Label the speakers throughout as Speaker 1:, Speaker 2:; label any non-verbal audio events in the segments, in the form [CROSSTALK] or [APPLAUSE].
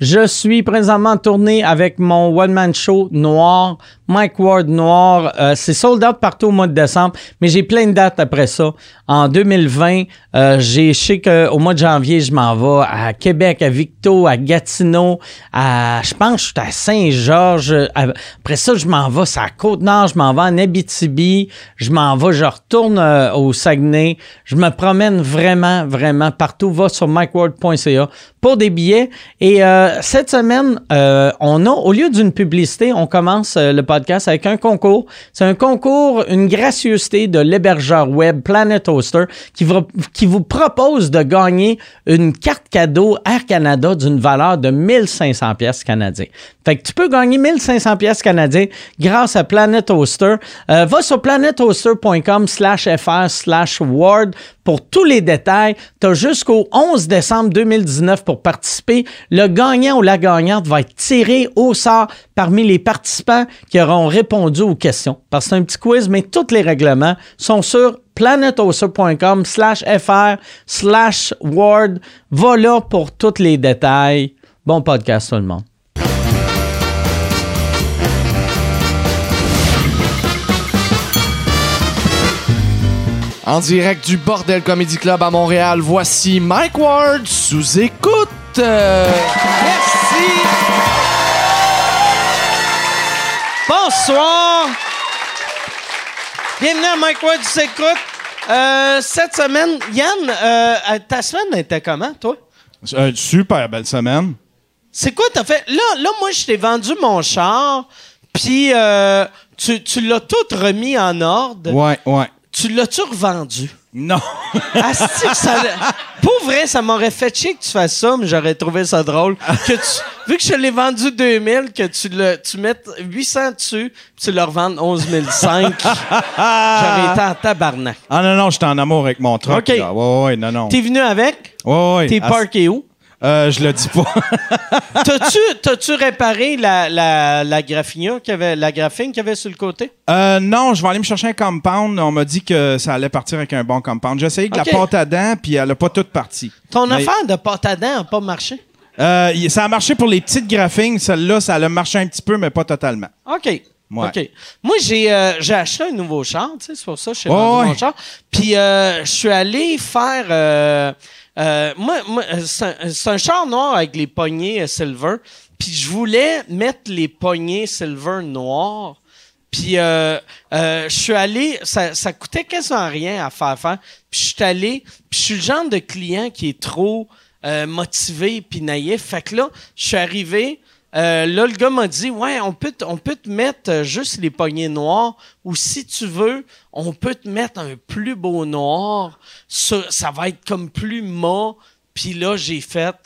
Speaker 1: Je suis présentement en tournée avec mon one-man show noir, Mike Ward noir. Euh, c'est sold out partout au mois de décembre, mais j'ai plein de dates après ça. En 2020, euh, j'ai, je sais qu'au mois de janvier, je m'en vais à Québec, à Victo, à Gatineau, à, je pense que je suis à Saint-Georges. À- Après ça, je m'en vais à Côte-Nord, je m'en vais en Abitibi, je m'en vais, je retourne euh, au Saguenay. Je me promène vraiment, vraiment partout. Va sur mikeward.ca pour des billets. Et euh, cette semaine, euh, on a, au lieu d'une publicité, on commence euh, le podcast avec un concours. C'est un concours, une gracieuseté de l'hébergeur web Planet Hoster qui vous, qui vous propose de gagner une carte cadeau Air Canada d'une valeur de 1500 pièces canadiens. Fait que tu peux gagner 1500 pièces canadiens grâce à Planet Hoster. Euh, va sur planethoster.com slash fr slash ward pour tous les détails. Tu as jusqu'au 11 décembre 2019 pour participer. Le gagnant ou la gagnante va être tiré au sort parmi les participants qui auront répondu aux questions. Parce que c'est un petit quiz, mais tous les règlements sont sur planethoster.com slash fr slash ward. Va là pour tous les détails. Bon podcast tout le monde.
Speaker 2: En direct du Bordel Comedy Club à Montréal, voici Mike Ward sous écoute. Euh, Merci.
Speaker 1: Bonsoir! Bienvenue à Mike Ward du Sécoute. Euh, cette semaine, Yann, euh, euh, ta semaine était comment, toi?
Speaker 3: Euh, Une super belle semaine.
Speaker 1: C'est quoi t'as fait? Là, là moi, je t'ai vendu mon char, puis euh, tu, tu l'as tout remis en ordre.
Speaker 3: Ouais, ouais.
Speaker 1: Tu l'as-tu revendu?
Speaker 3: Non.
Speaker 1: Asti Ah, que ça l'a- Pour vrai, ça m'aurait fait chier que tu fasses ça, mais j'aurais trouvé ça drôle. Que tu- Vu que je l'ai vendu 2000, que tu, le... tu mettes 800 dessus, puis tu le revendes 11 500, j'aurais été en tabarnak.
Speaker 3: [LAUGHS] Ah non, non, j'étais en amour avec mon truck.
Speaker 1: Ok.
Speaker 3: là. Ouais, ouais, non, non.
Speaker 1: T'es venu avec?
Speaker 3: Ouais, ouais.
Speaker 1: T'es
Speaker 3: Ah,
Speaker 1: parké où?
Speaker 3: euh, je le dis pas. [LAUGHS]
Speaker 1: T'as-tu, t'as-tu réparé la, la, la, graphigna qu'il y avait, la graphine qu'il y avait sur le côté?
Speaker 3: Euh, non, je vais aller me chercher un compound. On m'a dit que ça allait partir avec un bon compound. J'ai essayé de
Speaker 1: Ok.
Speaker 3: la pâte à dents, puis elle a pas toute partie.
Speaker 1: Ton
Speaker 3: Mais-
Speaker 1: affaire de pâte à dents n'a pas marché?
Speaker 3: Euh, y- ça a marché pour les petites graphings. Celle-là, ça a marché un petit peu, mais pas totalement.
Speaker 1: OK.
Speaker 3: Ouais.
Speaker 1: OK. Moi, j'ai euh, j'ai acheté un nouveau char, tu sais, c'est pour ça que je suis
Speaker 3: Ouais,
Speaker 1: rendu
Speaker 3: ouais.
Speaker 1: mon char. Puis, euh, je suis allé faire. euh, euh, moi, moi, euh, c'est un, c'est un char noir avec les poignées euh, silver. Puis, je voulais mettre les poignées silver noires. Puis, euh, euh, je suis allé. Ça, ça coûtait quasiment rien à faire faire. Puis, je suis allé. Puis, je suis le genre de client qui est trop euh, motivé puis naïf. Fait que là, je suis arrivé. Euh, là, le gars m'a dit, ouais, on peut, te- on peut te mettre euh, juste les poignées noires ou si tu veux, on peut te mettre un plus beau noir. Ça, ça va être comme plus mat. Puis là, j'ai fait,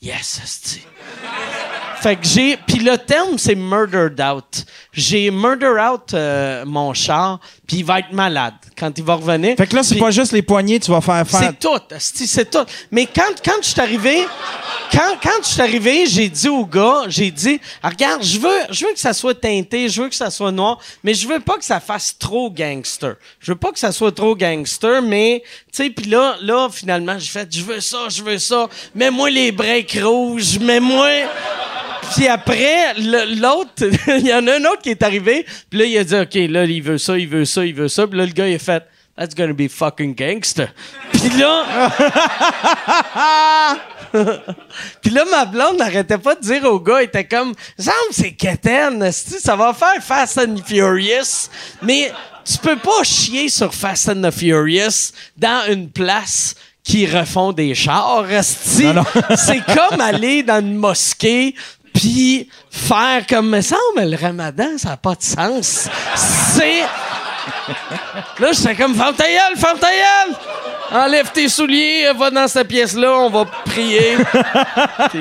Speaker 1: yes, hostie. Fait que j'ai. Puis le terme, c'est murdered out. J'ai murder out euh, mon char, puis il va être malade quand il va revenir.
Speaker 3: Fait que là, c'est
Speaker 1: Puis-
Speaker 3: pas juste les poignées, tu vas faire faire.
Speaker 1: c'est tout, asti, c'est tout. Mais quand, quand je suis arrivé, quand, quand je suis arrivé, j'ai dit au gars, j'ai dit, Ah, regarde, je veux, je veux que ça soit teinté, je veux que ça soit noir, mais je veux pas que ça fasse trop gangster. Je veux pas que ça soit trop gangster, mais, tu sais, puis là, là, finalement, j'ai fait, je veux ça, je veux ça, mets-moi les breaks rouges, mets-moi, puis après, le- l'autre, [LAUGHS] il y en a un autre qui est arrivé. Puis là, il a dit, OK, là, il veut ça, il veut ça, il veut ça. Puis là, le gars, il a fait, That's gonna be fucking gangster. Puis là. [LAUGHS] Puis là, ma blonde n'arrêtait pas de dire au gars, il était comme, Sam, c'est quétaine, esti, ça va faire Fast and Furious. Mais tu peux pas chier sur Fast and the Furious dans une place qui refont des chars, esti.
Speaker 3: Non, non.
Speaker 1: [LAUGHS] C'est comme aller dans une mosquée puis faire comme me semble le Ramadan, ça n'a pas de sens. C'est [LAUGHS] Là, j'étais comme ferme ta gueule, ferme ta gueule! Enlève tes souliers, va dans cette pièce-là, on va prier. Puis-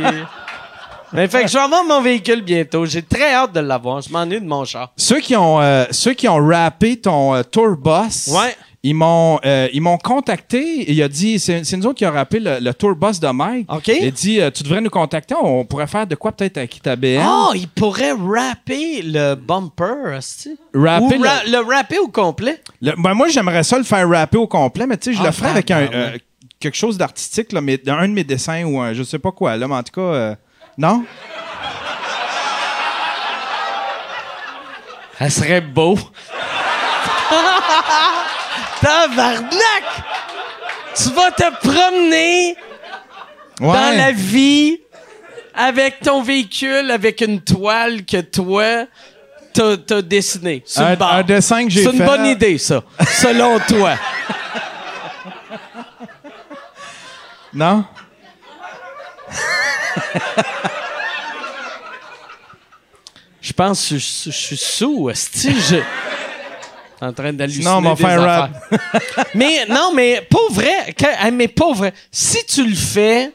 Speaker 1: Mais fait que je vais avoir mon véhicule bientôt. J'ai très hâte de l'avoir. Je m'ennuie de mon char.
Speaker 3: Ceux qui ont euh, ceux qui ont rappé ton euh, tour bus,
Speaker 1: Ouais.
Speaker 3: ils m'ont euh, ils m'ont contacté. et Il a dit c'est c'est nous autres qui a rappé le, le tour bus de Mike.
Speaker 1: OK.
Speaker 3: Il a dit euh, tu devrais nous contacter. On pourrait faire de quoi peut-être avec ta BM.
Speaker 1: Oh, il pourrait rapper le bumper, hostie.
Speaker 3: Rapper
Speaker 1: Ou
Speaker 3: le-
Speaker 1: ra- le rapper au complet.
Speaker 3: Le- ben, moi j'aimerais ça le faire rapper au complet, mais tu sais je
Speaker 1: Ah,
Speaker 3: le ferais avec un
Speaker 1: tabarnak.
Speaker 3: euh, quelque chose d'artistique là, mais un de mes dessins ou un je sais pas quoi là, mais en tout cas euh, Non?
Speaker 4: Ça serait
Speaker 1: [LAUGHS]
Speaker 4: beau.
Speaker 5: Tabarnak! Tu vas te promener
Speaker 3: Ouais.
Speaker 1: dans la vie avec ton véhicule, avec une toile que toi, t'as t'as dessinée. sur le
Speaker 3: un,
Speaker 1: bord.
Speaker 3: un dessin que j'ai
Speaker 1: C'est
Speaker 3: fait.
Speaker 1: une bonne idée, ça, selon toi.
Speaker 3: Non?
Speaker 1: Je pense que je, je suis sous, esti, je... T'es en train d'halluciner
Speaker 3: Non, on va
Speaker 1: des
Speaker 3: faire
Speaker 1: affaires. [LAUGHS]
Speaker 3: rap.
Speaker 1: Mais non, mais pas vrai. que- ah, mais pas vrai. Si tu le fais,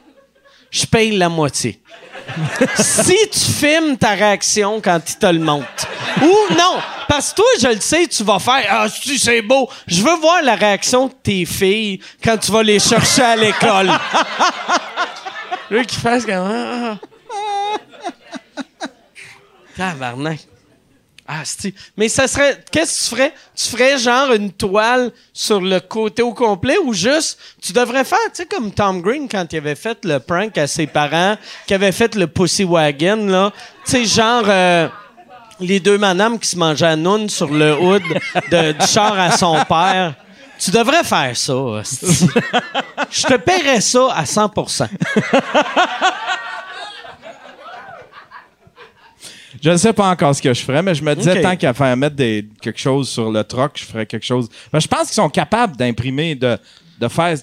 Speaker 1: je paye la moitié. [LAUGHS] si tu filmes ta réaction quand il te le montre. Ou non, parce que toi, je le sais, tu vas faire Ah, si, c'est beau. Je veux voir la réaction de tes filles quand tu vas les chercher à l'école. [LAUGHS] Lui qui fasse comme Ah, ah. Tabarnak. Ah, c'ti. Mais ça serait. Qu'est-ce que tu ferais? Tu ferais genre une toile sur le côté au complet ou juste. Tu devrais faire, tu sais, comme Tom Green quand il avait fait le prank à ses parents, qui avait fait le Pussy Wagon, là. Tu sais, genre. euh, les deux madames qui se mangeaient à noun sur le hood de- du char à son père. Tu devrais faire ça. hostie. Je te paierais ça à 100
Speaker 3: Je ne sais pas encore ce que je ferais, mais je me disais,
Speaker 1: Ok.
Speaker 3: tant qu'à faire mettre des, quelque chose sur le troc, je ferais quelque chose. Ben, je pense qu'ils sont capables d'imprimer, de, de faire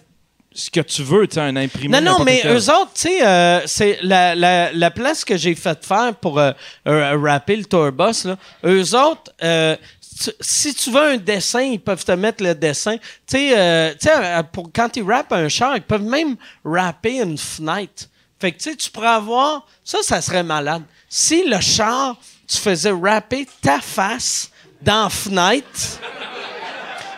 Speaker 3: ce que tu veux, tu sais, un imprimé.
Speaker 1: Non, non,
Speaker 3: n'importe
Speaker 1: mais
Speaker 3: quel.
Speaker 1: eux autres, tu sais, euh, c'est la, la, la place que j'ai fait faire pour euh, euh, rapper le tour bus, là. Eux autres, euh, tu- si tu veux un dessin, ils peuvent te mettre le dessin. Tu sais, euh, tu sais, euh, pour- quand ils rappent un char, ils peuvent même rapper une fenêtre. Fait que, tu sais, tu pourrais avoir... Ça, ça serait malade. Si le char, tu faisais rapper ta face dans la fenêtre...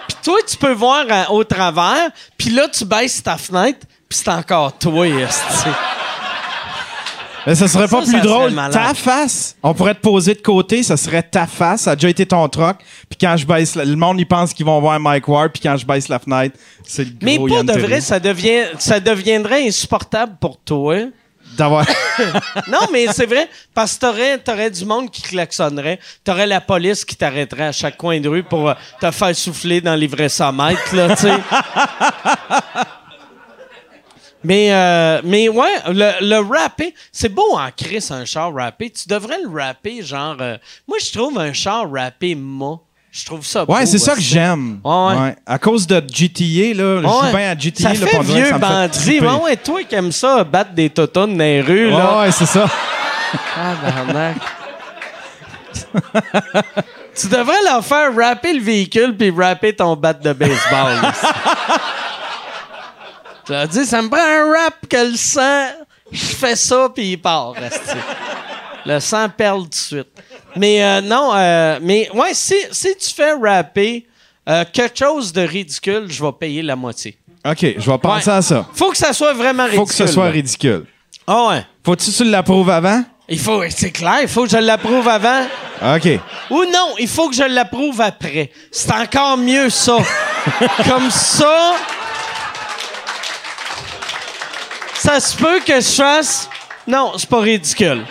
Speaker 1: Puis toi, tu peux voir euh, au travers, puis là, tu baisses ta fenêtre, puis c'est encore toi, esti.
Speaker 3: Mais ça serait pas
Speaker 1: Ça,
Speaker 3: plus
Speaker 1: ça serait
Speaker 3: drôle.
Speaker 1: malade.
Speaker 3: Ta face. On pourrait te poser de côté, ça serait ta face. Ça a déjà été ton troc. Puis quand je baisse, la- le monde, ils pense qu'ils vont voir Mike Ward. Puis quand je baisse la fenêtre, c'est le gros
Speaker 1: Mais pour
Speaker 3: Yann
Speaker 1: de
Speaker 3: Terry.
Speaker 1: vrai, ça, devient, ça deviendrait insupportable pour toi. hein.
Speaker 3: D'avoir-
Speaker 1: Non, mais c'est vrai, parce que t'aurais, t'aurais du monde qui klaxonnerait, t'aurais la police qui t'arrêterait à chaque coin de rue pour euh, te faire souffler dans les vrais 100 mètres, là, tu sais. [LAUGHS] Mais, euh, mais ouais, le, le rapper, c'est beau en Chris, un char rappé. Tu devrais le rapper, genre. euh, moi, je trouve un char rappé, moi. Je trouve ça beau.
Speaker 3: Ouais, c'est ça que
Speaker 1: aussi.
Speaker 3: j'aime.
Speaker 1: Ouais, ouais.
Speaker 3: À cause de GTA, là, je
Speaker 1: Ouais.
Speaker 3: joue bien à GTA.
Speaker 1: ça
Speaker 3: là,
Speaker 1: fait
Speaker 3: puis on dirait
Speaker 1: vieux
Speaker 3: que ça me fait
Speaker 1: bandit.
Speaker 3: triper.
Speaker 1: Ouais, ouais, toi qui aimes ça, battre des tontons dans les rues, là.
Speaker 3: Ouais, ouais, c'est ça.
Speaker 1: Tabarnak. [LAUGHS] tu devrais leur faire rapper le véhicule puis rapper ton bat de baseball. tu leur dis, ça me prend un rap que le sang, je fais ça puis il part. esti. Le sang perle tout de suite. Mais euh, non, euh, mais ouais, si, si tu fais rapper euh, quelque chose de ridicule, je vais payer la moitié.
Speaker 3: OK, je vais penser
Speaker 1: Ouais.
Speaker 3: à ça.
Speaker 1: Faut que ça soit vraiment ridicule.
Speaker 3: Faut que ce soit
Speaker 1: là.
Speaker 3: ridicule.
Speaker 1: Ah ouais.
Speaker 3: Faut-tu que tu l'approuves avant?
Speaker 1: Il faut, c'est clair, il faut que je l'approuve avant.
Speaker 3: OK.
Speaker 1: Ou non, il faut que je l'approuve après. C'est encore mieux [LAUGHS] ça. Comme ça, ça se peut que je fasse. Non, c'est pas [LAUGHS] ridicule.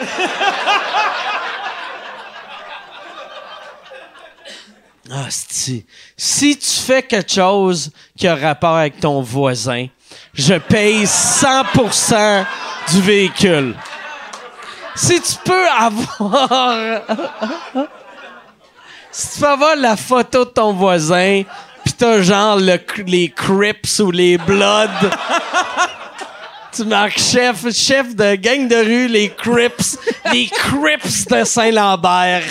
Speaker 1: Ah, si. Si tu fais quelque chose qui a rapport avec ton voisin, je paye 100% du véhicule. Si tu peux avoir si tu peux avoir la photo de ton voisin, pis t'as genre le cr- les Crips ou les Bloods. tu marques chef, chef de gang de rue, les Crips, les Crips de Saint-Lambert.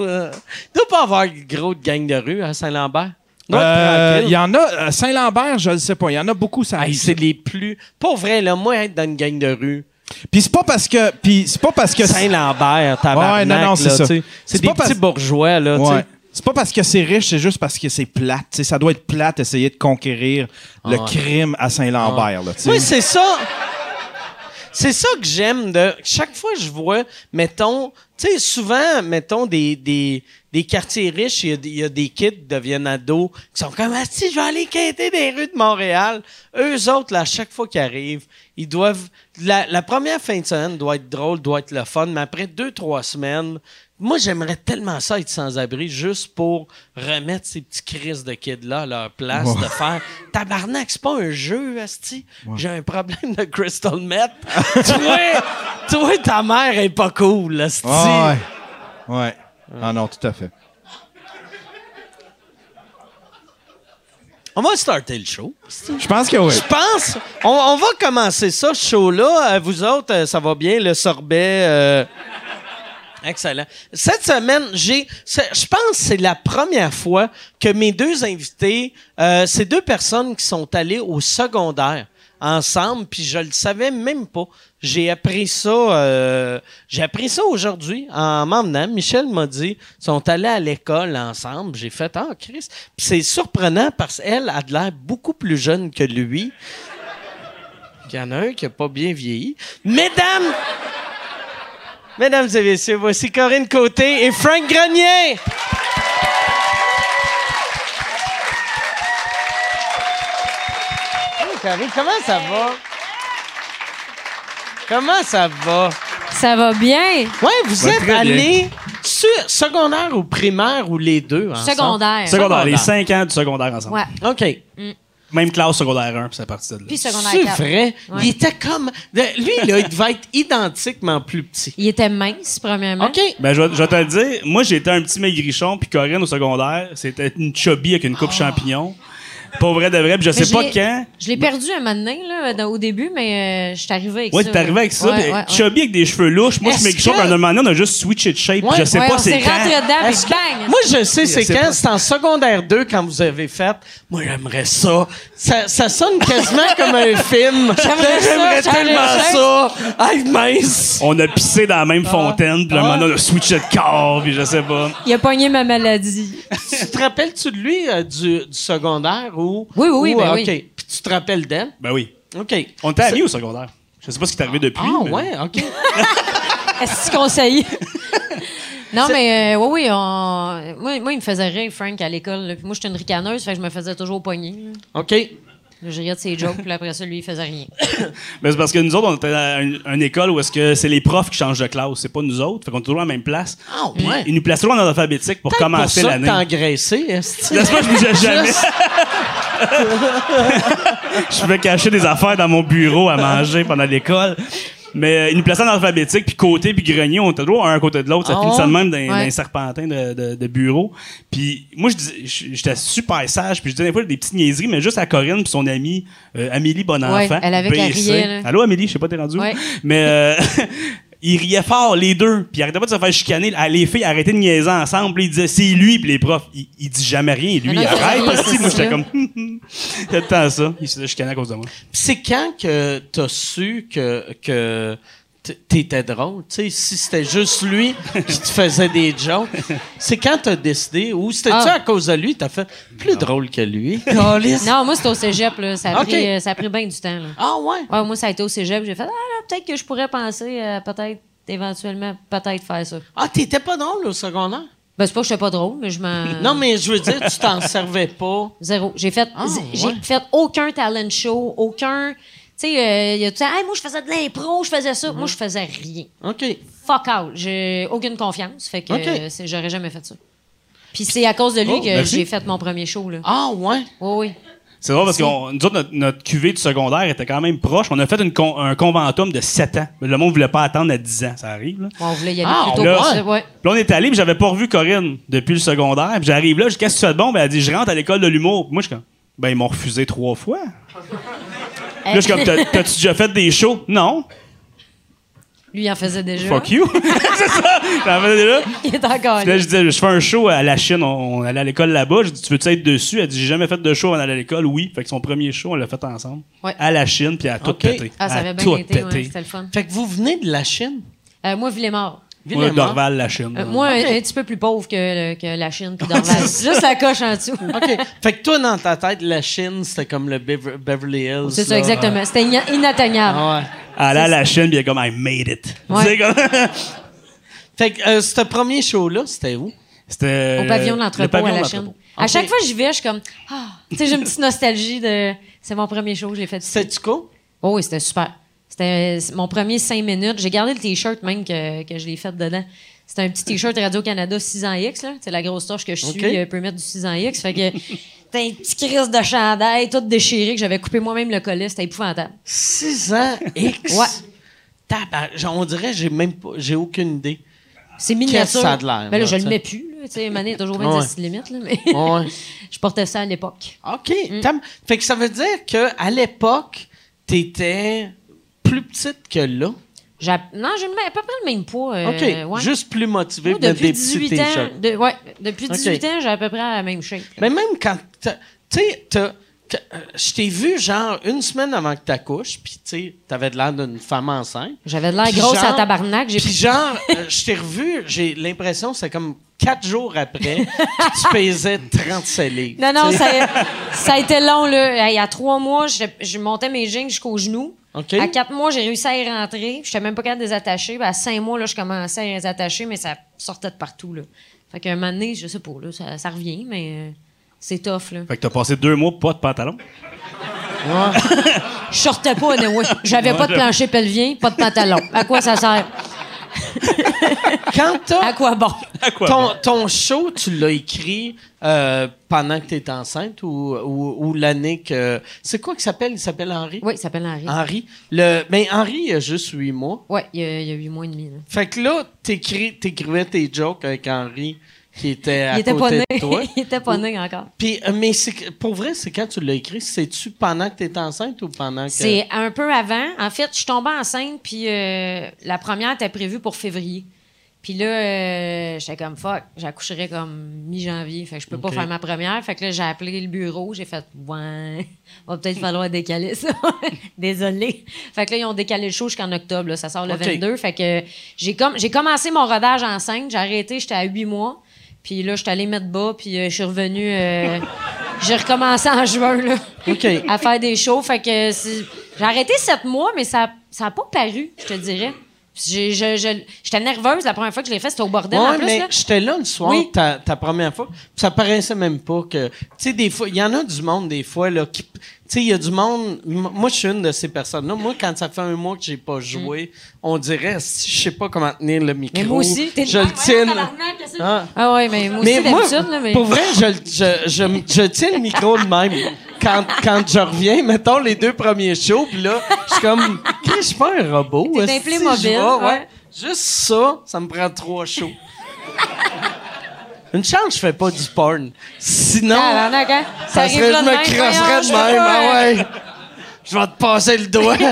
Speaker 1: Euh, doit pas avoir gros de gang de rue à Saint-Lambert. Doit être
Speaker 3: Euh,
Speaker 1: tranquille.
Speaker 3: Il y en a. euh, Saint-Lambert, je ne sais pas. Il y en a beaucoup, ça.
Speaker 1: Ah, c'est les plus. Pas vrai, là, moi, être dans une gang de rue.
Speaker 3: Puis c'est pas parce que. Puis c'est pas parce que.
Speaker 1: Saint-Lambert,
Speaker 3: Ouais,
Speaker 1: tabarnak,
Speaker 3: non, non, c'est
Speaker 1: là,
Speaker 3: ça.
Speaker 1: tu sais.
Speaker 3: C'est
Speaker 1: C'est des
Speaker 3: pas parce-
Speaker 1: petits bourgeois, là, tu sais.
Speaker 3: Ouais. C'est pas parce que c'est riche, c'est juste parce que c'est plate. Tu sais, ça doit être plate essayer de conquérir le crime à Saint-Lambert. là, tu sais.
Speaker 1: Oui, c'est ça. C'est ça que j'aime de. Chaque fois que je vois, mettons, Tu sais, souvent, mettons, des, des, des quartiers riches, il y a des- il y, a des kids qui deviennent ados qui sont comme « Ah, si, je vais aller quêter des rues de Montréal. » Eux autres, là, à chaque fois qu'ils arrivent, ils doivent... La, la première fin de semaine doit être drôle, doit être le fun, mais après deux, trois semaines, moi, j'aimerais tellement ça être sans-abri juste pour remettre ces petits crises de kids-là à leur place, de faire « Tabarnak, c'est pas un jeu, asti. J'ai un problème de crystal meth. toi, toi, ta mère est pas cool, asti.
Speaker 3: Ah, ouais. Ouais. Ah non, tout à fait.
Speaker 1: On va starter le show.
Speaker 3: Je pense que oui.
Speaker 1: Je pense. On, on va commencer ça, ce show-là. Euh, Vous autres, euh, ça va bien, le sorbet. euh, Excellent. Cette semaine, j'ai. c'est- Je pense que c'est la première fois que mes deux invités, euh, ces deux personnes qui sont allées au secondaire ensemble, puis je le savais même pas. J'ai appris ça. euh, j'ai appris ça aujourd'hui en m'emmenant. Michel m'a dit, ils sont allés à l'école ensemble. J'ai fait ah Chris. Puis c'est surprenant parce qu'elle a de l'air beaucoup plus jeune que lui. Il y en a un qui a pas bien vieilli. Mesdames. Mesdames et messieurs, voici Corinne Côté et Frank Grenier. Hey, Corinne, comment ça va? Comment ça va?
Speaker 6: Ça va bien?
Speaker 1: Ouais, vous
Speaker 7: Ouais,
Speaker 1: êtes
Speaker 7: très bien.
Speaker 1: allés sur secondaire ou primaire ou les deux? ensemble?
Speaker 6: Secondaire.
Speaker 7: Secondaire, les
Speaker 1: Secondaire.
Speaker 7: 5 ans du secondaire ensemble.
Speaker 6: Ouais.
Speaker 1: OK.
Speaker 7: Même classe secondaire 1, puis c'est à partir de là.
Speaker 6: Puis secondaire
Speaker 1: C'est
Speaker 6: quatre.
Speaker 1: vrai.
Speaker 6: Ouais.
Speaker 1: Il était comme. de- Lui, là, il devait être identiquement plus petit.
Speaker 6: Il était mince, premièrement.
Speaker 1: OK.
Speaker 7: Ben, je vais, je vais te le dire, moi j'étais un petit maigrichon, puis Corinne au secondaire, c'était une chubby avec une coupe champignon. Pour vrai de vrai, puis je
Speaker 6: Oh. Mais
Speaker 7: sais pas
Speaker 6: l'ai-
Speaker 7: quand.
Speaker 6: Je l'ai perdu un moment donné, là, dans- au début, mais euh, je suis arrivée avec
Speaker 7: Ouais,
Speaker 6: ça.
Speaker 7: t'es arrivé avec ça,
Speaker 6: Ouais,
Speaker 7: puis
Speaker 6: ouais, ouais.
Speaker 7: chubby avec des cheveux louches. Moi, je
Speaker 1: Est-ce
Speaker 7: suis maigrichon,
Speaker 1: que-
Speaker 7: puis à un moment donné, on a juste switché de shape, puis
Speaker 1: Ouais,
Speaker 7: je sais
Speaker 6: Ouais,
Speaker 7: pas
Speaker 6: on
Speaker 7: c'est
Speaker 6: s'est rentré
Speaker 7: quand.
Speaker 6: dedans,
Speaker 1: Est-ce
Speaker 6: puis
Speaker 1: que-
Speaker 6: bang!
Speaker 1: Moi, je sais, c'est
Speaker 8: sais
Speaker 1: quand?
Speaker 8: pas.
Speaker 1: C'est en secondaire 2 quand vous avez fait. Moi, j'aimerais ça. ça. ça sonne quasiment comme un film.
Speaker 6: J'aimerais ça,
Speaker 1: J'aimerais
Speaker 6: j'aimerais
Speaker 1: tellement
Speaker 6: ça.
Speaker 1: ça. Hey, mince.
Speaker 7: On a pissé dans la même
Speaker 6: Ah.
Speaker 7: fontaine, puis à un moment donné, on a switché de corps, puis je sais pas.
Speaker 6: Il a pogné ma maladie.
Speaker 1: tu te rappelles-tu de lui euh, du, du secondaire ou.
Speaker 6: Oui, oui, oui,
Speaker 1: ou,
Speaker 6: ben
Speaker 1: euh,
Speaker 6: oui.
Speaker 1: OK. Puis tu te rappelles d'elle?
Speaker 7: Ben oui.
Speaker 1: OK.
Speaker 7: On était amis au secondaire. Je sais pas ce qui t'est arrivé depuis.
Speaker 1: Ah,
Speaker 7: mais-
Speaker 1: ouais, OK.
Speaker 6: Est-ce que tu
Speaker 7: [LAUGHS]
Speaker 6: conseilles? non, mais euh, oui, oui, on... moi, moi, il me faisait rire, Frank, à l'école. là. Puis moi, j'étais une ricaneuse, fait que je me faisais toujours pogner. là.
Speaker 1: OK.
Speaker 6: Là, je riais de ses jokes, puis après ça, lui, il faisait rien.
Speaker 7: Ben, c'est parce que nous autres, on était à une, une école où est-ce que c'est les profs qui changent de classe, c'est pas nous autres. Fait qu'on est toujours à la même place.
Speaker 1: Ah,
Speaker 7: Puis
Speaker 1: ouais.
Speaker 7: Ils nous placent toujours en alphabétique pour
Speaker 1: Peut-être
Speaker 7: commencer
Speaker 1: pour ça que
Speaker 7: l'année.
Speaker 1: t'as engraissé, est-ce que-
Speaker 7: N'est-ce pas,
Speaker 1: [LAUGHS]
Speaker 7: je bougeais jamais.
Speaker 1: Juste-
Speaker 7: [LAUGHS] je vais cacher des affaires dans mon bureau à manger pendant l'école. Mais euh, ils nous plaçaient en alphabétique, puis côté, puis grenier, on était toujours un à côté de l'autre. Ça
Speaker 1: Ah
Speaker 7: finissait de
Speaker 1: ouais?
Speaker 7: même dans, dans
Speaker 6: Ouais.
Speaker 7: les serpentins de, de- de bureau. Puis moi, je dis- j- j'étais super sage, puis je disais des fois des petites niaiseries, mais juste à Corinne, puis son amie euh, Amélie Bonenfant.
Speaker 6: Ouais, elle avait qu'à
Speaker 7: BC.
Speaker 6: riait, là.
Speaker 7: Allô, Amélie, je sais pas, t'es rendu où?
Speaker 6: Ouais.
Speaker 7: Mais euh, [LAUGHS] ils riaient fort, les deux, puis ils arrêtaient pas de se faire chicaner. Ah, Les filles arrêtaient de niaiser ensemble, puis ils disaient c'est lui, puis les profs, il, il dit jamais rien. Et lui,
Speaker 6: Mais non,
Speaker 7: il
Speaker 6: il fait
Speaker 7: arrête.
Speaker 6: rien,
Speaker 7: parce que
Speaker 6: c'est
Speaker 7: moi, j'étais
Speaker 6: ça.
Speaker 7: comme. Hum, hum. C'est le temps ça. [LAUGHS] Il se faisait chicaner à cause de moi.
Speaker 1: Pis c'est quand que t'as su que, que t- t'étais drôle? Tu sais, si c'était juste lui qui te faisait des jokes, c'est quand t'as décidé, ou c'était-tu
Speaker 6: Ah.
Speaker 1: à cause de lui, t'as fait plus drôle que
Speaker 6: [LAUGHS]
Speaker 1: lui? Câlisse.
Speaker 6: non, moi, c'était au cégep, là. Ça a
Speaker 1: Ok.
Speaker 6: pris, euh, ça a pris bien du temps, là.
Speaker 1: Ah ouais?
Speaker 6: Ouais, moi, ça a été au cégep. J'ai fait, ah, là, peut-être que je pourrais penser, à peut-être, éventuellement, peut-être faire ça.
Speaker 1: Ah, t'étais pas drôle au secondaire?
Speaker 6: Ben, c'est pas que j'étais pas drôle, mais je m'en.
Speaker 7: [LAUGHS]
Speaker 1: Non, mais je veux dire, tu t'en servais pas.
Speaker 6: Zéro. J'ai fait,
Speaker 1: Ah,
Speaker 6: z-
Speaker 1: ouais.
Speaker 6: j'ai fait aucun talent show, aucun. Tu sais, euh, il y a tout ça. Hey, moi, je faisais de l'impro, je faisais ça. Moi,
Speaker 7: Mhm.
Speaker 6: je faisais rien.
Speaker 1: OK.
Speaker 6: Fuck out. J'ai aucune confiance. Fait que
Speaker 1: Ok.
Speaker 6: euh, c'est- j'aurais jamais fait ça. Puis c'est à cause de lui
Speaker 7: Oh,
Speaker 6: que
Speaker 7: merci.
Speaker 6: j'ai fait mon premier show, là.
Speaker 1: Ah ouais?
Speaker 6: Oui, oui.
Speaker 7: C'est drôle parce que nous autres, notre, notre cuvée du secondaire était quand même proche. On a fait une con- un conventum de 7 ans. Le monde voulait pas attendre à 10 ans. Ça arrive, là.
Speaker 6: Bon, on voulait y aller
Speaker 1: Ah,
Speaker 6: plus tôt
Speaker 7: là, hein.
Speaker 6: que ça, ouais.
Speaker 7: Puis là, on est allé, puis j'avais pas revu Corinne depuis le secondaire. Puis j'arrive là, je dis Qu'est-ce que tu fais de bon? Ben, elle dit Je rentre à l'école de l'humour. Puis moi, je suis comme Ben, ils m'ont refusé trois fois. Puis là, je suis comme T'as- T'as-tu déjà fait des shows? Non.
Speaker 6: Lui, il en faisait déjà.
Speaker 7: Fuck you. [LAUGHS] C'est ça. J'en faisais déjà.
Speaker 6: [LAUGHS] Il est encore
Speaker 7: Puis là, je disais, je fais un show à la Chine. On, on allait à l'école là-bas. Je dis, tu veux-tu être dessus? Elle dit, j'ai jamais fait de show avant d'aller à l'école. Oui. Fait que son premier show, on l'a fait ensemble.
Speaker 6: Ouais.
Speaker 7: À la Chine, puis elle a tout
Speaker 1: Ok.
Speaker 7: pété.
Speaker 6: Ah, ça
Speaker 7: Elle a
Speaker 6: avait
Speaker 7: tout
Speaker 6: bien été, ouais,
Speaker 7: pété.
Speaker 6: c'était le fun.
Speaker 1: Fait que vous venez de la Chine?
Speaker 6: Euh, moi, Villemort.
Speaker 7: Moi,
Speaker 1: Villemort.
Speaker 7: Dorval, la Chine.
Speaker 6: Euh, moi, un, un petit peu plus pauvre que, le- que la Chine
Speaker 1: [LAUGHS]
Speaker 6: puis Dorval. Juste la coche en dessous. [LAUGHS]
Speaker 1: OK. Fait que toi, dans ta tête, la Chine, c'était comme le Bever- Beverly Hills.
Speaker 6: C'est ça,
Speaker 1: là.
Speaker 6: exactement. C'était ina- inatteignable.
Speaker 1: Ah ouais.
Speaker 7: Elle allait à la Chine, puis elle est comme, I made it. [LAUGHS]
Speaker 6: Ouais.
Speaker 7: C'est comme-
Speaker 1: Fait que euh, ce premier show-là, c'était où?
Speaker 7: C'était.
Speaker 6: Au pavillon de
Speaker 7: le
Speaker 6: l'entrepôt
Speaker 7: pavillon
Speaker 6: à la
Speaker 7: de
Speaker 6: Chine.
Speaker 7: l'entrepôt.
Speaker 6: À
Speaker 1: Ok.
Speaker 6: chaque fois que j'y vais, je suis comme ah, tu sais j'ai une petite nostalgie de c'est mon premier show que j'ai fait. ici.
Speaker 1: C'était-tu quoi?
Speaker 6: Oh oui, c'était super. C'était euh, mon premier cinq minutes. J'ai gardé le t-shirt même que, que je l'ai fait dedans. C'était un petit t-shirt Radio-Canada 6 ans X, là. C'est la grosse torche que je suis,
Speaker 1: Ok.
Speaker 6: euh, peut mettre du 6 ans X. Fait que [LAUGHS] t'as un petit crise de chandail, tout déchiré, que j'avais coupé moi-même le collet. C'était épouvantable.
Speaker 1: 6 ans [LAUGHS] X?
Speaker 6: Ouais.
Speaker 1: Tabar- on dirait, j'ai même pas, j'ai aucune idée.
Speaker 6: C'est
Speaker 1: Qu'est-ce que
Speaker 6: miniature.
Speaker 1: ça a de l'air,
Speaker 6: Ben là,
Speaker 1: là,
Speaker 6: je le
Speaker 1: t'sais?
Speaker 6: mets plus, là. Tu sais, Mané, toujours
Speaker 1: Ouais.
Speaker 6: 26 limites, là. Mais
Speaker 1: Ouais.
Speaker 6: [LAUGHS] je portais ça à l'époque.
Speaker 1: OK. Tam- Fait que ça veut dire qu'à l'époque, t'étais plus petite que là.
Speaker 6: J'ai à- Non, j'ai le même- à peu près le même poids. euh,
Speaker 1: OK.
Speaker 6: ouais.
Speaker 1: Juste plus motivé
Speaker 6: Moi,
Speaker 1: pour mettre
Speaker 6: depuis
Speaker 1: des petits
Speaker 6: 18 ans,
Speaker 1: t-shirts.
Speaker 6: de- ouais, depuis
Speaker 1: Ok.
Speaker 6: 18 ans, j'ai à peu près la même shape. là.
Speaker 1: Mais même quand. t'as- Tu sais, t'as- t'as- euh, je t'ai vu genre une semaine avant que t'accouches, puis tu sais, t'avais de l'air d'une femme enceinte.
Speaker 6: J'avais de l'air
Speaker 1: Puis
Speaker 6: grosse
Speaker 1: genre-
Speaker 6: à tabarnak. J'ai
Speaker 1: Puis genre, [LAUGHS] euh, je t'ai revu, j'ai l'impression que c'est comme quatre jours après que tu pesais 37 livres.
Speaker 6: Non, non,
Speaker 1: tu sais.
Speaker 6: ça, a- ça a été long. Là. Hey, Il y a trois mois, je, je montais mes jeans jusqu'aux genoux.
Speaker 1: OK.
Speaker 6: À quatre mois, j'ai réussi à y rentrer. Je n'étais même pas capable de les attacher. Puis à cinq mois, là, je commençais à les attacher, mais ça sortait de partout. Là. Fait qu'à un moment donné, je sais pas, là, ça, ça revient, mais euh, c'est tough. Là.
Speaker 7: Fait que t'as passé deux mois pas de pantalon.
Speaker 6: Je sortais pas, anyway. J'avais pas de plancher pelvien, pas de pantalon. À quoi ça sert?
Speaker 1: Quand
Speaker 6: À
Speaker 1: t'as
Speaker 6: quoi bon?
Speaker 7: À quoi?
Speaker 1: ton,
Speaker 7: bon?
Speaker 1: ton show, tu l'as écrit euh, pendant que t'es enceinte ou, ou, ou l'année que... C'est quoi qu'il s'appelle? Il s'appelle Henri?
Speaker 6: Oui, il s'appelle Henri.
Speaker 1: Henri. Le, mais Henri, il a juste huit mois.
Speaker 6: Oui, il y a- il y a huit mois et demi. là.
Speaker 1: Fait que là, t'écris- t'écrivais tes jokes avec Henri qui était à
Speaker 6: Il était, pas
Speaker 1: côté
Speaker 6: né.
Speaker 1: de toi.
Speaker 6: [LAUGHS] il était pas né encore.
Speaker 1: Puis, euh, mais c'est que- pour vrai, c'est quand tu l'as écrit, c'est-tu pendant que t'es enceinte ou pendant que...
Speaker 6: C'est un peu avant. En fait, je suis tombée enceinte, puis euh, la première était prévue pour février. Puis là, euh, j'étais comme fuck, j'accoucherai comme mi-janvier. Fait que je peux pas
Speaker 1: Ok.
Speaker 6: faire ma première. Fait que là, j'ai appelé le bureau, j'ai fait ouais, [LAUGHS] va peut-être falloir décaler ça. [LAUGHS] Désolée. Fait que là, ils ont décalé le show jusqu'en octobre. là. Ça sort le
Speaker 1: Ok.
Speaker 6: 22. Fait que j'ai comme j'ai commencé mon rodage enceinte. J'ai arrêté, j'étais à 8 mois. Puis là, je suis allée mettre bas, puis euh, je suis
Speaker 1: [LAUGHS]
Speaker 6: revenue. euh, j'ai recommencé en juin, là,
Speaker 1: Ok.
Speaker 6: [LAUGHS] à faire des shows. Fait que c'est- j'ai arrêté sept mois, mais ça n'a pas paru, je te dirais. J'ai- je- je- J'étais nerveuse la première fois que je l'ai fait, c'était au bordel en
Speaker 1: Ouais,
Speaker 6: plus.
Speaker 1: mais
Speaker 6: là.
Speaker 1: j'étais là le soir,
Speaker 6: Oui.
Speaker 1: ta, ta première fois. pis Ça paraissait même pas que. Tu sais, des fois, il y en a du monde, des fois, là, qui. Tu sais, il y a du monde. m- Moi, je suis une de ces personnes-là. Moi, quand ça fait un mois que j'ai pas joué, on dirait, si je sais pas comment tenir le micro.
Speaker 6: Mm. Mais moi aussi, t'es-
Speaker 1: Je
Speaker 6: Ah,
Speaker 1: le
Speaker 6: ouais,
Speaker 1: tiens.
Speaker 6: tabarnak, qu'est-ce que-
Speaker 1: Ah.
Speaker 6: Ah ouais, mais moi aussi
Speaker 1: Mais moi,
Speaker 6: d'habitude, là, mais.
Speaker 1: pour vrai, je, le- je, je, je tiens le micro de même. Quand, quand je reviens, mettons les deux premiers shows, puis là, je suis comme, Chris, je suis pas un robot.
Speaker 6: T'es un
Speaker 1: esti,
Speaker 6: Playmobil,
Speaker 1: j'y vais, ouais.
Speaker 6: ouais.
Speaker 1: Juste ça, ça me prend trois shows. Une chance, je fais pas du porn. Sinon,
Speaker 6: Tabarnak, hein?
Speaker 1: ça
Speaker 6: arrive
Speaker 1: serait, je
Speaker 6: là
Speaker 1: me
Speaker 6: même,
Speaker 1: crosserais
Speaker 6: voyons,
Speaker 1: de
Speaker 6: je
Speaker 1: même.
Speaker 6: peux
Speaker 1: Ah
Speaker 6: pas, euh,
Speaker 1: ouais. Je vais te passer le doigt. [LAUGHS]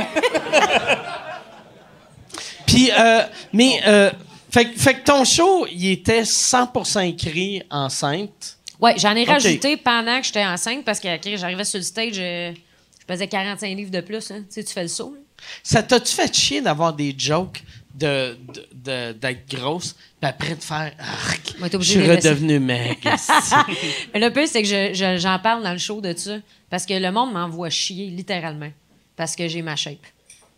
Speaker 1: Puis, euh, mais, euh, fait, que- fait que ton show, il était 100% écrit enceinte.
Speaker 6: Oui, j'en ai rajouté pendant que j'étais enceinte parce que ok, j'arrivais sur le stage, euh, je pesais 45 livres de plus. hein. Tu sais, tu fais le saut. là.
Speaker 1: Ça t'a-tu fait chier d'avoir des jokes de, de- de- d'être grosse, puis après de faire Arc,
Speaker 6: Ouais, t'es
Speaker 1: je
Speaker 6: obligé
Speaker 1: suis
Speaker 6: de les laisser.
Speaker 1: redevenue
Speaker 6: [LAUGHS]
Speaker 1: maigre.
Speaker 6: Mais le pire, c'est que je- je- j'en parle dans le show de ça parce que le monde m'envoie chier littéralement parce que j'ai ma shape.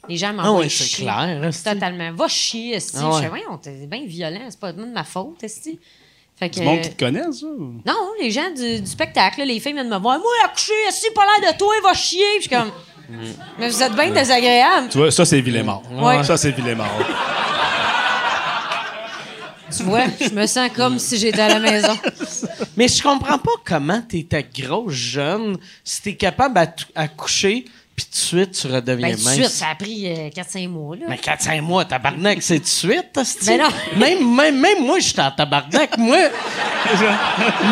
Speaker 6: Les gens
Speaker 1: Ah
Speaker 6: m'envoient
Speaker 1: ouais,
Speaker 6: chier.
Speaker 1: c'est clair. hein, c'est-
Speaker 6: Totalement. Va chier, esti.
Speaker 1: Ah ouais.
Speaker 6: Je fais, voyons, t'es bien violent. C'est pas de ma faute, esti. Fait que...
Speaker 7: Du monde qui te connaît, ça? ou?
Speaker 6: Non, les gens du, du spectacle, là, les filles viennent me voir. Moi, accoucher, esti, pas l'air de toi, va chier. Puis je suis comme...
Speaker 1: Mm.
Speaker 6: Mais vous êtes bien désagréable.
Speaker 7: Tu vois, ça, c'est Villemort.
Speaker 6: Ouais.
Speaker 7: Ça, c'est Villemort.
Speaker 6: Tu vois, je me sens comme si j'étais à la maison.
Speaker 1: Mais je comprends pas comment t'étais grosse jeune, si t'es capable à, t- à coucher, puis tout de suite, tu redeviens
Speaker 6: Ben, tout de
Speaker 1: mince.
Speaker 6: suite, ça a pris euh, 4-5 mois, là.
Speaker 1: Mais 4-5 mois, tabarnak, c'est de suite, hostie.
Speaker 6: Ben non.
Speaker 1: Même, même, même moi, j'étais en tabarnak. Moi,
Speaker 7: [LAUGHS]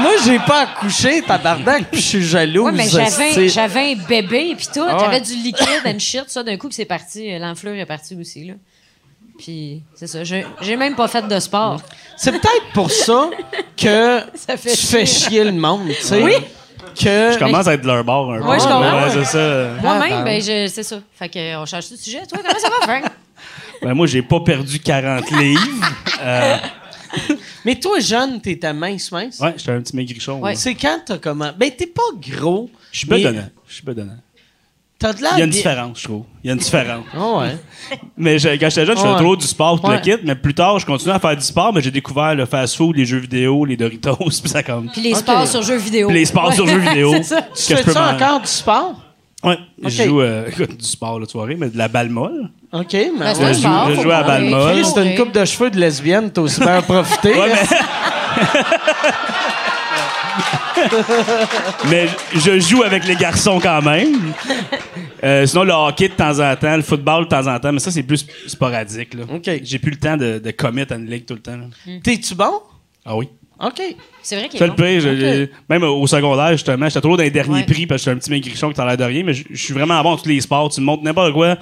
Speaker 1: moi j'ai pas accouché, tabarnak, puis je suis jaloux.
Speaker 6: Ouais, mais j'avais, j'avais un bébé et puis tout.
Speaker 1: Ah ouais.
Speaker 6: J'avais du liquide and shit. Ça, d'un coup, que c'est parti. euh, L'enflure est partie aussi, là. Puis, c'est ça. J'ai, j'ai même pas fait de sport.
Speaker 1: C'est peut-être pour ça que
Speaker 6: [LAUGHS] Ça fait
Speaker 1: tu fais chier le monde, tu sais.
Speaker 6: Oui.
Speaker 1: Que...
Speaker 7: Je commence à être de leur bord un peu.
Speaker 6: Ouais, je comprends.
Speaker 7: Ouais, c'est ça.
Speaker 6: Moi-même,
Speaker 1: Ah,
Speaker 6: ben, je, c'est ça. Fait que, euh, on change de sujet. Toi, comment ça va,
Speaker 7: [LAUGHS]
Speaker 6: Frank?
Speaker 7: Ben, moi, j'ai pas perdu 40 livres. Euh,
Speaker 1: Mais toi, jeune, t'étais mince, mince.
Speaker 7: ouais, j'étais un petit maigrichon.
Speaker 6: Ouais.
Speaker 7: là.
Speaker 1: C'est quand t'as commencé... Ben, t'es pas gros.
Speaker 7: Je suis
Speaker 1: mais- Ah,
Speaker 7: bedonnant. Je suis bedonnant.
Speaker 1: T'as de l'air.
Speaker 7: Il y a une
Speaker 1: bien-
Speaker 7: différence, je trouve. Il y a une différence.
Speaker 1: Ah ouais.
Speaker 7: Mais je- quand j'étais jeune, je faisais
Speaker 1: Ouais.
Speaker 7: trop du sport, tout
Speaker 1: Ouais.
Speaker 7: le kit. Mais plus tard, je continuais à faire du sport, mais j'ai découvert le fast-food, les jeux vidéo, les Doritos, [LAUGHS] puis ça comme.
Speaker 6: Puis les sports sur jeux vidéo.
Speaker 7: Puis les sports
Speaker 1: [LAUGHS]
Speaker 7: sur jeux vidéo.
Speaker 6: [LAUGHS] C'est ça.
Speaker 7: que
Speaker 1: Tu
Speaker 7: je
Speaker 1: fais
Speaker 7: peux
Speaker 1: ça
Speaker 7: m'en-
Speaker 1: encore du sport?
Speaker 7: Ouais, je
Speaker 1: Ok.
Speaker 7: joue euh, [LAUGHS] écoute, du sport la soirée, mais de la balle molle.
Speaker 1: OK, mais.
Speaker 6: Ben,
Speaker 1: ouais.
Speaker 6: c'est un
Speaker 7: Je joue-
Speaker 6: sport,
Speaker 7: je
Speaker 6: faut
Speaker 7: joue à
Speaker 6: mourir.
Speaker 7: Balma.
Speaker 1: Chris, t'as une coupe de cheveux de lesbienne, t'as aussi bien en profité.
Speaker 7: Ouais,
Speaker 1: hein.
Speaker 7: [LAUGHS] Mais je joue avec les garçons quand même. Euh, sinon, le hockey de temps en temps, le football de temps en temps, mais ça, c'est plus sporadique. Là.
Speaker 1: OK.
Speaker 7: J'ai plus le temps de, de commit à une ligue tout le temps. là.
Speaker 1: T'es-tu bon?
Speaker 7: Ah oui?
Speaker 1: OK.
Speaker 6: C'est vrai qu'il
Speaker 7: Ça,
Speaker 6: est
Speaker 7: le
Speaker 6: bon.
Speaker 7: pire, je- je- même au secondaire, justement, j'étais toujours dans les derniers
Speaker 6: Ouais.
Speaker 7: prix parce que j'étais un petit maigrichon qui t'en l'air de rien, mais je je suis vraiment bon à tous les sports. Tu me montres n'importe quoi,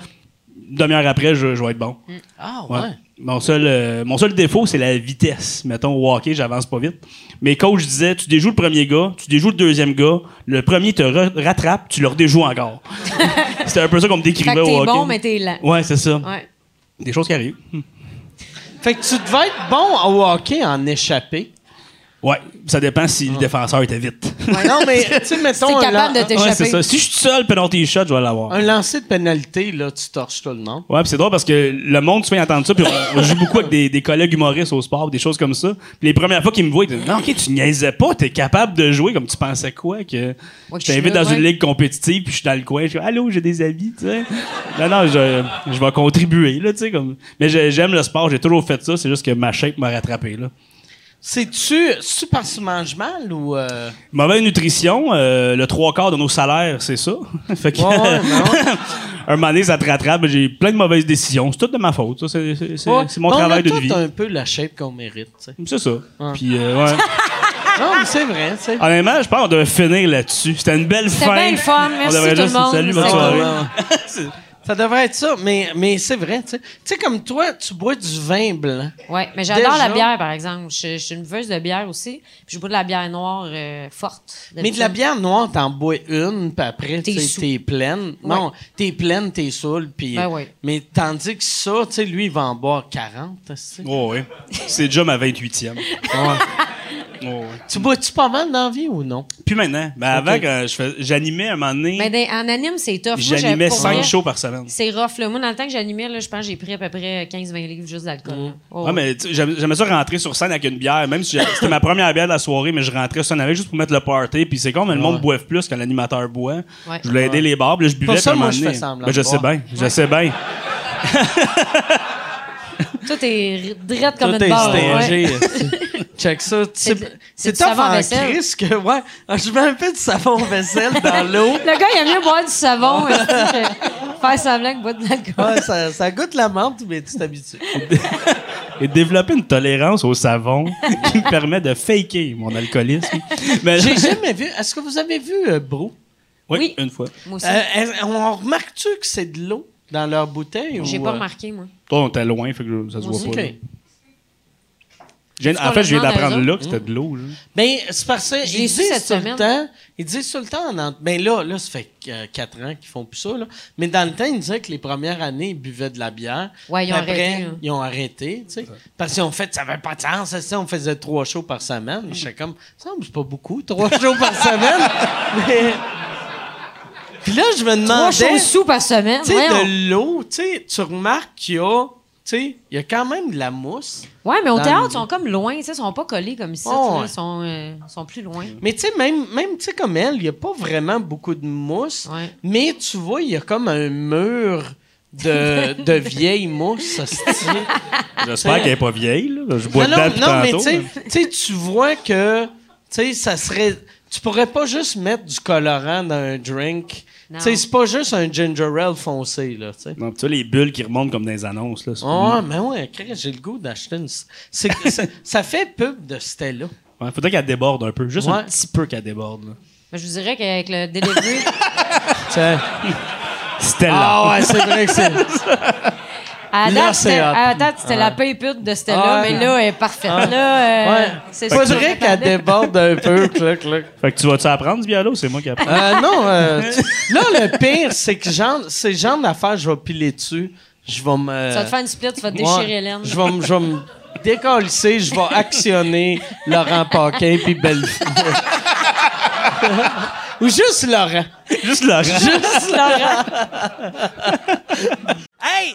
Speaker 7: une demi-heure après, je, je vais être bon.
Speaker 1: Ah
Speaker 7: Ouais. Mon, seul, euh, mon seul défaut, c'est la vitesse. Mettons, au hockey, j'avance pas vite. Mes coachs disaient, tu déjoues le premier gars, tu déjoues le deuxième gars, le premier te ra- rattrape, tu le
Speaker 6: [LAUGHS]
Speaker 7: redéjoues encore. C'était un peu ça qu'on me
Speaker 6: Fait
Speaker 7: décrivait
Speaker 6: que
Speaker 7: au
Speaker 6: t'es
Speaker 7: hockey.
Speaker 6: bon, mais t'es lent.
Speaker 7: Ouais, c'est ça.
Speaker 6: Ouais.
Speaker 7: Des choses qui arrivent.
Speaker 1: Fait que tu devais être bon au hockey en échappé.
Speaker 7: Ouais, ça dépend si le défenseur était vite.
Speaker 1: Non,
Speaker 6: [LAUGHS]
Speaker 1: mais tu sais, mettons.
Speaker 6: T'es
Speaker 1: un
Speaker 6: capable
Speaker 1: lan-
Speaker 6: de
Speaker 7: ouais,
Speaker 6: t'échapper.
Speaker 7: c'est ça. Si je suis tout seul, penalty shot, je vais l'avoir.
Speaker 1: Un lancer de pénalité, là, tu torches tout le monde.
Speaker 7: Ouais, puis c'est drôle parce que le monde, tu viens entendre ça, puis on, on joue beaucoup avec des, des collègues humoristes au sport, des choses comme ça. Puis les premières fois qu'ils me voient, ils disent Non, ok, tu niaisais pas, t'es capable de jouer comme tu pensais quoi que
Speaker 6: Ouais,
Speaker 7: je
Speaker 6: je suis
Speaker 7: t'invite
Speaker 6: là,
Speaker 7: dans
Speaker 6: ouais.
Speaker 7: une ligue compétitive, puis je suis dans le coin, je dis Allô, j'ai des amis, tu sais. non, non, je, je vais contribuer, là, tu sais. Comme... Mais j'ai- j'aime le sport, j'ai toujours fait ça, c'est juste que ma shape m'a rattrapé, là.
Speaker 1: C'est-tu c'est-tu parce que tu manges mal ou.
Speaker 7: [LAUGHS]
Speaker 1: euh,
Speaker 7: Mauvaise nutrition, euh, le trois quarts de nos salaires, c'est ça. [LAUGHS] fait que,
Speaker 1: Ouais, ouais, ben
Speaker 7: [LAUGHS] un moment donné, ça te rattrape. J'ai plein de mauvaises décisions. C'est tout de ma faute. ça. C'est c'est- c'est-
Speaker 1: ouais.
Speaker 7: c'est mon
Speaker 1: Bon, on a
Speaker 7: travail de
Speaker 1: tous
Speaker 7: vie.
Speaker 1: un peu la shape qu'on mérite, tu sais.
Speaker 7: C'est ça. Puis, euh, ouais. [LAUGHS]
Speaker 1: Non, mais c'est vrai, tu sais.
Speaker 7: Honnêtement, je pense qu'on devait finir là-dessus. C'était une belle
Speaker 6: C'était
Speaker 7: fin.
Speaker 6: bien le fun.
Speaker 7: On
Speaker 6: Merci
Speaker 7: devrait
Speaker 6: tout le
Speaker 7: juste-
Speaker 6: monde.
Speaker 7: Salut, bonne
Speaker 6: C'est
Speaker 7: soirée.
Speaker 6: cool.
Speaker 7: [LAUGHS]
Speaker 1: Ça devrait être ça, mais, mais c'est vrai, tu sais. Tu sais, comme toi, tu bois du vin blanc.
Speaker 6: Ouais, mais j'adore
Speaker 1: Déjà.
Speaker 6: la bière, par exemple. Je, je suis une buveuse de bière aussi. Puis je bois de la bière noire euh, forte.
Speaker 1: Mais de la bière noire, t'en bois une, puis après,
Speaker 6: T'es
Speaker 1: tu sais,
Speaker 6: sous.
Speaker 1: t'es pleine. Non, t'es pleine, t'es saoul, puis...
Speaker 6: Ben oui.
Speaker 1: Mais tandis que ça, tu sais, lui, il va en boire 40, tu sais.
Speaker 7: Oh, ouais. C'est déjà ma 28e.
Speaker 1: Ah
Speaker 7: [LAUGHS] Oh, ouais.
Speaker 1: Tu bois-tu pas mal dans la vie ou non?
Speaker 7: Puis maintenant, ben avant,
Speaker 1: Ok.
Speaker 7: quand je fais- j'animais un moment donné,
Speaker 6: Mais des- en anime, c'est tough. Moi, j'ai-
Speaker 7: j'animais
Speaker 6: Ben, pour
Speaker 7: 5
Speaker 6: vrai,
Speaker 7: shows par semaine.
Speaker 6: C'est rough. Là. Moi, dans le temps que j'animais, là, je pense que j'ai pris à peu près 15-20 livres juste d'alcool. là. Oh,
Speaker 7: Mm. Ouais, mais tu sais, j'aim- j'aimais ça rentrer sur scène avec une bière, même si j'ai- c'était ma première bière de la soirée, mais je rentrais sur scène avec juste pour mettre le party. Puis c'est con, mais le monde boive plus quand l'animateur boit.
Speaker 6: Ouais.
Speaker 7: Je voulais aider les bars, puis là, je buvais.
Speaker 1: Pour ça,
Speaker 7: puis à un
Speaker 1: moi,
Speaker 7: moment
Speaker 1: je
Speaker 7: donné-
Speaker 1: fais semblant
Speaker 7: Ben, je
Speaker 1: de
Speaker 7: sais
Speaker 1: boire.
Speaker 7: bien, je sais bien.
Speaker 6: Toi, t'es drette comme
Speaker 1: Tout
Speaker 6: une
Speaker 1: est
Speaker 6: barre.
Speaker 1: stingé,
Speaker 6: ouais.
Speaker 1: [LAUGHS] esti. Check ça.
Speaker 6: C'est
Speaker 1: C'est
Speaker 6: de- c'est
Speaker 1: c'est
Speaker 6: du
Speaker 1: top
Speaker 6: savon
Speaker 1: en
Speaker 6: vaisselle.
Speaker 1: crise que, ouais, Ah, je mets un peu de savon vaisselle
Speaker 6: [LAUGHS]
Speaker 1: dans l'eau.
Speaker 6: Le gars, il aime mieux boire du savon esti, que faire semblant que boire de l'alcool.
Speaker 1: Ouais, ça, ça goûte la menthe, mais tu t'habitues.
Speaker 7: Et développer une tolérance au savon [LAUGHS] qui me permet de faker mon alcoolisme. Mais
Speaker 1: J'ai
Speaker 7: [LAUGHS]
Speaker 1: jamais vu... Est-ce que vous avez vu euh, Bro?
Speaker 7: oui,
Speaker 6: Oui.
Speaker 7: une fois.
Speaker 6: Moi aussi.
Speaker 1: Euh, est- on remarque-tu que c'est de l'eau dans leur bouteille?
Speaker 6: j'ai
Speaker 1: ou,
Speaker 6: pas
Speaker 1: euh,
Speaker 6: remarqué, moi.
Speaker 7: Toi, on était loin, fait que ça se voit
Speaker 6: Moi
Speaker 7: pas.
Speaker 1: OK.
Speaker 7: là. J'ai-
Speaker 6: qu'on
Speaker 7: En fait, je
Speaker 6: leur
Speaker 7: viens
Speaker 6: demande à
Speaker 7: d'apprendre
Speaker 6: eux
Speaker 7: là que c'était de l'eau. là.
Speaker 1: Ben, c'est parce que
Speaker 6: Je
Speaker 1: ils
Speaker 6: l'ai su
Speaker 1: disent
Speaker 6: cette
Speaker 1: tout le
Speaker 6: semaine.
Speaker 1: temps, ils disent tout le temps en ent- ben là là ça fait 4 ans qu'ils font plus ça là, mais dans le temps ils disaient que les premières années ils buvaient de la bière.
Speaker 6: Ouais, ils ont
Speaker 1: Puis après,
Speaker 6: arrêté, hein.
Speaker 1: Ils ont arrêté, tu sais. Parce qu'ils ont fait ça avait pas de sens, c'est ça, on faisait trois shows par semaine,
Speaker 6: Mm.
Speaker 1: j'étais comme ça me semble, c'est pas beaucoup, trois [LAUGHS] shows par semaine. Mais Puis là je me
Speaker 6: Trois
Speaker 1: demandais
Speaker 6: shows sous par semaine.
Speaker 1: tu sais
Speaker 6: voyons.
Speaker 1: de l'eau, tu sais, tu remarques qu'il y a tu sais, il y a quand même de la mousse.
Speaker 6: Ouais, mais au
Speaker 1: dans
Speaker 6: théâtre,
Speaker 1: le-
Speaker 6: ils sont comme loin. tu sais, Ils sont pas collés comme ici.
Speaker 1: Ouais,
Speaker 6: tu vois,
Speaker 1: ouais.
Speaker 6: Ils sont, euh, ils sont plus loin.
Speaker 1: Mais tu sais, même, même tu sais, comme elle, il n'y a pas vraiment beaucoup de mousse.
Speaker 6: Ouais.
Speaker 1: Mais tu vois, il y a comme un mur
Speaker 6: [LAUGHS]
Speaker 1: de, de vieille mousse. hostie.
Speaker 7: J'espère qu'elle est pas vieille. Là. Je bois
Speaker 1: Ah, non,
Speaker 7: dedans
Speaker 1: non,
Speaker 7: depuis
Speaker 1: non, mais
Speaker 7: tantôt,
Speaker 1: tu sais,
Speaker 7: mais-
Speaker 1: tu sais, tu vois que tu sais, ça serait. Tu pourrais pas juste mettre du colorant dans un drink. Tu
Speaker 6: Non.
Speaker 1: sais, c'est pas juste un ginger ale foncé, là, tu sais.
Speaker 7: Non, tu vois, les bulles qui remontent comme dans les annonces. Là, c'est-
Speaker 1: Ah, mais ouais, Chris, j'ai le goût d'acheter une. c'est- ça, ça fait pub de Stella.
Speaker 7: Ouais, faudrait qu'elle déborde un peu. Juste un
Speaker 1: Ouais.
Speaker 7: petit peu qu'elle déborde. là.
Speaker 6: Mais je vous dirais qu'avec le delivery,
Speaker 1: Tiens.
Speaker 7: C'était là.
Speaker 1: Ah ouais, c'est vrai que c'est.
Speaker 6: à
Speaker 1: Là,
Speaker 6: date,
Speaker 1: c'est
Speaker 6: c'était-
Speaker 1: hot.
Speaker 6: à date, c'était la paye pute de Stella,
Speaker 1: Ouais.
Speaker 6: mais là, elle est parfaite. Là, euh,
Speaker 1: Ouais.
Speaker 6: c'est sûr que
Speaker 1: Faudrait qu'elle
Speaker 6: j'attendais.
Speaker 1: déborde un peu, clac, clac.
Speaker 7: Fait que tu vas-tu apprendre ce bière-là ou c'est moi
Speaker 1: [LAUGHS]
Speaker 7: qui apprends?
Speaker 1: Euh, non, euh, tu-
Speaker 6: [LAUGHS]
Speaker 1: là, le pire, c'est que genre, ces genres d'affaires, je vais piler dessus. Je vais me.
Speaker 6: Tu vas te faire une split, tu vas te
Speaker 1: Ouais.
Speaker 6: déchirer Hélène.
Speaker 1: Je vais me- je vais me décoller, je vais actionner [LAUGHS] Laurent Paquin puis Belle. Ou juste Laurent.
Speaker 7: Juste
Speaker 1: [LAUGHS]
Speaker 7: Laurent.
Speaker 9: Juste Laurent. [LAUGHS] hey,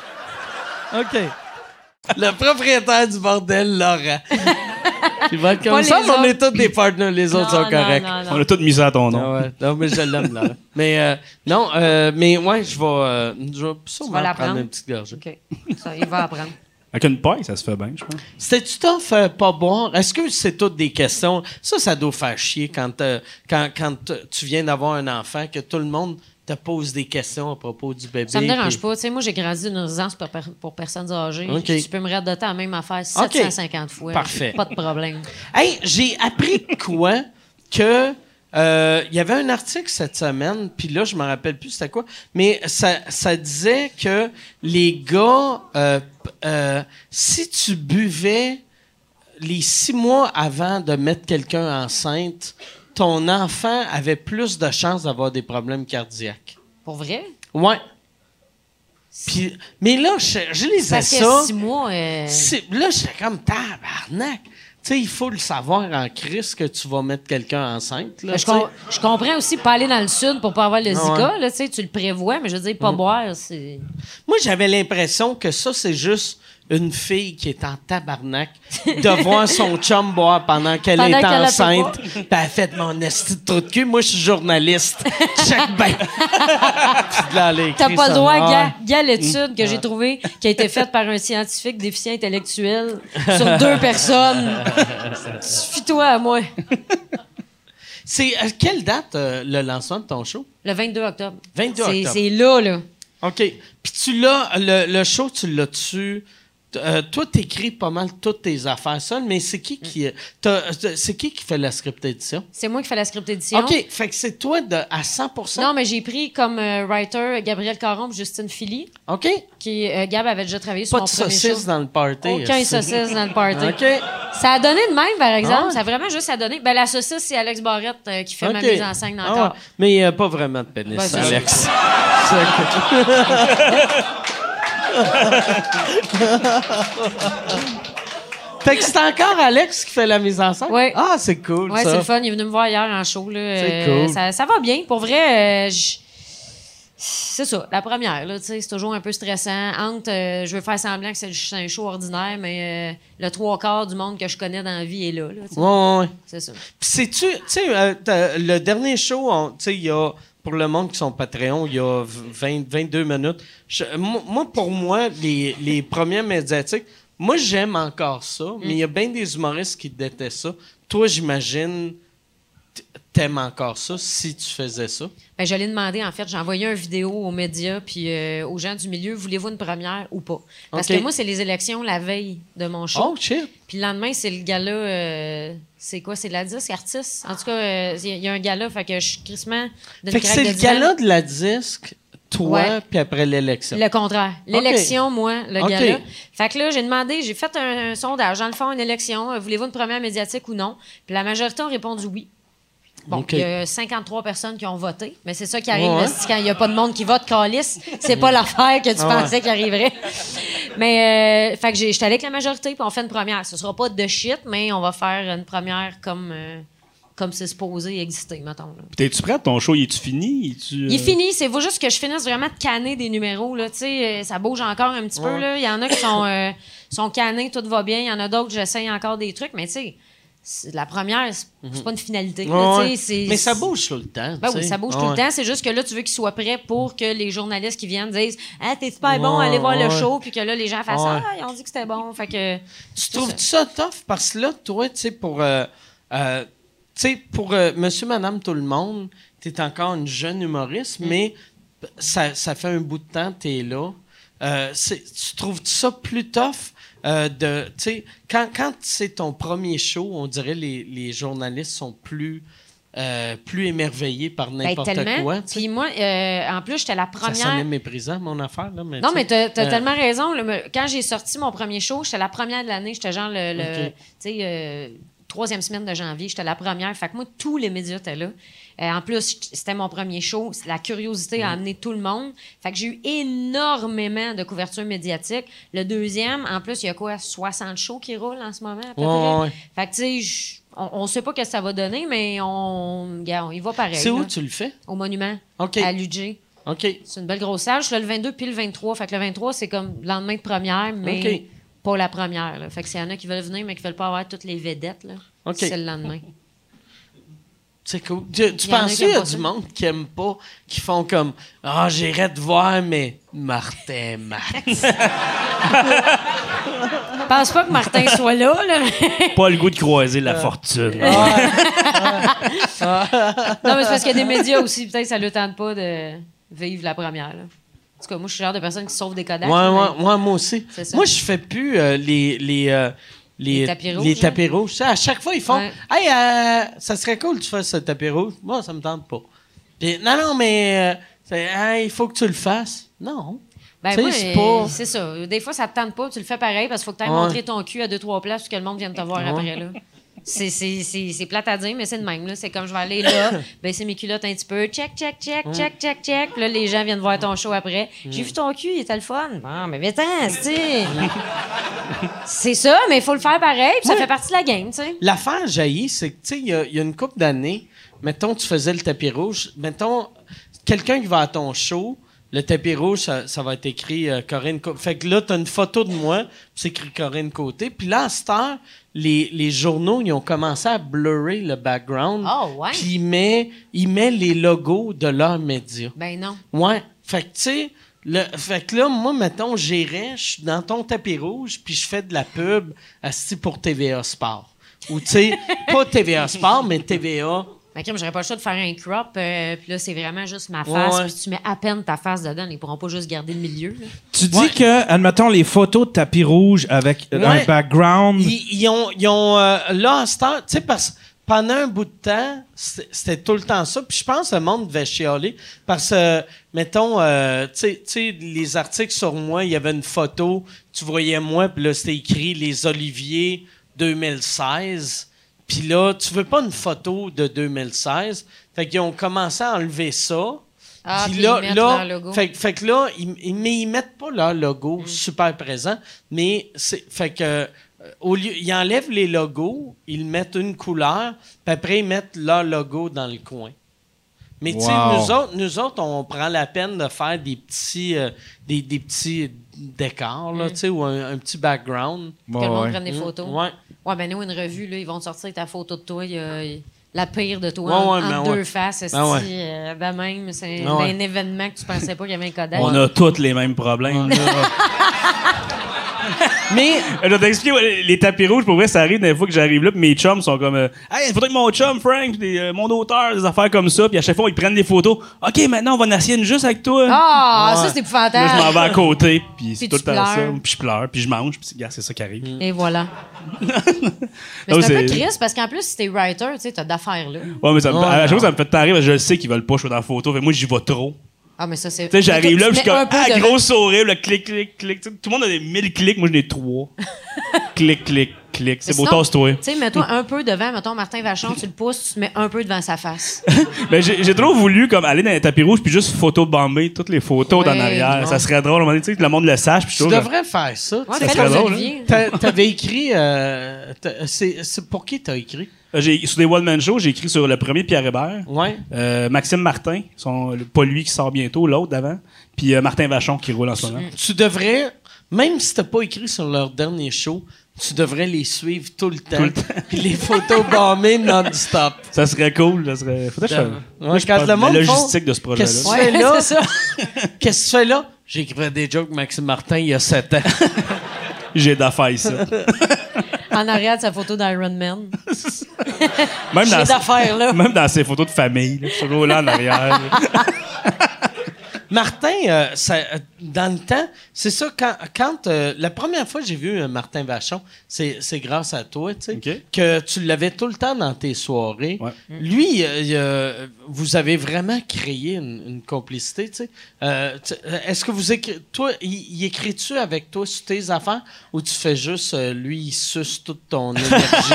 Speaker 9: ha! OK.
Speaker 1: [LAUGHS] Le propriétaire du bordel,
Speaker 9: [LAUGHS]
Speaker 1: Laurent. Il va être
Speaker 6: Pas
Speaker 1: comme
Speaker 6: les
Speaker 1: ça, mais on
Speaker 6: autres.
Speaker 1: est tous des partenaires, les autres
Speaker 6: Non,
Speaker 1: sont
Speaker 6: non,
Speaker 1: corrects.
Speaker 6: non, non.
Speaker 7: On a tout mis ça à ton nom.
Speaker 1: Ah ouais. Non, mais je l'aime, Laurent. mais euh, non, euh, mais ouais, je vais, euh, je vais
Speaker 6: Tu vas
Speaker 1: sûrement
Speaker 6: la
Speaker 1: prendre
Speaker 6: prendre?
Speaker 1: une petite gorgée.
Speaker 6: OK. Ça, il va apprendre.
Speaker 7: Avec une paille, ça se fait bien, je pense.
Speaker 1: C'était-tu tough, euh, pas boire? Est-ce que c'est toutes des questions? Ça, ça doit faire chier quand, euh, quand, quand euh, tu viens d'avoir un enfant, que tout le monde te pose des questions à propos du bébé.
Speaker 6: Ça me dérange
Speaker 1: puis-
Speaker 6: pas. Tu sais, moi, j'ai grandi dans une résidence pour, per- pour personnes âgées.
Speaker 1: OK.
Speaker 6: Tu peux me répéter la même affaire
Speaker 1: OK.
Speaker 6: 750 fois.
Speaker 1: Parfait.
Speaker 6: Pas de problème.
Speaker 1: Hey, j'ai appris de quoi que euh, il y avait un article cette semaine, puis là je me rappelle plus c'était quoi, mais ça, ça disait que les gars, euh, p- euh, si tu buvais les six mois avant de mettre quelqu'un enceinte, ton enfant avait plus de chances d'avoir des problèmes cardiaques.
Speaker 6: Pour vrai?
Speaker 1: Ouais. Puis, mais là, je, je lisais
Speaker 6: Parce
Speaker 1: ça.
Speaker 6: que six mois... euh,
Speaker 1: C'est- Là, j'étais comme tabarnak. Tu sais, il faut le savoir en crise que tu vas mettre quelqu'un enceinte. Là,
Speaker 6: je, com- je comprends aussi pas aller dans le sud pour pas avoir le
Speaker 1: Ah ouais. Mm.
Speaker 6: Zika. Là, tu sais, tu le prévois, mais je veux dire, pas boire, c'est...
Speaker 1: Moi, j'avais l'impression que ça, c'est juste une fille qui est en tabarnak de voir son chum boire pendant qu'elle
Speaker 6: Pendant
Speaker 1: est
Speaker 6: qu'elle a
Speaker 1: enceinte. Puis elle fait mon esti de trou de cul. Moi, je suis journaliste. [LAUGHS] Check
Speaker 6: [LAUGHS]
Speaker 1: ben. Puis là, elle a écrit
Speaker 6: T'as pas
Speaker 1: ça.
Speaker 6: le droit,
Speaker 1: Ah,
Speaker 6: gars, gars l'étude que j'ai trouvée, qui a
Speaker 1: [LAUGHS]
Speaker 6: été faite par un scientifique déficient intellectuel sur deux
Speaker 1: [LAUGHS]
Speaker 6: personnes. Suffis-toi à moi.
Speaker 1: C'est à quelle date euh, le lancement de ton show?
Speaker 6: Le 22 octobre.
Speaker 1: 22
Speaker 6: C'est-
Speaker 1: octobre.
Speaker 6: C'est là, là.
Speaker 1: OK. Puis tu l'as, le, le show, tu l'as-tu. t- euh, toi, t'écris pas mal toutes tes affaires seules, mais c'est qui qui. euh, t'as- euh, C'est qui qui fait la script édition?
Speaker 6: C'est moi qui fais la script édition.
Speaker 1: OK. Fait que c'est toi de, à 100
Speaker 6: Non, mais j'ai pris comme euh, writer Gabriel Caron puis Justine Philly,
Speaker 1: OK.
Speaker 6: qui euh, Gab avait déjà travaillé sur
Speaker 1: Pas
Speaker 6: mon
Speaker 1: de
Speaker 6: premier
Speaker 1: saucisse
Speaker 6: show.
Speaker 1: dans le party.
Speaker 6: Aucun
Speaker 1: aussi.
Speaker 6: saucisse dans le party.
Speaker 1: OK.
Speaker 6: Ça a donné de même, par exemple.
Speaker 1: Ah ouais?
Speaker 6: Ça a vraiment juste à donner. Ben, la saucisse, c'est Alex Barrette euh, qui fait ma
Speaker 1: OK.
Speaker 6: mise en scène
Speaker 1: Ah
Speaker 6: encore.
Speaker 1: ouais. Mais euh, pas vraiment de pénis,
Speaker 6: Ben, c'est [LAUGHS]
Speaker 1: Alex. fait que c'est encore Alex qui fait la mise en scène?
Speaker 6: Ouais.
Speaker 1: Ah, c'est cool.
Speaker 6: Ouais,
Speaker 1: ça.
Speaker 6: c'est le fun. Il est venu me voir hier en show. Là.
Speaker 1: C'est
Speaker 6: Euh,
Speaker 1: cool.
Speaker 6: ça, ça va bien. Pour vrai, euh, je- c'est ça. La première, là, tu sais, c'est toujours un peu stressant. Entre, euh, je veux faire semblant que c'est juste un show ordinaire, mais euh, le trois quarts du monde que je connais dans la vie est là. là, tu sais.
Speaker 1: Ouais, ouais, ouais.
Speaker 6: c'est ça.
Speaker 1: Puis sais-tu, tu sais, euh, t'as- le dernier show, on- tu sais, il y a, pour le monde qui sont Patreon, il y a v- 20 22 minutes. Je- moi, moi, pour moi, les, les premiers médiatiques, moi, j'aime encore ça, mais il y a bien des humoristes qui détestent ça. Toi, j'imagine, t- t'aimes encore ça si tu faisais ça.
Speaker 6: Ben, je l'ai demandé, en fait, j'ai envoyé une vidéo aux médias puis euh, aux gens du milieu, voulez-vous une première ou pas? Parce
Speaker 1: OK.
Speaker 6: que moi, c'est les élections la veille de mon show.
Speaker 1: Oh, shit!
Speaker 6: Puis le lendemain, c'est le gala. euh, c'est quoi? C'est la disque artiste? En tout cas, euh, il y, a- il y a un gala, fait que je suis crissement d'une
Speaker 1: Fait que
Speaker 6: craque
Speaker 1: c'est
Speaker 6: de
Speaker 1: le
Speaker 6: divan.
Speaker 1: gala de la disque, toi,
Speaker 6: Ouais.
Speaker 1: puis après l'élection.
Speaker 6: Le contraire. L'élection, moi, le
Speaker 1: OK.
Speaker 6: gala. Fait que là, j'ai demandé, j'ai fait un, un sondage. Dans le fond, une élection, euh, voulez-vous une première médiatique ou non? Puis la majorité ont répondu oui. Bon,
Speaker 1: OK.
Speaker 6: il y a 53 personnes qui ont voté, mais c'est ça qui arrive
Speaker 1: Ouais.
Speaker 6: esti, quand il n'y a pas de monde qui vote, calice. C'est
Speaker 1: [LAUGHS]
Speaker 6: pas l'affaire que tu
Speaker 1: Ah
Speaker 6: pensais qui arriverait. Mais, euh, fait que j'ai- j'étais allée avec la majorité, puis on fait une première. Ce sera pas de shit, mais on va faire une première comme, euh, comme c'est supposé exister, mettons. là.
Speaker 7: Puis T'es-tu prêt? Ton show, il est-tu euh, fini? Il
Speaker 1: Euh.
Speaker 6: Il est fini, c'est faut juste que je finisse vraiment de canner des numéros. Là, tu sais, euh, ça bouge encore un petit peu. là. Il y en a qui
Speaker 1: [COUGHS]
Speaker 6: sont, euh, sont cannés, tout va bien. Il y en a d'autres, j'essaye encore des trucs. Mais tu sais, c'est- la première, c'est c'est pas une finalité. là,
Speaker 1: Mhm. Ouais,
Speaker 6: tu
Speaker 1: ouais.
Speaker 6: sais, c'est-
Speaker 1: Mais ça bouge tout le temps.
Speaker 6: Ben
Speaker 1: tu
Speaker 6: oui,
Speaker 1: sais.
Speaker 6: ça bouge
Speaker 1: Ouais.
Speaker 6: tout le temps. C'est juste que là, tu veux qu'ils soient prêts pour que les journalistes qui viennent disent Ah, t'es super bon,
Speaker 1: Ouais,
Speaker 6: allez voir le
Speaker 1: ouais.
Speaker 6: show. Puis que là, les gens fassent
Speaker 1: Ouais.
Speaker 6: Ah, ils ont dit que c'était bon. Fait que. ben,
Speaker 1: Tu trouves-tu ça tough? Parce que là, toi, tu sais, pour, euh, euh, tu sais, pour euh, monsieur, madame, tout le monde, tu es encore une jeune humoriste,
Speaker 6: Mm.
Speaker 1: mais ça, ça fait un bout de temps que tu es là. Euh, c'est- tu trouves-tu ça plus tough? euh, de, tu sais, quand quand c'est ton premier show, on dirait les, les journalistes sont plus euh, plus émerveillé par
Speaker 6: Ben,
Speaker 1: n'importe
Speaker 6: tellement.
Speaker 1: quoi. tu sais.
Speaker 6: Puis moi, euh, en plus, j'étais la
Speaker 1: Ça
Speaker 6: première.
Speaker 1: sonnait méprisant, mon affaire. Là, mais [LAUGHS]
Speaker 6: Non,
Speaker 1: tu
Speaker 6: mais
Speaker 1: sais.
Speaker 6: t'as as
Speaker 1: Euh,
Speaker 6: tellement raison. Le- me- quand j'ai sorti mon premier show, j'étais la première de l'année. J'étais genre le, le-
Speaker 1: Ok.
Speaker 6: tu sais, euh, troisième semaine de janvier. J'étais la première. Fait que moi, tous les médias étaient là. Euh, en plus, j't- c'était mon premier show. La curiosité a amené tout le monde. Fait que j'ai eu énormément de couverture médiatique. Le deuxième, en plus, il y a quoi, 60 shows qui roulent en ce moment? à peu
Speaker 1: Ouais,
Speaker 6: près?
Speaker 1: ouais.
Speaker 6: Fait que, tu sais, j- on, on sait pas ce que ça va donner, mais on, gars, on y va pareil.
Speaker 1: C'est où
Speaker 6: là.
Speaker 1: tu le fais?
Speaker 6: Au Monument,
Speaker 1: OK.
Speaker 6: à l'UJ.
Speaker 1: OK.
Speaker 6: C'est une belle grosse salle. Je suis là le 22 puis le 23. Fait que le 23, c'est comme le lendemain de première, mais
Speaker 1: OK.
Speaker 6: pas la première. là. Fait que s'il y en a qui veulent venir, mais qui veulent pas avoir toutes les vedettes, là,
Speaker 1: OK.
Speaker 6: c'est le lendemain.
Speaker 1: C'est cool. Tu, tu
Speaker 6: Il y en a
Speaker 1: penses
Speaker 6: qui
Speaker 1: qu'il y
Speaker 6: aiment
Speaker 1: a
Speaker 6: pas
Speaker 1: du
Speaker 6: ça.
Speaker 1: monde qui aime pas, qui font comme Ah, j'irai te voir, mais
Speaker 6: [LAUGHS]
Speaker 1: Martin Max.
Speaker 6: Je pense pas que
Speaker 1: [LAUGHS]
Speaker 6: Martin soit là, là, mais-
Speaker 7: Pas le goût de croiser la
Speaker 1: Euh,
Speaker 7: fortune.
Speaker 6: Non, mais c'est parce qu'il y a des médias aussi. Peut-être que ça le tente pas de vivre la première. là. En tout cas, moi, je suis le genre de personne qui sauve des Kodak.
Speaker 1: ouais,
Speaker 6: là,
Speaker 1: ouais, ouais, moi aussi.
Speaker 6: C'est ça.
Speaker 1: Moi, je fais plus euh, les, les, euh, les,
Speaker 6: Les tapis rouges,
Speaker 1: les
Speaker 6: là.
Speaker 1: tapis rouges. Ça, à chaque fois, ils font
Speaker 6: Ouais.
Speaker 1: Hey, euh, ça serait cool que tu fasses ce tapis rouge. Moi, ça me tente pas. Puis, non, non, mais euh, c'est, Hey, il faut que tu le fasses. Non.
Speaker 6: Ben,
Speaker 1: Tu sais,
Speaker 6: moi,
Speaker 1: c'est
Speaker 6: euh,
Speaker 1: pas-
Speaker 6: c'est ça. Des fois, ça te tente pas, tu le fais pareil parce qu'il faut que tu ailles
Speaker 1: Ouais.
Speaker 6: montrer ton cul à deux, trois places pour que le monde vienne te voir
Speaker 1: Ouais.
Speaker 6: après. là. C'est, c'est, c'est, c'est plate à dire, mais c'est le même. Là. C'est comme je vais
Speaker 1: [LAUGHS]
Speaker 6: aller là, baisser mes culottes un petit peu, check, check, check, check, check, check. Puis là, les gens viennent voir ton show après. J'ai vu ton cul, il était le fun. Ah, mais attends, c'est. c'est ça, mais il faut le faire pareil, puis ça
Speaker 1: Ouais.
Speaker 6: fait partie de la game, tu sais.
Speaker 1: L'affaire jaillit, c'est que, tu sais, il y, a- il y a une couple d'années, mettons, tu faisais le tapis rouge, mettons, quelqu'un qui va à ton show, le tapis rouge, ça, ça va être écrit euh, Corinne Côté. Fait que là, tu as une photo de moi, puis c'est écrit Corinne Côté. Puis là, à cette heure, les, les journaux, ils ont commencé à blurrer le background.
Speaker 6: Ah ouais?
Speaker 1: Puis ils mettent, ils mettent les logos de leurs médias.
Speaker 6: Ben non.
Speaker 1: Ouais. Fait que, tu sais, le, fait que là, moi, mettons, j'irais, je suis dans ton tapis rouge, puis je fais de la pub asti pour TVA Sport. Ou, tu sais, pas TVA Sport, mais TVA.
Speaker 6: Ma crème, Ben, j'aurais pas le choix de faire un crop, euh, puis là, c'est vraiment juste ma
Speaker 1: Ouais,
Speaker 6: face,
Speaker 1: ouais.
Speaker 6: puis tu mets à peine ta face dedans, ils pourront pas juste garder le milieu. là.
Speaker 2: Tu dis que, admettons, les photos de tapis rouge avec euh,
Speaker 1: Ouais.
Speaker 2: un background.
Speaker 1: Ils, ils ont. Ils ont euh, là, en ce temps, tu sais, parce pendant un bout de temps, c'était c'était tout le temps ça. Puis je pense que le monde devait chialer. Parce que, euh, mettons, euh, tu sais- tu sais, les articles sur moi, il y avait une photo, tu voyais moi, puis là, c'était écrit Les Oliviers 2016. Puis là, tu veux pas une photo de 2016. Fait qu'ils ont commencé à enlever ça.
Speaker 6: Ah,
Speaker 1: Puis
Speaker 6: puis
Speaker 1: là,
Speaker 6: ils mettent
Speaker 1: là,
Speaker 6: leur logo.
Speaker 1: Fait, fait que là, ils, ils- mais ils mettent pas leur logo super présent, mais c'est, fait que euh, au lieu, ils enlèvent les logos, ils mettent une couleur, puis après ils mettent leur logo dans le coin. Mais tu sais,
Speaker 2: Wow.
Speaker 1: nous autres, nous autres, on prend la peine de faire des petits, euh, des, des petits décors là, tu sais, ou un, un petit background.
Speaker 6: Que le monde prenne des
Speaker 7: Mm,
Speaker 6: photos.
Speaker 1: Ouais.
Speaker 6: Ouais, ben nous, une revue, là, ils vont te sortir ta photo de toi, il y a- il- la pire de toi,
Speaker 1: Ouais,
Speaker 6: en,
Speaker 1: ouais, ben
Speaker 6: entre deux
Speaker 1: ouais.
Speaker 6: faces, esti,
Speaker 1: ouais.
Speaker 6: euh, ben même, c'est
Speaker 1: Ben
Speaker 6: dans
Speaker 1: ouais.
Speaker 6: un événement que tu pensais pas qu'il y avait un Kodak.
Speaker 7: On a tous les mêmes problèmes. [LAUGHS]
Speaker 1: Mais
Speaker 7: Euh, Je vais t'expliquer, ouais, les tapis rouges, pour vrai, ça arrive des fois que j'arrive là, puis mes chums sont comme euh, Hey, il faudrait que mon chum, Frank, puis des, euh, mon auteur, des affaires comme ça, puis à chaque fois, ils prennent des photos. OK, maintenant, on va nasser une juste avec toi.
Speaker 6: Ah,
Speaker 1: Ouais.
Speaker 6: ça, c'est
Speaker 7: Là, je m'en vais
Speaker 6: épouvantable.
Speaker 7: à côté, puis c'est
Speaker 6: Puis
Speaker 7: tout le
Speaker 6: tu
Speaker 7: temps ça.
Speaker 6: pleures.
Speaker 7: Puis je pleure, puis je mange, puis c'est regarde, c'est ça qui arrive.
Speaker 6: Et voilà. Mais
Speaker 7: Non,
Speaker 6: c'est un peu
Speaker 7: c'est-
Speaker 6: triste parce qu'en plus, si t'es writer, tu sais, t'as d'affaires là.
Speaker 7: Ouais, mais ça me,
Speaker 1: Ouais,
Speaker 7: à chaque
Speaker 1: non.
Speaker 7: fois, ça me fait tarif, parce que je le sais qu'ils veulent pas que je sois dans la photo, fait que moi, j'y vais trop.
Speaker 6: Ah, mais ça, c'est.
Speaker 7: Tu sais, j'arrive là,
Speaker 6: Tu
Speaker 7: puis je suis
Speaker 6: mets
Speaker 7: comme,
Speaker 6: un peu
Speaker 7: ah,
Speaker 6: de-
Speaker 7: gros sourire, le clic, clic, clic. Tu sais, tout le monde a des 1000 clics, moi, j'en
Speaker 6: [LAUGHS]
Speaker 7: ai 3. clic, clic, clic.
Speaker 6: Mais
Speaker 7: C'est beau,
Speaker 6: sinon,
Speaker 7: tasse-toi.
Speaker 6: Tu sais, mets-toi un peu devant, mettons Martin Vachon, tu le pousses, tu te mets un peu devant sa face. [LAUGHS]
Speaker 7: Ben, j'ai j'ai trop voulu comme aller dans les tapis rouges puis juste photobomber toutes les photos
Speaker 6: Ouais,
Speaker 7: d'en arrière.
Speaker 6: non.
Speaker 7: Ça serait drôle, à un moment donné, tu sais, que le monde le sache. Puis je
Speaker 1: tu
Speaker 7: trouve,
Speaker 1: devrais faire ça.
Speaker 6: Ouais,
Speaker 7: Ça
Speaker 6: fais
Speaker 7: serait
Speaker 6: le
Speaker 7: drôle,
Speaker 6: Olivier.
Speaker 1: T'a- T'avais écrit. euh, t'a- c'est, c'est pour qui t'as écrit?
Speaker 7: euh, j'ai- sur des one-man shows, j'ai écrit sur le premier Pierre Hébert,
Speaker 1: Ouais.
Speaker 7: euh, Maxime Martin, son, le- pas lui qui sort bientôt, l'autre d'avant, puis euh, Martin Vachon qui roule en ce moment.
Speaker 1: tu devrais, même si t'as pas écrit sur leur dernier show, tu devrais les suivre tout le temps.
Speaker 7: le temps.
Speaker 1: Puis les photos bombées non-stop.
Speaker 7: Ça serait cool. Ça serait... Faudrait que je...
Speaker 1: Ouais,
Speaker 7: Moi, je
Speaker 1: quand
Speaker 7: pense
Speaker 1: le
Speaker 7: de
Speaker 1: monde
Speaker 7: la
Speaker 1: font-
Speaker 7: logistique de ce projet-là.
Speaker 1: Qu'est-ce que
Speaker 6: Ouais,
Speaker 1: tu fais
Speaker 6: [LAUGHS]
Speaker 1: là?
Speaker 6: c'est ça.
Speaker 1: Qu'est-ce que tu fais là? J'écrivais des jokes Maxime Martin il y a 7 ans.
Speaker 7: J'ai d'affaires
Speaker 6: [LAUGHS]
Speaker 7: ça.
Speaker 6: En arrière de sa photo d'Iron Man.
Speaker 7: Même
Speaker 6: J'ai
Speaker 7: dans, [LAUGHS]
Speaker 6: d'affaires là.
Speaker 7: même dans ses photos de famille, là, toujours là en arrière.
Speaker 1: Martin, euh, ça, euh, dans le temps, c'est ça, quand, quand, euh, la première fois que j'ai vu euh, Martin Vachon, c'est c'est grâce à toi, tu sais,
Speaker 7: OK.
Speaker 1: que tu l'avais tout le temps dans tes soirées.
Speaker 7: Ouais.
Speaker 1: Lui, euh, il, euh, vous avez vraiment créé une, une complicité, tu sais. Euh, tu- euh, Est-ce que vous écri- toi, il, il écrit-tu avec toi sur tes affaires ou tu fais juste, euh, lui, il suce toute
Speaker 7: [LAUGHS]
Speaker 1: ton énergie?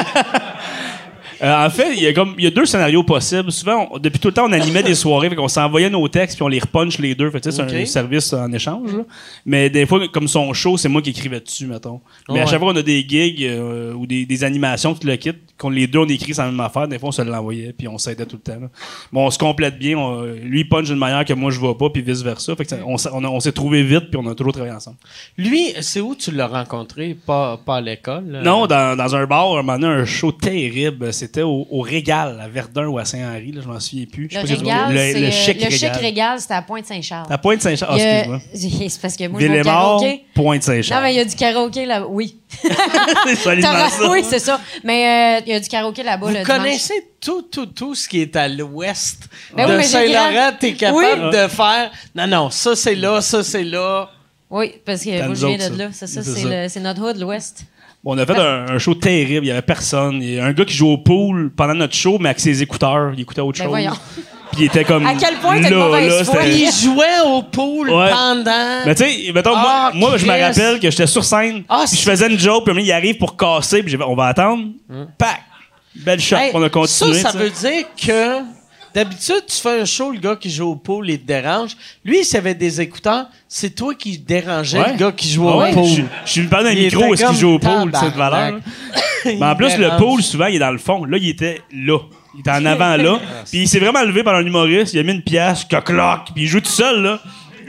Speaker 7: Euh, en fait, il y, a comme, il y a deux scénarios possibles. Souvent, on- depuis tout le temps, on animait des soirées, on s'envoyait nos textes, puis on les repunch les deux. Fait que, tu sais, C'est un
Speaker 1: Ok.
Speaker 7: service en échange. là. Mais des fois, comme son show, c'est moi qui écrivais dessus, mettons. Mais à
Speaker 1: Ouais.
Speaker 7: chaque fois qu'on a des gigs euh, ou des, des animations, tout le kit, qu'on les deux, on écrit sans même affaire, des fois, on se l'envoyait, puis on s'aidait tout le temps. là. Bon, on se complète bien. on- lui, il punch d'une manière que moi, je vois pas, puis vice-versa. Fait que, ça- on, s- on a- on s'est trouvé vite, puis on a toujours travaillé ensemble.
Speaker 1: Lui, c'est où tu l'as rencontré? Pas, pas à l'école? euh? là?
Speaker 7: Euh, Non, dans, dans un bar, un moment donné, un show terrible. C'était au, au Régal, à Verdun ou à Saint-Henri, là, je m'en souviens plus. Je sais
Speaker 6: Le
Speaker 7: pas si tu
Speaker 6: régal,
Speaker 7: vois.
Speaker 6: c'est euh,
Speaker 7: le, le chic
Speaker 6: le chic
Speaker 7: Régal.
Speaker 6: régal, c'était à Pointe-Saint-Charles.
Speaker 7: À Pointe-Saint-Charles. Ah,
Speaker 6: Il y a-
Speaker 7: excuse-moi.
Speaker 6: [LAUGHS] C'est parce que moi, je vais au
Speaker 7: Villemort,
Speaker 6: karaoké. Non, mais
Speaker 7: [LAUGHS] Pointe-Saint-Charles.
Speaker 6: il y a du karaoké là Oui.
Speaker 7: C'est solidement
Speaker 6: T'auras- [LAUGHS]
Speaker 7: ça.
Speaker 6: Oui, c'est ça. Mais euh, il y a du karaoké là-bas.
Speaker 1: Vous
Speaker 6: le dimanche.
Speaker 1: connaissez tout, tout, tout ce qui est à l'ouest
Speaker 6: Ben oui,
Speaker 1: de
Speaker 6: mais j'ai
Speaker 1: Saint-Laurent.
Speaker 6: grand-
Speaker 1: T'es capable de faire... Non, non, ça, c'est là, ça, c'est là.
Speaker 6: Oui, parce que
Speaker 7: À
Speaker 6: moi,
Speaker 7: nous
Speaker 6: je viens
Speaker 7: autres,
Speaker 6: de
Speaker 7: ça.
Speaker 6: là. C'est ça,
Speaker 7: C'est
Speaker 6: c'est
Speaker 7: ça.
Speaker 6: le- c'est notre hood, l'Ouest.
Speaker 7: On a fait un, un show terrible. Il y avait personne. Il y a un gars qui joue au pool pendant notre show, mais avec ses écouteurs. Il écoutait autre
Speaker 6: Ben
Speaker 7: chose.
Speaker 6: voyons.
Speaker 7: Puis il était comme.
Speaker 6: À quel point t'as une
Speaker 7: là,
Speaker 6: mauvaise
Speaker 7: là,
Speaker 6: foi.
Speaker 7: c'était-
Speaker 1: Puis il jouait au pool
Speaker 7: Ouais.
Speaker 1: pendant...
Speaker 7: Mais tu sais, mettons,
Speaker 1: Ah,
Speaker 7: moi, moi je me
Speaker 1: Chris.
Speaker 7: rappelle que j'étais sur scène,
Speaker 1: Ah,
Speaker 7: puis je
Speaker 1: c'est- Hein?
Speaker 7: faisais une joke, puis un moment, il arrive pour casser, puis j'ai fait, on va attendre. Pac! Belle shot,
Speaker 1: Hey,
Speaker 7: on a continué.
Speaker 1: Ça, ça
Speaker 7: tu sais.
Speaker 1: veut dire que... D'habitude, tu fais un show, le gars qui joue au pool, il te dérange. Lui, s'il avait des écouteurs, c'est toi qui dérangeais
Speaker 7: Ouais.
Speaker 1: le gars qui jouait
Speaker 7: Ah ouais,
Speaker 1: au pool.
Speaker 7: Je, je suis parle d'un
Speaker 1: Il
Speaker 7: micro,
Speaker 1: était
Speaker 7: est-ce qu'il
Speaker 1: comme
Speaker 7: joue au pool, c'est de
Speaker 1: tabarnak.
Speaker 7: valeur. Mais
Speaker 1: [LAUGHS]
Speaker 7: en
Speaker 1: Il
Speaker 7: plus, le
Speaker 1: dérange.
Speaker 7: pool, souvent, il est dans le fond. Là, il était là. Il était en
Speaker 1: [LAUGHS]
Speaker 7: avant là. Puis il s'est vraiment levé par un humoriste, il a mis une pièce, cloc-cloc, puis il joue tout seul, là.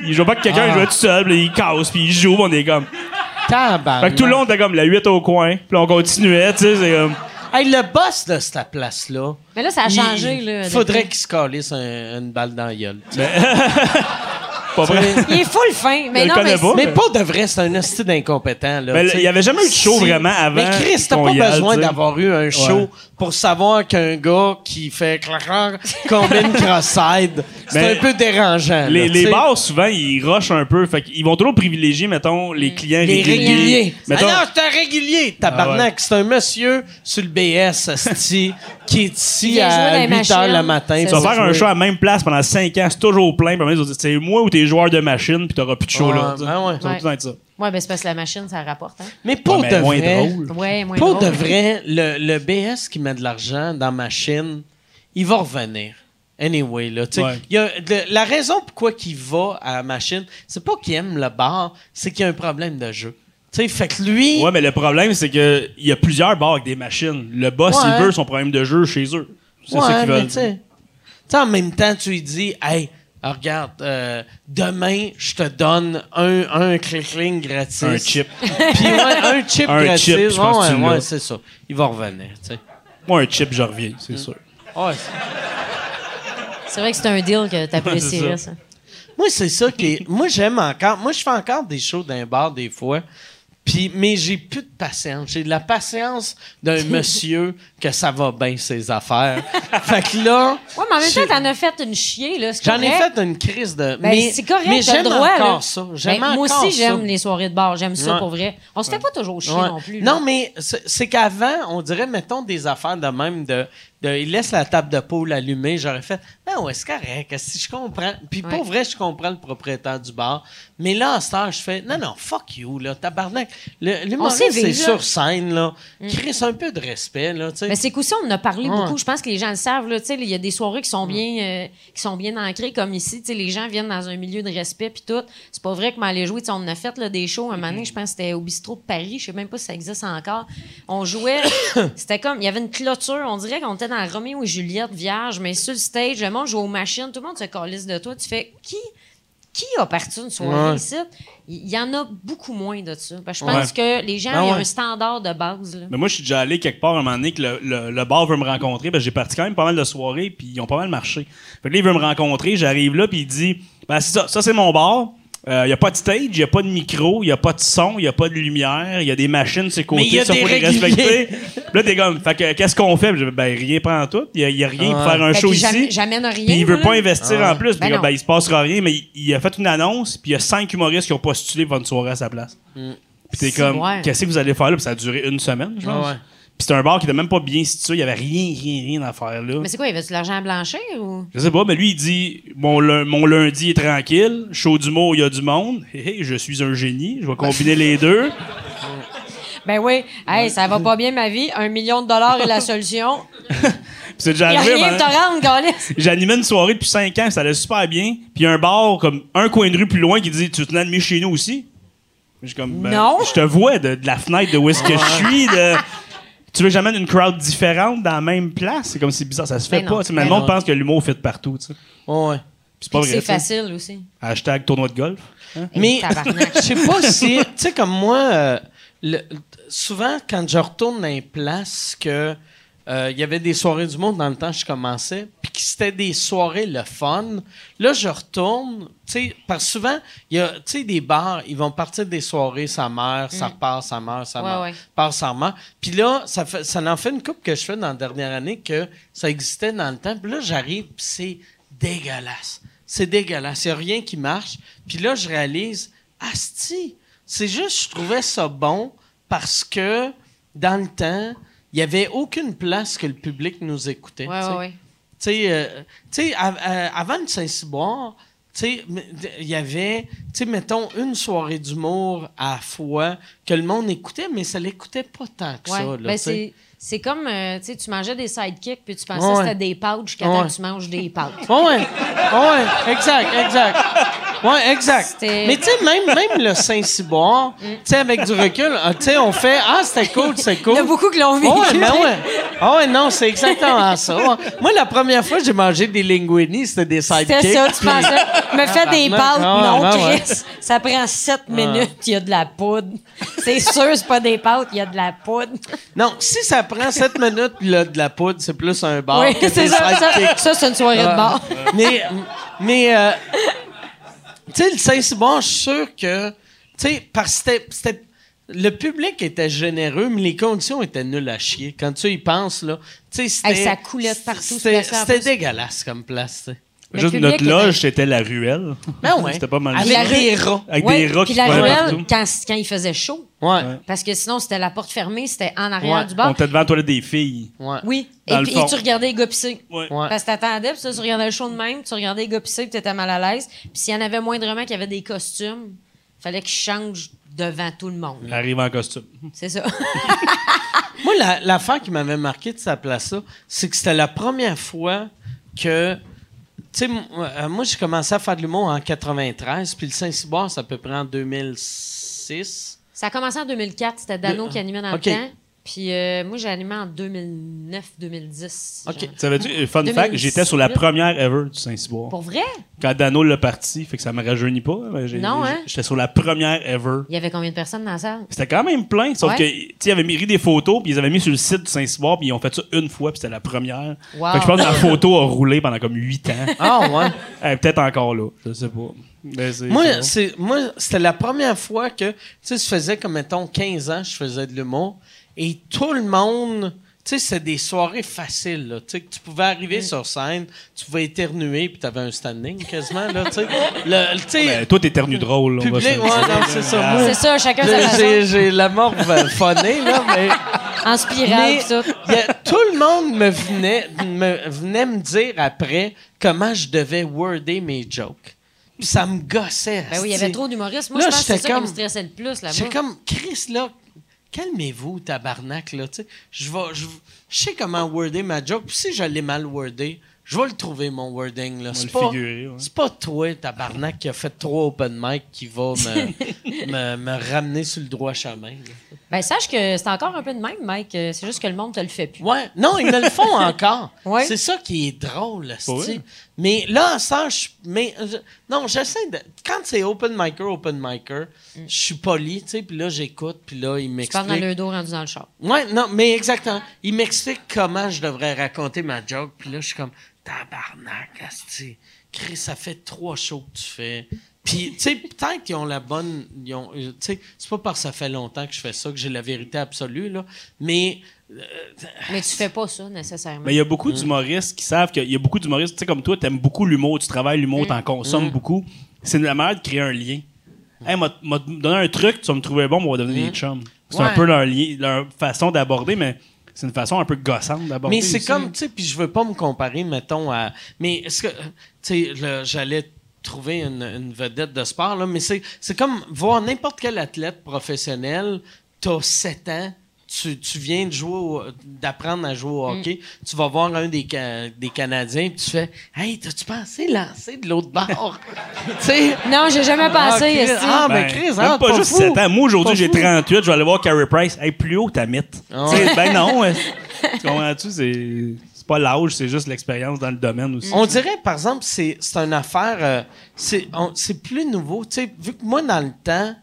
Speaker 7: Il joue pas que quelqu'un, il
Speaker 1: Ah.
Speaker 7: joue tout seul, puis il casse, puis il joue, on est comme. Fait
Speaker 1: Tabarnak.
Speaker 7: que tout le long, t'es comme la 8 au coin, puis là, on continuait, tu sais, c'est comme.
Speaker 1: Hey, le boss de cette place-là...
Speaker 6: Mais là, ça a changé.
Speaker 1: Il
Speaker 6: Là, depuis.
Speaker 1: faudrait qu'il se calisse un- une balle dans la gueule.
Speaker 7: [LAUGHS] Pas vrai.
Speaker 6: Il est full fin.
Speaker 7: Je
Speaker 6: Mais
Speaker 7: le
Speaker 6: non,
Speaker 7: connais
Speaker 6: mais
Speaker 7: pas.
Speaker 1: Mais pas de vrai, c'est un hostie d'incompétent. là,
Speaker 7: Mais
Speaker 1: tu sais.
Speaker 7: il y avait jamais eu de show
Speaker 1: Si.
Speaker 7: vraiment avant
Speaker 1: Mais Chris, t'as
Speaker 7: qu'on
Speaker 1: pas
Speaker 7: y aille,
Speaker 1: besoin
Speaker 7: tu sais.
Speaker 1: d'avoir eu un show
Speaker 7: Ouais.
Speaker 1: pour savoir qu'un gars qui fait clac, clac,
Speaker 6: [LAUGHS]
Speaker 1: combine cross-side, c'est
Speaker 7: Mais
Speaker 1: un peu dérangeant. Ah, là,
Speaker 7: Les,
Speaker 1: tu
Speaker 7: les
Speaker 1: sais.
Speaker 7: bars, souvent, ils rushent un peu. Fait qu'ils vont toujours privilégier, mettons, les clients
Speaker 1: Mm. Les réguliers.
Speaker 7: Mettons,
Speaker 1: Ah non, c'est un régulier, tabarnak.
Speaker 7: Ah ouais.
Speaker 1: C'est un monsieur sur le BS, hostie, qui est
Speaker 6: Il
Speaker 1: ici
Speaker 6: vient jouer dans
Speaker 1: à
Speaker 6: les
Speaker 1: 8 h le
Speaker 6: machines.
Speaker 1: matin.
Speaker 6: C'est
Speaker 7: tu vas
Speaker 6: ça.
Speaker 7: faire un show à la même place pendant 5 ans, c'est toujours plein. Puis à un moment donné, ils vont dire, c'est moi ou tes joueurs de machine, puis t'auras plus de show
Speaker 1: Ouais,
Speaker 7: là. tu sais.
Speaker 1: ben ouais.
Speaker 7: Ils sont
Speaker 6: Ouais.
Speaker 7: tout dans ça.
Speaker 6: Ouais, ben c'est parce que la machine, ça rapporte. Hein?
Speaker 1: Mais pour
Speaker 7: Ouais, mais
Speaker 1: de
Speaker 7: moins
Speaker 1: vrai,
Speaker 7: drôle.
Speaker 6: Ouais, moins
Speaker 1: Pour
Speaker 6: drôle.
Speaker 1: de vrai, le, le BS qui met de l'argent dans ma chaîne, il va revenir. Anyway, là, tu sais,
Speaker 7: Ouais.
Speaker 1: il y a- de- la raison pourquoi il va à la machine, c'est pas qu'il aime le bar, c'est qu'il y a un problème de jeu. Tu sais, fait que lui,
Speaker 7: Ouais, mais le problème, c'est qu'il y a plusieurs bars avec des machines. Le boss,
Speaker 1: Ouais.
Speaker 7: il veut son problème de jeu chez eux. C'est
Speaker 1: ouais,
Speaker 7: ça qu'ils
Speaker 1: mais
Speaker 7: veulent.
Speaker 1: tu sais, tu sais, en même temps, tu lui dis, hey, ah, regarde, euh, demain, je te donne un, un clickling gratis.
Speaker 7: Un chip.
Speaker 1: Puis ouais, un chip
Speaker 7: [LAUGHS] Un
Speaker 1: gratis.
Speaker 7: chip, je pense que
Speaker 1: ouais,
Speaker 7: tu l'as.
Speaker 1: ouais, c'est ça. Il va revenir, tu sais.
Speaker 7: Moi, un chip, je reviens, c'est
Speaker 1: Mm.
Speaker 7: sûr.
Speaker 1: Ouais, c'est-
Speaker 6: C'est vrai que c'est un deal que t'apprécies.
Speaker 7: Ouais,
Speaker 6: là,
Speaker 7: c'est
Speaker 6: ça.
Speaker 1: Moi, c'est ça qui est- Moi, j'aime encore. Moi, je fais encore des shows d'un bar des fois. Puis, mais j'ai plus de patience. J'ai de la patience
Speaker 6: [LAUGHS]
Speaker 1: d'un monsieur que ça va bien ses affaires. fait que là,
Speaker 6: Ouais, mais en même
Speaker 1: je-
Speaker 6: temps, t'en as fait une chier. là. c'est
Speaker 1: j'en ai
Speaker 6: correct.
Speaker 1: fait une crise de.
Speaker 6: Ben,
Speaker 1: mais
Speaker 6: c'est correct,
Speaker 1: mais
Speaker 6: t'as le
Speaker 1: j'aime
Speaker 6: droit,
Speaker 1: encore
Speaker 6: là.
Speaker 1: ça. J'aime
Speaker 6: Ben, moi
Speaker 1: encore
Speaker 6: aussi,
Speaker 1: ça.
Speaker 6: j'aime les soirées de bar. J'aime ça
Speaker 1: Ouais.
Speaker 6: pour vrai. On se fait pas toujours chier
Speaker 1: Ouais.
Speaker 6: non plus. là.
Speaker 1: Non, mais c'est c'est qu'avant, on dirait, mettons des affaires de même de, de il laisse la table de poule allumée. J'aurais fait, ben ouais, c'est correct. Si je comprends. Puis
Speaker 6: Ouais.
Speaker 1: pour vrai, je comprends le propriétaire du bar. Mais là, en ce temps, je fais, non, non, fuck you, là, tabarnak. Le- L'humoriste,
Speaker 6: On sait
Speaker 1: c'est
Speaker 6: vivre, là.
Speaker 1: sur scène, là. Crisse un peu de respect, là, tu sais.
Speaker 6: Mais c'est qu'aussi, on en a
Speaker 1: Ouais.
Speaker 6: parlé
Speaker 1: Mm.
Speaker 6: beaucoup. Je pense que les gens le savent. là. Tu sais, Il y a des soirées qui sont bien, euh, qui sont bien ancrées, comme ici. Tu sais, les gens viennent dans un milieu de respect puis tout. C'est pas vrai que m'aller jouer. Tu sais, on en a fait là, des shows. Un moment donné,
Speaker 1: Mm-hmm.
Speaker 6: je pense que c'était au bistrot de Paris. Je sais même pas si ça existe encore.
Speaker 1: [COUGHS]
Speaker 6: On jouait. c'était comme. Il y avait une clôture. On dirait qu'on était dans Roméo et Juliette vierge, mais sur le stage, le monde joue aux machines. Tout le monde se calisse de toi. Tu fais qui? Qui a parti une soirée
Speaker 1: Ouais.
Speaker 6: ici? Il y en a beaucoup moins de ça. Parce que je pense que les gens,
Speaker 1: Ben
Speaker 6: il y a
Speaker 1: ouais.
Speaker 6: un standard de base. là.
Speaker 7: Mais moi, je suis déjà allé quelque part à un moment donné que le, le- le bar veut me rencontrer. parce que j'ai parti quand même pas mal de soirées, puis ils ont pas mal marché. Fait que là, il veut me rencontrer. J'arrive là, puis il dit Ben, c'est ça, ça c'est mon bar. Il n'y a pas de stage, il n'y a pas de micro, il n'y a pas de son, il n'y a pas de lumière, il y a des machines, c'est côtés,
Speaker 9: Mais il y a
Speaker 7: ça,
Speaker 9: des
Speaker 7: faut les
Speaker 9: réguliers.
Speaker 7: respecter. Puis là, t'es comme, fait que, qu'est-ce qu'on fait? Puis je- Ben, rien pendant tout. Il n'y a, rien pour faire un
Speaker 6: Ben,
Speaker 7: show
Speaker 6: puis
Speaker 7: ici.
Speaker 6: j'am- J'amène rien.
Speaker 7: Puis il veut
Speaker 6: là.
Speaker 7: pas investir en plus.
Speaker 6: Ben
Speaker 7: Puis
Speaker 6: non.
Speaker 7: ben, il se passera rien, mais il, il a fait une annonce, puis il y a cinq humoristes qui ont postulé pour une soirée à sa place.
Speaker 9: Mm.
Speaker 7: Puis t'es
Speaker 6: C'est
Speaker 7: comme,
Speaker 6: vrai.
Speaker 7: qu'est-ce que vous allez faire là? Puis ça a duré une semaine, je pense.
Speaker 1: Ah ouais.
Speaker 7: Puis c'était un bar qui était même pas bien situé, il y avait rien, rien, rien à faire là.
Speaker 6: Mais c'est quoi, il veut-tu de l'argent à blanchir ou.
Speaker 7: Je sais pas, mais lui, il dit Mon, lun- mon lundi est tranquille, show d'humour, il y a du monde. Hé, hé, je suis un génie, je vais combiner les deux.
Speaker 6: Ben oui, hey, ça va pas bien ma vie. Un million de dollars est
Speaker 1: [LAUGHS]
Speaker 6: la solution.
Speaker 7: Puis c'est déjà
Speaker 6: Il
Speaker 1: Ah,
Speaker 6: n'y a
Speaker 7: arrivé, hein.
Speaker 6: rien
Speaker 7: man.
Speaker 6: de te
Speaker 1: hein?
Speaker 6: rendre, Calis.
Speaker 7: J'animais une soirée depuis cinq ans, ça allait super bien. Puis il y a un bar, comme un coin de rue plus loin, qui dit Tu tenais demi chez nous aussi Je suis comme Ben,
Speaker 6: Non.
Speaker 7: Je te vois de, de la fenêtre de où est-ce que je suis. de- [LAUGHS] Tu veux jamais une crowd différente dans la même place C'est comme c'est bizarre, ça se fait
Speaker 6: Ben non,
Speaker 7: pas. tu sais. Mais le
Speaker 6: ben
Speaker 7: monde
Speaker 6: non.
Speaker 7: pense que l'humour fait de partout. tu sais. Puis
Speaker 1: Ouais, ouais.
Speaker 7: C'est pas vrai.
Speaker 6: C'est
Speaker 7: tu sais.
Speaker 6: facile aussi.
Speaker 7: Hashtag tournoi de golf.
Speaker 1: Mais
Speaker 6: [LAUGHS] tabarnak.
Speaker 1: je sais pas si, tu sais, comme moi, euh, le- souvent quand je retourne dans les places que euh, il y avait des soirées du monde dans le temps que je commençais, puis que c'était des soirées le fun. Là, je retourne, tu sais, parce que souvent, il y a, tu sais, des bars, ils vont partir des soirées, ça meurt, ça repart, ça meurt, ça
Speaker 6: Mm. Ouais,
Speaker 1: meurt,
Speaker 6: ouais.
Speaker 1: part, ça meurt. Puis là, ça, fait, ça en fait une coupe que je fais dans la dernière année que ça existait dans le temps. Puis là, j'arrive, puis c'est dégueulasse. C'est dégueulasse. Il n'y a rien qui marche. Puis là, je réalise, asti, c'est juste, je trouvais ça bon parce que dans le temps, il n'y avait aucune place que le public nous écoutait.
Speaker 6: Ouais,
Speaker 1: tu sais.
Speaker 6: ouais, ouais.
Speaker 1: Tu sais, euh, tu sais, av- euh, avant de Saint-Cyboire, tu sais, m- d- il y avait, tu sais, mettons, une soirée d'humour à la fois que le monde écoutait, mais ça l'écoutait pas tant que
Speaker 6: Ouais.
Speaker 1: ça. là,
Speaker 6: Ben,
Speaker 1: tu sais.
Speaker 6: c'est- c'est comme, euh, tu sais, tu mangeais des sidekicks puis tu pensais
Speaker 1: Ouais.
Speaker 6: que c'était des pâtes jusqu'à temps
Speaker 1: Ouais.
Speaker 6: que tu manges des [LAUGHS] pâtes.
Speaker 1: Ouais, ouais, ouais, exact, exact. Ouais, exact.
Speaker 6: C'était- Mm.
Speaker 1: Mais tu sais, même, même le Saint-Cyboire, tu sais, avec du recul, euh, tu sais, on fait Ah, c'était cool, c'est cool.
Speaker 6: Il y a beaucoup qui l'ont vécu.
Speaker 1: Ouais, mais ouais. Ah ouais, non, c'est exactement ça. Ouais. Moi, la première fois, j'ai mangé des linguini, c'était des sidekicks.
Speaker 6: [LAUGHS] C'était ça, tu
Speaker 1: puis-
Speaker 6: pensais. Me fais des
Speaker 1: Tabarnak. Ah,
Speaker 6: pâtes. Non,
Speaker 1: ah, ouais. Ah.
Speaker 6: Chris. Ça prend 7 minutes, il y a de la poudre. C'est sûr, c'est pas des pâtes, il y a de la poudre.
Speaker 1: Non, si ça prend
Speaker 6: [LAUGHS]
Speaker 1: 7 minutes là, de la poudre, c'est plus un bar.
Speaker 6: oui,
Speaker 1: que Ah, des
Speaker 6: c'est ça.
Speaker 1: sidekicks. Ah.
Speaker 6: Ça, ça, c'est une soirée de bar.
Speaker 1: mais, mais euh, tu sais, le Saint-Simon, je suis sûr que, tu sais, parce que c'était- c'était- le public était généreux, mais les conditions étaient nulles à chier. Quand tu y penses, là, tu sais, c'était...
Speaker 6: Hey, ça coulait de partout,
Speaker 1: C'était
Speaker 6: c'était ça, en
Speaker 1: c'était
Speaker 6: plus.
Speaker 1: dégueulasse comme place, tu sais.
Speaker 6: Le
Speaker 7: Juste
Speaker 6: public
Speaker 7: notre
Speaker 6: était- Ah,
Speaker 7: loge, c'était la ruelle.
Speaker 1: Ben ouais.
Speaker 7: C'était pas mal.
Speaker 1: Avec
Speaker 6: La rue-
Speaker 1: des rats.
Speaker 7: Avec
Speaker 6: Ouais,
Speaker 7: des rats
Speaker 6: Puis
Speaker 7: qui
Speaker 6: la
Speaker 7: se promenaient
Speaker 6: ruelle,
Speaker 7: partout.
Speaker 6: quand, quand il faisait chaud,
Speaker 1: Ouais,
Speaker 6: parce que sinon, c'était la porte fermée, c'était en arrière
Speaker 1: Ouais.
Speaker 6: du
Speaker 7: On
Speaker 6: bar.
Speaker 7: était devant toi des filles.
Speaker 1: ouais.
Speaker 6: Oui. Et,
Speaker 7: Dans le
Speaker 6: puis-
Speaker 7: fond.
Speaker 6: et tu regardais les gars pisser.
Speaker 7: Ouais.
Speaker 1: Ouais.
Speaker 6: Parce que t'attendais, puis ça, tu regardais le show de même, tu regardais les gars pisser, puis t'étais mal à l'aise. Puis s'il y en avait moindrement qui avaient des costumes, fallait qu'ils changent devant tout le monde.
Speaker 7: Arrive en costume.
Speaker 6: C'est ça. [LAUGHS]
Speaker 1: Moi, la- l'affaire qui m'avait marqué de sa place-là, c'est que c'était la première fois que. Tu sais, m- euh, moi, j'ai commencé à faire de l'humour en 93, puis le Saint-Cyboire, ça peut prendre 2006.
Speaker 6: Ça a commencé en 2004, c'était Dano qui animait dans
Speaker 1: Ok.
Speaker 6: le temps. Puis euh, moi, j'ai animé en 2009-2010.
Speaker 1: Ok.
Speaker 6: genre.
Speaker 7: Savais-tu, euh, fun
Speaker 6: 2018.
Speaker 7: fact, j'étais sur la première ever du Saint-Cyboire.
Speaker 6: Pour vrai?
Speaker 7: Quand Dano l'a parti, fait que ça me rajeunit pas. mais j'ai-
Speaker 6: Non, hein?
Speaker 7: J'étais sur la première ever.
Speaker 6: Il y avait combien de personnes dans la salle?
Speaker 7: C'était quand même plein, sauf
Speaker 6: Ouais.
Speaker 7: que, tu sais, ils avaient mis- pris des photos, puis ils avaient mis sur le site du Saint-Cyboire, puis ils ont fait ça une fois, puis c'était la première.
Speaker 6: Wow.
Speaker 7: Fait que je pense que la photo a roulé pendant comme huit ans.
Speaker 1: [LAUGHS] Ah, ouais.
Speaker 7: Elle est peut-être encore là, je sais pas. Mais c'est-
Speaker 1: moi,
Speaker 7: c'est
Speaker 1: c'est, moi, c'était la première fois que, tu sais, je faisais comme, mettons, 15 ans, je faisais de l'humour, et tout le monde, tu sais, c'était des soirées faciles, là, tu sais, que tu pouvais
Speaker 7: Mm.
Speaker 1: arriver sur scène, tu pouvais éternuer, puis t'avais un standing quasiment, là, tu sais. Le- tu sais,
Speaker 7: bon. Ben, toi, t'éternues drôle, là, Ah, on va
Speaker 1: public,
Speaker 7: se-
Speaker 1: ouais, non, c'est ça, moi.
Speaker 6: C'est ça, chacun sa
Speaker 1: J'ai-
Speaker 6: façon.
Speaker 1: J'ai, j'ai la mort phonée, là,
Speaker 6: [LAUGHS]
Speaker 1: mais.
Speaker 6: En spirale,
Speaker 1: mais
Speaker 6: pis tout.
Speaker 1: il y a- tout le monde me venait, me venait me dire après comment je devais worder mes jokes. Puis ça me gossait.
Speaker 6: Ben oui, il y
Speaker 1: asti.
Speaker 6: avait trop d'humoristes. Moi,
Speaker 1: Là,
Speaker 6: je pense que c'est
Speaker 1: j'étais
Speaker 6: ça qui
Speaker 1: comme-
Speaker 6: me stressait le plus là-bas.
Speaker 1: J'étais comme, Chris, là, calmez-vous, tabarnak, là, tu sais. Je vais- je je sais comment worder ma joke, puis si je l'ai mal wordé, je vais le trouver, mon wording, là. C'est
Speaker 7: le
Speaker 1: pas,
Speaker 7: figurer, ouais.
Speaker 1: c'est pas toi, tabarnak, qui a fait trois open mic qui va me,
Speaker 7: [LAUGHS]
Speaker 1: me, me ramener sur le droit chemin, là.
Speaker 6: Ben, sache que c'est encore un peu de même, Mike. Euh, C'est juste que le monde te le fait plus.
Speaker 1: Ouais, non, ils me le font
Speaker 7: [LAUGHS]
Speaker 1: encore.
Speaker 6: Ouais.
Speaker 1: C'est ça qui est drôle, esti.
Speaker 7: Pour vrai?
Speaker 1: Mais là, ça, je, mais je- non, j'essaie de quand c'est open micer, open micer,
Speaker 7: Mm.
Speaker 1: je suis poli, tu sais, puis là j'écoute, puis là ils
Speaker 6: Je parle dans
Speaker 1: m'expliquent.
Speaker 6: le dos rendu dans le char.
Speaker 1: Ouais, non, mais exactement, ils m'expliquent comment je devrais raconter ma joke, puis là je suis comme tabarnak, esti. Chris, ça fait trois shows que tu fais. Puis, tu sais, peut-être qu'ils ont la bonne. ils ont- euh, Tu sais, c'est pas parce que ça fait longtemps que je fais ça que j'ai la vérité absolue, là. Mais. euh,
Speaker 6: Mais tu fais pas ça nécessairement.
Speaker 7: Mais il y a
Speaker 1: Mm.
Speaker 7: beaucoup d'humoristes qui savent qu'il y a beaucoup d'humoristes, tu sais, comme toi, t'aimes beaucoup l'humour, tu travailles l'humour,
Speaker 1: Mm.
Speaker 7: t'en consommes beaucoup. C'est la manière de créer un lien.
Speaker 1: Mm.
Speaker 7: Hey, m'a m'a donné un truc, tu vas me trouver bon, on va devenir des chums. C'est un
Speaker 1: Ouais.
Speaker 7: peu leur, lien- leur façon d'aborder, mais c'est une façon un peu gossante d'aborder.
Speaker 1: mais c'est
Speaker 7: aussi.
Speaker 1: comme, tu sais, puis je veux pas me comparer, mettons, à. Mais est-ce que. Tu sais, là, j'allais trouver une, une vedette de sport, là, mais c'est c'est comme voir n'importe quel athlète professionnel, t'as 7 ans. Tu, tu viens de jouer au- d'apprendre à jouer au hockey, tu vas voir un des, Ca- des Canadiens puis tu fais Hey, t'as-tu pensé lancer de l'autre bord? [LAUGHS] tu sais,
Speaker 6: Non, j'ai jamais
Speaker 1: Ah,
Speaker 6: pensé.
Speaker 1: Chris,
Speaker 6: esti.
Speaker 1: ah,
Speaker 7: Ben,
Speaker 1: ben, Chris,
Speaker 7: même
Speaker 1: ah,
Speaker 7: pas juste
Speaker 1: fou.
Speaker 7: 7 ans. Moi, aujourd'hui,
Speaker 1: Pas
Speaker 7: j'ai
Speaker 1: fou.
Speaker 7: 38, je vais aller voir Carrie Price. Hey, plus haut, ta mythe.
Speaker 1: Ah.
Speaker 7: Tu sais, Ben
Speaker 1: [LAUGHS]
Speaker 7: non. ouais. tu comprends-tu? C'est c'est pas l'âge, c'est juste l'expérience dans le domaine aussi.
Speaker 1: On dirait, par exemple, c'est c'est une affaire. euh, c'est on- c'est plus nouveau. Tu sais, vu que moi, dans le temps,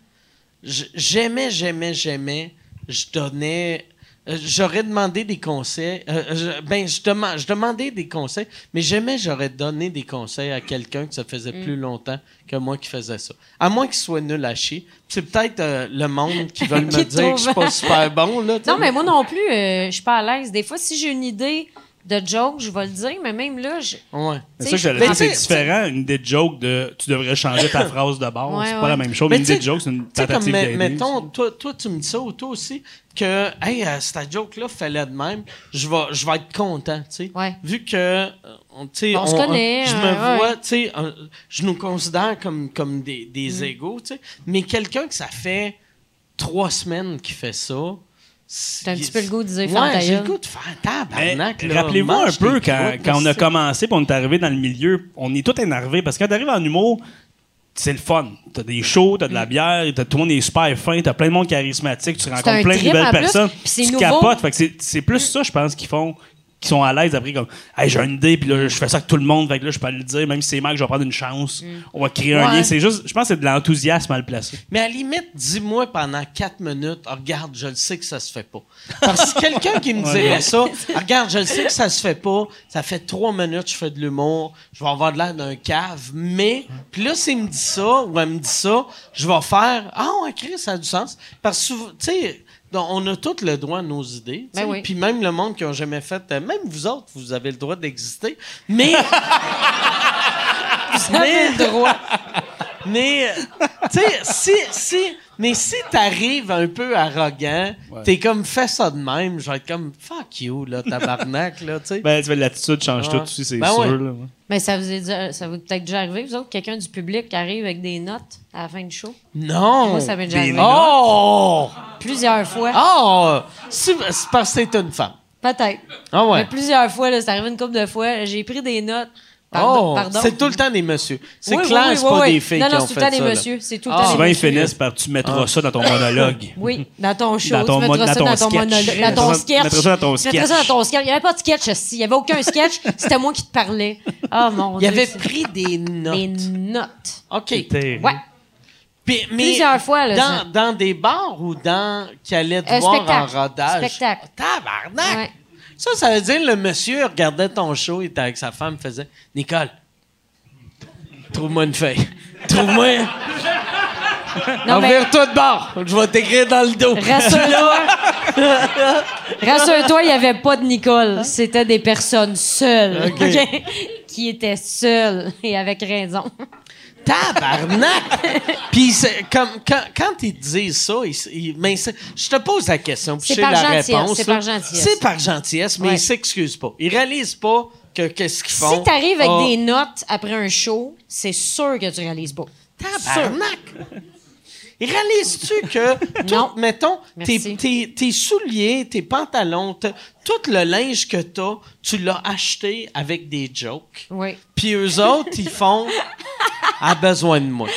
Speaker 1: j- j'aimais, j'aimais, j'aimais. Je donnais. euh, J'aurais demandé des conseils. euh, je- ben, je, deman- je demandais des conseils, mais jamais j'aurais donné des conseils à quelqu'un que ça faisait
Speaker 6: Mm.
Speaker 1: plus longtemps que moi qui faisais ça. À moins qu'il soit nul à chier. C'est peut-être euh, le monde qui
Speaker 6: [LAUGHS]
Speaker 1: veut me
Speaker 6: Qui
Speaker 1: dire que je suis pas
Speaker 6: trouve.
Speaker 1: super bon. Là, tu sais.
Speaker 6: Non, mais moi non plus, euh, je suis pas à l'aise. Des fois, si j'ai une idée de joke, je vais le dire, mais même là, je.
Speaker 1: Ouais.
Speaker 6: Tu
Speaker 7: C'est ça
Speaker 6: sais,
Speaker 7: que j'allais
Speaker 6: je-
Speaker 7: dire, c'est
Speaker 1: mais tu sais-
Speaker 7: différent. Une idée de joke de tu devrais changer ta phrase de base.
Speaker 6: Ouais,
Speaker 7: c'est pas
Speaker 6: ouais.
Speaker 7: la même chose.
Speaker 1: Mais
Speaker 7: une
Speaker 1: tu sais-
Speaker 7: idée de joke, c'est une
Speaker 1: Tu sais, comme,
Speaker 7: tentative
Speaker 1: mais-
Speaker 7: d'aider.
Speaker 1: mettons, toi, toi, tu me dis ça, ou toi aussi, que, hey, euh, cette joke-là, fais-la de même, je vais, je vais être content, tu sais.
Speaker 6: Ouais.
Speaker 1: Vu que, euh, on, tu sais,
Speaker 6: On se connaît,
Speaker 1: Je me
Speaker 6: euh,
Speaker 1: vois,
Speaker 6: ouais.
Speaker 1: tu sais, euh, je nous considère comme, comme des, des
Speaker 6: Mm.
Speaker 1: égaux, tu sais. Mais quelqu'un que ça fait trois semaines qu'il fait ça, c'est
Speaker 6: T'as un petit peu le goût de dire, Ferme ta
Speaker 1: Ouais, j'ai le
Speaker 6: gueule.
Speaker 1: goût de faire
Speaker 7: Mais
Speaker 1: tabarnak. là,
Speaker 7: Eh, Rappelez-vous un
Speaker 1: mange
Speaker 7: peu
Speaker 1: tes
Speaker 7: quand,
Speaker 1: croûtes,
Speaker 7: quand on a
Speaker 1: là,
Speaker 7: commencé et on est arrivé dans le milieu, on est tout énervé parce que quand t'arrives en humour, c'est le fun. T'as des shows, t'as de la bière, t'as tout le monde est super fin, t'as plein de monde charismatique, tu rencontres
Speaker 6: un
Speaker 7: plein de
Speaker 6: trip en
Speaker 7: nouvelles
Speaker 6: plus,
Speaker 7: personnes.
Speaker 6: puis c'est
Speaker 7: tu
Speaker 6: nouveau.
Speaker 7: capotes. Fait que c'est- c'est plus ça, je pense, qu'ils font qui sont à l'aise après comme hey, j'ai une idée puis là je fais ça avec tout le monde fait que là je peux le dire même si c'est mal je vais prendre une chance
Speaker 6: Mm.
Speaker 7: on va créer un
Speaker 1: Ouais.
Speaker 7: lien c'est juste je pense que c'est de l'enthousiasme mal placé
Speaker 1: Mais à la limite, dis-moi pendant quatre minutes, Ah, regarde, je le sais que ça se fait pas. Parce que quelqu'un qui me dirait ça, Ah, regarde, je le sais que ça se fait pas, ça fait trois minutes, je fais de l'humour, je vais avoir de l'air d'un cave, mais, puis là, s'il me dit ça, ou elle me dit ça, je vais faire, ah, ouais, Chris, ça a du sens. Parce que, souvent- tu sais, donc, on a tous le droit à nos idées. tu sais.
Speaker 6: Ben oui.
Speaker 1: Puis même le monde qui n'a jamais fait, euh, même vous autres, vous avez le droit d'exister. Mais. vous avez le droit. [LAUGHS] Mais, euh, tu sais, si, si, mais si t'arrives un peu arrogant, t'es comme, fais ça de même, je vais être comme, fuck you, là, tabarnak, là, tu sais.
Speaker 7: ben tu fais de l'attitude change
Speaker 1: Ah.
Speaker 7: tout aussi c'est
Speaker 1: Ben
Speaker 7: sûr
Speaker 1: ouais.
Speaker 7: là, ouais.
Speaker 6: Mais ça vous est, déjà- ça vous est peut-être déjà arrivé, vous autres, quelqu'un du public qui arrive avec des notes à la fin du show.
Speaker 1: non!
Speaker 6: Moi, ça m'est déjà
Speaker 7: Des
Speaker 6: arrivé Ah,
Speaker 7: notes?
Speaker 1: Oh!
Speaker 6: plusieurs fois.
Speaker 1: Oh! C'est c'est parce que t'es une femme.
Speaker 6: Peut-être.
Speaker 1: Ah ouais.
Speaker 6: Mais plusieurs fois, là, c'est arrivé une couple de fois, j'ai pris des notes. Pardon.
Speaker 1: Oh!
Speaker 6: pardon.
Speaker 1: C'est tout le temps des messieurs. C'est
Speaker 6: Oui, oui,
Speaker 1: clair,
Speaker 6: oui,
Speaker 1: c'est
Speaker 6: oui,
Speaker 1: pas
Speaker 6: oui.
Speaker 1: des filles
Speaker 6: Non,
Speaker 1: qui
Speaker 6: non,
Speaker 1: ont fait
Speaker 6: c'est tout le temps
Speaker 1: ça.
Speaker 6: des
Speaker 1: là.
Speaker 6: messieurs. C'est tout le
Speaker 1: Ah.
Speaker 6: temps des
Speaker 7: souvent ils
Speaker 6: messieurs.
Speaker 7: finissent par tu mettras ça dans ton monologue [LAUGHS]
Speaker 6: Oui, dans ton show,
Speaker 7: Dans ton
Speaker 6: tu
Speaker 7: mo-
Speaker 6: mettras
Speaker 7: dans
Speaker 6: ça
Speaker 7: ton
Speaker 6: dans ton
Speaker 7: sketch.
Speaker 6: monologue, dans
Speaker 7: Mettras
Speaker 6: ton
Speaker 7: ça-
Speaker 6: sketch.
Speaker 7: mettras ça dans ton
Speaker 6: Tu mettras ça
Speaker 7: sketch.
Speaker 6: dans ton sketch. Il n'y avait pas de sketch, esti. il n'y avait aucun sketch, [LAUGHS] c'était moi qui te parlais. Ah mon
Speaker 1: Il
Speaker 6: Dieu.
Speaker 1: avait
Speaker 6: c'est-
Speaker 1: pris des notes.
Speaker 6: des notes.
Speaker 1: OK.
Speaker 6: Ouais.
Speaker 1: Puis- mais
Speaker 6: Plusieurs fois, là, ça.
Speaker 1: Dans, dans des bars ou dans. qui allaient te
Speaker 6: Euh,
Speaker 1: voir
Speaker 6: spectacle.
Speaker 1: en rodage.
Speaker 6: Spectacle.
Speaker 1: Oh, tabarnak!
Speaker 6: Ouais.
Speaker 1: Ça, ça veut dire le monsieur regardait ton show, il était avec sa femme, faisait Nicole, trouve-moi une feuille. [LAUGHS] Trouve-moi.
Speaker 6: Non, mais
Speaker 1: Envers-toi de bord. Je vais t'écrire dans le dos. [LAUGHS]
Speaker 6: rassure-toi. rassure-toi, il n'y avait pas de Nicole. C'était des personnes seules.
Speaker 1: Hein? OK.
Speaker 6: OK? Qui étaient seules [LAUGHS] et avec raison. [LAUGHS]
Speaker 1: Tabarnak! Puis c'est comme, quand, quand ils te disent ça, ils, ils- mais c'est- je te pose la question, puis je sais
Speaker 6: C'est par
Speaker 1: la
Speaker 6: gentillesse,
Speaker 1: réponse.
Speaker 6: c'est
Speaker 1: là.
Speaker 6: par gentillesse.
Speaker 1: C'est par gentillesse, mais
Speaker 6: Ouais.
Speaker 1: ils s'excusent pas. Ils réalisent pas que qu'est-ce qu'ils font.
Speaker 6: Si t'arrives avec
Speaker 1: Ah,
Speaker 6: des notes après un show, c'est sûr que tu réalises pas.
Speaker 1: Tabarnak! Et Réalises-tu que, tout-
Speaker 6: [LAUGHS] Non.
Speaker 1: mettons, tes,
Speaker 6: Merci.
Speaker 1: tes- tes souliers, tes pantalons, t- tout le linge que t'as, tu l'as acheté avec des jokes.
Speaker 6: Oui.
Speaker 1: Puis
Speaker 6: [LAUGHS]
Speaker 1: eux autres, ils font « a besoin de moi ».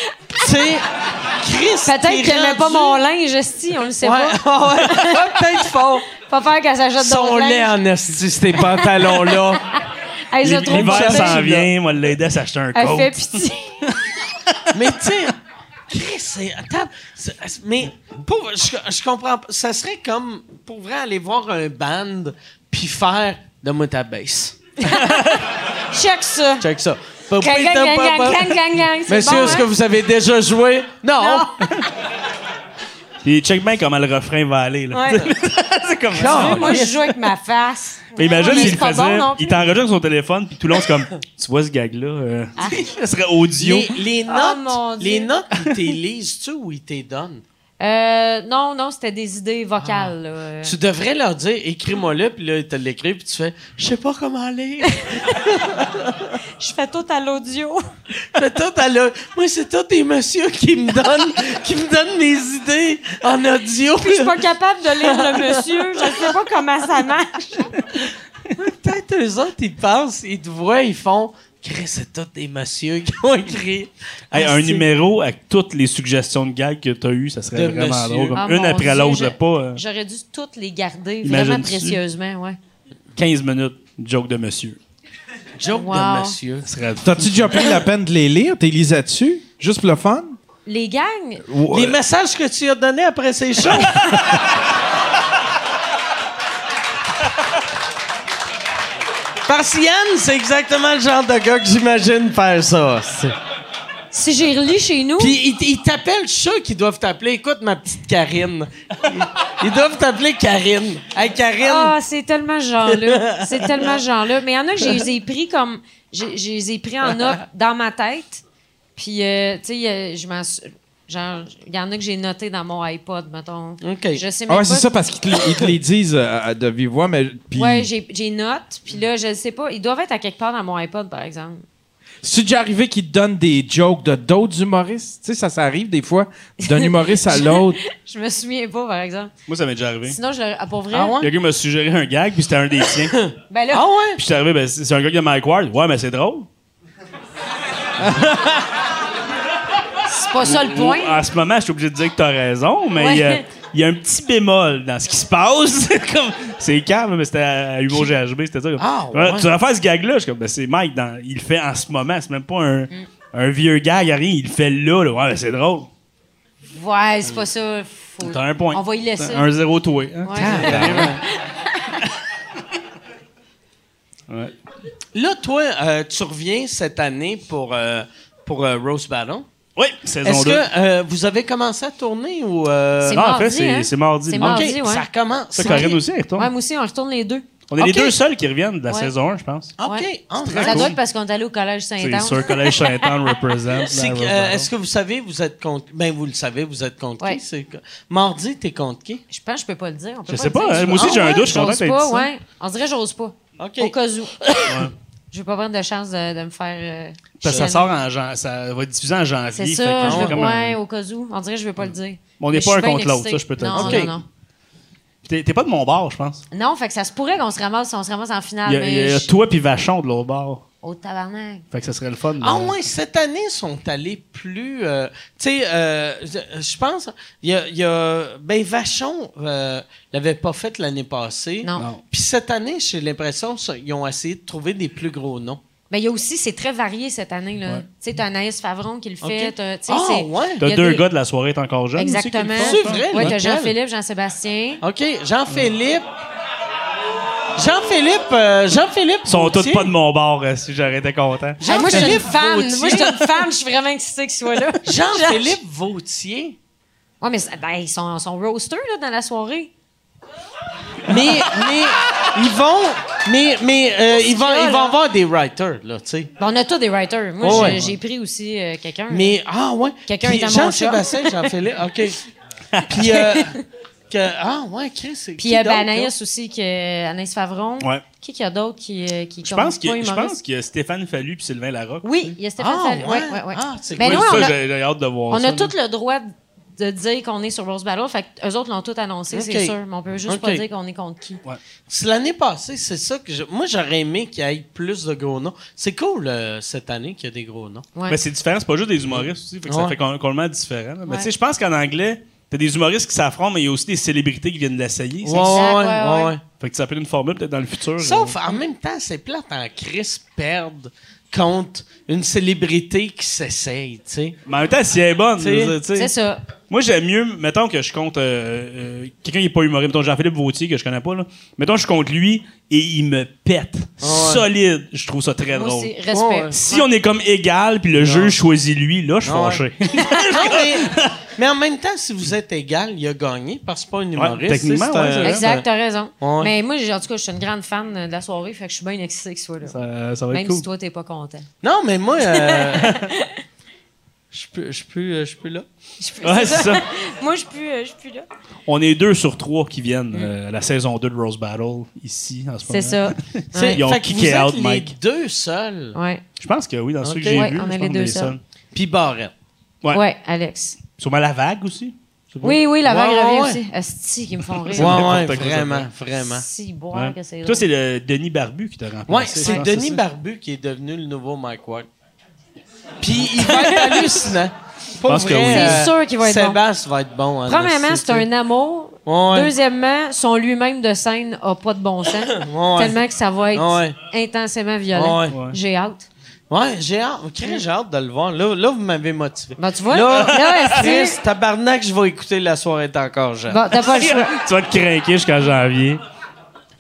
Speaker 1: Tu sais, Chris,
Speaker 6: Peut-être
Speaker 1: t'es
Speaker 6: qu'elle n'aimait pas
Speaker 1: rendu-
Speaker 6: mon linge, esti, on le sait
Speaker 1: Ouais,
Speaker 6: pas.
Speaker 1: [LAUGHS] ouais, peut-être fort.
Speaker 6: Pas faire qu'elle s'achète
Speaker 1: Son
Speaker 6: d'autres
Speaker 1: lait
Speaker 6: linges.
Speaker 1: en esti, ces pantalons-là.
Speaker 6: Elle se trouve
Speaker 7: l'hiver
Speaker 6: belle.
Speaker 7: s'en vient moi l'aider à s'acheter un
Speaker 6: Elle
Speaker 7: coat
Speaker 6: fait [LAUGHS] pitié.
Speaker 1: Mais tu sais, Chris, c'est. attends, c'est- Mais pour, je, je comprends pas. Ça serait comme, pour vrai, aller voir un band puis faire « Donne-moi ta bass
Speaker 6: Check ça. ».
Speaker 1: Check ça. Papa,
Speaker 6: Gang, gang, gang, gang,
Speaker 1: papa.
Speaker 6: gang, gang, gang. C'est
Speaker 1: Monsieur,
Speaker 6: bon,
Speaker 1: est-ce
Speaker 6: hein?
Speaker 1: que vous avez déjà joué? Non!
Speaker 6: Non.
Speaker 7: Puis check bien comment le refrain va aller. Là.
Speaker 1: [LAUGHS]
Speaker 6: Ouais.
Speaker 7: [LAUGHS] c'est comme
Speaker 6: Tu
Speaker 7: ça.
Speaker 6: veux, moi, je joue avec ma face.
Speaker 7: Mais imagine
Speaker 6: Mais
Speaker 7: s'il
Speaker 6: c'est
Speaker 7: le
Speaker 6: pas
Speaker 7: faisait.
Speaker 6: bon non plus. Ah.
Speaker 7: il t'enregistre sur son téléphone, puis tout le long, c'est comme [COUGHS] Tu vois ce gag-là euh, [LAUGHS] Ça serait audio.
Speaker 1: Les, les
Speaker 6: Oh,
Speaker 1: notes,
Speaker 6: mon Dieu.
Speaker 1: les notes, ils t'élisent-tu ou ils t'édonnent?
Speaker 6: Euh, non, non, c'était des idées vocales. là.
Speaker 1: [LAUGHS]
Speaker 6: Euh,
Speaker 1: Tu devrais leur dire, écris-moi-le, puis là, ils te l'écrivent, puis tu fais, je sais pas comment
Speaker 6: [LAUGHS]
Speaker 1: lire.
Speaker 6: Je fais tout à l'audio.
Speaker 1: Mais tout à l'au- Moi, c'est tous des messieurs qui me donnent, qui me donnent mes idées en audio.
Speaker 6: Puis [LAUGHS] je suis pas capable de lire le monsieur. Je sais pas comment ça marche.
Speaker 1: Peut-être eux autres, ils pensent, ils te voient, ils font, Chris, c'est tous des messieurs qui ont écrit.
Speaker 7: Hey,
Speaker 1: Ah,
Speaker 7: un
Speaker 1: c'est-
Speaker 7: numéro avec toutes les suggestions de gags que t'as eues, ça
Speaker 1: De
Speaker 7: serait vraiment
Speaker 1: monsieur.
Speaker 7: drôle. Comme
Speaker 6: Ah,
Speaker 7: une
Speaker 6: mon
Speaker 7: après
Speaker 6: Dieu,
Speaker 7: l'autre,
Speaker 6: je-
Speaker 7: là, pas euh,
Speaker 6: J'aurais dû toutes les garder vraiment
Speaker 7: Imagine-tu.
Speaker 6: précieusement, ouais.
Speaker 7: 15 minutes, joke de monsieur.
Speaker 1: Joke
Speaker 6: Wow.
Speaker 1: de monsieur.
Speaker 7: Ça serait-
Speaker 2: T'as-tu déjà pris la peine de les lire? T'es lisais-tu? Juste pour le fun?
Speaker 6: Les gangs,
Speaker 1: Les messages que tu as donnés après ces [LAUGHS] shows. Parce que Yann, c'est exactement le genre de gars que j'imagine faire ça. c'est-
Speaker 6: si j'ai relu chez nous,
Speaker 1: Puis ils, ils t'appellent, je suis sûr qu'ils doivent t'appeler. Écoute, ma petite Karine. Ils doivent t'appeler Karine. Hey,
Speaker 6: ah,
Speaker 1: Karine.
Speaker 6: c'est tellement
Speaker 1: [LAUGHS]
Speaker 6: ce genre-là. C'est tellement ce genre-là. Mais il y en a que je les ai pris comme. Je, je les ai pris en note dans ma tête. Puis, euh, tu sais, euh, je m'en suis- Genre, il y en a que j'ai noté dans mon iPod, mettons.
Speaker 1: OK.
Speaker 6: Je sais même
Speaker 2: Ah ouais,
Speaker 6: pas
Speaker 2: c'est ça, parce qu'ils te, les- ils te les disent euh, de vive voix, mais. Puis,
Speaker 6: Ouais, j'ai j'ai note, puis là, je sais pas. Ils doivent être à quelque part dans mon iPod, par exemple.
Speaker 2: C'est déjà arrivé qu'ils te donnent des jokes de d'autres humoristes. Tu sais, ça, ça arrive des fois, d'un humoriste
Speaker 1: [LAUGHS]
Speaker 2: à l'autre.
Speaker 6: Je me souviens pas, par exemple.
Speaker 7: Moi, ça m'est déjà arrivé.
Speaker 6: Sinon, je le... ah, pour vrai?
Speaker 7: Quelqu'un m'a suggéré un gag, puis c'était un
Speaker 6: [COUGHS]
Speaker 7: des siens. puis
Speaker 6: Ben là,
Speaker 1: Ah ouais?
Speaker 7: je suis arrivé, ben, c'est c'est un gag de Mike Ward. Ouais, mais c'est drôle.
Speaker 6: c'est pas ça le
Speaker 7: Ou-
Speaker 6: point.
Speaker 7: En ce moment, je suis obligé de dire que t'as raison, mais
Speaker 6: Ouais.
Speaker 7: il y a- il y, a un petit bémol dans ce qui se passe. [LAUGHS] C'est comme- c'est calme, mais c'était à Humour GHB, c'était ça. comme,
Speaker 1: Ah,
Speaker 7: Ouais,
Speaker 1: ouais.
Speaker 7: Tu vas faire ce gag-là? Je suis comme, ben, c'est Mike, dans- il le fait en ce moment. C'est même pas un,
Speaker 6: Mm.
Speaker 7: un vieux gag, rien. Il le fait là, là. Ouais, ben, c'est drôle.
Speaker 6: Ouais, c'est pas ça. Faut-
Speaker 7: T'as un point.
Speaker 6: On va y laisser.
Speaker 7: T'as Un zéro hein. toué.
Speaker 6: Ouais.
Speaker 7: Ouais.
Speaker 1: Là, toi, euh, tu reviens cette année pour, euh, pour euh, Rose Battle.
Speaker 7: Oui, saison
Speaker 1: Est-ce
Speaker 7: 2.
Speaker 1: que euh, vous avez commencé à tourner ou. euh,
Speaker 6: C'est
Speaker 7: Non, en
Speaker 6: mardi,
Speaker 7: fait, c'est-
Speaker 6: hein?
Speaker 7: c'est mardi.
Speaker 6: C'est
Speaker 7: Ok,
Speaker 6: mardi, ouais.
Speaker 1: Ça commence.
Speaker 7: Ça, Corinne aussi, elle retourne.
Speaker 6: Ouais, moi aussi, on retourne les deux.
Speaker 7: On est
Speaker 1: Ok.
Speaker 7: les deux seuls qui reviennent de la
Speaker 6: Ouais.
Speaker 7: saison 1, je pense.
Speaker 1: OK.
Speaker 6: Ouais.
Speaker 1: Ah,
Speaker 6: Ça
Speaker 1: nice.
Speaker 6: doit être parce qu'on est allé au collège
Speaker 7: C'est
Speaker 6: Saint-Anne.
Speaker 7: sûr,
Speaker 6: [LAUGHS]
Speaker 7: Collège Saint-Anne représente.
Speaker 1: C'est que, euh, Est-ce que vous savez, vous êtes contre. Ben, vous le savez, vous êtes contre
Speaker 6: Ouais.
Speaker 1: qui? c'est que- Mardi, t'es contre qui?
Speaker 6: Je pense que je peux pas le dire. On peut
Speaker 7: Je
Speaker 6: pas
Speaker 7: sais
Speaker 6: le
Speaker 7: pas,
Speaker 6: dire. Ah
Speaker 7: hein, moi aussi, j'ai un doute, je suis content
Speaker 6: J'ose
Speaker 7: que t'aies
Speaker 6: pas,
Speaker 7: dit ça.
Speaker 6: ouais. On dirait que j'ose pas.
Speaker 1: OK.
Speaker 6: Au cas où. Je veux pas prendre de chance de, de me faire. euh,
Speaker 7: Parce que ça
Speaker 6: chicaner.
Speaker 7: sort en jan- ça va être diffusé en janvier.
Speaker 6: C'est
Speaker 7: fait que
Speaker 6: ça, je
Speaker 7: j'ai
Speaker 6: veux,
Speaker 7: comme un-
Speaker 6: ouais, au cas où. On dirait que je veux pas le dire.
Speaker 7: On
Speaker 6: Mais
Speaker 7: n'est
Speaker 6: je
Speaker 7: pas
Speaker 6: suis
Speaker 7: un
Speaker 6: bien
Speaker 7: contre l'autre,
Speaker 6: excitée.
Speaker 7: ça, je peux te le
Speaker 6: Non,
Speaker 1: dire.
Speaker 6: non, non.
Speaker 7: T'es t'es pas de mon bord, je pense.
Speaker 6: Non, fait que ça se pourrait qu'on se ramasse, on se ramasse en finale.
Speaker 7: Il y a,
Speaker 6: Ah, mais
Speaker 7: il y a
Speaker 6: je-
Speaker 7: toi puis Vachon de l'autre bord.
Speaker 6: Oh, tabarnak.
Speaker 7: Fait que ça serait le fun.
Speaker 1: Ah
Speaker 7: mais-
Speaker 1: ouais, cette année, ils sont allés plus... euh, tu sais, euh, je- je pense, il y a, il y a- Ben, Vachon euh, l'avait pas fait l'année passée.
Speaker 6: Non.
Speaker 7: Non.
Speaker 1: Puis cette année, j'ai l'impression qu'ils ont essayé de trouver des plus gros noms.
Speaker 6: Mais il y a aussi, c'est très varié cette année. là. Tu sais, t'as Anaïs Favron qui le fait.
Speaker 1: Ok.
Speaker 6: t'as- tu sais,
Speaker 1: Ah
Speaker 6: c'est-
Speaker 1: ouais?
Speaker 6: il y
Speaker 7: T'as
Speaker 6: a
Speaker 7: deux
Speaker 6: des-
Speaker 7: gars de la soirée t'es encore jeune. aussi qui le
Speaker 6: Exactement.
Speaker 7: font.
Speaker 1: C'est vrai,
Speaker 6: Ouais, t'as
Speaker 1: lequel?
Speaker 6: Jean-Philippe, Jean-Sébastien.
Speaker 1: OK, Jean-Philippe... Jean-Philippe... euh, Jean-Philippe...
Speaker 7: Ils sont tous
Speaker 1: Gauthier.
Speaker 7: pas de mon bord, euh, si j'arrêtais content.
Speaker 6: Hey, Ah, moi, je suis une
Speaker 1: Jean-Philippe
Speaker 6: fan.
Speaker 1: Gauthier.
Speaker 6: Moi, je suis une fan. Je suis vraiment excitée qu'il soit là.
Speaker 1: [LAUGHS] Jean-Philippe Vautier.
Speaker 6: Ouais, mais ça- ben, ils sont, sont roasters là, dans la soirée.
Speaker 1: Mais, mais, ils vont... Mais, mais, euh, ils vont,
Speaker 6: qu'il y a,
Speaker 1: ils vont
Speaker 6: là?
Speaker 1: avoir des writers, là, tu sais.
Speaker 6: Ben, on a tous des writers. Moi,
Speaker 1: Oh,
Speaker 6: j'ai-
Speaker 1: ouais.
Speaker 6: j'ai pris aussi euh, quelqu'un.
Speaker 1: Mais, ah ouais.
Speaker 6: Quelqu'un
Speaker 1: Puis
Speaker 6: est à mon
Speaker 1: Jean-Sébastien, Jean-Philippe,
Speaker 7: [LAUGHS]
Speaker 1: OK. Puis, euh, que, ah ouais, Chris, c'est
Speaker 6: Puis
Speaker 1: qui
Speaker 6: il y a
Speaker 1: d'autre, là?
Speaker 6: Anaïs aussi, qui, euh, Anaïs Favron.
Speaker 7: Ouais.
Speaker 6: Qui qu'il y a d'autres qui, euh, qui
Speaker 7: Je pense
Speaker 6: sont
Speaker 7: que
Speaker 6: pas
Speaker 7: je
Speaker 6: humoristes?
Speaker 7: pense qu'il y a Stéphane Fallu puis Sylvain Larocque.
Speaker 6: Oui, il y a Stéphane
Speaker 1: Ah,
Speaker 6: Sall- ouais,
Speaker 1: ouais.
Speaker 6: ouais, ouais.
Speaker 1: Ah, c'est
Speaker 6: Ben,
Speaker 7: Ouais,
Speaker 6: nous, on
Speaker 7: ça,
Speaker 6: a-
Speaker 7: j'ai j'ai hâte de voir
Speaker 6: On
Speaker 7: ça.
Speaker 6: a tout le droit de dire qu'on est sur Rose Battle. Fait que eux autres l'ont tout annoncé,
Speaker 1: Ok.
Speaker 6: c'est sûr. Mais on peut juste pas
Speaker 1: Ok.
Speaker 6: dire qu'on est contre qui.
Speaker 1: C'est l'année passée, c'est ça que je- moi j'aurais aimé qu'il y ait plus de gros noms. C'est cool euh, cette année qu'il y a des gros noms.
Speaker 6: Ouais.
Speaker 7: Mais c'est différent, c'est pas juste des humoristes aussi, fait que
Speaker 1: Ouais.
Speaker 7: ça fait com- complètement différent. là. Mais
Speaker 6: Ouais.
Speaker 7: tu sais, je pense qu'en anglais, t'as des humoristes qui s'affrontent, mais il y a aussi des célébrités qui viennent l'essayer. ça.
Speaker 6: ouais, ouais, ouais.
Speaker 7: Fait que ça peut être une formule peut-être dans le futur.
Speaker 1: Sauf,
Speaker 7: euh,
Speaker 1: en même temps, c'est plate en crise perdre contre une célébrité qui s'essaye, tu sais.
Speaker 7: Mais en même temps, si elle est bonne, je veux dire, tu sais.
Speaker 6: C'est ça.
Speaker 7: Moi, j'aime mieux, mettons que je compte euh, euh, quelqu'un qui n'est pas humoriste, mettons Jean-Philippe Vautier, que je connais pas, là. Mettons, je compte lui et il me pète. Solide. Je trouve ça très
Speaker 6: Moi
Speaker 7: drôle.
Speaker 6: aussi, respect.
Speaker 7: Si on est comme égal puis le juge choisit lui, là, je suis fâché.
Speaker 6: Ah,
Speaker 1: Non, mais, mais en même temps, si vous êtes égal, il a gagné parce que c'est pas un humoriste.
Speaker 7: Ouais, techniquement,
Speaker 1: tu sais, c'est
Speaker 7: ouais,
Speaker 1: un-
Speaker 6: Exact, t'as raison.
Speaker 1: Ouais.
Speaker 6: Mais moi, j'ai- en tout cas, je suis une grande fan euh, de la soirée, fait que je suis bien excitée que ce soit là.
Speaker 7: ça, ça va
Speaker 6: Même
Speaker 7: être cool.
Speaker 6: si toi, t'es pas content.
Speaker 1: Non, mais moi,
Speaker 6: [LAUGHS]
Speaker 1: euh, je peux, je peux, euh, je peux là.
Speaker 6: Je suis-
Speaker 7: Ouais, c'est ça.
Speaker 6: [LAUGHS] moi, je suis plus, euh, je suis plus là.
Speaker 7: On est deux sur trois qui viennent euh, à la saison 2 de Rose Battle ici en ce moment.
Speaker 6: Mm. C'est ça.
Speaker 1: C'est-
Speaker 7: Ils ont
Speaker 1: fait que
Speaker 7: kické
Speaker 1: vous
Speaker 7: out
Speaker 1: êtes les
Speaker 7: Mike.
Speaker 1: deux seuls.
Speaker 6: Ouais.
Speaker 7: Je pense que oui, dans ceux
Speaker 1: Ok.
Speaker 7: que j'ai
Speaker 6: Ouais,
Speaker 7: vus,
Speaker 6: on
Speaker 7: je
Speaker 6: est
Speaker 7: pense
Speaker 6: les
Speaker 7: qu'on
Speaker 6: deux
Speaker 7: est
Speaker 6: seuls.
Speaker 7: seuls.
Speaker 1: Puis Barrette.
Speaker 7: Ouais.
Speaker 6: Ouais, Alex.
Speaker 7: Sûrement la vague aussi.
Speaker 6: Oui, oui, la vague
Speaker 1: Ouais,
Speaker 6: revient
Speaker 1: ouais.
Speaker 6: aussi. Asti qui me font
Speaker 1: Ouais,
Speaker 6: rire.
Speaker 1: ouais,
Speaker 7: n'importe quoi,
Speaker 1: vraiment, vraiment.
Speaker 6: Si boire
Speaker 7: Ouais.
Speaker 6: que c'est
Speaker 7: Toi,
Speaker 6: drôle.
Speaker 7: c'est le Denis Barbu qui t'a remplacé.
Speaker 1: Ouais,
Speaker 7: je
Speaker 1: c'est
Speaker 7: pense,
Speaker 1: Denis
Speaker 7: ça?
Speaker 1: Barbu qui est devenu le nouveau Mike Ward. Puis il va être hallucinant. Pas
Speaker 7: pense que
Speaker 1: vrai, euh,
Speaker 7: oui.
Speaker 6: C'est sûr qu'il va être bon.
Speaker 1: Sébastien va être bon. hein,
Speaker 6: Premièrement, c'est un amour.
Speaker 1: Ouais.
Speaker 6: Deuxièmement, son lui-même de scène a pas de bon
Speaker 1: [COUGHS]
Speaker 6: sens.
Speaker 1: Ouais.
Speaker 6: Tellement que ça va être
Speaker 1: Ouais.
Speaker 6: intensément violent.
Speaker 1: Ouais.
Speaker 7: Ouais.
Speaker 6: J'ai hâte.
Speaker 1: Ouais, j'ai hâte. Chris, j'ai hâte de le voir. Là, là vous m'avez motivé.
Speaker 6: Ben, tu vois,
Speaker 1: Là, [LAUGHS]
Speaker 6: là,
Speaker 1: Chris,
Speaker 6: asti-
Speaker 1: tabarnak, je vais écouter La soirée est encore jeune.
Speaker 6: Bon, t'as pas le choix.
Speaker 7: Tu vas te craquer jusqu'en janvier.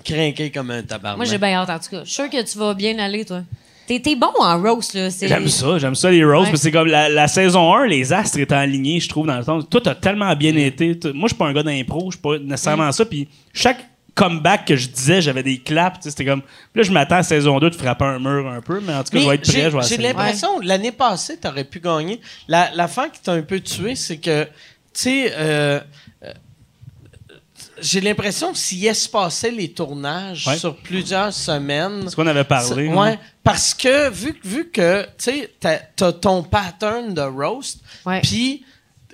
Speaker 1: Crinqué comme un
Speaker 7: Ah,
Speaker 1: tabarnak.
Speaker 6: Moi, j'ai bien hâte, en tout cas. Je suis sûr que tu vas bien aller, toi. T'es t'es bon en roast, là. c'est-
Speaker 7: J'aime ça, j'aime ça les Rose,
Speaker 6: Ouais.
Speaker 7: parce que c'est comme la, la saison 1, les astres étaient alignés, je trouve, dans le sens. Toi, t'as tellement bien
Speaker 1: Mm.
Speaker 7: été. Toi- Moi, je suis pas un gars d'impro, je suis pas nécessairement ça. Puis chaque comeback que je disais, j'avais des claps. tu sais, C'était comme. Puis là, je m'attends à saison 2 de frapper un mur un peu, mais en tout cas,
Speaker 1: Mais
Speaker 7: je vais être prêt,
Speaker 1: j'ai-
Speaker 7: je vais
Speaker 1: J'ai
Speaker 7: essayer.
Speaker 1: l'impression, l'année passée, t'aurais pu gagner. La, la fin qui t'a un peu tué, c'est que, tu sais, euh, euh, j'ai l'impression que s'il espacait les tournages
Speaker 7: Ouais.
Speaker 1: sur plusieurs semaines.
Speaker 7: C'est ce qu'on avait
Speaker 1: c'est-
Speaker 7: parlé. hein.
Speaker 1: ouais, parce que vu, que- vu que, tu sais, t'as- t'as ton pattern de roast,
Speaker 6: Ouais.
Speaker 1: puis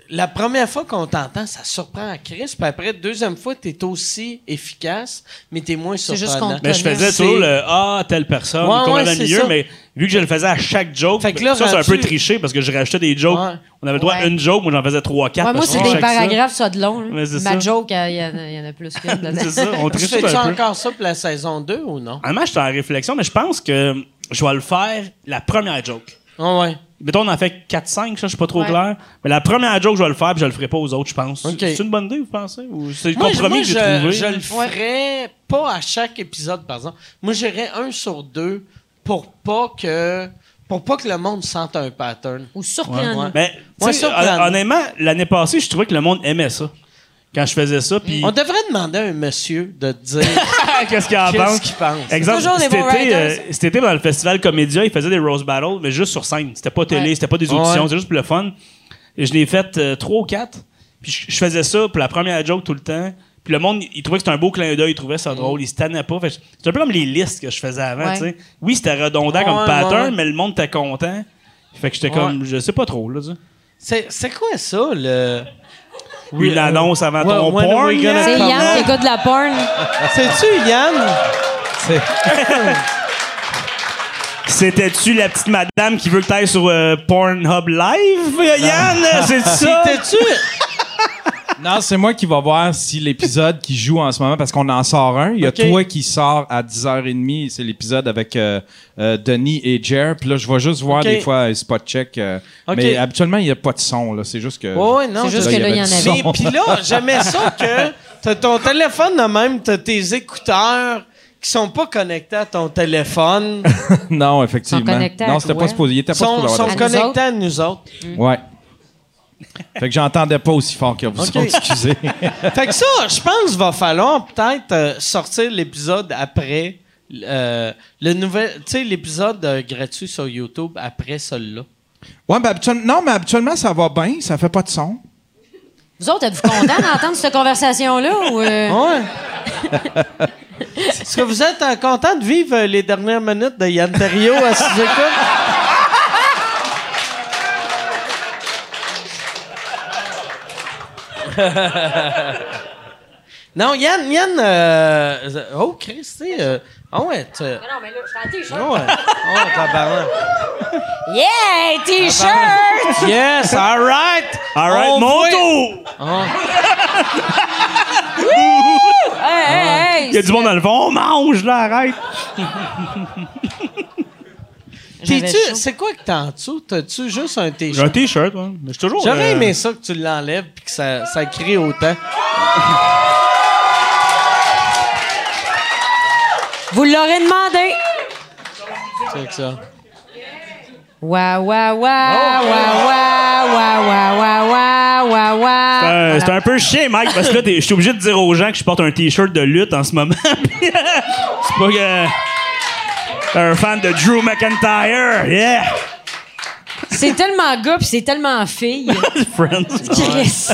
Speaker 1: la première fois qu'on t'entend, ça surprend à Chris, puis après, deuxième fois, t'es aussi efficace, mais t'es moins
Speaker 6: C'est juste
Speaker 1: surprenant.
Speaker 6: qu'on
Speaker 7: Mais je
Speaker 6: Connais.
Speaker 7: faisais
Speaker 1: C'est-
Speaker 7: toujours le Ah, telle personne,
Speaker 1: Ouais,
Speaker 7: qu'on
Speaker 1: ouais,
Speaker 7: avait
Speaker 1: c'est
Speaker 7: mieux,
Speaker 1: ça.
Speaker 7: mais vu que je le faisais à chaque joke, ben,
Speaker 1: Fait que là,
Speaker 7: ça, c'est un
Speaker 1: rendu-
Speaker 7: peu triché parce que je rachetais des jokes.
Speaker 1: Ouais.
Speaker 7: On avait le droit à
Speaker 6: Ouais.
Speaker 7: une joke, moi j'en faisais 3-4.
Speaker 6: Ouais, moi, c'est des paragraphes, ça, de long. là.
Speaker 7: Mais c'est ça.
Speaker 6: Ma joke, il y, en a- y en a plus qu'une
Speaker 7: [LAUGHS] C'est
Speaker 6: dedans.
Speaker 7: ça,
Speaker 1: [LAUGHS]
Speaker 7: on
Speaker 1: Tu
Speaker 7: triche tout
Speaker 1: fais-tu
Speaker 7: un peu.
Speaker 1: encore ça pour la saison 2 ou non?
Speaker 7: Honnêtement, je suis en réflexion, mais je pense que je vais le faire la première joke.
Speaker 1: Ah ouais.
Speaker 7: Mettons, on en fait 4-5, ça, je suis pas trop
Speaker 6: Ouais.
Speaker 7: clair. Mais la première joke, je vais le faire, puis je le ferai pas aux autres, je pense.
Speaker 1: Ok.
Speaker 7: C'est une bonne idée, vous pensez? Ou c'est le
Speaker 1: Moi, je-
Speaker 7: compromis
Speaker 1: moi,
Speaker 7: que j'ai
Speaker 1: je,
Speaker 7: trouvé?
Speaker 1: je le ferais pas à chaque épisode, par exemple. Moi, j'irais un sur deux pour pas que pour pas que le monde sente un pattern.
Speaker 6: Ou
Speaker 7: Ouais.
Speaker 6: surprenant.
Speaker 7: Mais
Speaker 1: Ouais,
Speaker 7: tu sais,
Speaker 1: ça, plan.
Speaker 7: hon- honnêtement, l'année passée, je trouvais que le monde aimait ça. Quand je faisais ça, puis
Speaker 1: On devrait demander à un monsieur de te dire
Speaker 7: Ah, qu'est-ce qu'il en
Speaker 1: qu'est-ce
Speaker 7: pense?
Speaker 1: qu'il pense.
Speaker 7: Exemple,
Speaker 6: Toujours des
Speaker 7: cet
Speaker 6: bons
Speaker 7: été,
Speaker 6: writers.
Speaker 7: euh, cet été, dans le festival Comédia, ils faisaient des Rose Battles, mais juste sur scène. C'était pas télé,
Speaker 6: Ouais.
Speaker 7: c'était pas des auditions,
Speaker 1: Ouais.
Speaker 7: c'était juste pour le fun. Et je l'ai fait euh, trois ou quatre. Puis je- je faisais ça pour la première joke tout le temps. Puis le monde, il trouvait que c'était un beau clin d'œil, il trouvait ça drôle, il se tannait pas. Fait que C'est un peu comme les listes que je faisais avant,
Speaker 6: Ouais.
Speaker 7: tu sais. Oui, c'était redondant
Speaker 1: Ouais,
Speaker 7: comme pattern,
Speaker 1: ouais.
Speaker 7: mais le monde était content. Fait que j'étais comme, je sais pas trop, là, tu sais.
Speaker 1: C'est c'est quoi ça le
Speaker 7: Oui,
Speaker 1: euh,
Speaker 7: l'annonce avant
Speaker 1: when-
Speaker 7: ton
Speaker 1: when are
Speaker 7: porn,
Speaker 1: we gonna
Speaker 7: là.
Speaker 6: C'est
Speaker 1: Comment?
Speaker 6: Yann qui écoute de la porn.
Speaker 1: C'est-tu Yann
Speaker 7: C'était-tu la petite madame qui veut que t'ailles sur euh, Pornhub Live,
Speaker 1: Ah.
Speaker 7: Yann? C'est ça?
Speaker 1: T'es-tu
Speaker 2: Non, c'est moi qui va voir si l'épisode qui joue en ce moment, parce qu'on en sort un. Il y a
Speaker 1: Ok.
Speaker 2: toi qui sort à 10h30. C'est l'épisode avec euh, euh, Denis et Jer. Puis là, je vais juste voir
Speaker 1: Ok.
Speaker 2: des fois un spot check. euh,
Speaker 1: Ok.
Speaker 2: Mais habituellement, il n'y a pas de son. là. C'est juste que.
Speaker 1: Ouais, ouais, non,
Speaker 6: C'est juste
Speaker 1: je-
Speaker 6: que là, il y en
Speaker 2: avait du
Speaker 6: avait.
Speaker 2: son.
Speaker 1: Puis, puis là, j'aimais ça que t'as ton téléphone de même, t'as tes écouteurs qui sont pas connectés à ton téléphone,
Speaker 2: [LAUGHS] non, effectivement.
Speaker 6: connectés à
Speaker 2: non, c'était
Speaker 6: quoi?
Speaker 2: pas supposé. Il était pas
Speaker 1: sont,
Speaker 2: supposé
Speaker 1: sont
Speaker 2: avoir de
Speaker 6: nous
Speaker 1: connectés
Speaker 6: autres?
Speaker 1: à nous autres.
Speaker 2: son. Mm. Ouais. fait que j'entendais pas aussi fort que vous
Speaker 1: Ok.
Speaker 2: autres, excusez.
Speaker 1: Fait que ça, je pense qu'il va falloir peut-être euh, sortir l'épisode après euh, le nouvel, tu sais, l'épisode euh, gratuit sur YouTube après celui-là.
Speaker 2: [LAUGHS] ouais, mais habituellement, non, mais habituellement, ça va bien. Ça fait pas de son.
Speaker 6: Vous autres, êtes-vous contents d'entendre cette conversation-là? Ou euh,
Speaker 1: Ouais. [LAUGHS] Est-ce que vous êtes euh, content de vivre euh, les dernières minutes de Yann Terriot à sous [LAUGHS] Non, Yann, Yann, euh, oh Christy, euh, oh ouais, tu-
Speaker 6: Mais Ah non, mais là, je suis en t-shirt.
Speaker 1: oh ouais, oh tabarnak.
Speaker 6: Yeah,
Speaker 7: Ah,
Speaker 6: t-shirt!
Speaker 1: Yes, all right.
Speaker 7: All right,
Speaker 1: On
Speaker 7: mon
Speaker 1: voit-
Speaker 7: tour!
Speaker 6: Hey, hey, hey!
Speaker 7: Il y a du monde dans le fond, on mange, là, arrête!
Speaker 6: J'avais
Speaker 1: T'es-tu-
Speaker 6: chaud.
Speaker 1: C'est quoi que t'as en dessous? T'as-tu juste un
Speaker 7: J'ai
Speaker 1: t-shirt?
Speaker 7: un t-shirt, ouais. mais je suis toujours.
Speaker 1: J'aurais
Speaker 7: euh,
Speaker 1: aimé ça que tu l'enlèves puis que ça, ça crie autant.
Speaker 6: Vous l'aurez demandé.
Speaker 1: C'est ça.
Speaker 6: Wa
Speaker 7: Oh,
Speaker 6: wa wa wa wa wa wa wa wa wa wa.
Speaker 7: Euh, C'est
Speaker 6: Voilà.
Speaker 7: un peu chiant, Mike, parce que là, t'es- je suis obligé de dire aux gens que je porte un t-shirt de lutte en ce moment. [LAUGHS] Puis, euh, C'est pas que. T'es un fan de Drew McIntyre, yeah! [LAUGHS]
Speaker 6: C'est tellement gars puis c'est tellement fille.
Speaker 7: Friends.
Speaker 1: [LAUGHS]
Speaker 6: Chris.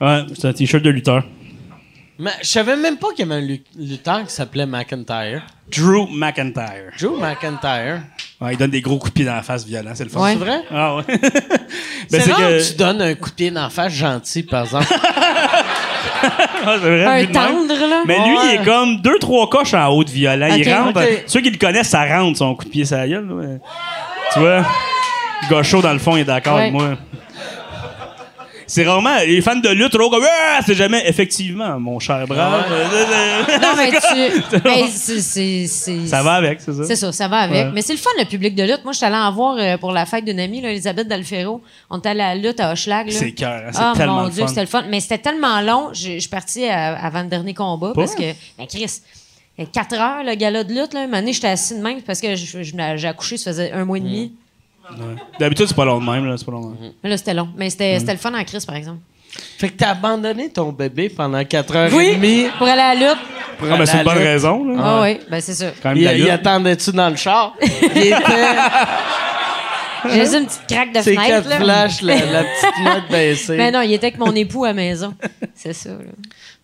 Speaker 7: Ouais, c'est un t-shirt de lutteur.
Speaker 1: Mais je savais même pas qu'il y avait un lu- lutteur qui s'appelait McIntyre.
Speaker 7: Drew McIntyre.
Speaker 1: Joe McIntyre.
Speaker 7: Ouais, il donne des gros coups de pied dans la face violents, c'est le fun.
Speaker 6: Ouais.
Speaker 1: C'est vrai? [LAUGHS]
Speaker 7: Ah ouais. Ben,
Speaker 1: c'est rare
Speaker 7: que-
Speaker 1: que tu donnes un coup de pied d'en face gentil, par
Speaker 7: [LAUGHS]
Speaker 1: exemple.
Speaker 7: Ah, c'est vrai,
Speaker 6: Un
Speaker 7: lui de même.
Speaker 6: tendre, là.
Speaker 7: Mais lui, il
Speaker 1: Ouais.
Speaker 7: est comme deux, trois coches en haut de violent.
Speaker 6: Ok,
Speaker 7: il rentre.
Speaker 1: ok.
Speaker 7: Ceux qui le connaissent, ça rentre son coup de pied, sa gueule. là, mais- Tu vois? Gaucho, dans le fond, il est d'accord
Speaker 6: Ouais.
Speaker 7: avec moi. C'est rarement. Les fans de lutte, trop comme. Ah, C'est jamais. Effectivement, mon cher brave. [LAUGHS]
Speaker 6: Non, mais tu. mais c'est- c'est- c'est-
Speaker 7: ça va avec, c'est ça?
Speaker 6: C'est ça, ça va avec.
Speaker 7: Ouais.
Speaker 6: Mais c'est le fun, le public de lutte. Moi, je suis allée en voir euh, pour la fête d'une amie, là, Elisabeth Dalfero. On est allé à la lutte à Hochelag. là.
Speaker 7: C'est cœur, hein, c'est
Speaker 6: Ah,
Speaker 7: tellement
Speaker 6: mon
Speaker 7: le
Speaker 6: Dieu,
Speaker 7: fun.
Speaker 6: c'était le fun. Mais c'était tellement long. Je, je suis partie à- avant le dernier combat parce que, ben, Chris, 4 heures, le gala de lutte, là, une année, j'étais assise de même parce que je- je- j'ai accouché, ça faisait un mois et demi.
Speaker 7: D'habitude, c'est pas long de même. Là, c'est pas long de même.
Speaker 6: Mais là, c'était long. Mais
Speaker 7: Mm.
Speaker 6: c'était c'était le fun en Chris, par exemple.
Speaker 1: fait que t'as abandonné ton bébé pendant 4 heures et demie.
Speaker 6: pour aller à la lutte.
Speaker 7: Ah, ben, c'est une bonne
Speaker 1: la lutte.
Speaker 7: raison. Là.
Speaker 6: Ah, oui, ben, c'est ça.
Speaker 7: Quand même,
Speaker 1: Il,
Speaker 7: la
Speaker 1: il
Speaker 7: lutte.
Speaker 1: attendait-tu dans le char? Il était...
Speaker 7: [LAUGHS]
Speaker 6: J'ai juste une petite craque de
Speaker 1: C'est
Speaker 6: fenêtre.
Speaker 1: quatre
Speaker 6: là.
Speaker 1: flashs, la,
Speaker 6: [LAUGHS]
Speaker 1: la petite note baissée.
Speaker 6: Mais non, il était avec mon époux à
Speaker 1: [LAUGHS]
Speaker 6: la maison. C'est ça, là.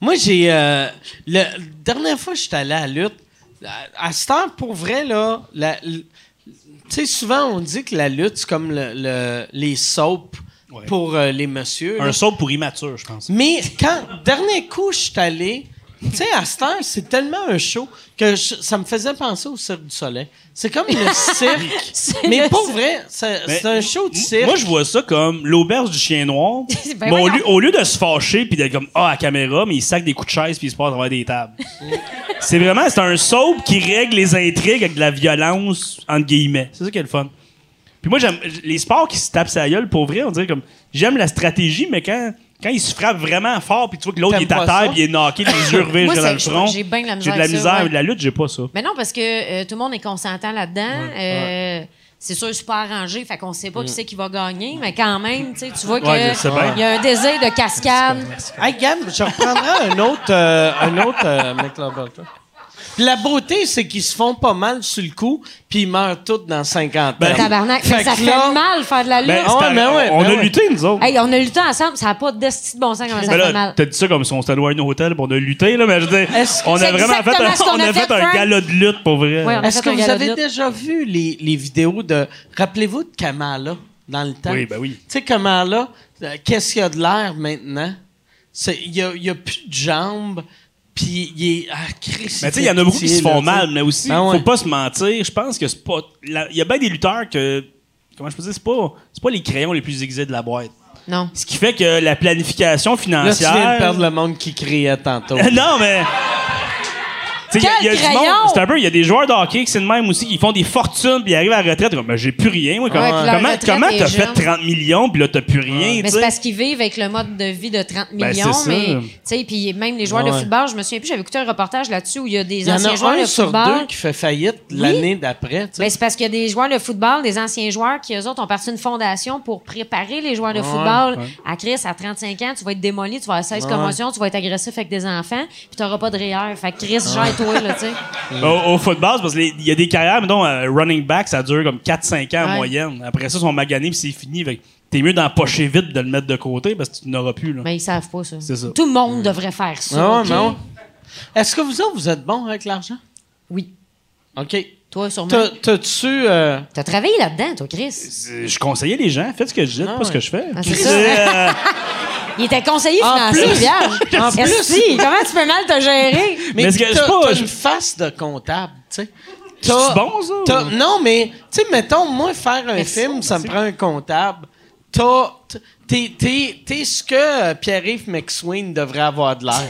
Speaker 1: Moi, j'ai. euh, la dernière fois que je suis allé à la lutte, à, à cette heure, pour vrai, là, la- l- tu sais, souvent, on dit que la lutte, c'est comme le- le- les soaps
Speaker 7: Ouais.
Speaker 1: pour euh, les messieurs. là.
Speaker 7: Un saut pour immature, je pense.
Speaker 1: Mais quand, dernier coup, je suis allé, tu sais, à cette heure, c'est tellement un show que je- ça me faisait penser au Cirque du Soleil. C'est comme le cirque.
Speaker 6: [LAUGHS] C'est
Speaker 1: mais
Speaker 6: le
Speaker 1: pour
Speaker 6: cirque.
Speaker 1: vrai, c'est
Speaker 7: Mais
Speaker 1: c'est un show de
Speaker 7: m-
Speaker 1: cirque.
Speaker 7: Moi, je vois ça comme l'auberge du chien noir.
Speaker 6: Ben
Speaker 7: mais au,
Speaker 6: voyons.
Speaker 7: lieu, au lieu de se fâcher puis d'être comme ah à la caméra, mais il sac des coups de chaise puis il se passe à travers des tables. c'est vraiment c'est un soap qui règle les intrigues avec de la violence entre guillemets. C'est ça qui est le fun. Puis moi j'aime les sports qui se tapent sa gueule pour vrai, on dirait comme j'aime la stratégie mais quand quand il se frappe vraiment fort puis tu vois que l'autre il
Speaker 1: T'aimes
Speaker 7: est à
Speaker 1: pas
Speaker 7: terre
Speaker 1: ça?
Speaker 7: puis il est knocké les yeux revés
Speaker 6: Moi,
Speaker 7: jusqu'à
Speaker 6: c'est-
Speaker 7: dans le front.
Speaker 6: j'ai bien de la misère
Speaker 7: J'ai de la
Speaker 6: avec ça,
Speaker 7: misère,
Speaker 6: ouais.
Speaker 7: de la lutte, j'ai pas ça.
Speaker 6: Mais non, parce que euh, tout le monde est consentant là-dedans. Euh, C'est sûr, c'est pas arrangé, fait qu'on sait
Speaker 1: Mm.
Speaker 6: pas qui c'est qui va gagner, mais quand même, tu sais, tu vois que
Speaker 7: Ouais, je sais bien.
Speaker 6: il y a un désir de cascade.
Speaker 1: Hey, Gab, je reprendrai un autre, euh, un autre euh, McLovin, toi. Puis La beauté, c'est qu'ils se font pas mal sur le coup, puis ils meurent tous dans 50 ans.
Speaker 7: Ben,
Speaker 6: Tabarnak, mais ça
Speaker 1: que
Speaker 6: fait
Speaker 1: là-
Speaker 6: mal faire de la lutte.
Speaker 7: Ben,
Speaker 1: Ah ouais,
Speaker 7: c'est-
Speaker 1: ben ouais,
Speaker 7: on
Speaker 1: ben
Speaker 7: a
Speaker 1: ouais.
Speaker 7: lutté nous autres.
Speaker 6: Hey, on a lutté ensemble, ça n'a pas d'esti de bon sens comment ça
Speaker 7: Ben
Speaker 6: fait
Speaker 7: là,
Speaker 6: mal.
Speaker 7: t'as dit ça comme si on s'était loin d'un hôtel pour on a lutté, là, mais je veux dire,
Speaker 1: Est-ce que
Speaker 7: on a
Speaker 6: c'est
Speaker 7: vraiment fait
Speaker 6: exactement
Speaker 7: un,
Speaker 6: ce qu'on
Speaker 7: on
Speaker 6: a
Speaker 7: a
Speaker 6: fait,
Speaker 7: fait un
Speaker 6: Frank?
Speaker 7: gala de lutte pour vrai.
Speaker 6: Ouais, on a
Speaker 1: Est-ce
Speaker 6: fait
Speaker 1: que
Speaker 6: un
Speaker 1: vous
Speaker 6: gala de
Speaker 1: avez
Speaker 6: lutte.
Speaker 1: déjà vu les, les vidéos de... Rappelez-vous de Kamala dans le temps?
Speaker 7: Oui, ben oui.
Speaker 1: Tu sais, Kamala, euh, qu'est-ce qu'il y a de l'air maintenant? C'est- Il n'y a, il y a plus de jambes, puis il est... Ah, Christ,
Speaker 7: Mais Ben, tu sais,
Speaker 1: fait
Speaker 7: il y en a beaucoup qui
Speaker 1: pitié,
Speaker 7: se font
Speaker 1: là, tu sais.
Speaker 7: mal, mais aussi,
Speaker 1: Ben ouais.
Speaker 7: faut pas se mentir. Je pense que c'est pas. la- Il y a bien des lutteurs que. Comment je peux dire, c'est pas, c'est pas les crayons les plus aiguisés de la boîte.
Speaker 6: Non.
Speaker 7: Ce qui fait que la planification
Speaker 1: Là, tu
Speaker 7: financière.
Speaker 1: viens de perdre
Speaker 7: [LAUGHS]
Speaker 1: le monde qui criait
Speaker 6: [LAUGHS]
Speaker 1: tantôt.
Speaker 7: non, mais. Tu sais, il y a- il y a du
Speaker 6: Quel
Speaker 7: monde-
Speaker 6: crayon!
Speaker 7: C'est un peu, il y a des joueurs de hockey qui c'est de même aussi, qui font des fortunes, puis ils arrivent à la retraite, comme, Ben, j'ai plus rien. moi.
Speaker 6: Ouais,
Speaker 7: Comment-
Speaker 6: puis leur
Speaker 7: comment
Speaker 6: retraite
Speaker 7: comment
Speaker 6: est
Speaker 7: t'as fait
Speaker 6: jeune.
Speaker 7: 30 millions, puis là, t'as plus rien,
Speaker 6: Mais
Speaker 7: tu
Speaker 6: c'est
Speaker 7: sais?
Speaker 6: parce qu'ils vivent avec le mode de vie de 30
Speaker 7: Ben,
Speaker 6: millions,
Speaker 7: c'est ça.
Speaker 6: mais tu sais, puis même les joueurs
Speaker 1: Ouais.
Speaker 6: de football, je me souviens plus, j'avais écouté un reportage là-dessus où il y a des
Speaker 1: Il y en
Speaker 6: anciens
Speaker 1: a
Speaker 6: joueurs
Speaker 1: un
Speaker 6: de
Speaker 1: sur
Speaker 6: football.
Speaker 1: deux qui fait faillite l'année d'après. tu sais.
Speaker 6: Ben, c'est parce qu'il y a des joueurs de football, des anciens joueurs qui, eux autres, ont parti une fondation pour préparer les joueurs de football à Chris à 35 ans. Tu vas être démoli, tu vas avoir 16 commotions, tu vas être agressif avec des enfants, puis t'auras pas de REER. Fait que Chris, gère-toi, là, tu sais.
Speaker 7: Au, au football, c'est parce qu'il y a des carrières, mettons, euh, running back, ça dure comme 4-5 ans en
Speaker 6: Ouais.
Speaker 7: moyenne. Après ça, ils sont maganés puis c'est fini. Fait que T'es mieux d'en pocher vite, de le mettre de côté parce que tu n'auras plus. Là.
Speaker 6: Mais ils savent pas ça.
Speaker 7: C'est ça.
Speaker 6: Tout le
Speaker 1: Mm.
Speaker 6: monde devrait faire ça.
Speaker 1: Non,
Speaker 6: ok?
Speaker 1: Ah non. Est-ce que vous autres, vous êtes bons avec l'argent?
Speaker 6: Oui.
Speaker 1: OK.
Speaker 6: Toi, sûrement.
Speaker 1: T'as- T'as-tu... euh,
Speaker 6: T'as travaillé là-dedans, toi, Chris.
Speaker 7: C'est- Je conseillais les gens, faites ce que je dis, pas ce que je fais.
Speaker 6: Ah, c'est
Speaker 7: Puis,
Speaker 6: ça.
Speaker 7: euh,
Speaker 6: Il était conseiller
Speaker 1: En
Speaker 6: financier,
Speaker 1: plus-
Speaker 6: Vierge.
Speaker 1: [LAUGHS] en plus-
Speaker 6: Merci. Comment tu peux mal te gérer?
Speaker 7: Mais ce que-
Speaker 1: t'as-
Speaker 7: c'est pas-
Speaker 1: t'as
Speaker 7: je-
Speaker 1: une face de comptable, tu sais. T'as-
Speaker 7: C'est bon, ça?
Speaker 1: t'as- Non, mais, tu sais, mettons, moi, faire un
Speaker 6: Merci,
Speaker 1: film, ça me prend un comptable.
Speaker 6: [LAUGHS]
Speaker 1: T'as... t- T'es, t'es, t'es ce que euh, Pierre-Yves McSween devrait avoir de l'air.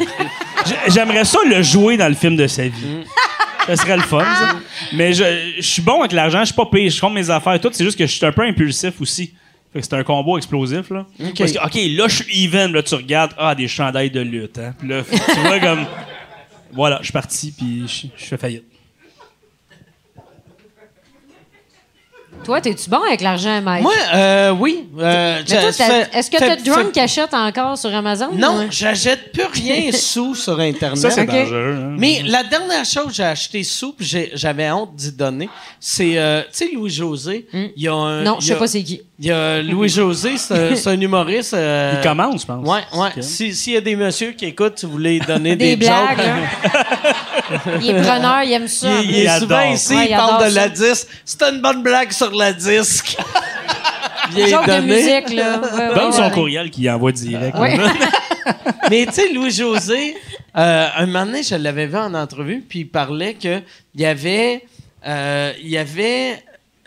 Speaker 7: J- J'aimerais ça le jouer dans le film de sa vie.
Speaker 1: Mm.
Speaker 7: Ça serait le fun,
Speaker 1: Ah.
Speaker 7: ça. Mais je, je suis bon avec l'argent, je suis pas pire, je compte mes affaires et tout. C'est juste que je suis un peu impulsif aussi. Fait que c'est un combo explosif, là. Parce que, OK, là, je suis even. Là, tu regardes, ah, des chandails de lutte, hein. Puis là, [LAUGHS] tu vois comme... Voilà, je suis parti, puis je- je fais faillite.
Speaker 6: Toi, t'es-tu bon avec l'argent, Mike?
Speaker 1: Moi, euh, oui. euh,
Speaker 6: Mais toi,
Speaker 1: je-
Speaker 6: t'as-
Speaker 1: fait-
Speaker 6: est-ce que
Speaker 1: fait-
Speaker 6: t'as Drunk
Speaker 1: fait-
Speaker 6: Cachette encore sur Amazon?
Speaker 1: Non,
Speaker 6: ou-
Speaker 1: j'achète plus
Speaker 6: [LAUGHS]
Speaker 1: rien sous sur Internet.
Speaker 7: Ça, c'est
Speaker 1: Ok.
Speaker 7: dangereux. hein.
Speaker 1: Mais la dernière chose que j'ai acheté sous, puis j'ai- j'avais honte d'y donner, c'est, euh, tu sais, Louis-José, il y a un...
Speaker 6: Hmm. Non, je
Speaker 1: il y
Speaker 6: sais
Speaker 1: a-
Speaker 6: pas c'est qui.
Speaker 1: Il y a Louis-José, c'est un- c'est un humoriste... euh,
Speaker 7: Il commence, je pense.
Speaker 1: Ouais, ouais.
Speaker 7: Ok.
Speaker 1: Si- S'il y a des messieurs qui écoutent, si vous voulez donner des,
Speaker 6: Des, blagues, hein.
Speaker 1: jokes,
Speaker 6: là. il est preneur, il aime ça.
Speaker 1: Il, il est
Speaker 7: Il
Speaker 1: souvent
Speaker 7: adore.
Speaker 1: ici,
Speaker 6: Ouais,
Speaker 1: il
Speaker 6: il
Speaker 1: parle
Speaker 6: adore
Speaker 1: de
Speaker 6: ça.
Speaker 1: la disque. C'est une bonne blague sur la
Speaker 6: [LAUGHS]
Speaker 1: disque. Bien
Speaker 6: Genre de
Speaker 1: donné.
Speaker 6: musique, là. Ouais, ouais,
Speaker 7: Donne son
Speaker 6: ouais.
Speaker 7: courriel qu'il envoie direct.
Speaker 6: Ouais.
Speaker 1: Mais tu sais, Louis-José, euh, un moment donné, je l'avais vu en entrevue, puis il parlait qu'il y avait, euh, il avait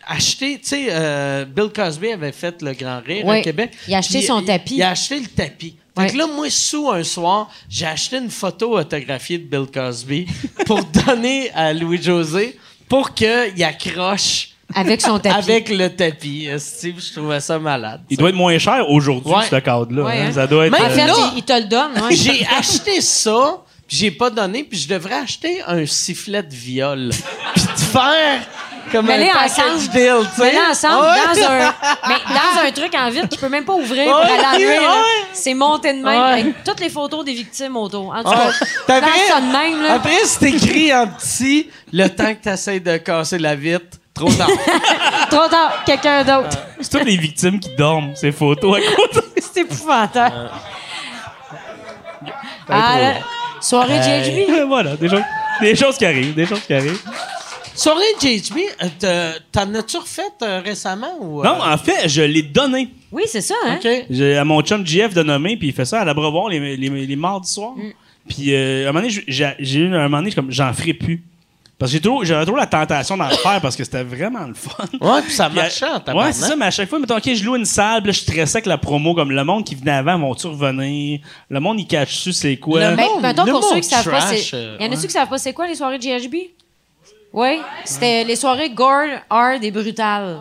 Speaker 1: acheté, tu sais, euh, Bill Cosby avait fait le Grand Rire
Speaker 6: Ouais.
Speaker 1: à Québec.
Speaker 6: Il a acheté
Speaker 1: Puis
Speaker 6: son
Speaker 1: il-
Speaker 6: tapis.
Speaker 1: Il a acheté le tapis. Fait que
Speaker 6: Ouais.
Speaker 1: là, moi, sous un soir, j'ai acheté une photo autographiée de Bill Cosby pour [LAUGHS] donner à Louis-José pour qu'il accroche
Speaker 6: Avec son tapis.
Speaker 1: avec le tapis. Steve, je trouvais ça malade.
Speaker 7: Il doit être moins cher aujourd'hui,
Speaker 1: Ouais.
Speaker 7: ce cadre-là.
Speaker 6: Ouais,
Speaker 7: hein.
Speaker 6: hein.
Speaker 7: Ça doit être...
Speaker 1: Même
Speaker 6: En
Speaker 7: euh,
Speaker 6: fait,
Speaker 1: là-
Speaker 6: il, il te le donne. ouais.
Speaker 1: J'ai acheté ça, puis j'ai pas donné, puis je devrais acheter un sifflet de viol. Puis de faire comme
Speaker 6: Mets-les
Speaker 1: un
Speaker 6: ensemble.
Speaker 1: package deal, tu sais. Ah
Speaker 6: Mais là, ensemble,
Speaker 1: Ouais.
Speaker 6: dans,
Speaker 1: [LAUGHS]
Speaker 6: un, mais dans un truc en vitre, tu peux même pas ouvrir pour
Speaker 1: Ouais,
Speaker 6: aller en nuit, là.
Speaker 1: ouais.
Speaker 6: C'est monté de même,
Speaker 1: Ouais.
Speaker 6: avec toutes les photos des victimes autour. En tout
Speaker 1: Ah, ben- t'as
Speaker 6: cas, lance
Speaker 1: fait-
Speaker 6: ça de même, là.
Speaker 1: Après, c'est écrit en petit, le temps que t'essayes de casser la vitre, trop
Speaker 6: [LAUGHS]
Speaker 1: tard.
Speaker 6: Trop tard, quelqu'un d'autre.
Speaker 7: C'est toutes les victimes qui dorment, ces photos à côté.
Speaker 6: [LAUGHS] C'est épouvantable. Ah, là, soirée GHB.
Speaker 7: [LAUGHS] voilà, des choses, des choses qui arrivent, des choses qui arrivent.
Speaker 1: Soirée JHB, euh, t'as- t'en as-tu refait euh, récemment ou... euh,
Speaker 7: Non, hein? en fait, je l'ai donné
Speaker 6: Oui, c'est ça, hein?
Speaker 1: OK.
Speaker 7: J'ai- à mon chum JF de nommer, puis il fait ça à l'abreuvoir les, les, les mardis soirs. Puis euh, à un moment donné, j'ai- j'ai j'ai eu un moment donné, comme, j'en ferai plus. Parce que j'ai trop- j'avais trop la tentation d'en faire parce que c'était vraiment le fun.
Speaker 1: Ouais, puis ça
Speaker 7: Puis à-
Speaker 1: marchait en
Speaker 7: Ouais,
Speaker 1: tabarnak.
Speaker 7: c'est ça, mais à chaque fois, mettons, OK, je loue une salle, puis là, je stressais avec la promo, comme le monde qui venait avant, vont-tu revenir? Le monde, il cache dessus, c'est quoi?
Speaker 1: Le
Speaker 6: Ben,
Speaker 1: monde-
Speaker 6: mettons,
Speaker 1: le
Speaker 6: pour
Speaker 1: monde
Speaker 6: ceux qui savent pas,
Speaker 1: trash,
Speaker 6: c'est.
Speaker 1: euh,
Speaker 6: Il y en a ceux qui savent pas, c'est quoi les soirées GHB? Oui, c'était les soirées gore, hard et brutales.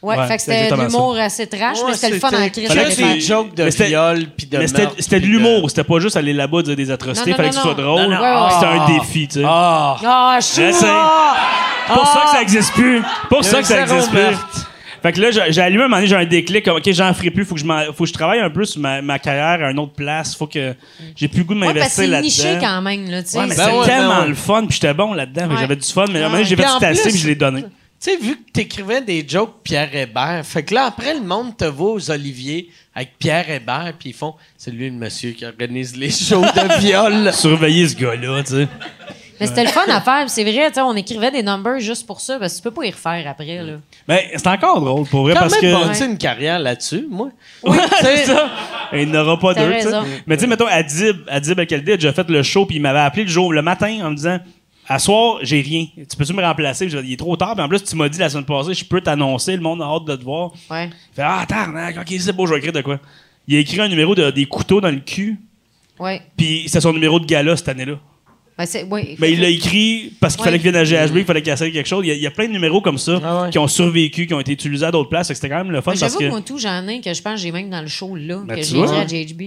Speaker 6: Ouais,
Speaker 7: Ouais,
Speaker 6: fait que c'était
Speaker 7: c'est
Speaker 6: de
Speaker 7: exactement
Speaker 6: l'humour assez trash,
Speaker 1: Ouais,
Speaker 6: mais c'était le fun en crise.
Speaker 1: c'était-
Speaker 7: Fait
Speaker 6: à
Speaker 1: que
Speaker 7: que là,
Speaker 6: défendre.
Speaker 1: des
Speaker 7: c'est-
Speaker 1: jokes de
Speaker 7: mais c'était-
Speaker 1: viol, puis de
Speaker 7: mais c'était
Speaker 1: meurtre,
Speaker 7: c'était de
Speaker 1: puis
Speaker 7: l'humour, c'était pas juste aller là-bas dire des atrocités,
Speaker 6: Non, non,
Speaker 7: fallait que ce
Speaker 6: non,
Speaker 7: soit
Speaker 6: non.
Speaker 7: drôle.
Speaker 6: Non, non.
Speaker 7: Puis
Speaker 6: Ouais, ouais.
Speaker 7: C'était un défi, tu sais.
Speaker 1: Ah!
Speaker 6: Ah, je suis
Speaker 7: Je sais. C'est Pour ça que ça existe plus. Pour ça que ça
Speaker 1: zéro
Speaker 7: existe plus.
Speaker 1: meurtre.
Speaker 7: Fait que là, j'ai- j'ai allumé un moment donné, j'ai un déclic, comme, OK, j'en ferai plus, faut que, je m'en- faut que je travaille un peu sur ma, ma carrière à une autre place, faut que j'ai plus le goût de
Speaker 6: Ouais, parce que
Speaker 7: m'investir
Speaker 6: c'est niché
Speaker 7: là-dedans.
Speaker 6: quand même, là, tu sais.
Speaker 7: Ouais, mais
Speaker 1: Ben
Speaker 7: c'était
Speaker 1: ouais, ben
Speaker 7: tellement
Speaker 1: ouais.
Speaker 7: le fun, puis j'étais bon là-dedans, fait que
Speaker 6: Ouais.
Speaker 7: j'avais du fun, mais à un moment donné, j'ai
Speaker 1: Puis
Speaker 7: fait
Speaker 1: en
Speaker 7: du tassé,
Speaker 1: plus-
Speaker 7: puis je l'ai donné.
Speaker 1: Tu sais, vu que t'écrivais des jokes Pierre Hébert, fait que là, après, le monde te voit aux Oliviers avec Pierre Hébert, puis ils font « C'est lui le monsieur qui organise les shows de
Speaker 7: [LAUGHS]
Speaker 1: viol.
Speaker 7: Surveiller ce gars-là, tu sais.
Speaker 6: Mais c'était le fun à faire, puis c'est vrai, tu sais, on écrivait des numbers juste pour ça, parce que tu peux pas y refaire après, là.
Speaker 7: Ben, c'est encore drôle, pour » vrai,
Speaker 1: Quand
Speaker 7: parce
Speaker 1: même
Speaker 7: que...
Speaker 1: bâti une carrière là-dessus, moi. [LAUGHS]
Speaker 7: Oui, c'est
Speaker 1: t'sais.
Speaker 7: ça. Et il n'aura pas
Speaker 6: T'as
Speaker 7: deux. tu sais.
Speaker 6: raison.
Speaker 7: Mais tu sais, mettons, Adib, Adib Al-Khalidi a déjà fait le show, puis il m'avait appelé le jour, le matin, en me disant À soir, j'ai rien. Tu peux-tu me remplacer Puis je dis, Il est trop tard. Puis en plus, tu m'as dit la semaine passée Je peux t'annoncer, le monde a hâte de te voir.
Speaker 6: Ouais.
Speaker 7: Il fait Ah, tarnac, ok, c'est beau, je vais écrire de quoi. Il a écrit un numéro de, des couteaux dans le cul,
Speaker 6: Ouais.
Speaker 7: puis c'est son numéro de gala cette année-là.
Speaker 6: Ben, c'est, ouais.
Speaker 7: Mais il l'a écrit parce qu'il
Speaker 6: Ouais.
Speaker 7: fallait qu'il vienne à GHB, il fallait qu'il essaye quelque chose. Il y, a, il y a plein de numéros comme ça
Speaker 1: Ah ouais.
Speaker 7: qui ont survécu, qui ont été utilisés à d'autres places. Fait que C'était quand même le fun.
Speaker 6: Ben,
Speaker 7: parce
Speaker 6: J'avoue,
Speaker 7: que...
Speaker 6: moi, tout, j'en ai que je pense que j'ai même dans le show, là,
Speaker 7: Ben,
Speaker 6: que
Speaker 7: tu
Speaker 6: j'ai
Speaker 7: vois.
Speaker 6: dit à JHB.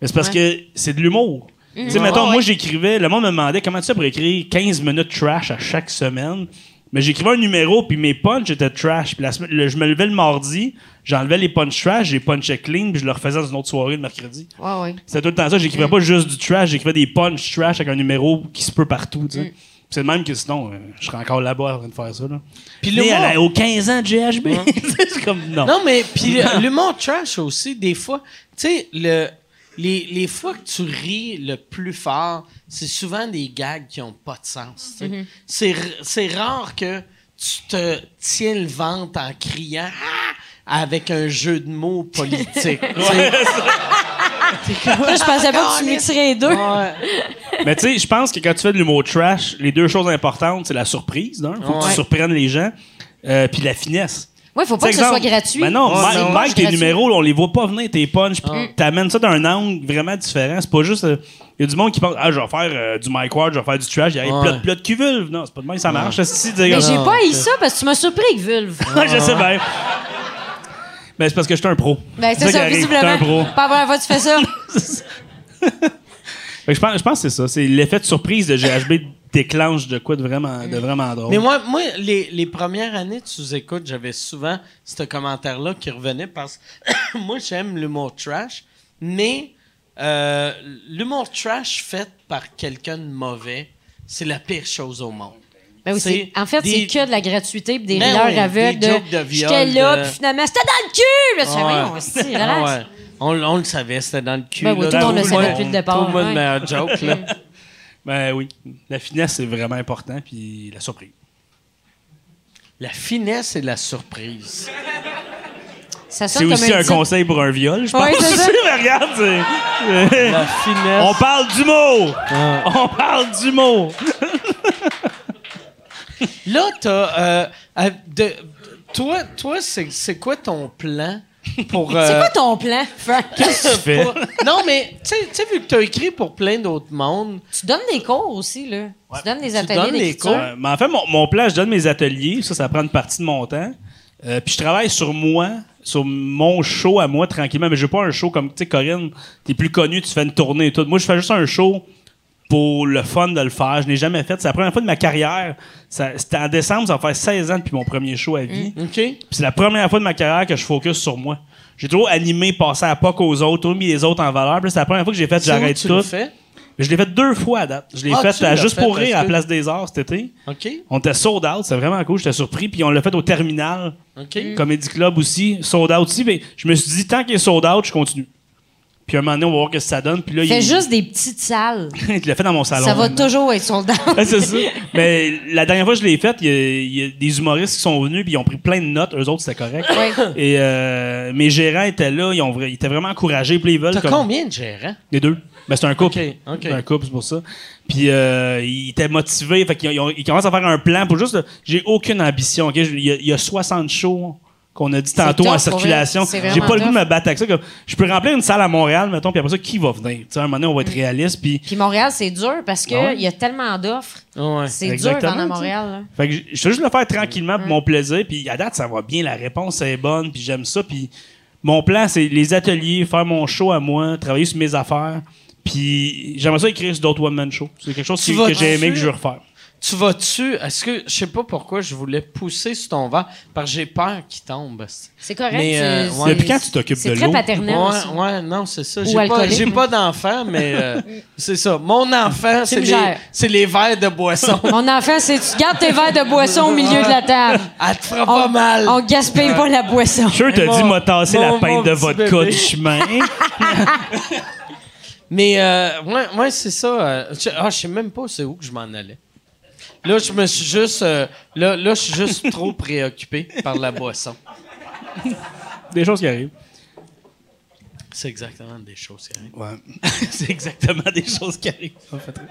Speaker 7: Mais c'est parce que c'est de l'humour. Tu sais,
Speaker 6: Ouais,
Speaker 7: mettons,
Speaker 6: Mhm. ouais.
Speaker 7: moi, j'écrivais, le monde me demandait comment tu fais pour écrire 15 minutes trash à chaque semaine. Mais j'écrivais un numéro, puis mes punchs étaient trash. Puis la semaine- le- je me levais le mardi, j'enlevais les punchs trash, j'ai punchais clean, puis je le refaisais dans une autre soirée le mercredi.
Speaker 6: Ouais, ouais.
Speaker 7: C'était tout le temps ça.
Speaker 6: Mhm.
Speaker 7: J'écrivais pas juste du trash, j'écrivais des punchs trash avec un numéro qui se peut partout,
Speaker 6: Mhm.
Speaker 7: tu sais. Puis C'est de même que sinon, euh, je serais encore là-bas en train de faire ça. Là. Puis
Speaker 1: l'humour-
Speaker 7: là, aux 15 ans de GHB. [LAUGHS] c'est comme, non.
Speaker 1: Non, mais puis le- l'humour trash aussi, des fois, tu sais, le, les, les fois que tu ris le plus fort, c'est souvent des gags qui ont pas de sens. tu sais. C'est r- C'est rare que tu te tiens le ventre en criant Ah! avec un jeu de mots politique. tu sais.
Speaker 6: Là, [LAUGHS] je pensais pas que tu mixerais les deux.
Speaker 7: Mais tu sais, je pense que quand tu fais de l'humour trash, les deux choses importantes, c'est la surprise, d'un, faut que
Speaker 1: Ouais.
Speaker 7: tu surprennes les gens, euh, puis la finesse.
Speaker 6: Oui, faut pas que ce soit gratuit.
Speaker 7: Mais Ben non,
Speaker 6: C'est
Speaker 7: Mike,
Speaker 6: pas
Speaker 7: Mike, tes
Speaker 6: gratuit.
Speaker 7: numéros, là, on les voit pas venir, tes punch, puis t'amènes ça d'un angle vraiment différent. C'est pas juste. euh, Il y a du monde qui pense, ah, je vais faire euh, du Mike Ward, je vais faire du trash, il arrive plot, plot, qui vulve. Non, c'est pas de même que ça marche. esti, de dire,
Speaker 6: Mais j'ai pas haï ça parce que tu m'as surpris avec Vulve.
Speaker 7: Ah, [LAUGHS] je sais bien. Mais c'est parce que je suis un pro.
Speaker 6: [LAUGHS] Ben, c'est
Speaker 7: qui
Speaker 6: ça,
Speaker 7: arrive,
Speaker 6: visiblement.
Speaker 7: t'es un pro.
Speaker 6: Pas la première fois que tu fais [LAUGHS] ça.
Speaker 7: Fait que je, pense, je pense que c'est ça. C'est l'effet de surprise de GHB déclenche de quoi de vraiment, de vraiment drôle.
Speaker 1: Mais moi, moi les, les premières années de sous-écoute, j'avais souvent ce commentaire-là qui revenait parce que [COUGHS] moi, j'aime l'humour trash, mais euh, l'humour trash fait par quelqu'un de mauvais, c'est la pire chose au monde.
Speaker 6: Ben oui,
Speaker 1: C'est
Speaker 6: c'est- en fait,
Speaker 1: des-
Speaker 6: c'est que de la gratuité pis des
Speaker 1: Ben
Speaker 6: rieurs
Speaker 1: oui,
Speaker 6: aveugles
Speaker 1: des
Speaker 6: de,
Speaker 1: jokes de viol,
Speaker 6: j'étais là
Speaker 1: de-
Speaker 6: puis finalement c'était dans le cul. Là, tu fais,
Speaker 1: Ah ouais.
Speaker 6: voyons, [LAUGHS] aussi,
Speaker 1: Ah
Speaker 6: relax.
Speaker 1: ouais. on, on le savait, c'était dans le cul.
Speaker 6: Ben oui,
Speaker 1: là.
Speaker 6: tout le monde le
Speaker 1: Trouve-moi-
Speaker 6: savait depuis le départ,
Speaker 1: trouve-moi une
Speaker 6: ouais.
Speaker 1: meilleure joke.
Speaker 6: [LAUGHS]
Speaker 1: là.
Speaker 7: Ben oui. La finesse, c'est vraiment important, puis la surprise.
Speaker 1: La finesse et la surprise.
Speaker 6: Ça sonne
Speaker 7: C'est
Speaker 6: comme
Speaker 7: aussi un
Speaker 6: titre.
Speaker 7: conseil pour un viol, je pense.
Speaker 6: Ouais, c'est ça.
Speaker 7: [LAUGHS] Mais regarde, c'est-
Speaker 1: La finesse.
Speaker 7: On parle du mot! On parle du mot!
Speaker 1: Là, t'as. euh, euh, de- toi, toi c'est c'est quoi ton plan pour.
Speaker 6: [LAUGHS] C'est
Speaker 1: euh,
Speaker 6: quoi ton plan, Frank?
Speaker 1: pour- Non, mais, tu sais- tu sais, vu que t'as écrit pour plein d'autres mondes,
Speaker 6: [LAUGHS] tu donnes des cours aussi, là. Tu donnes des
Speaker 1: tu
Speaker 6: ateliers
Speaker 1: donnes des
Speaker 6: d'écriture.
Speaker 1: cours.
Speaker 7: Ouais, Euh, mais en fait, mon, mon plan, je donne mes ateliers. Ça, ça prend une partie de mon temps. Euh, puis je travaille sur moi, sur mon show à moi, tranquillement. Mais je veux pas un show comme, tu sais, Corinne, t'es plus connue, tu fais une tournée et tout. Moi, je fais juste un show pour le fun de le faire. Je n'ai jamais fait. C'est la première fois de ma carrière. Ça- C'était en décembre, ça va faire 16 ans depuis mon premier show à
Speaker 6: Mm.
Speaker 7: vie.
Speaker 1: OK?
Speaker 7: Puis c'est la première fois de ma carrière que je focus sur moi. J'ai toujours animé, passé à POC aux autres, toujours mis les autres en valeur. Puis là, c'est la première fois que j'ai fait
Speaker 1: C'est où
Speaker 7: J'arrête
Speaker 1: tu le
Speaker 7: tout.
Speaker 1: fais?
Speaker 7: Je l'ai fait deux fois à date. Je l'ai
Speaker 1: Ah, tu
Speaker 7: fait à
Speaker 1: l'as
Speaker 7: Juste
Speaker 1: fait
Speaker 7: pour
Speaker 1: parce
Speaker 7: rire à la
Speaker 1: que-
Speaker 7: Place des Arts cet été.
Speaker 1: OK?
Speaker 7: On était sold out, c'est vraiment cool, j'étais surpris. Puis on l'a fait au terminal, Mm.
Speaker 1: OK?
Speaker 7: Comedy Club aussi, sold out aussi. Mais je me suis dit, tant qu'il est sold out, je continue. Puis un moment donné, on va voir ce que ça donne. Puis là,
Speaker 6: Fais
Speaker 7: il,
Speaker 6: juste des petites salles.
Speaker 7: [LAUGHS] il l'a fait dans mon salon.
Speaker 6: ça va
Speaker 7: maintenant.
Speaker 6: toujours être soldat.
Speaker 7: Ouais, c'est ça. Mais la dernière fois que je l'ai faite, il y, a- il y a des humoristes qui sont venus, puis ils ont pris plein de notes. Eux autres, c'était correct.
Speaker 6: Ouais.
Speaker 7: Et euh, mes gérants étaient là, ils, ont, vra- ils étaient vraiment encouragés. Puis là, ils veulent.
Speaker 1: T'as
Speaker 7: comme-
Speaker 1: combien de gérants?
Speaker 7: les deux. Ben, c'est un couple.
Speaker 1: Ok, ok.
Speaker 7: C'est un couple, c'est pour ça. Puis, euh, il était motivé. Fait qu'ils ont- ils, ont- ils commencent à faire un plan pour juste. J'ai aucune ambition. ok? Je- Il, y a, il y a 60 shows qu'on a dit tantôt
Speaker 6: tough,
Speaker 7: en
Speaker 6: pour
Speaker 7: circulation.
Speaker 6: vrai. C'est vraiment
Speaker 7: J'ai pas le goût de
Speaker 6: tough.
Speaker 7: me battre avec ça. Comme, je peux remplir une salle à Montréal, mettons, puis après ça, qui va venir? Tu sais, à un moment donné, on va être réaliste. Puis,
Speaker 6: [LAUGHS] Puis Montréal, c'est dur parce qu'il
Speaker 7: Ah ouais?
Speaker 6: y a tellement d'offres.
Speaker 1: Ouais.
Speaker 6: C'est dur
Speaker 7: Exactement,
Speaker 6: vendre à
Speaker 7: tu sais.
Speaker 6: Montréal. là.
Speaker 7: Fait que je- je veux juste le faire tranquillement pour mon plaisir. Puis à date, ça va bien. La réponse est bonne. Puis j'aime ça. Puis mon plan, c'est les ateliers, faire mon show à moi, travailler sur mes affaires. Puis j'aimerais ça écrire sur d'autres one-man shows. C'est quelque chose
Speaker 1: Tu
Speaker 7: qui-
Speaker 1: vas
Speaker 7: que j'ai aimé
Speaker 1: dessus?
Speaker 7: que je veux refaire.
Speaker 1: Tu vas-tu. Est-ce que. Je sais pas pourquoi je voulais pousser sur ton vent, parce que j'ai peur qu'il tombe.
Speaker 6: C'est correct.
Speaker 1: Mais, euh,
Speaker 6: c'est-
Speaker 1: ouais.
Speaker 6: c'est-
Speaker 7: Depuis quand tu t'occupes
Speaker 6: c'est
Speaker 7: de
Speaker 6: très
Speaker 7: l'eau?
Speaker 6: paternel.
Speaker 1: ouais,
Speaker 6: aussi.
Speaker 1: ouais, non, c'est ça.
Speaker 6: Ou
Speaker 1: J'ai pas,
Speaker 6: alcoolique.
Speaker 1: j'ai pas d'enfant, mais
Speaker 6: [LAUGHS]
Speaker 1: euh, c'est ça. Mon enfant, c'est
Speaker 6: me
Speaker 1: les,
Speaker 6: gères.
Speaker 1: c'est les verres de
Speaker 6: [LAUGHS]
Speaker 1: boisson.
Speaker 6: Mon enfant, c'est tu gardes tes verres de boisson au milieu de la table.
Speaker 7: [LAUGHS]
Speaker 1: Elle te fera pas mal.
Speaker 6: on gaspille pas la boisson.
Speaker 7: Je te
Speaker 1: Mon-
Speaker 7: dit, m'a tassé la
Speaker 1: mon- mon
Speaker 7: peinte de
Speaker 1: petit
Speaker 7: vodka
Speaker 1: bébé. [LAUGHS]
Speaker 7: du chemin.
Speaker 1: Mais euh, ouais, ouais, c'est ça. euh, je, ah, je sais même pas c'est où que je m'en allais. Là, je me suis juste, euh, là, là, je suis
Speaker 7: [LAUGHS]
Speaker 1: juste trop préoccupé par la boisson.
Speaker 7: Des choses qui arrivent.
Speaker 1: C'est exactement des choses qui arrivent.
Speaker 7: [LAUGHS] c'est exactement des choses qui arrivent. Ça me fait très-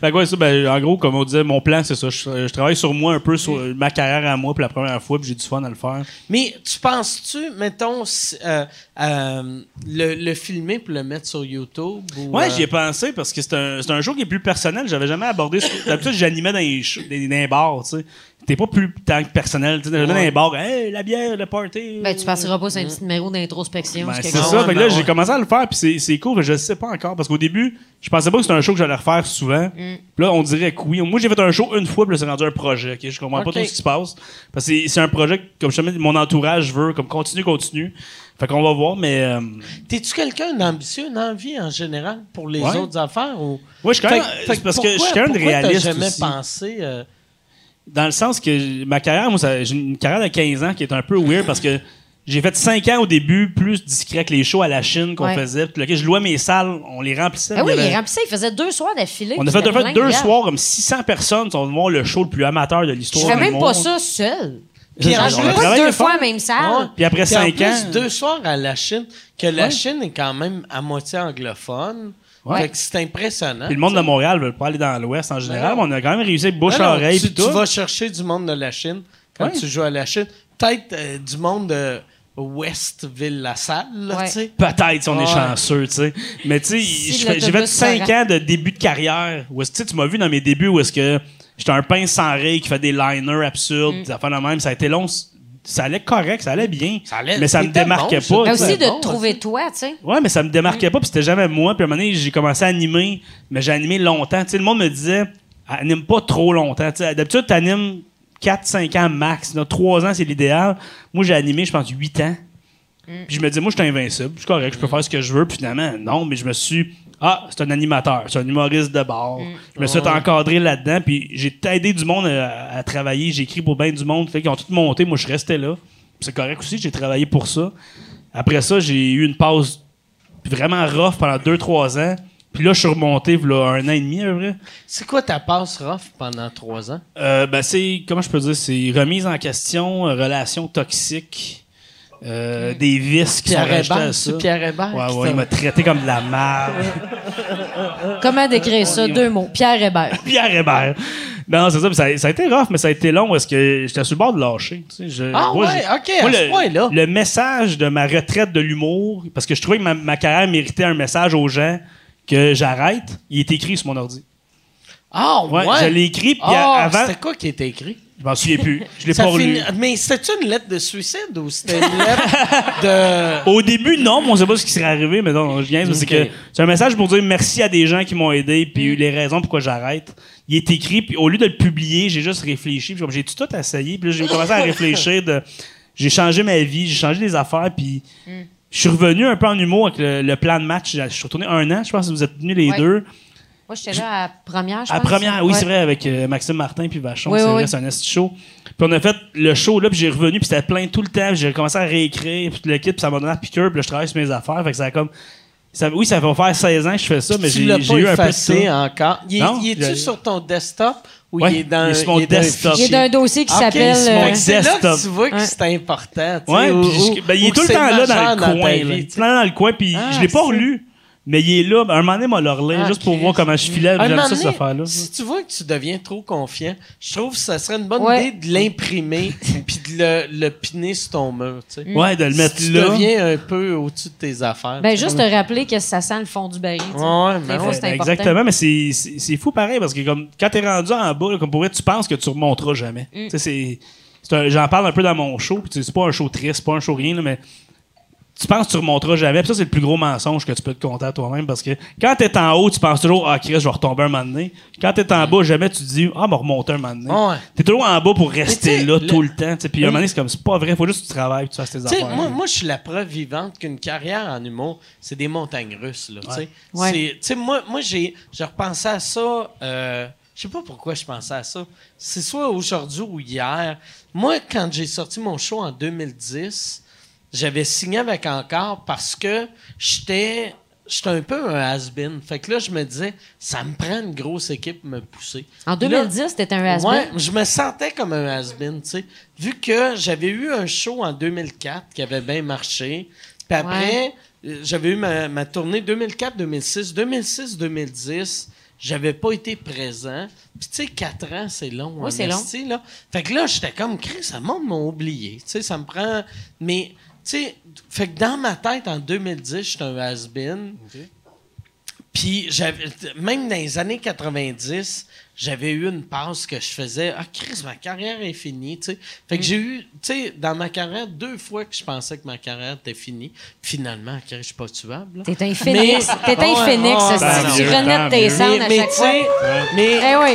Speaker 7: Fait que ouais, ça, ben, en gros, comme on disait, mon plan, c'est ça. Je, je travaille sur moi un peu, sur euh, ma carrière à moi, puis la première fois, puis j'ai du fun à le faire.
Speaker 1: Mais tu penses-tu, mettons, si- euh, euh, le, le filmer pour le mettre sur YouTube ou,
Speaker 7: Ouais,
Speaker 1: euh,
Speaker 7: j'y ai pensé parce que c'est un, c'est un show qui est plus personnel. J'avais jamais abordé. ce- D'habitude, j'animais dans les, sh- des- dans les bars, tu sais. T'es pas plus tant que personnel. Tu sais, dans les bars, hey, la bière, le party.
Speaker 6: Ben, tu passeras pas sur un petit numéro d'introspection.
Speaker 7: Ben,
Speaker 6: c'est
Speaker 7: c'est
Speaker 6: quelque chose.
Speaker 7: ça.
Speaker 1: chose.
Speaker 7: Fait que là,
Speaker 1: Ouais,
Speaker 7: j'ai
Speaker 1: ouais.
Speaker 7: commencé à le faire, puis c'est- c'est cool, mais je le sais pas encore. Parce qu'au début, je pensais pas que c'était un show que j'allais refaire souvent.
Speaker 6: Mm.
Speaker 7: Puis là, on dirait que oui. Moi, j'ai fait un show une fois, puis là, c'est rendu un projet. ok? Je comprends
Speaker 1: Ok.
Speaker 7: pas tout ce qui se passe. Parce que c'est- c'est un projet, que, comme je te dis, mon entourage veut, comme continue, continue. Fait qu'on va voir, mais. euh,
Speaker 1: T'es-tu quelqu'un d'ambitieux dans la vie en général pour les
Speaker 7: Ouais.
Speaker 1: autres affaires ou
Speaker 7: Ouais, je suis quand même-
Speaker 1: Fait-
Speaker 7: c'est
Speaker 1: fait
Speaker 7: parce que je suis
Speaker 1: pourquoi-
Speaker 7: quand même
Speaker 1: pourquoi t'as
Speaker 7: réaliste
Speaker 1: jamais
Speaker 7: aussi.
Speaker 1: pensé euh,
Speaker 7: Dans le sens que j- ma carrière, moi, ça- j'ai une carrière de 15 ans qui est un peu weird parce que j'ai fait 5 ans au début, plus discret que les shows à la Chine qu'on
Speaker 6: Ouais.
Speaker 7: faisait. Puis, ok, je louais mes salles, on les remplissait.
Speaker 6: Ben
Speaker 7: mais
Speaker 6: oui,
Speaker 7: il y
Speaker 6: il
Speaker 7: avait-
Speaker 6: remplissait, il faisait deux soirs d'affilée.
Speaker 7: on a
Speaker 6: puis
Speaker 7: fait,
Speaker 6: c'était
Speaker 7: on a fait
Speaker 6: plein,
Speaker 7: deux
Speaker 6: regarde.
Speaker 7: soirs, comme 600 personnes sont venues voir le show le plus amateur de
Speaker 6: Je
Speaker 7: l'histoire.
Speaker 6: fais
Speaker 7: du
Speaker 6: même
Speaker 7: monde.
Speaker 6: pas ça seul.
Speaker 7: Puis
Speaker 6: Genre,
Speaker 7: on
Speaker 6: je
Speaker 7: a
Speaker 6: fais pas
Speaker 7: travaillé
Speaker 6: deux
Speaker 7: fort.
Speaker 6: fois la même
Speaker 1: Ouais.
Speaker 6: salle.
Speaker 7: Puis après
Speaker 1: en
Speaker 7: 5
Speaker 1: plus,
Speaker 7: ans.
Speaker 1: deux soirs à la Chine, que la Chine est quand même à moitié anglophone.
Speaker 7: Ouais.
Speaker 1: Fait que c'est impressionnant.
Speaker 7: Puis le monde de Montréal veut pas aller dans l'Ouest en général,
Speaker 1: Non.
Speaker 7: mais on a quand même réussi
Speaker 1: Ben Non, non,
Speaker 7: bouche-oreille.
Speaker 1: tu,
Speaker 7: puis
Speaker 1: tu
Speaker 7: tout.
Speaker 1: vas chercher du monde de la Chine quand
Speaker 7: Ouais.
Speaker 1: tu joues à la Chine. peut-être euh, du monde de Westville-la-Salle, là,
Speaker 6: Ouais.
Speaker 1: tu sais.
Speaker 7: Peut-être si on
Speaker 1: Ouais.
Speaker 7: est chanceux, tu sais. Mais tu sais,
Speaker 6: Si
Speaker 7: je fais- j'ai fait
Speaker 6: l'autobus
Speaker 7: 5
Speaker 6: s'arrête.
Speaker 7: ans de début de carrière. Où est-ce- tu sais, tu m'as vu dans mes débuts où est-ce que j'étais un pain sans rire qui fait des liners
Speaker 6: Mm.
Speaker 7: absurdes, des affaires de même. Ça a été long. c- Ça allait correct, ça allait bien.
Speaker 1: Ça allait-
Speaker 7: mais ça me
Speaker 1: c'était
Speaker 7: démarquait
Speaker 1: bon,
Speaker 7: pas.
Speaker 6: Mais
Speaker 7: tu sais.
Speaker 6: aussi de
Speaker 1: bon,
Speaker 6: te trouver toi, tu sais.
Speaker 7: Ouais, mais ça me démarquait pas, puis c'était jamais moi. Puis à un moment donné, j'ai commencé à animer, mais j'ai animé longtemps. Tu sais, le monde me disait, anime pas trop longtemps. Tu sais, d'habitude, t'animes 4-5 ans max. Là, 3 ans, c'est l'idéal. Moi, j'ai animé, je pense, 8 ans. Puis je me disais, moi, je suis invincible, je suis correct, je peux faire ce que je veux. Puis finalement, non, mais je me suis. Ah, c'est un animateur, c'est un humoriste de bord. Je me suis fait encadré là-dedans, puis j'ai aidé du monde à, à travailler. J'ai écrit pour bien du monde. Fait qu'ils ont tout monté, moi, je restais là. Puis C'est correct aussi, j'ai travaillé pour ça. Après ça, j'ai eu une pause vraiment rough pendant 2-3 ans. Puis là, je suis remonté, là, un an et demi, à peu près.
Speaker 1: C'est quoi ta passe rough pendant trois ans?
Speaker 7: Euh, ben, c'est, comment je peux dire, c'est remise en question, euh, relations toxiques, euh, des vices qui sont
Speaker 1: Pierre
Speaker 7: rajoutés à
Speaker 1: Hébert,
Speaker 7: ça.
Speaker 1: c'est Pierre Hébert.
Speaker 7: Ouais,
Speaker 1: qui
Speaker 7: ouais,
Speaker 1: t'a-
Speaker 7: il m'a traité comme de la merde. [LAUGHS] Ah.
Speaker 6: Comment décrire ça? Deux mots. Pierre Hébert.
Speaker 7: Pierre Hébert. Non, c'est ça, puis ça. Ça a été rough, mais ça a été long parce que j'étais sur le bord de lâcher. tu sais, je-
Speaker 1: Ah ouais,
Speaker 7: j'ai-
Speaker 1: ok, à ce
Speaker 7: le,
Speaker 1: point-là.
Speaker 7: le message de ma retraite de l'humour, parce que je trouvais que ma, ma carrière méritait un message aux gens que j'arrête, il est écrit sur mon ordi.
Speaker 1: Ah, ouais.
Speaker 7: Ouais, je l'ai écrit, puis
Speaker 1: Ah,
Speaker 7: avant,
Speaker 1: c'était quoi qui était écrit?
Speaker 7: je m'en souviens plus. Je l'ai
Speaker 1: Ça
Speaker 7: pas
Speaker 1: finit-
Speaker 7: relu.
Speaker 1: Mais c'était une lettre de suicide ou c'était une
Speaker 7: [LAUGHS]
Speaker 1: lettre de.
Speaker 7: Au début, non, mais on sait pas ce qui serait arrivé, mais non, je viens, c'est
Speaker 1: Ok.
Speaker 7: que c'est un message pour dire merci à des gens qui m'ont aidé, puis les raisons pourquoi j'arrête. Il est écrit, puis au lieu de le publier, j'ai juste réfléchi, puis comme j'ai tout essayé, puis là,
Speaker 1: [LAUGHS]
Speaker 7: j'ai commencé à réfléchir de. J'ai changé ma vie, j'ai changé des affaires, puis
Speaker 1: Mm.
Speaker 7: je suis revenu un peu en humour avec le, le plan de match. Je suis retourné un an, je pense que vous êtes venus les
Speaker 6: Ouais.
Speaker 7: deux.
Speaker 6: Moi, j'étais là à première, je
Speaker 7: À
Speaker 6: pense.
Speaker 7: première, oui,
Speaker 6: Ouais.
Speaker 7: c'est vrai, avec euh, Maxime Martin puis Vachon.
Speaker 6: Oui,
Speaker 7: c'est
Speaker 6: oui,
Speaker 7: vrai,
Speaker 6: oui.
Speaker 7: c'est un esti show. Puis on a fait le show là, puis j'ai revenu, puis c'était plein tout le temps. puis J'ai commencé à réécrire, puis l'équipe, puis ça m'a donné la piqûre, puis là, je travaille sur mes affaires. Fait que ça a comme. ça- oui, ça va faire 16 ans que je fais ça, mais
Speaker 1: tu
Speaker 7: j'ai
Speaker 1: l'as
Speaker 7: j'ai
Speaker 1: pas
Speaker 7: eu un peu de
Speaker 1: effacé hein,
Speaker 7: ça.
Speaker 1: encore. Il,
Speaker 7: Non,
Speaker 1: il
Speaker 7: je-
Speaker 1: est-tu sur ton desktop ou
Speaker 7: Ouais,
Speaker 1: il est dans
Speaker 7: il est sur mon
Speaker 1: dans un
Speaker 7: desktop.
Speaker 6: Il y a
Speaker 1: fichier?
Speaker 6: un dossier qui
Speaker 1: Ok,
Speaker 6: s'appelle.
Speaker 1: c'est
Speaker 6: euh,
Speaker 1: mon- C'est là
Speaker 7: desktop.
Speaker 1: que tu vois que
Speaker 6: Ouais.
Speaker 1: c'est important. tu sais,
Speaker 7: Ouais,
Speaker 1: ou-
Speaker 7: puis je-
Speaker 1: ou-
Speaker 7: ben, il
Speaker 1: ou
Speaker 7: est tout
Speaker 1: que
Speaker 7: le
Speaker 1: c'est
Speaker 7: temps là dans
Speaker 1: majeur
Speaker 7: le
Speaker 1: ta
Speaker 7: coin.
Speaker 1: vie,
Speaker 7: là. Il
Speaker 1: tu
Speaker 7: est
Speaker 1: sais.
Speaker 7: tout le temps dans le coin, puis
Speaker 1: Ah,
Speaker 7: je l'ai pas
Speaker 1: c'est-
Speaker 7: relu. Mais il est là, un moment donné, m'a l'orlé,
Speaker 1: Ah,
Speaker 7: juste pour
Speaker 1: Christ.
Speaker 7: voir comment je filais,
Speaker 1: Un
Speaker 7: j'aime
Speaker 1: moment
Speaker 7: ça, cette
Speaker 1: donné,
Speaker 7: affaire-là.
Speaker 1: Si tu vois que tu deviens trop confiant, je trouve que ça serait une bonne
Speaker 6: Ouais.
Speaker 1: idée de
Speaker 6: [LAUGHS]
Speaker 1: l'imprimer puis de le, le piner sur ton mur. Tu sais.
Speaker 7: Ouais, de le
Speaker 1: Si
Speaker 7: mettre
Speaker 1: tu
Speaker 7: là.
Speaker 1: deviens un peu au-dessus de tes affaires.
Speaker 6: Ben,
Speaker 1: tu sais.
Speaker 6: juste te rappeler que ça sent le fond du baril. tu sais.
Speaker 1: Ouais, ben
Speaker 6: Des fois,
Speaker 1: ouais.
Speaker 6: c'est
Speaker 7: Ben,
Speaker 6: important.
Speaker 7: Exactement, mais c'est- c'est c'est fou pareil parce que comme quand t'es rendu en bas, là, comme pour vrai, tu penses que tu remonteras jamais.
Speaker 1: Mm.
Speaker 7: Tu sais, c'est- c'est un- J'en parle un peu dans mon show, puis tu sais, c'est pas un show triste, c'est pas un show rien, là, mais tu penses que tu remonteras jamais. Puis ça, c'est le plus gros mensonge que tu peux te compter à toi-même parce que quand t'es en haut, tu penses toujours Ah Chris, je vais retomber un moment donné. Quand t'es
Speaker 1: Mm.
Speaker 7: en bas, jamais tu te dis Ah, me remonter un moment donné.
Speaker 1: Ouais.
Speaker 7: T'es toujours en bas pour
Speaker 1: Mais
Speaker 7: rester
Speaker 1: tu sais,
Speaker 7: là
Speaker 1: le-
Speaker 7: tout le temps. tu sais. Puis à un moment donné, c'est comme c'est pas vrai, faut juste que tu travailles, que tu fasses tes
Speaker 1: Tu sais,
Speaker 7: affaires.
Speaker 1: moi, moi, je suis la preuve vivante qu'une carrière en humour, c'est des montagnes russes. Là, tu sais.
Speaker 6: Ouais.
Speaker 1: C'est- tu sais, moi, moi j'ai, j'ai repensé à ça. euh, je sais pas pourquoi je pensais à ça. C'est soit aujourd'hui ou hier. Moi, quand j'ai sorti mon show en 2010, j'avais signé avec Encore parce que j'étais. J'étais un peu un has-been. Fait que là, je me disais, ça me prend une grosse équipe pour me pousser.
Speaker 6: En
Speaker 1: Puis là-
Speaker 6: 2010, t'étais un has
Speaker 1: Ouais, je me sentais comme un has-been, tu sais. Vu que j'avais eu un show en 2004 qui avait bien marché. Puis après, euh, j'avais eu ma, ma tournée 2004-2006. 2006-2010, j'avais pas été présent. Puis tu sais, 4 ans, c'est long.
Speaker 6: Oui,
Speaker 1: en
Speaker 6: c'est long.
Speaker 1: esti, là. Fait que là, j'étais comme, Chris, ça monde m'a oublié. Tu sais, ça me prend... Mais, tu sais, fait que dans ma tête, en 2010, j'étais un has-been. Puis j'avais- même dans les années 90, j'avais eu une passe que je faisais ah Chris ma carrière est finie, tu sais. Fait que
Speaker 6: Mm.
Speaker 1: j'ai eu tu sais dans ma carrière deux fois que je pensais que ma carrière était finie. Finalement, Chris, je suis pas tuable. là.
Speaker 6: T'es un phénix.
Speaker 1: Mais-
Speaker 6: T'es un
Speaker 1: Ouais,
Speaker 6: phénix.
Speaker 1: ouais,
Speaker 6: ça,
Speaker 7: tant
Speaker 6: si tu
Speaker 7: mieux,
Speaker 6: renais
Speaker 7: tant
Speaker 6: de tes
Speaker 7: mieux.
Speaker 6: cendres à
Speaker 1: mais
Speaker 6: chaque
Speaker 1: tu
Speaker 6: fois.
Speaker 1: sais, mais
Speaker 6: Eh oui.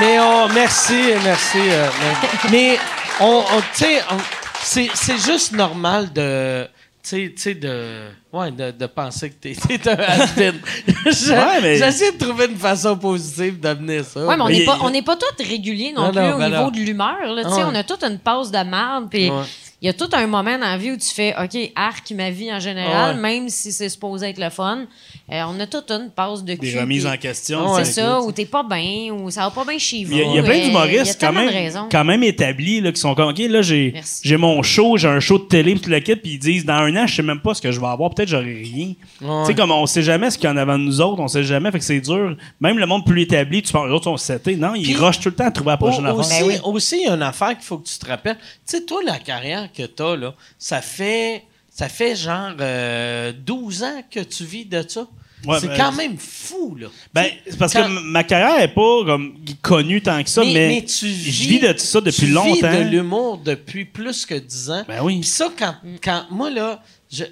Speaker 1: mais on, merci, merci. euh, mais- mais on, on- tu sais, on- c'est, c'est juste normal de, tu sais- tu sais, de, ouais, de, de penser que t'es, [LAUGHS] t'es un has-been. Je-
Speaker 7: Ouais, mais-
Speaker 1: J'essaie de trouver une façon positive d'amener ça.
Speaker 6: Ouais, mais on
Speaker 7: Mais
Speaker 6: n'est
Speaker 7: il-
Speaker 6: pas, on n'est pas tous réguliers non,
Speaker 1: Non,
Speaker 6: plus
Speaker 1: non,
Speaker 6: au
Speaker 1: ben
Speaker 6: niveau
Speaker 1: non.
Speaker 6: de l'humeur. là, tu sais,
Speaker 1: Ah ouais.
Speaker 6: On a toute une pause de marde. puis
Speaker 1: Ouais.
Speaker 6: il y a tout un moment dans la vie où tu fais OK, arc ma vie en général, même si c'est supposé être le fun. Euh, on a toute une passe de cul.
Speaker 7: Des remises
Speaker 6: puis-
Speaker 7: en
Speaker 1: Ah
Speaker 7: question.
Speaker 6: c'est ça, ou t'es pas bien, ou ça va pas bien chez vous.
Speaker 7: Il y a, il y a
Speaker 6: Euh,
Speaker 7: plein
Speaker 6: il y a
Speaker 7: d'humoristes quand
Speaker 6: tellement de
Speaker 7: même,
Speaker 6: raisons.
Speaker 7: quand même établis là, qui sont comme, OK, là, j'ai,
Speaker 6: Merci.
Speaker 7: j'ai mon show, j'ai un show de télé, puis tout le kit, puis ils disent, dans un an, je sais même pas ce que je vais avoir, peut-être j'aurai rien. Tu sais, comme on sait jamais ce qu'il y en a avant de nous autres, on sait jamais, fait que c'est dur. Même le monde plus établi, tu penses, les autres sont setés. Non, ils
Speaker 1: Puis-
Speaker 7: rushent tout le temps à trouver la prochaine
Speaker 1: Au-
Speaker 7: affaire.
Speaker 6: Ben
Speaker 1: aussi, aussi, il y a une affaire qu'il faut que tu te rappelles. Tu sais, toi, la carrière que tu as, là, ça fait, ça fait genre euh, 12 ans que tu vis de ça.
Speaker 7: Ouais,
Speaker 1: c'est
Speaker 7: ben,
Speaker 1: quand même fou, là.
Speaker 7: Ben,
Speaker 1: Tu sais,
Speaker 7: c'est parce
Speaker 1: quand-
Speaker 7: que m- ma carrière est pas comme, connue tant que ça, mais,
Speaker 1: tu
Speaker 7: je vis de ça depuis
Speaker 1: tu vis
Speaker 7: longtemps.
Speaker 1: de l'humour depuis plus que 10 ans.
Speaker 7: Ben oui.
Speaker 1: Puis ça, quand, quand moi, là, je-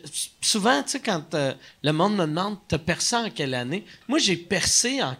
Speaker 1: souvent, tu sais, quand euh, le monde me demande, t'as percé en quelle année? Moi, j'ai percé en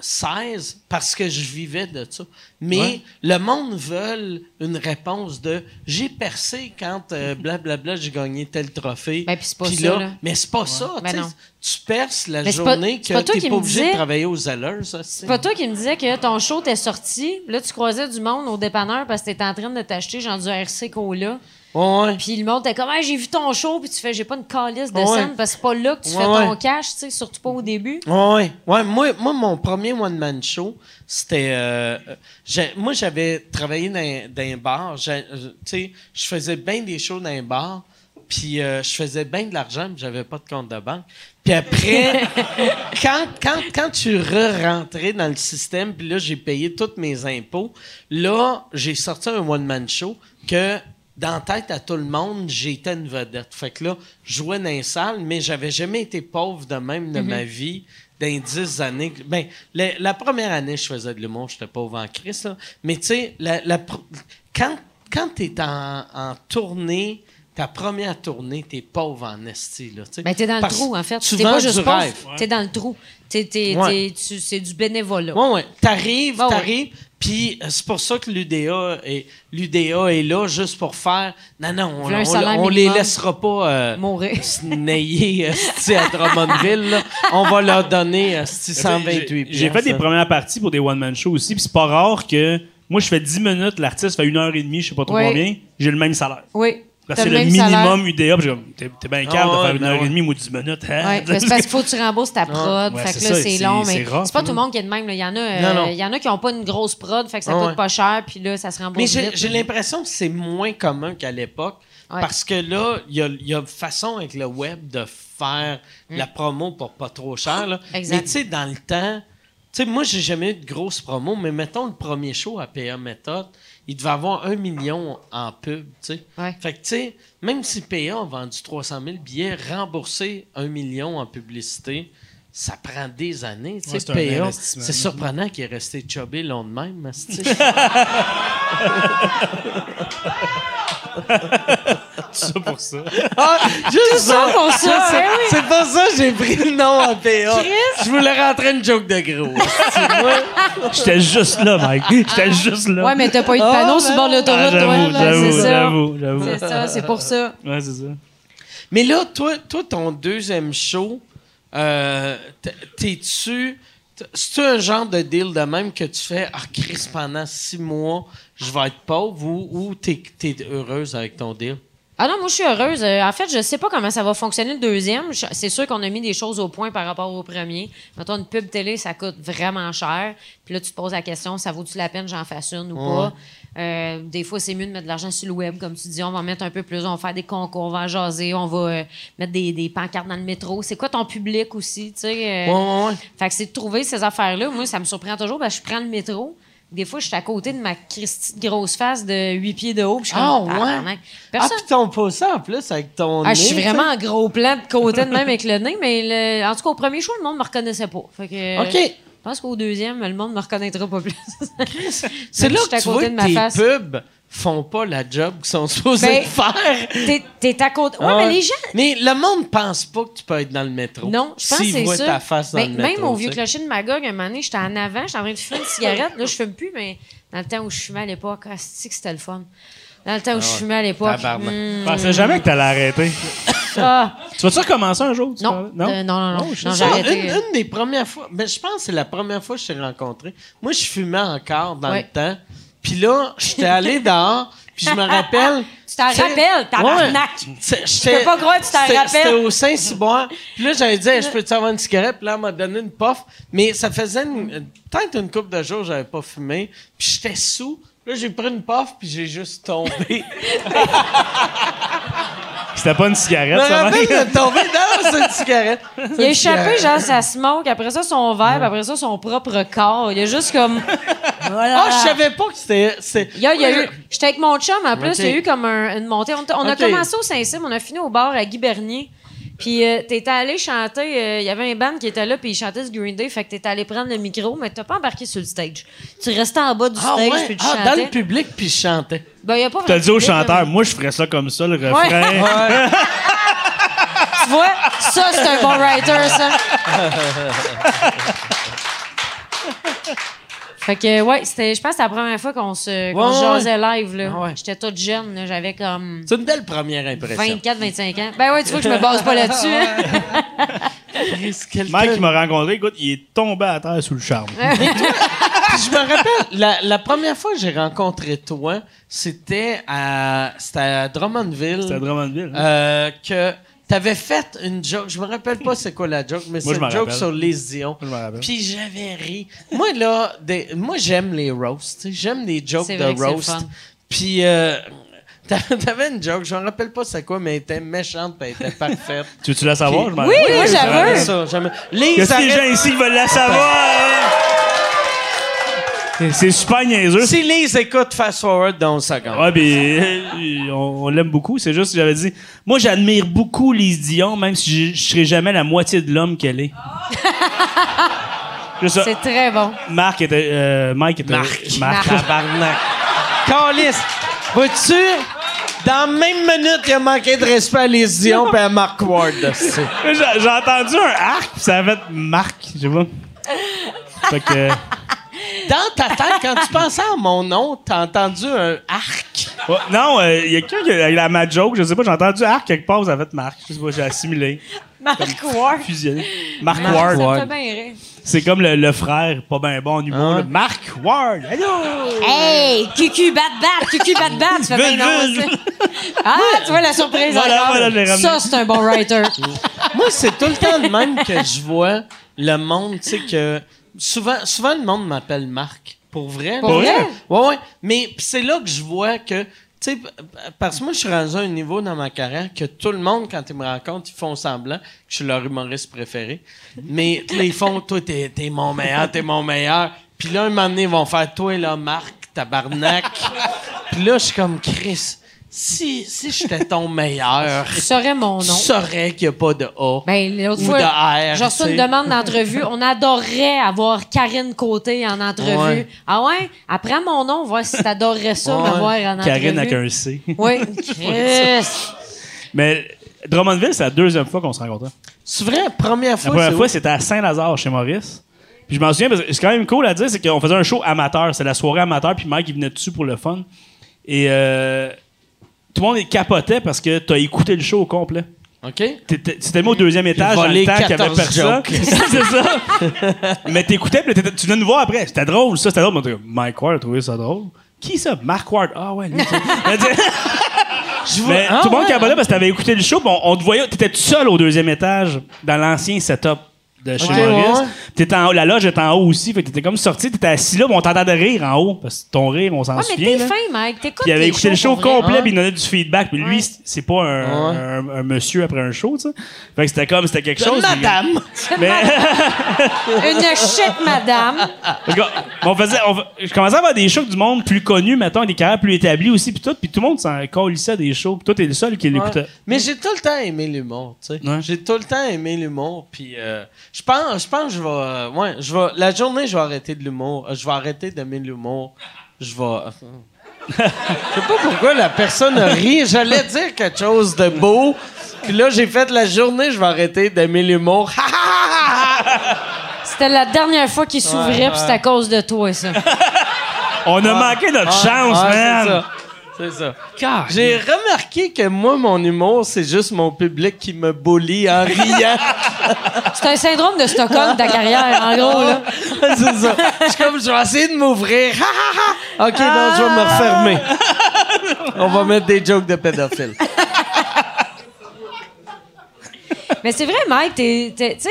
Speaker 1: 96 parce que je vivais de ça. Mais le monde veut une réponse de j'ai percé quand euh, blablabla, j'ai gagné tel trophée.
Speaker 6: Ben, puis c'est pas ça, là.
Speaker 1: Mais c'est pas ça.
Speaker 6: Ben
Speaker 1: tu sais.
Speaker 6: non.
Speaker 1: tu perces la
Speaker 6: Mais c'est pas-
Speaker 1: journée
Speaker 6: c'est pas
Speaker 1: que
Speaker 6: toi
Speaker 1: t'es
Speaker 6: qui
Speaker 1: pas
Speaker 6: me
Speaker 1: obligé de
Speaker 6: disais-
Speaker 1: travailler aux allures. ça, tu sais.
Speaker 6: C'est pas toi qui me disais que ton show t'es sorti, là tu croisais du monde au dépanneur parce que t'étais en train de t'acheter genre du RC Cola.
Speaker 1: Ouais.
Speaker 6: Puis le monde t'es comme hey, j'ai vu ton show puis tu fais j'ai pas une calice de
Speaker 1: Ouais.
Speaker 6: scène parce que c'est pas là que tu fais
Speaker 1: Ouais,
Speaker 6: ton
Speaker 1: ouais.
Speaker 6: cash, tu sais surtout pas au début.
Speaker 1: Ouais, ouais. Moi, moi, mon premier one-man show, c'était. euh, euh, j'ai- moi, j'avais travaillé dans, dans un bar. J'ai- euh, Tu sais, je faisais bien des shows dans un bar. Puis euh, je faisais bien de l'argent, mais j'avais pas de compte de banque. Puis après, quand, quand, quand tu re-rentrais dans le système, puis là, j'ai payé tous mes impôts, là, j'ai sorti un one-man show que dans la tête à tout le monde, j'étais une vedette. Fait que là, je jouais dans les salles, mais j'avais jamais été pauvre de même
Speaker 6: Mhm.
Speaker 1: de ma vie. Dans dix années. que- Ben, la, la première année, je faisais de l'humour, j'étais pauvre en crise. là. Mais tu sais, la, la pr- quand, quand tu es en, en tournée, ta première tournée, tu es pauvre en esti. Là, tu sais.
Speaker 6: Mais Ben, t'es dans le
Speaker 1: Parce-
Speaker 6: trou en fait,
Speaker 1: Tu
Speaker 6: t'es
Speaker 1: vends
Speaker 6: pas
Speaker 1: du
Speaker 6: juste pauvre,
Speaker 1: rêve.
Speaker 6: t'es dans le trou. T'es- t'es-
Speaker 1: Ouais.
Speaker 6: t'es- tu- c'est du bénévolat.
Speaker 1: Ouais, ouais. T'arrives,
Speaker 6: Ouais, ouais.
Speaker 1: t'arrives. Puis euh, c'est pour ça que l'UDA est, l'UDA est là juste pour faire. Non, non, on,
Speaker 6: Voulez un
Speaker 1: on-
Speaker 6: salaire
Speaker 1: on les
Speaker 6: minimum.
Speaker 1: laissera pas euh,
Speaker 6: Mourir. [LAUGHS]
Speaker 1: se nailler [LAUGHS] esti, à Drummondville. là. On va leur donner euh, esti,
Speaker 7: J'ai- j'ai-
Speaker 1: 128
Speaker 7: J'ai fait des
Speaker 1: piastres.
Speaker 7: premières parties pour des one-man shows aussi, puis c'est pas rare que moi, je fais 10 minutes, l'artiste fait une heure et demie, je sais pas trop
Speaker 6: Ouais.
Speaker 7: combien, j'ai le même salaire.
Speaker 6: Oui.
Speaker 7: Parce
Speaker 6: t'as
Speaker 7: que c'est le
Speaker 6: même salaire.
Speaker 7: minimum UDA. puis j'ai comme, T'es t'es bien capable
Speaker 1: Ah ouais,
Speaker 7: de faire une
Speaker 1: ben
Speaker 7: heure
Speaker 1: ouais.
Speaker 7: et demie ou 10 minutes. hein?
Speaker 1: [LAUGHS]
Speaker 7: [LAUGHS]
Speaker 6: Ouais, ben, c'est parce qu'il faut que tu rembourses ta prod.
Speaker 7: Ah, Ouais,
Speaker 6: fait
Speaker 7: c'est
Speaker 6: que là,
Speaker 7: ça,
Speaker 6: c'est
Speaker 7: c'est-
Speaker 6: long,
Speaker 7: c'est
Speaker 6: mais
Speaker 7: rough,
Speaker 6: c'est pas
Speaker 7: là.
Speaker 6: tout le monde qui est de même. là. Il y en a, euh,
Speaker 1: Non, non.
Speaker 6: il y en a qui n'ont pas une grosse prod, fait que ça
Speaker 1: Ah,
Speaker 6: coûte
Speaker 1: ouais.
Speaker 6: pas cher, puis là, ça se rembourse.
Speaker 1: Mais j'ai
Speaker 6: vite.
Speaker 1: j'ai l'impression que c'est moins commun qu'à l'époque.
Speaker 6: Ouais.
Speaker 1: Parce que là, il y a, il y a façon avec le web de faire la promo pour pas trop cher. Là.
Speaker 6: Mm. Exact.
Speaker 1: Mais tu sais, dans le temps, tu sais, moi, j'ai jamais eu de grosse promo, mais mettons le premier show à PA Méthode, il devait avoir un million en pub, tu sais.
Speaker 6: Ouais.
Speaker 1: Fait que, tu sais, même si PA a vendu 300 000 billets, rembourser un million en publicité, ça prend des années. tu
Speaker 7: Ouais,
Speaker 1: sais.
Speaker 7: c'est un
Speaker 1: PA,
Speaker 7: investissement.
Speaker 1: c'est surprenant qu'il est resté chubby long de même. asti.
Speaker 7: ça pour ça.
Speaker 1: Ah, juste
Speaker 6: ça pour ça,
Speaker 1: [LAUGHS] Juste
Speaker 6: ben oui.
Speaker 1: C'est pour ça que j'ai pris le nom en PA. Je voulais rentrer une joke de gros. C'est moi.
Speaker 7: J'étais juste
Speaker 6: [LAUGHS]
Speaker 7: là, Mike. J'étais juste là.
Speaker 6: Ouais, mais t'as pas eu de panneau
Speaker 1: Ah,
Speaker 6: sur le bord de
Speaker 7: Ah,
Speaker 6: l'autoroute, toi,
Speaker 7: J'avoue,
Speaker 6: là,
Speaker 7: j'avoue,
Speaker 6: c'est ça.
Speaker 7: j'avoue, j'avoue.
Speaker 6: C'est ça, c'est pour ça.
Speaker 7: Ouais, c'est ça.
Speaker 1: Mais là, toi, toi ton deuxième show, euh, t- t'es-tu. t- C'est-tu un genre de deal de même que tu fais Ah, Chris, pendant six mois, je vais être pauvre ou, ou t'es t'es heureuse avec ton deal?
Speaker 6: Ah non, moi, je suis heureuse. Euh, en fait, je sais pas comment ça va fonctionner le deuxième. Je- C'est sûr qu'on a mis des choses au point par rapport au premier. Mettons, une pub télé, ça coûte vraiment cher. Puis là, tu te poses la question, ça vaut-tu la peine, j'en fasse une ou pas? Euh, des fois, c'est mieux de mettre de l'argent sur le web, comme tu dis. On va en mettre un peu plus, on va faire des concours, on va en jaser, on va euh, mettre des, des pancartes dans le métro. C'est quoi ton public aussi, tu sais?
Speaker 1: Ouais,
Speaker 6: euh,
Speaker 1: ouais, Ah, ouais.
Speaker 6: fait que c'est de trouver ces affaires-là. Moi, ça me surprend toujours parce que je prends le métro. Des fois, je suis à côté de ma Christie de grosse face de 8 pieds de haut. Puis je suis
Speaker 1: Ah,
Speaker 6: comme,
Speaker 1: ouais?
Speaker 6: tabarnak.
Speaker 1: Ah,
Speaker 6: Personne.
Speaker 1: puis ton pouce en plus avec ton.
Speaker 6: Ah, je suis
Speaker 1: nez,
Speaker 6: vraiment en gros plan de côté de même
Speaker 1: [LAUGHS]
Speaker 6: avec le nez, mais le- en tout cas, au premier show, le monde me reconnaissait pas. Fait que, euh,
Speaker 1: OK.
Speaker 6: Je pense qu'au deuxième, le monde me reconnaîtra pas plus. [LAUGHS]
Speaker 1: C'est
Speaker 6: Même
Speaker 1: là
Speaker 6: si je suis
Speaker 1: que
Speaker 6: à
Speaker 1: tu vois
Speaker 6: côté de ma
Speaker 1: que tes
Speaker 6: face.
Speaker 1: pubs font pas la job qu'ils sont supposés
Speaker 6: Ben,
Speaker 1: faire.
Speaker 6: T'es- T'es à côté. Ouais,
Speaker 1: Ah
Speaker 6: mais les gens,
Speaker 1: Mais le monde pense pas que tu peux être dans le métro.
Speaker 6: Non, je pense que
Speaker 1: Oh, S'ils
Speaker 6: c'est
Speaker 1: voient
Speaker 6: ça.
Speaker 1: ta face dans
Speaker 6: Mais
Speaker 1: le
Speaker 6: même
Speaker 1: métro.
Speaker 6: au vieux
Speaker 1: tu sais.
Speaker 6: clocher de Magog, un moment donné, j'étais en avant, j'étais en train
Speaker 1: [LAUGHS]
Speaker 6: de fumer une cigarette. Là, je fume plus, mais dans le temps où je fumais à l'époque, ah, c'est que c'était le fun. Dans le temps où je fumais à l'époque.
Speaker 1: Ah, Tabarnak.
Speaker 7: Je
Speaker 6: hmm,
Speaker 7: pensais Ben, jamais que t'allais arrêter.
Speaker 6: ah,
Speaker 7: Tu vas-tu recommencer un jour? tu
Speaker 6: non,
Speaker 7: parles?
Speaker 6: euh, non, non, non, non,
Speaker 7: je-
Speaker 6: j'ai
Speaker 1: Oh, Ça,
Speaker 6: arrêté.
Speaker 1: une, une des premières fois, mais je pense que c'est la première fois que je t'ai rencontré. Moi, je fumais encore dans
Speaker 6: Ouais.
Speaker 1: le
Speaker 6: [LAUGHS]
Speaker 1: temps. Puis là, j'étais allé dehors, Puis je me rappelle.
Speaker 6: Tu t'en
Speaker 1: tu sais,
Speaker 6: rappelles, tabarnak!
Speaker 1: c'est-
Speaker 6: Je
Speaker 1: j'étais-
Speaker 6: peux pas croire que tu t'en
Speaker 1: c'était-
Speaker 6: rappelles.
Speaker 1: C'était au Saint-Cyboire. Puis là, j'avais dit, Hey, je peux te avoir une cigarette? Puis là, elle m'a donné une puff. Mais ça faisait une- euh, peut-être une couple de jours, j'avais pas fumé. Puis j'étais sous. Là, j'ai pris une puff, puis j'ai juste
Speaker 6: [LAUGHS]
Speaker 1: tombé.
Speaker 7: C'était pas une
Speaker 1: Je
Speaker 7: cigarette,
Speaker 1: me
Speaker 7: ça,
Speaker 1: rappelle
Speaker 7: Mike?
Speaker 1: de tomber dans cette cigarette.
Speaker 6: Il a
Speaker 1: euh,
Speaker 6: échappé, genre, sa smoke, après ça, son verre, puis après ça, son propre corps. Il a juste comme. Voilà.
Speaker 1: Ah, je savais pas que c'était. c'est-
Speaker 6: Il y a, il y a eu. J'étais avec mon chum, en plus,
Speaker 1: Ok.
Speaker 6: il y a eu comme un- une montée. On, t- on a
Speaker 1: Ok.
Speaker 6: commencé au Saint-Sim, on a fini au bar à Guy Bernier. Puis euh, t'étais allé chanter, euh, il y avait un band qui était là, puis il chantait du Green Day, fait que t'étais allé prendre le micro, mais t'as pas embarqué sur le stage. Tu restais en bas du
Speaker 1: Ah,
Speaker 6: stage,
Speaker 1: ouais.
Speaker 6: puis tu
Speaker 1: Ah,
Speaker 6: chantais.
Speaker 1: dans le public, puis je chantais.
Speaker 6: Ben, y a pas
Speaker 7: [LAUGHS] T'as
Speaker 6: vraiment
Speaker 7: dit au
Speaker 6: de public,
Speaker 7: chanteur,
Speaker 6: mais-
Speaker 7: moi, je ferais ça comme ça, le
Speaker 6: Ouais.
Speaker 7: refrain.
Speaker 6: Tu vois, ça, c'est un bon writer, ça. Fait que, ouais, c'était, je pense que c'était la première fois qu'on se qu'on
Speaker 1: Ouais,
Speaker 6: se
Speaker 1: ouais, ouais.
Speaker 6: jasait live, là.
Speaker 1: Ah ouais.
Speaker 6: J'étais toute jeune, là. J'avais comme
Speaker 1: C'est une belle première impression.
Speaker 6: 24, 25 ans. Ben ouais, tu vois que je me base pas là-dessus.
Speaker 7: [LAUGHS]
Speaker 6: hein.
Speaker 1: Chris, quelqu'un-
Speaker 7: Mike, il m'a rencontré, écoute, il est tombé à terre sous le charme.
Speaker 1: Puis je me rappelle, la, la première fois que j'ai rencontré toi, c'était à, c'était à Drummondville.
Speaker 7: C'était à Drummondville. hein?
Speaker 1: Euh, que t'avais fait une joke. Je me rappelle pas c'est quoi la joke, mais c'est
Speaker 7: je m'en
Speaker 1: une joke
Speaker 7: rappelle.
Speaker 1: sur les Dion.
Speaker 7: je me rappelle.
Speaker 1: Puis j'avais ri. Moi, là, des- moi, j'aime les roasts. tu sais. J'aime les jokes
Speaker 6: C'est
Speaker 1: de
Speaker 6: vrai que c'est le
Speaker 1: roast.
Speaker 6: fun.
Speaker 1: Puis euh, t'avais t'avais une joke, je me rappelle pas c'est quoi, mais elle était méchante puis elle était parfaite.
Speaker 7: Tu veux-tu la savoir?
Speaker 1: Puis-
Speaker 7: Je m'en
Speaker 6: Oui,
Speaker 7: rappelle.
Speaker 6: moi,
Speaker 1: j'aime
Speaker 6: j'avais.
Speaker 1: ça, j'aime- Les
Speaker 7: Y a-tu des
Speaker 1: arrêts-
Speaker 7: gens ici qui veulent la savoir? hein? C'est super niaiseux.
Speaker 1: Si les écoute fast forward dans une seconde.
Speaker 7: Ouais, ben, euh, on, on l'aime beaucoup. C'est juste que j'avais dit, moi, j'admire beaucoup Lise Dion, même si je, je serais jamais la moitié de l'homme qu'elle est. Juste ça.
Speaker 6: C'est très bon.
Speaker 7: Marc était. euh, Mike était.
Speaker 1: Marc.
Speaker 7: Marc.
Speaker 6: Marc.
Speaker 1: Tabarnak. [LAUGHS] Calice. Vois-tu, dans la même minute, il a manqué de respect à Liz Dion et à Mark Ward. C'est-
Speaker 7: J'ai j'ai entendu un arc, puis ça avait Marc, je sais pas. Fait que. euh,
Speaker 1: Dans ta tête, quand tu pensais à mon nom, t'as entendu un arc.
Speaker 7: ouais, non, euh, il y a quelqu'un qui a la mad joke, je sais pas, j'ai entendu arc quelque part, ça fait Marc. Je sais pas, j'ai assimilé,
Speaker 6: Marc Ward.
Speaker 7: fusionné. Marc
Speaker 6: Marc,
Speaker 7: Ward.
Speaker 6: Ça me fait bien rire.
Speaker 7: C'est comme le, le frère, pas bien bon en humour.
Speaker 1: Hein?
Speaker 7: là. Marc Ward! Allô!
Speaker 6: Hey, cucu bat bat, cucu bat bat, tu fais bien non,
Speaker 7: Vul, vul.
Speaker 6: ça. Ah, tu vois la surprise.
Speaker 7: Voilà,
Speaker 6: encore.
Speaker 7: voilà, je l'ai ramené.
Speaker 6: ça, c'est un bon writer.
Speaker 1: Moi, c'est tout le temps de même que je vois le monde, tu sais, que souvent, souvent le monde m'appelle Marc. Pour vrai.
Speaker 6: Pour
Speaker 1: là.
Speaker 6: vrai?
Speaker 1: Ouais, ouais. Mais pis c'est là que je vois que, tu sais, p- parce que moi, je suis rendu à un niveau dans ma carrière que tout le monde, quand ils me rencontrent, ils font semblant que je suis leur humoriste préféré. Mais là, ils font, toi, t'es, t'es mon meilleur, t'es mon meilleur. Puis là, un moment donné, ils vont faire, toi, là, Marc, tabarnak. Puis là, je suis comme, Chris, si, si j'étais ton meilleur,
Speaker 6: Tu saurais mon
Speaker 1: tu
Speaker 6: nom.
Speaker 1: saurais qu'il n'y a pas de A.
Speaker 6: Ben, l'autre
Speaker 1: Ou
Speaker 6: fois,
Speaker 1: de R,
Speaker 6: j'ai reçu
Speaker 1: tu
Speaker 6: une
Speaker 1: sais.
Speaker 6: demande
Speaker 1: [LAUGHS]
Speaker 6: d'entrevue. On adorerait avoir Karine Côté en entrevue.
Speaker 1: Ouais.
Speaker 6: Ah ouais? Apprends mon nom, voir si t'adorerais ça,
Speaker 1: Ouais.
Speaker 6: m'avoir en entrevue.
Speaker 7: Karine avec un C. [LAUGHS]
Speaker 6: Oui. Chris.
Speaker 7: Mais Drummondville, c'est la deuxième fois qu'on se rencontrait.
Speaker 1: C'est vrai, la première
Speaker 7: La
Speaker 1: fois.
Speaker 7: première
Speaker 1: c'est
Speaker 7: fois,
Speaker 1: où?
Speaker 7: c'était à Saint-Lazare, chez Maurice. Puis je m'en souviens, parce que c'est quand même cool à dire, c'est qu'on faisait un show amateur. C'est la soirée amateur, puis Mike, il venait dessus pour le fun. Et euh, tout le monde il capotait parce que t'as écouté le show au complet.
Speaker 1: OK?
Speaker 7: T'étais t'étais même au deuxième étage dans
Speaker 1: volé
Speaker 7: le temps qu'il y avait
Speaker 1: 14
Speaker 7: personne.
Speaker 1: jokes.
Speaker 7: [LAUGHS] c'est ça. mais t'écoutais, puis t'étais- tu venais nous voir après. C'était drôle, ça, c'était drôle. Mais on était comme, Mike Ward a trouvé ça drôle. Qui ça? Mark Ward. Ah ouais, lui.
Speaker 1: [LAUGHS]
Speaker 7: Mais tu- mais
Speaker 1: Ah
Speaker 7: tout le monde
Speaker 1: ouais,
Speaker 7: capotait parce que t'avais écouté le show, puis on, on te voyait, t'étais tout seul au deuxième étage dans l'ancien setup de chez
Speaker 1: Ok,
Speaker 7: Maurice.
Speaker 1: ouais.
Speaker 7: T'étais en haut, la loge était en haut aussi, fait que t'étais comme sorti, t'étais assis là, mais on t'entendait rire en haut, parce que ton rire, on s'en
Speaker 6: Ouais, mais
Speaker 7: souvient.
Speaker 6: t'es
Speaker 7: là.
Speaker 6: fin, Mike. T'écoutes
Speaker 7: Puis il avait
Speaker 6: les
Speaker 7: écouté le
Speaker 6: shows
Speaker 7: show
Speaker 6: pour vrai.
Speaker 7: complet,
Speaker 1: Ouais.
Speaker 7: puis il donnait du feedback. Puis
Speaker 6: Ouais.
Speaker 7: lui, c'est c'est pas un,
Speaker 1: Ouais.
Speaker 7: un- un monsieur après un show, tu sais. Fait que c'était comme, c'était quelque
Speaker 1: Une
Speaker 7: chose. puis-
Speaker 1: madame!
Speaker 7: Mais,
Speaker 6: [LAUGHS]
Speaker 7: [LAUGHS]
Speaker 6: Une chic madame.
Speaker 7: en tout cas, on faisait, on fa- je commençais à avoir des shows du monde plus connu, mettons, des carrières plus établies aussi, puis tout. Puis tout le monde s'en colissait des shows. Puis toi, t'es le seul qui l'écoutait.
Speaker 1: Ouais. Mais j'ai tout le temps aimé l'humour, tu sais.
Speaker 7: Ouais.
Speaker 1: J'ai tout le temps aimé l'humour, puis euh, je pense, je pense, que je vais, euh, ouais, je vais, la journée, je vais arrêter de l'humour, euh, je vais arrêter d'aimer l'humour, je vais. euh, Je sais pas pourquoi la personne rit. J'allais dire quelque chose de beau. Puis là, j'ai fait la journée, je vais arrêter d'aimer l'humour. Ha, ha, ha, ha,
Speaker 6: C'était la dernière fois qu'il s'ouvrait,
Speaker 1: Ouais,
Speaker 6: puis c'est à cause de toi, ça.
Speaker 7: On a manqué notre
Speaker 1: ha.
Speaker 7: chance,
Speaker 1: Ouais,
Speaker 7: man.
Speaker 1: Ah, C'est ça. C'est ça. J'ai remarqué que moi, mon humour, c'est juste mon public qui me bully en
Speaker 7: [LAUGHS]
Speaker 1: riant.
Speaker 6: C'est un syndrome de Stockholm, ta carrière, en gros, là.
Speaker 1: c'est ça. Je suis comme, je vais essayer de m'ouvrir. Ha, ha, ha. OK, non, je vais me refermer.
Speaker 7: Ah.
Speaker 1: On va mettre des jokes de pédophiles.
Speaker 6: Mais c'est vrai, Mike, t'es- t'es- tu sais,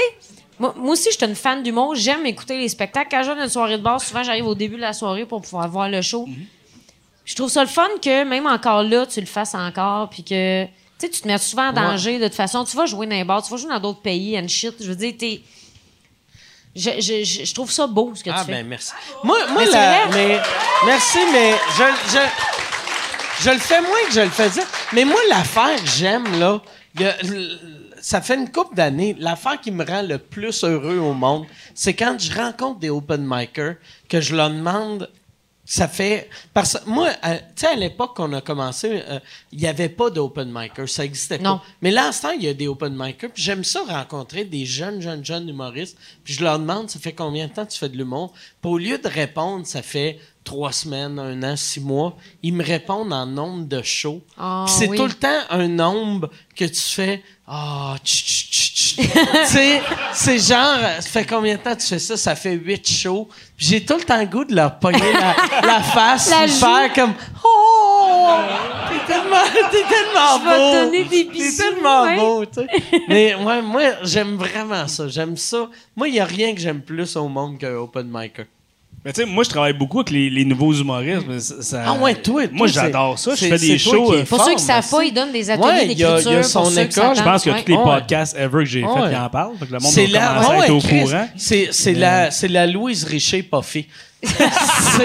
Speaker 6: moi, moi aussi, je suis une fan d'humour. J'aime écouter les spectacles. Quand je viens d'une soirée de bar, souvent, j'arrive au début de la soirée pour pouvoir voir le show.
Speaker 1: Mhm.
Speaker 6: Je trouve ça le fun que même encore là, tu le fasses encore, puis que tu sais, tu te mets souvent en danger. De toute façon, tu vas jouer dans les bars, tu vas jouer dans d'autres pays, and shit. Je veux dire, t'es... Je, je- je- je trouve ça beau, ce que
Speaker 1: Ah
Speaker 6: tu fais.
Speaker 1: ben merci. Moi, moi
Speaker 6: Mais
Speaker 1: la-
Speaker 6: c'est
Speaker 1: mais- merci, mais je, je, je le fais moins que je le faisais. Mais moi, l'affaire que j'aime, là, il y a- l- ça fait une couple d'années, l'affaire qui me rend le plus heureux au monde, c'est quand je rencontre des open micers, que je leur demande ça fait. Parce que moi, à- tu sais, à l'époque qu'on a commencé, euh, il n'y avait pas d'open micers. Ça n'existait
Speaker 6: Non.
Speaker 1: pas. Mais là, en ce temps, il y a des open micers. Puis j'aime ça rencontrer des jeunes, jeunes, jeunes humoristes. Puis je leur demande, ça fait combien de temps tu fais de l'humour? Puis au lieu de répondre, ça fait trois semaines, un an, six mois, ils me répondent en nombre de shows.
Speaker 6: Ah,
Speaker 1: Puis c'est
Speaker 6: oui.
Speaker 1: tout le temps un nombre que tu fais. Ah, tch, tch, tch, tch. tu sais, c'est genre, ça fait combien de temps tu fais ça? Ça fait huit shows. Puis j'ai tout le temps le goût de leur pogner la,
Speaker 6: [LAUGHS]
Speaker 1: la face,
Speaker 6: La
Speaker 1: puis
Speaker 6: joue.
Speaker 1: faire comme, oh, t'es tellement, t'es tellement
Speaker 6: Je vais te
Speaker 1: beau.
Speaker 6: donner des
Speaker 1: T'es
Speaker 6: bisous.
Speaker 1: Ah tellement
Speaker 6: ouais.
Speaker 1: beau, tu
Speaker 6: [LAUGHS]
Speaker 1: sais. Mais ouais, moi, j'aime vraiment ça. J'aime ça. Moi, il n'y a rien que j'aime plus au monde qu'un open micer.
Speaker 7: Mais tu sais, moi, je travaille beaucoup avec les, les nouveaux humoristes. mais ça- ça-
Speaker 1: Ah ouais, toi, toi,
Speaker 7: Moi,
Speaker 1: c'est-
Speaker 7: j'adore ça. Je
Speaker 1: c'est-
Speaker 7: fais des
Speaker 1: c'est toi
Speaker 7: shows.
Speaker 1: qui
Speaker 7: euh,
Speaker 1: es
Speaker 6: Pour
Speaker 1: fort,
Speaker 6: ceux qui savent
Speaker 1: merci.
Speaker 6: pas, ils donnent des ateliers
Speaker 1: Ouais, il y a-
Speaker 6: d'écriture.
Speaker 1: il y a son
Speaker 6: pour ceux qui
Speaker 1: école,
Speaker 7: Je pense que
Speaker 6: s'attendent.
Speaker 7: tous les
Speaker 6: Ouais.
Speaker 7: podcasts ever que j'ai
Speaker 1: Ah ouais.
Speaker 7: fait, ils en parlent. Fait que le monde
Speaker 1: C'est
Speaker 7: va
Speaker 1: la, Ah
Speaker 7: commencer à
Speaker 1: ouais,
Speaker 7: être au
Speaker 1: Chris,
Speaker 7: courant.
Speaker 1: c'est- c'est la, c'est la Louise Richer
Speaker 6: [LAUGHS]
Speaker 1: Puffy. C'est-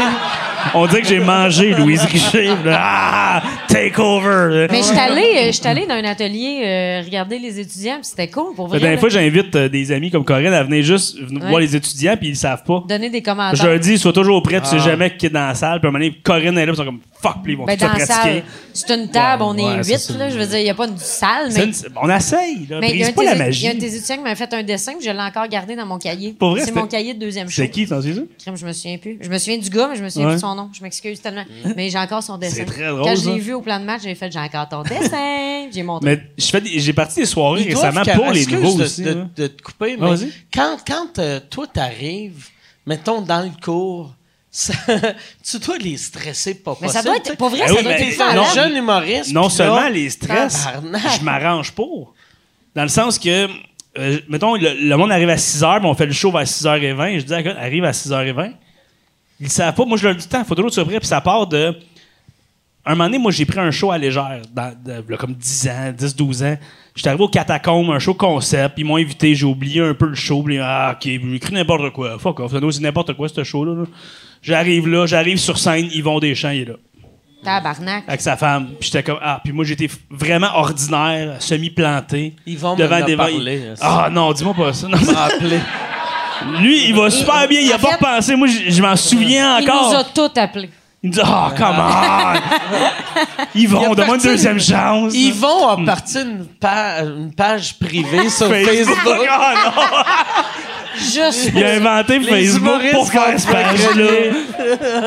Speaker 7: On dirait que j'ai mangé Louise Richer. là. Ah! Take over!
Speaker 6: Mais je suis allée,
Speaker 1: [LAUGHS]
Speaker 6: euh, j'étais allée dans un atelier euh, regarder les étudiants, puis c'était cool pour
Speaker 7: La
Speaker 6: vrai.
Speaker 7: dernière
Speaker 6: là.
Speaker 7: fois, j'invite euh, des amis comme Corinne à venir juste venir
Speaker 6: Ouais.
Speaker 7: voir les étudiants, puis ils le savent pas.
Speaker 6: Donner des commentaires.
Speaker 7: Je leur dis, sois toujours prêt,
Speaker 1: Ah.
Speaker 7: tu sais jamais qui est dans la salle. Puis à un moment donné, Corinne est là, puis ils sont comme fuck, puis ils vont
Speaker 6: Ben,
Speaker 7: tout se
Speaker 6: dans la salle,
Speaker 7: pratiquer.
Speaker 6: c'est une table,
Speaker 7: Ouais,
Speaker 6: on est
Speaker 7: ouais,
Speaker 6: huit,
Speaker 7: c'est ça.
Speaker 6: là. Je veux dire, il n'y a pas une salle,
Speaker 7: C'est
Speaker 6: mais.
Speaker 7: une- On essaye, là.
Speaker 6: mais il y, a
Speaker 7: Brise
Speaker 6: un
Speaker 7: pas
Speaker 6: des-
Speaker 7: la
Speaker 6: il y a un
Speaker 7: magie.
Speaker 6: des étudiants qui m'a fait un dessin, puis je l'ai encore gardé dans mon cahier.
Speaker 7: Pour vrai,
Speaker 6: C'est
Speaker 7: c'était-
Speaker 6: mon cahier de deuxième show.
Speaker 7: C'est qui, t'en sais ça?
Speaker 6: Crime, Je me souviens plus. Je me souviens du gars, mais je me souviens
Speaker 7: Ouais. Hein?
Speaker 6: plus de son nom. Je m'excuse tellement. Mais j'ai encore son dessin.
Speaker 7: C'est très
Speaker 6: Quand
Speaker 7: drôle,
Speaker 6: je l'ai
Speaker 7: ça.
Speaker 6: vu au plan de match, j'ai fait j'ai encore ton
Speaker 7: [LAUGHS]
Speaker 6: dessin. Puis j'ai montré.
Speaker 7: Mais je fais des- j'ai parti des soirées
Speaker 1: Ils doivent
Speaker 7: récemment
Speaker 1: qu'à-
Speaker 7: pour les
Speaker 1: excuse
Speaker 7: nouveaux
Speaker 1: de,
Speaker 7: aussi.
Speaker 1: de-
Speaker 7: là.
Speaker 1: de te couper,
Speaker 7: Ah,
Speaker 1: mais
Speaker 7: vas-y.
Speaker 1: quand, quand euh, toi, t'arrives, mettons, dans le cours, [LAUGHS] ça- tu dois les stresser pas
Speaker 6: Mais
Speaker 1: possible.
Speaker 6: ça doit être-
Speaker 1: tu sais. Ben
Speaker 6: pour vrai,
Speaker 7: Ah
Speaker 6: ça
Speaker 7: oui,
Speaker 6: doit
Speaker 7: mais
Speaker 1: T'es
Speaker 6: être malade.
Speaker 1: un jeune humoriste.
Speaker 7: non
Speaker 1: puis là,
Speaker 7: seulement les stress,
Speaker 1: tabarnak.
Speaker 7: je m'arrange pour. Dans le sens que, euh, mettons, le, le monde arrive à 6h, mais on fait le show vers 6h20. Je dis, à quelqu'un, arrive à 6h20. Ils le savent pas. Moi, je leur dis, temps, faut toujours que tu sois prêt. Puis ça part de. Un moment donné, moi, j'ai pris un show à légère, dans, de- là, comme 10 ans, 10, 12 ans. J'étais arrivé au Catacombe, un show concept, ils m'ont invité, j'ai oublié un peu le show, puis ah, ok, j'ai écrit n'importe quoi, fuck off, c'est n'importe quoi, ce show-là. là. J'arrive là, j'arrive sur scène, Yvon Deschamps, il est là
Speaker 6: Tabarnak.
Speaker 7: avec sa femme. Puis j'étais comme ah, puis moi j'étais f- vraiment ordinaire, semi-planté.
Speaker 1: Ils vont
Speaker 7: devant
Speaker 1: me
Speaker 7: des
Speaker 1: parler. hein, ça
Speaker 7: Ah non, dis-moi pas ça. Non,
Speaker 1: va rappeler.
Speaker 7: lui, il va super bien, il a
Speaker 6: en
Speaker 7: pas
Speaker 6: fait,
Speaker 7: pensé. Moi, je je m'en souviens
Speaker 6: Il nous a
Speaker 7: encore.
Speaker 6: tout appelés.
Speaker 7: Il me dit "Ah, comment Ils
Speaker 1: Il a
Speaker 7: vont on demande
Speaker 1: parti
Speaker 7: une deuxième chance."
Speaker 1: Ils vont en partie une, pa- une page privée sur Facebook.
Speaker 7: Ah, non.
Speaker 6: Juste.
Speaker 7: Il a inventé
Speaker 1: Les
Speaker 7: Facebook pour
Speaker 1: humoristes
Speaker 7: faire cette
Speaker 1: vont
Speaker 7: page-là.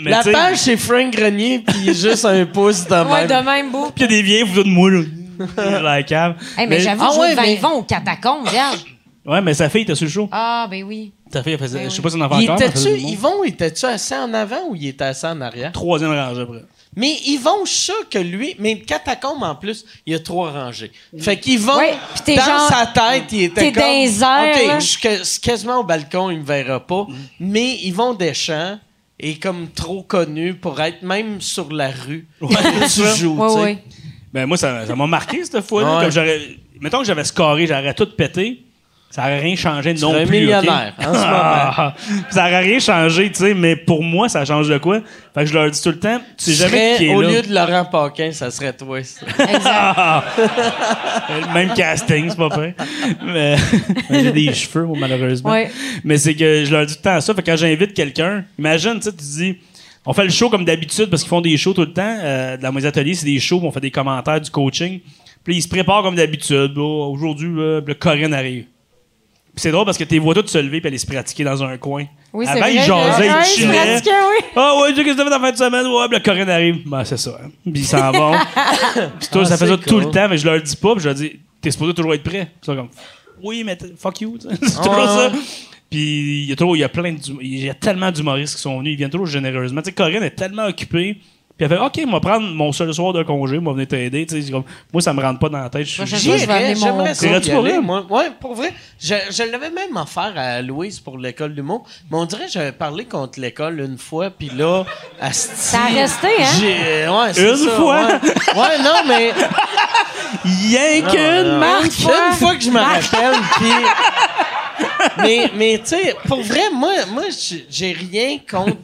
Speaker 7: Mais
Speaker 1: La
Speaker 7: tu sais,
Speaker 1: page, c'est Frank Grenier, puis juste un pouce de
Speaker 6: Ouais,
Speaker 1: même.
Speaker 6: de même beau.
Speaker 7: Puis il y a des vieilles photos de moi, là. la cave.
Speaker 6: Hey, mais, j'avoue,
Speaker 1: ah
Speaker 6: je
Speaker 1: ouais,
Speaker 6: vais
Speaker 1: mais-
Speaker 6: ils vont au catacombe, regarde.
Speaker 7: Ouais, mais sa fille était sur le show.
Speaker 6: Ah, ben oui.
Speaker 7: Sa fille, elle faisait.
Speaker 6: Ben
Speaker 7: Je sais
Speaker 6: oui.
Speaker 7: pas si on en fait
Speaker 1: Il
Speaker 7: encore. mais elle
Speaker 1: était-tu,
Speaker 7: faisait du monde.
Speaker 1: Yvon, était-tu assis en avant ou il était assis en arrière?
Speaker 7: Troisième rangée après.
Speaker 1: Mais Yvon, je suis sûr que lui, mais le catacombe en plus, il y a trois rangées. Fait qu'Yvon,
Speaker 6: Ouais, puis t'es
Speaker 1: dans
Speaker 6: genre-
Speaker 1: sa tête, il était
Speaker 6: t'es
Speaker 1: comme.
Speaker 6: dans les airs,
Speaker 1: OK,
Speaker 6: là.
Speaker 1: je suis que- c'est quasiment au balcon, il me verra pas.
Speaker 7: Mm.
Speaker 1: Mais Yvon Deschamps est comme trop connu pour être même sur la rue. tu joues,
Speaker 6: Ouais,
Speaker 1: tu sais.
Speaker 6: ouais.
Speaker 7: Ben moi, ça ça m'a marqué cette fois-là.
Speaker 1: Ouais.
Speaker 7: Comme j'aurais- mettons que j'avais scoré, j'aurais tout pété. Ça aurait rien changé non
Speaker 1: serais
Speaker 7: plus.
Speaker 1: millionnaire,
Speaker 7: ok?
Speaker 1: en ce moment.
Speaker 7: Ah, [LAUGHS] ça aurait rien changé, tu sais, mais pour moi, ça change de quoi? Fait que je leur dis tout le temps, tu sais
Speaker 1: Tu
Speaker 7: jamais
Speaker 1: serais-
Speaker 7: qui est
Speaker 1: au
Speaker 7: là.
Speaker 1: lieu de Laurent Paquin, ça serait toi. ça.
Speaker 6: Exact.
Speaker 7: Le [LAUGHS] Même casting, c'est pas vrai. Mais, [LAUGHS] mais j'ai des cheveux, moi, malheureusement.
Speaker 6: Ouais.
Speaker 7: Mais c'est que je leur dis tout le temps ça. Fait que quand j'invite quelqu'un, imagine, tu sais, tu dis, on fait le show comme d'habitude parce qu'ils font des shows tout le temps. euh, dans mes ateliers, c'est des shows, on fait des commentaires, du coaching. Puis ils se préparent comme d'habitude. Bon, Aujourd'hui, euh, le Corinne arrive. Puis c'est drôle parce que tu les vois toutes se lever puis aller se pratiquer dans un coin.
Speaker 6: Oui, c'est
Speaker 7: Avant,
Speaker 6: vrai.
Speaker 7: ils jasaient,
Speaker 6: Ouais,
Speaker 7: ils
Speaker 6: c'est
Speaker 7: chillaient.
Speaker 6: pratiqué, oui.
Speaker 7: Ah ouais, tu sais, qu'est-ce que t'as fait en fin de semaine? Ouais, puis le Corinne arrive. Ben, c'est ça. hein. Puis ils s'en vont. Puis toi, ça fait ça tout le temps, mais je leur dis pas, puis je leur dis, t'es supposé toujours être prêt. Puis ils sont comme, oui, mais t- fuck you. tu sais. [LAUGHS] c'est toujours ça. Puis il y a toujours, il y a plein de, il y a tellement d'humoristes qui sont venus, ils viennent toujours généreusement. Tu sais, Corinne est tellement occupée, Puis elle fait OK, moi prendre mon seul soir de congé, moi venir t'aider. Tu sais, c'est comme, moi, ça me rentre pas dans la tête. Je suis-
Speaker 6: Moi,
Speaker 1: J'y
Speaker 6: Moi, je vais
Speaker 1: irais,
Speaker 6: amener mon-
Speaker 1: j'aimerais ça.
Speaker 7: T'irais-tu
Speaker 1: y
Speaker 7: pour
Speaker 1: aller,
Speaker 7: vrai?
Speaker 1: moi. Ouais, pour vrai. Je, je l'avais même offert à Louise pour l'école d'humour. Mais on dirait que j'avais parlé contre l'école une fois, puis là, asti,
Speaker 6: Ça a resté, hein?
Speaker 1: j'ai- Ouais, c'est
Speaker 7: Une
Speaker 1: ça,
Speaker 7: fois?
Speaker 1: Ouais. Ouais, non, mais.
Speaker 7: Rien
Speaker 1: Ah,
Speaker 7: qu'une
Speaker 1: Une
Speaker 7: marque!
Speaker 1: fois, que je me rappelle, puis. Mais, mais tu sais, pour vrai, moi, moi j'ai- j'ai rien contre.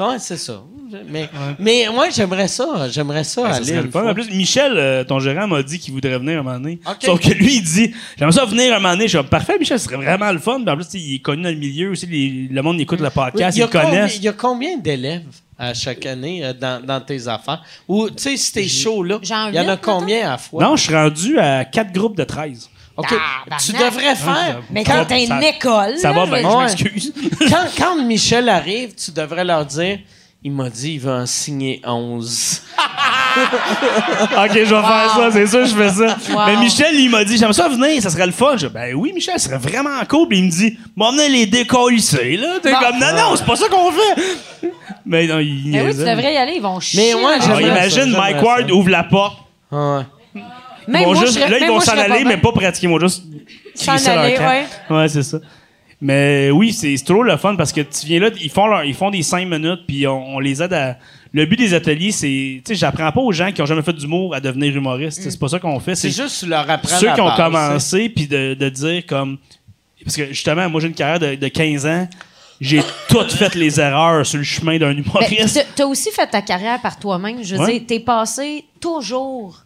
Speaker 1: Ouais, c'est ça. Mais, mais ouais, j'aimerais ça. J'aimerais ça
Speaker 7: Ah, ça
Speaker 1: aller.
Speaker 7: serait le
Speaker 1: une
Speaker 7: fun.
Speaker 1: fois.
Speaker 7: En plus, Michel, euh, ton gérant, m'a dit qu'il voudrait venir un moment donné.
Speaker 1: Ok.
Speaker 7: Sauf que lui, il dit J'aimerais ça venir un moment donné. Je suis comme, Parfait, Michel, ce serait vraiment le fun. Puis en plus, il est connu dans le milieu aussi. les- le monde écoute le
Speaker 1: Oui,
Speaker 7: podcast,
Speaker 1: il y
Speaker 7: ils
Speaker 1: a
Speaker 7: le
Speaker 1: combien-
Speaker 7: connaissent.
Speaker 1: Il y a combien d'élèves à chaque année euh, dans, dans tes affaires? Ou, tu sais, si t'es chaud, là, il y
Speaker 6: J'en
Speaker 1: en
Speaker 6: huit,
Speaker 1: a
Speaker 6: mettons?
Speaker 1: combien à la fois?
Speaker 7: Non, je suis rendu à quatre groupes de 13.
Speaker 1: OK.
Speaker 6: Ah, Tabarnak.
Speaker 1: tu devrais faire...
Speaker 6: Mais
Speaker 7: Ça-
Speaker 6: quand t'as une
Speaker 7: Ah, ça-
Speaker 6: école.
Speaker 7: Ça
Speaker 6: là,
Speaker 7: va,
Speaker 6: je veux
Speaker 7: ben, je
Speaker 6: dire,
Speaker 1: Ouais.
Speaker 7: m'excuse. [LAUGHS]
Speaker 1: quand, quand Michel arrive, tu devrais leur dire... Il m'a dit il veut en signer 11.
Speaker 7: OK, je vais faire ça, c'est sûr, je fais ça.
Speaker 6: Wow.
Speaker 7: Mais Michel, il m'a dit, j'aime ça venir, ça serait le fun. Je dis, ben oui, Michel, ça serait vraiment cool. Puis il me dit, m'emmener les décollissés, là.
Speaker 1: Bah.
Speaker 7: T'es comme, non, non, c'est pas ça qu'on fait.
Speaker 1: Ben
Speaker 7: Mais non, il
Speaker 6: Mais oui, tu
Speaker 7: niaisait.
Speaker 6: devrais y aller, ils vont chier.
Speaker 1: Mais ouais,
Speaker 6: dans
Speaker 7: Alors,
Speaker 6: le-
Speaker 1: j'aimerais ça,
Speaker 7: imagine,
Speaker 1: j'aimerais
Speaker 7: Mike Ward
Speaker 1: ça.
Speaker 7: ouvre la porte.
Speaker 1: Ouais.
Speaker 7: Ils
Speaker 6: Même
Speaker 7: vont
Speaker 6: Ben, moi, je
Speaker 7: juste-
Speaker 6: serais-
Speaker 7: là, ils
Speaker 6: même
Speaker 7: vont
Speaker 6: moi, je
Speaker 7: s'en
Speaker 6: serais
Speaker 7: aller,
Speaker 6: pas
Speaker 7: mais
Speaker 6: bien.
Speaker 7: pas pratiquer. Ils vont juste
Speaker 6: S'en
Speaker 7: crisser leur
Speaker 6: aller,
Speaker 7: camp.
Speaker 6: ouais.
Speaker 7: Ouais, c'est ça. Mais oui, c'est c'est trop le fun parce que tu viens là, ils font, leur- ils font des cinq minutes, puis on, on les aide à. Le but des ateliers, c'est. Tu sais, j'apprends pas aux gens qui ont jamais fait d'humour à devenir humoriste.
Speaker 6: Mm.
Speaker 7: C'est pas ça qu'on fait.
Speaker 1: C'est juste leur apprendre
Speaker 7: ceux
Speaker 1: la
Speaker 7: qui ont
Speaker 1: base,
Speaker 7: commencé, puis de, de dire comme. Parce que justement, moi, j'ai une carrière de, de 15 ans. J'ai toutes fait les erreurs sur le chemin d'un
Speaker 6: Ben,
Speaker 7: humoriste.
Speaker 6: t'as- t'as aussi fait ta carrière par toi-même. Je veux
Speaker 7: Ouais.
Speaker 6: dire, t'es passé toujours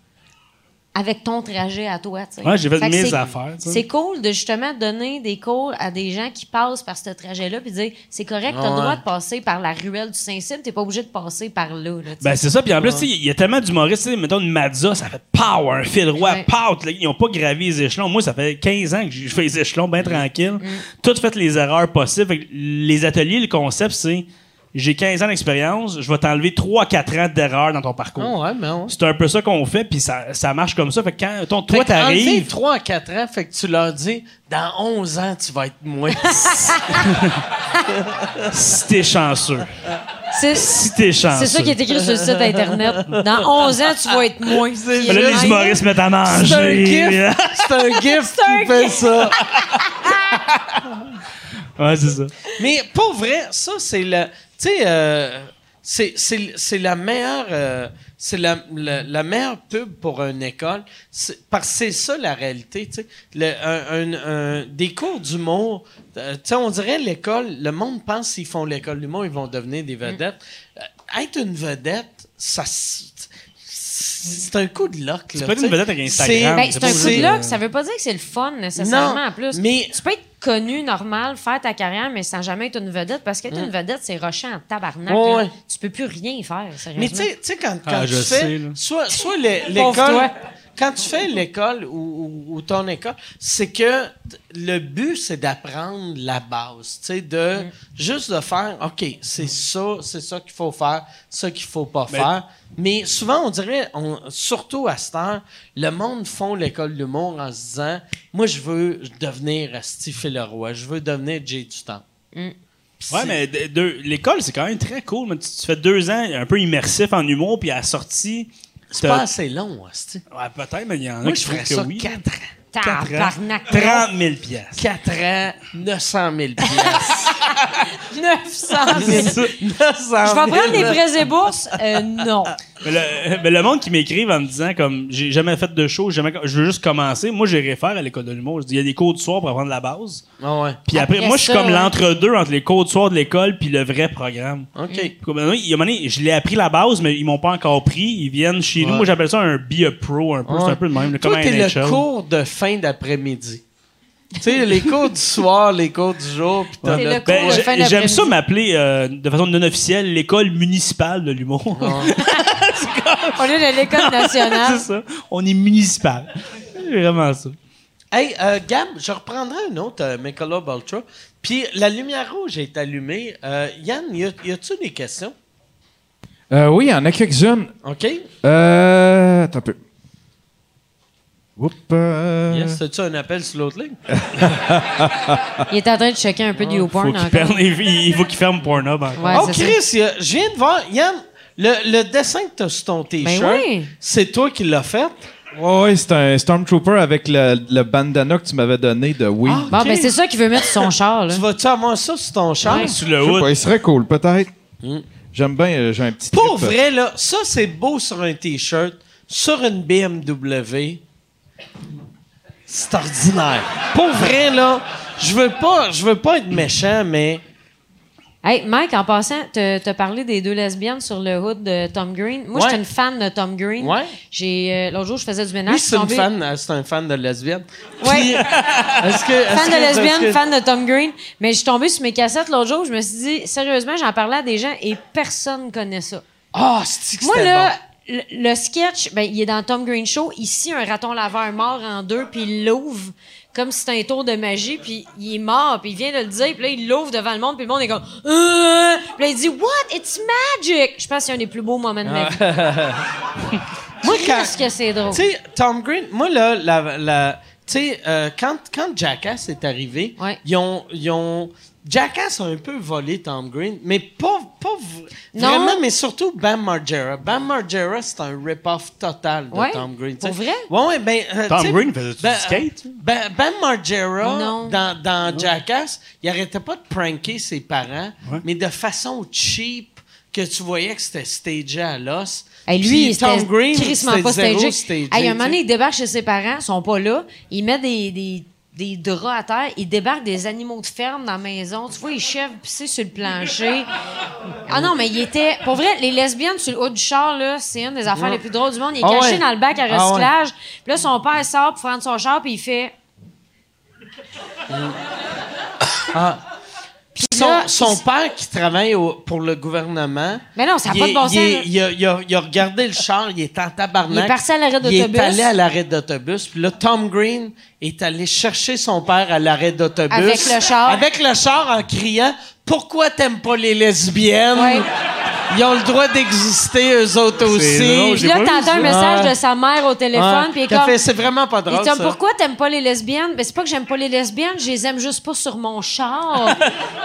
Speaker 6: avec ton trajet à toi. tu sais.
Speaker 7: Ouais, j'ai fait
Speaker 6: que
Speaker 7: mes
Speaker 6: c'est-
Speaker 7: affaires, tu sais.
Speaker 6: C'est cool de justement donner des cours à des gens qui passent par ce trajet-là puis dire c'est correct, t'as
Speaker 1: Ouais.
Speaker 6: le droit de passer par la ruelle du Saint-Cyr, t'es pas obligé de passer par là. là, tu sais.
Speaker 7: Ben c'est ça, puis en plus, tu sais, il y a tellement d'humoristes, tu sais, mettons une Mazza, ça fait pow, un fil roi,
Speaker 6: Ouais.
Speaker 7: pow, tu- ils n'ont pas gravi les échelons. Moi, ça fait 15 ans que je fais les échelons bien tranquille. Toutes faites les erreurs possibles. Fait que les ateliers, le concept, c'est j'ai 15 ans d'expérience, je vais t'enlever 3-4 ans d'erreurs dans ton
Speaker 1: là.
Speaker 7: parcours.
Speaker 1: Ah ouais, mais on...
Speaker 7: C'est un peu ça qu'on fait, puis ça, ça marche comme ça. Fait que quand ton, toi,
Speaker 1: Enlever
Speaker 7: t'arrives,
Speaker 1: 3 à 4 ans, fait que tu leur dis, dans 11 ans, tu vas être moins.
Speaker 7: [LAUGHS] si t'es chanceux.
Speaker 6: C'est
Speaker 7: Si t'es chanceux.
Speaker 6: c'est ça qui est écrit sur le site Internet. Dans 11 ans, tu vas être moins.
Speaker 7: Mais Là, les humoristes se mettent à manger.
Speaker 1: C'est un
Speaker 7: hein.
Speaker 1: gif. C'est un gif qui fait ça.
Speaker 7: [LAUGHS] ouais, c'est ça.
Speaker 1: Mais pour vrai, ça, c'est le. Tu sais, euh, c'est- c'est c'est la meilleure. euh, c'est la, la, la meilleure pub pour une école. C'est- Parce que c'est ça la réalité. tu sais. Le- un- un- un- des cours d'humour, euh, tu sais, on dirait l'école, le monde pense s'ils font l'école d'humour, ils vont devenir
Speaker 6: Mm.
Speaker 1: des vedettes. Euh, être une vedette, ça. s- C'est un coup de luck.
Speaker 7: C'est pas une vedette avec Instagram.
Speaker 6: Ben, c'est un coup
Speaker 7: C'est-
Speaker 6: de luck. Ça veut pas dire que c'est le fun nécessairement
Speaker 1: euh, Non,
Speaker 6: en plus.
Speaker 1: mais-
Speaker 6: Tu peux être connu, normal, faire ta carrière, mais sans jamais être une vedette. Parce qu'être une vedette, c'est rocher en tabarnak.
Speaker 1: Hein? Ouais,
Speaker 6: là.
Speaker 1: ouais.
Speaker 6: Tu peux plus rien faire, sérieusement.
Speaker 1: Mais tu sais- tu sais, quand, quand
Speaker 7: Ah,
Speaker 1: tu
Speaker 7: je
Speaker 1: fais.
Speaker 7: sais, là.
Speaker 1: soit soit l'é-
Speaker 6: Pauvre
Speaker 1: l'école.
Speaker 6: toi.
Speaker 1: Quand tu fais l'école ou, ou- ou ton école, c'est que t- le but, c'est d'apprendre la base. Tu sais, de
Speaker 6: Mm.
Speaker 1: juste de faire OK, c'est ça, c'est ça qu'il faut faire, ça qu'il faut pas faire. Mais souvent, on dirait, on- surtout à cette heure, le monde font l'école d'humour en se disant Moi, je veux devenir Steve Leroy, je veux devenir Jay Dutemps.
Speaker 6: Mm.
Speaker 7: Ouais, mais de- de- l'école, c'est quand même très cool. mais Tu, tu fais deux ans un peu immersif en humour, puis à la sortie.
Speaker 1: C'est
Speaker 7: t'as-
Speaker 1: pas assez long, Asti.
Speaker 7: Ouais, peut-être, mais il y en a
Speaker 1: Moi,
Speaker 7: qui
Speaker 1: je ferais
Speaker 7: trouvent que
Speaker 1: ça
Speaker 7: oui.
Speaker 1: quatre ans.
Speaker 7: Quatre ans,
Speaker 6: Tabarnak.
Speaker 7: 30 000 piastres.
Speaker 1: 4 ans, 900 000 piastres.
Speaker 6: 900
Speaker 1: [LAUGHS]
Speaker 6: 000.
Speaker 1: 900 000.
Speaker 6: Je vais prendre les prêts et bourses? Euh, non.
Speaker 7: Mais le, mais le monde qui m'écrive en me disant, comme, j'ai jamais fait de show, j'ai jamais, je veux juste commencer, moi, j'ai réfère à l'école de l'humour. Je dis, Il y a des cours du soir pour apprendre la base.
Speaker 1: Ah ouais.
Speaker 7: Puis après,
Speaker 6: Après
Speaker 7: moi, je suis
Speaker 6: ça,
Speaker 7: comme
Speaker 6: ouais.
Speaker 7: l'entre-deux entre les cours du soir de l'école puis le vrai programme.
Speaker 1: OK.
Speaker 7: Comme, euh, Il y a un moment donné, je l'ai appris la base, mais ils m'ont pas encore pris. Ils viennent chez nous. Moi, j'appelle ça un be a pro, un peu. C'est un peu le même. là, comme
Speaker 1: Toi,
Speaker 7: un
Speaker 1: t'es
Speaker 7: NHL.
Speaker 1: le cours de fin d'après-midi. tu sais, les cours du soir, les cours du jour, puis t'as
Speaker 6: T'es
Speaker 1: le
Speaker 6: le
Speaker 1: cours.
Speaker 7: Ben,
Speaker 6: cours de
Speaker 7: j'ai-
Speaker 6: fin
Speaker 7: J'aime ça
Speaker 6: d'après-midi.
Speaker 7: m'appeler euh, de façon non officielle l'école municipale de l'humour.
Speaker 6: Au lieu de l'école nationale.
Speaker 7: [LAUGHS]
Speaker 1: [LAUGHS]
Speaker 7: c'est ça. On est municipal. C'est vraiment ça.
Speaker 1: Hey, euh, Gab, je reprendrai un autre euh, Michelob Ultra. Puis la lumière rouge est allumée. Euh, Yann, y a- y a-tu des questions?
Speaker 3: Euh, oui, il y en a quelques-unes.
Speaker 1: OK?
Speaker 3: Euh. Attends un peu. Oups. euh,
Speaker 1: Yes, as-tu un appel sur l'autre ligne?
Speaker 6: Il est en train de checker un peu du haut
Speaker 7: Faut qu'il
Speaker 6: encore.
Speaker 7: ferme, il faut qu'il ferme Pornhub encore.
Speaker 6: hein. Ouais,
Speaker 1: oh,
Speaker 6: c'est ça.
Speaker 1: Chris, y a- je viens de voir. Yann, Le, le dessin que t'as sur ton t-shirt,
Speaker 6: oui.
Speaker 1: c'est toi qui l'as fait?
Speaker 2: Ouais, ouais, c'est un Stormtrooper avec le, le bandana que tu m'avais donné de Wii.
Speaker 1: Ah.
Speaker 6: Bon, ben c'est ça qu'il veut mettre sur son char, là.
Speaker 1: Tu vas-tu avoir ça sur ton char?
Speaker 6: Ouais.
Speaker 7: Sur le
Speaker 2: Je sais
Speaker 7: hood.
Speaker 2: pas, il serait cool, peut-être. J'aime bien, euh, j'ai un petit
Speaker 1: Mm. Pour
Speaker 2: trip, euh,
Speaker 1: vrai, là, ça, c'est beau sur un T-shirt, sur une BMW. C'est ordinaire. Pour vrai, là, je veux pas, je veux pas être méchant, mais
Speaker 6: Hey, Mike, en passant, te- t'as parlé des deux lesbiennes sur le hood de Tom Green. Moi,
Speaker 1: Ouais.
Speaker 6: j'étais une fan de Tom Green.
Speaker 1: Ouais.
Speaker 6: J'ai, euh, l'autre jour, je faisais du ménage.
Speaker 1: lui, c'est une
Speaker 6: tombée-
Speaker 1: fan, euh, c'est un fan de lesbienne.
Speaker 6: Ouais.
Speaker 1: Est-ce que, est-ce
Speaker 6: fan de
Speaker 1: que- est-ce
Speaker 6: lesbienne,
Speaker 1: que-
Speaker 6: fan de Tom Green. Mais je suis tombée sur mes cassettes l'autre jour. Je me suis dit, sérieusement, j'en parlais à des gens et personne connaît ça.
Speaker 1: Ah, c'est que
Speaker 6: Moi,
Speaker 1: c'était
Speaker 6: là,
Speaker 1: bon.
Speaker 6: le, le sketch, ben, il est dans Tom Green Show. Ici, un raton laveur mort en deux, puis il l'ouvre comme si c'était un tour de magie, puis il est mort, puis il vient de le dire, puis là, il l'ouvre devant le monde, puis le monde est comme... Euh! Puis là, il dit « What? It's magic! » Je pense que c'est un des plus beaux moments de ma vie. Moi,
Speaker 1: quand-
Speaker 6: qu'est-ce que c'est drôle.
Speaker 1: Tu sais, Tom Green, moi, là, la, la- tu sais, euh, quand, quand Jackass est arrivé,
Speaker 6: Ouais.
Speaker 1: ils, ont, ils ont- Jackass a un peu volé Tom Green, mais pas, pas v-
Speaker 6: Non.
Speaker 1: vraiment, mais surtout Bam Margera. Bam Margera, c'est un rip-off total de
Speaker 6: Ouais?
Speaker 1: Tom Green. tu
Speaker 6: Pour
Speaker 1: sais.
Speaker 6: vrai?
Speaker 1: Ouais, ouais, ben, euh,
Speaker 7: Tom
Speaker 1: tu sais,
Speaker 7: Green faisait-tu
Speaker 1: ben,
Speaker 7: du skate?
Speaker 1: ben, Ben Margera,
Speaker 6: Non.
Speaker 1: dans, dans Jackass, il arrêtait pas de pranker ses parents, mais de façon cheap que tu voyais que c'était stagé à l'os.
Speaker 6: Hey, lui,
Speaker 1: Puis
Speaker 6: il
Speaker 1: Tom Green,
Speaker 6: crissement
Speaker 1: c'était
Speaker 6: pas
Speaker 1: zéro
Speaker 6: stagé.
Speaker 1: stagé,
Speaker 6: Hey, un
Speaker 1: tu
Speaker 6: moment
Speaker 1: sais.
Speaker 6: donné, il débarque chez ses parents, ils sont pas là. Il met des, des, des draps à terre. Il débarque des animaux de ferme dans la maison. Tu vois, il chèvre pisser sur le plancher. Ah non, mais il était... Pour vrai, les lesbiennes sur le haut du char, là, c'est une des affaires les plus drôles du monde. Il est
Speaker 1: Ah
Speaker 6: caché
Speaker 1: ouais.
Speaker 6: dans le bac à
Speaker 1: Ah ouais.
Speaker 6: recyclage. Puis là, son père sort pour prendre son char, puis il fait... Puis là,
Speaker 1: Son, son
Speaker 6: il-
Speaker 1: père qui travaille au- pour le gouvernement.
Speaker 6: Mais non, ça n'a
Speaker 1: il
Speaker 6: pas de
Speaker 1: est-
Speaker 6: bon sens.
Speaker 1: il est-
Speaker 6: là.
Speaker 1: il a, il a- il a regardé le char, il est en tabarnak.
Speaker 6: Il est parti à l'arrêt
Speaker 1: Il
Speaker 6: d'autobus.
Speaker 1: est allé à l'arrêt d'autobus. Puis là, Tom Green est allé chercher son père à l'arrêt d'autobus.
Speaker 6: Avec le char.
Speaker 1: Avec le char en criant Pourquoi t'aimes pas les lesbiennes
Speaker 6: Ouais.
Speaker 1: Ils ont le droit d'exister, eux autres aussi.
Speaker 7: drôle,
Speaker 6: Puis
Speaker 7: j'ai
Speaker 6: là,
Speaker 7: pas vu
Speaker 6: t'entends
Speaker 7: ça.
Speaker 6: un message
Speaker 1: Ouais.
Speaker 6: de sa mère au téléphone,
Speaker 1: Ouais.
Speaker 6: puis il est
Speaker 1: Ah. T'as
Speaker 6: comme...
Speaker 1: fait, c'est vraiment pas
Speaker 6: Il
Speaker 1: drôle.
Speaker 6: était comme,
Speaker 1: ça.
Speaker 6: pourquoi t'aimes pas les lesbiennes? Mais c'est pas que j'aime pas les lesbiennes, je les aime juste pas sur mon char.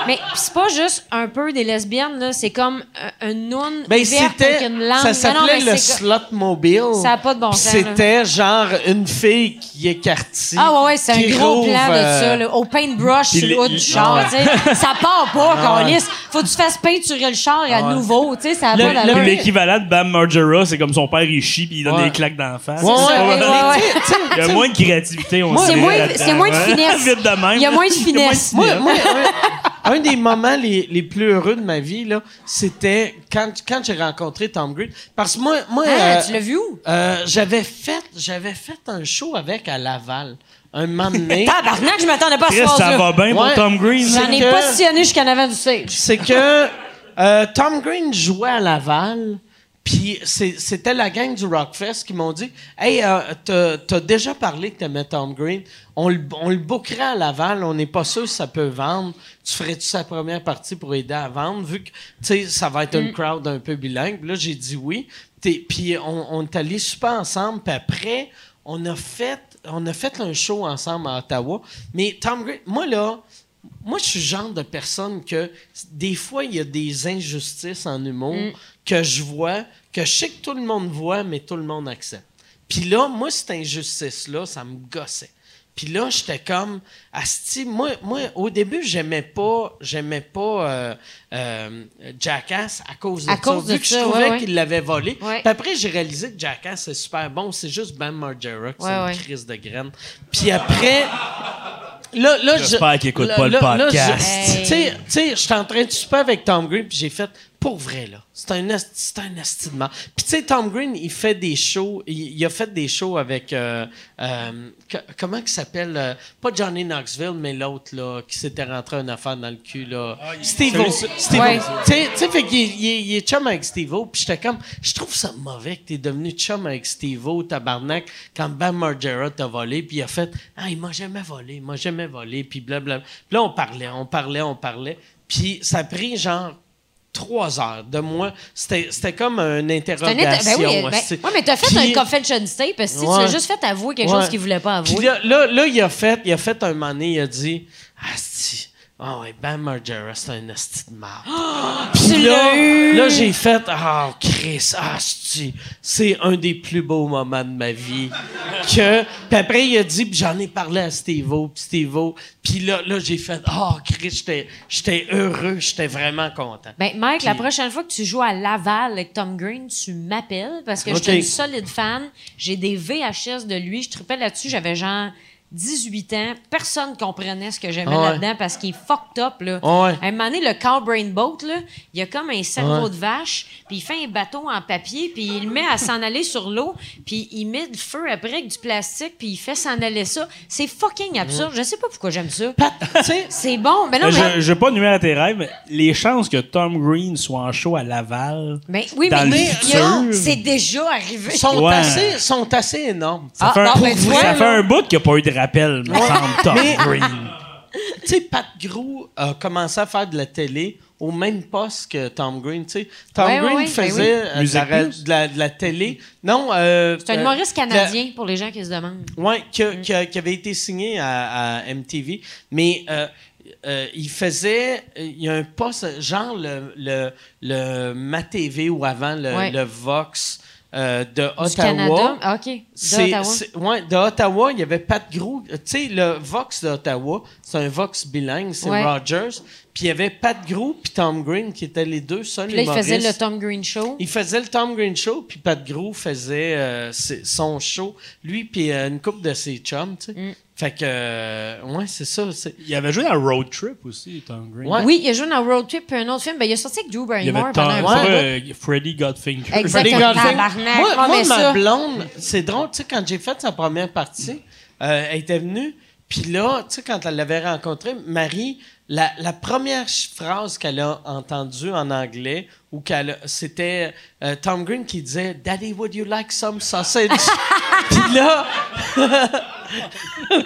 Speaker 6: mais c'est pas juste un peu des lesbiennes, là. C'est comme euh, une noun
Speaker 1: Ben,
Speaker 6: verte
Speaker 1: c'était.
Speaker 6: avec une langue.
Speaker 1: Ça
Speaker 6: Non, non,
Speaker 1: s'appelait
Speaker 6: mais
Speaker 1: le
Speaker 6: c'est que-
Speaker 1: slot mobile.
Speaker 6: Ça a pas de bon sens, là.
Speaker 1: C'était genre une fille qui écartille.
Speaker 6: Ah ouais, ouais, c'est un
Speaker 1: qui
Speaker 6: gros
Speaker 1: rouvre,
Speaker 6: plan de
Speaker 1: euh,
Speaker 6: ça, là, au paintbrush sur le haut du char, tu sais. Ça part pas, câlisse. Faut que tu fasses peinturer le char à nouveau, tu sais, ça a
Speaker 1: Le-
Speaker 6: pas
Speaker 1: le-
Speaker 7: Puis
Speaker 6: d'allure.
Speaker 7: L'équivalent de Bam Margera, c'est comme son père, il chie puis il donne
Speaker 1: Ouais.
Speaker 7: des claques dans la face.
Speaker 1: Ouais,
Speaker 6: ça,
Speaker 1: ouais,
Speaker 6: ouais,
Speaker 1: mais tu
Speaker 6: ouais,
Speaker 1: sais- tu sais-
Speaker 7: Il y a moins de créativité, on
Speaker 6: C'est
Speaker 7: dirait,
Speaker 6: moins-
Speaker 7: là-dedans. hein.
Speaker 6: c'est
Speaker 7: [LAUGHS]
Speaker 6: moins de finesse.
Speaker 7: Vite de même.
Speaker 6: Il y a
Speaker 7: [LAUGHS]
Speaker 6: moins de finesse.
Speaker 1: Moi, moi, un, un des moments les, les plus heureux de ma vie, là, c'était quand, quand j'ai rencontré Tom Green. Parce que moi, moi
Speaker 6: Ah,
Speaker 1: euh,
Speaker 6: tu l'as vu où?
Speaker 1: euh, j'avais fait, j'avais fait un show avec à Laval, un moment
Speaker 6: [LAUGHS]
Speaker 1: donné.
Speaker 6: Tabarnak, je m'attendais pas à ce
Speaker 7: Chris, ça
Speaker 6: phrase-là.
Speaker 7: va bien
Speaker 1: Ouais.
Speaker 7: pour Tom Green.
Speaker 6: J'en ai
Speaker 1: que-
Speaker 6: positionné jusqu'en avant du stage.
Speaker 1: c'est que euh, Tom Green jouait à Laval, puis c'est- c'était la gang du Rockfest qui m'ont dit Hey, euh, t'as- t'as déjà parlé que t'aimais Tom Green. On le, on le bookerait à Laval, on n'est pas sûr si ça peut vendre. Tu ferais-tu sa première partie pour aider à vendre, vu que tu sais, ça va être une crowd un peu bilingue. Puis Là, j'ai dit oui. T'es- Puis on, on est allés super ensemble, puis après, on a fait. On a fait un show ensemble à Ottawa. Mais Tom Green, moi là, moi, je suis le genre de personne que des fois, il y a des injustices en humour
Speaker 6: Mm.
Speaker 1: que je vois, que je sais que tout le monde voit, mais tout le monde accepte. Puis là, moi, cette injustice-là, ça me gossait. Puis là, j'étais comme, asti, moi, moi, au début, j'aimais pas, j'aimais pas euh, euh, Jackass à cause de
Speaker 6: À
Speaker 1: ça,
Speaker 6: cause de
Speaker 1: vu que je
Speaker 6: ça,
Speaker 1: trouvais
Speaker 6: ouais, ouais.
Speaker 1: qu'il l'avait volé.
Speaker 6: Ouais.
Speaker 1: Puis après, j'ai réalisé que Jackass, c'est super bon, c'est juste Bam Margera, que c'est
Speaker 6: Ouais,
Speaker 1: une
Speaker 6: ouais.
Speaker 1: crise de graines. Puis après, là, là,
Speaker 7: J'espère
Speaker 1: je-
Speaker 7: qu'il écoute
Speaker 1: là-
Speaker 7: pas le
Speaker 1: là- là,
Speaker 7: podcast.
Speaker 1: je- Tu sais, tu sais, j'étais en train de super avec Tom Green, puis j'ai fait, pour vrai, là, c'est un esti- c'est un esti de mort. Puis tu sais, Tom Green, il fait des shows, il, il a fait des shows avec, euh, euh, co- comment il s'appelle, euh, pas Johnny Knoxville, mais l'autre, là, qui s'était rentré un affaire dans le cul, là. Steve-O. Steve-O.
Speaker 6: Ouais.
Speaker 1: Tu sais- tu sais, fait qu'il il est- il est chum avec Steve-O, puis j'étais comme, je trouve ça mauvais que t'es devenu chum avec Steve-O, tabarnak, quand Bam Margera t'a volé, puis il a fait, ah, il m'a jamais volé, il m'a jamais volé, puis blablabla. Puis là, on parlait, on parlait, on parlait, puis ça a pris genre trois heures de moi. C'était c'était comme une
Speaker 6: C'est un
Speaker 1: interrogation.
Speaker 6: éta- ben oui, ben-
Speaker 1: hostie.
Speaker 6: ouais, mais t'as fait
Speaker 1: Puis-
Speaker 6: un confession tape parce que tu
Speaker 1: Ouais.
Speaker 6: as juste fait avouer quelque
Speaker 1: Ouais.
Speaker 6: chose qu'il voulait pas
Speaker 1: Puis
Speaker 6: avouer.
Speaker 1: là, là, là, il a fait, il a fait un moment donné, il a dit, ah, Ah ouais, Bam Margera, c'est un esti de marde.
Speaker 6: Puis tu
Speaker 1: là,
Speaker 6: l'as eu.
Speaker 1: là, j'ai fait Ah, Chris, ah, c'est- c'est un des plus beaux moments de ma vie. [LAUGHS] que, puis après, il a dit, puis j'en ai parlé à Stevo, puis Stevo. Puis là, là j'ai fait Ah, Chris, j'étais- j'étais heureux, j'étais vraiment content.
Speaker 6: Ben, Mike, la prochaine fois que tu joues à Laval avec Tom Green, tu m'appelles parce que
Speaker 1: Ok.
Speaker 6: je suis une solide fan. J'ai des VHS de lui. Je tripais là-dessus. J'avais genre 18 ans. Personne comprenait ce que j'aimais
Speaker 1: Ah ouais.
Speaker 6: là-dedans parce qu'il est fucked up. Là.
Speaker 1: Ah ouais.
Speaker 6: À un moment donné, le Cow Brain Boat, là, il y a comme un cerveau
Speaker 1: Ouais.
Speaker 6: de vache, puis il fait un bateau en papier, puis il le met à s'en aller sur l'eau, puis il met le feu après avec du plastique, puis il fait s'en aller ça. C'est fucking absurde. Je sais pas pourquoi j'aime ça.
Speaker 1: Tu sais,
Speaker 6: C'est bon. Mais non, mais...
Speaker 7: Je ne vais pas nuire à tes rêves, mais les chances que Tom Green soit en show à Laval,
Speaker 6: Ben oui,
Speaker 7: Dans
Speaker 6: mais
Speaker 7: le
Speaker 6: il y a-
Speaker 7: futur.
Speaker 6: c'est déjà arrivé.
Speaker 1: sont,
Speaker 7: Ouais.
Speaker 1: assez, sont assez énormes.
Speaker 7: ça,
Speaker 6: Ah,
Speaker 7: fait, un,
Speaker 6: bon, ben, tu vois,
Speaker 7: ça fait
Speaker 6: là.
Speaker 7: un bout qu'il n'y a pas eu de rappel, me semble, Tom Green.
Speaker 1: Tu sais, Pat Grou a commencé à faire de la télé au même poste que Tom Green. tu sais. Tom
Speaker 6: Ouais, ouais,
Speaker 1: Green
Speaker 6: ouais, ben
Speaker 1: faisait
Speaker 6: oui.
Speaker 1: euh, de, la, ra- de la- de la télé. Non, euh,
Speaker 6: C'est un
Speaker 1: euh,
Speaker 6: humoriste
Speaker 1: de la-
Speaker 6: canadien, pour les gens qui se demandent.
Speaker 1: Oui, qui,
Speaker 6: Mm.
Speaker 1: a- qui a- qui avait été signé à, à MTV. Mais euh, euh, il faisait. Il y a un poste, genre le, le, le MaTV ou avant le,
Speaker 6: Ouais.
Speaker 1: le Vox euh, de
Speaker 6: Du Canada.
Speaker 1: Ottawa.
Speaker 6: Ah, OK. De
Speaker 1: C'est,
Speaker 6: Ottawa.
Speaker 1: c'est- ouais, de Ottawa, il y avait Pat Grou. Tu sais, le Vox d'Ottawa, c'est un Vox bilingue, c'est
Speaker 6: Ouais.
Speaker 1: Rogers. Puis il y avait Pat Grou puis Tom Green qui étaient les deux seuls
Speaker 6: Puis là, il faisait le
Speaker 1: humoristes.
Speaker 6: Tom Green Show.
Speaker 1: Il faisait le Tom Green Show, puis Pat Gros faisait euh, ses- son show, lui, puis euh, une coupe de ses chums, tu sais.
Speaker 6: Mm.
Speaker 1: Fait que, euh, ouais, c'est ça. c'est-
Speaker 7: Il avait joué dans Road Trip aussi, Tom Green.
Speaker 1: Ouais.
Speaker 6: Oui, il a joué dans Road Trip, puis un autre film. Ben, il a sorti avec Drew
Speaker 7: Il y avait
Speaker 6: Barrymore pendant un
Speaker 7: Tom,
Speaker 6: bout.
Speaker 1: Ouais.
Speaker 7: euh, Freddy Godfinger.
Speaker 6: Exactement.
Speaker 1: Freddy Godfrey.
Speaker 6: Tabarnak.
Speaker 1: Moi,
Speaker 6: Ouais,
Speaker 1: moi,
Speaker 6: mais
Speaker 1: ma
Speaker 6: ça-
Speaker 1: blonde, c'est drôle, tu sais, quand j'ai fait sa première partie, euh, elle était venue, puis là, tu sais, quand elle l'avait rencontrée, Marie, la, la première ch- phrase qu'elle a entendue en anglais, ou qu'elle, a- c'était euh, Tom Green qui disait « Daddy, would you like some sausage? » Puis là... [LAUGHS]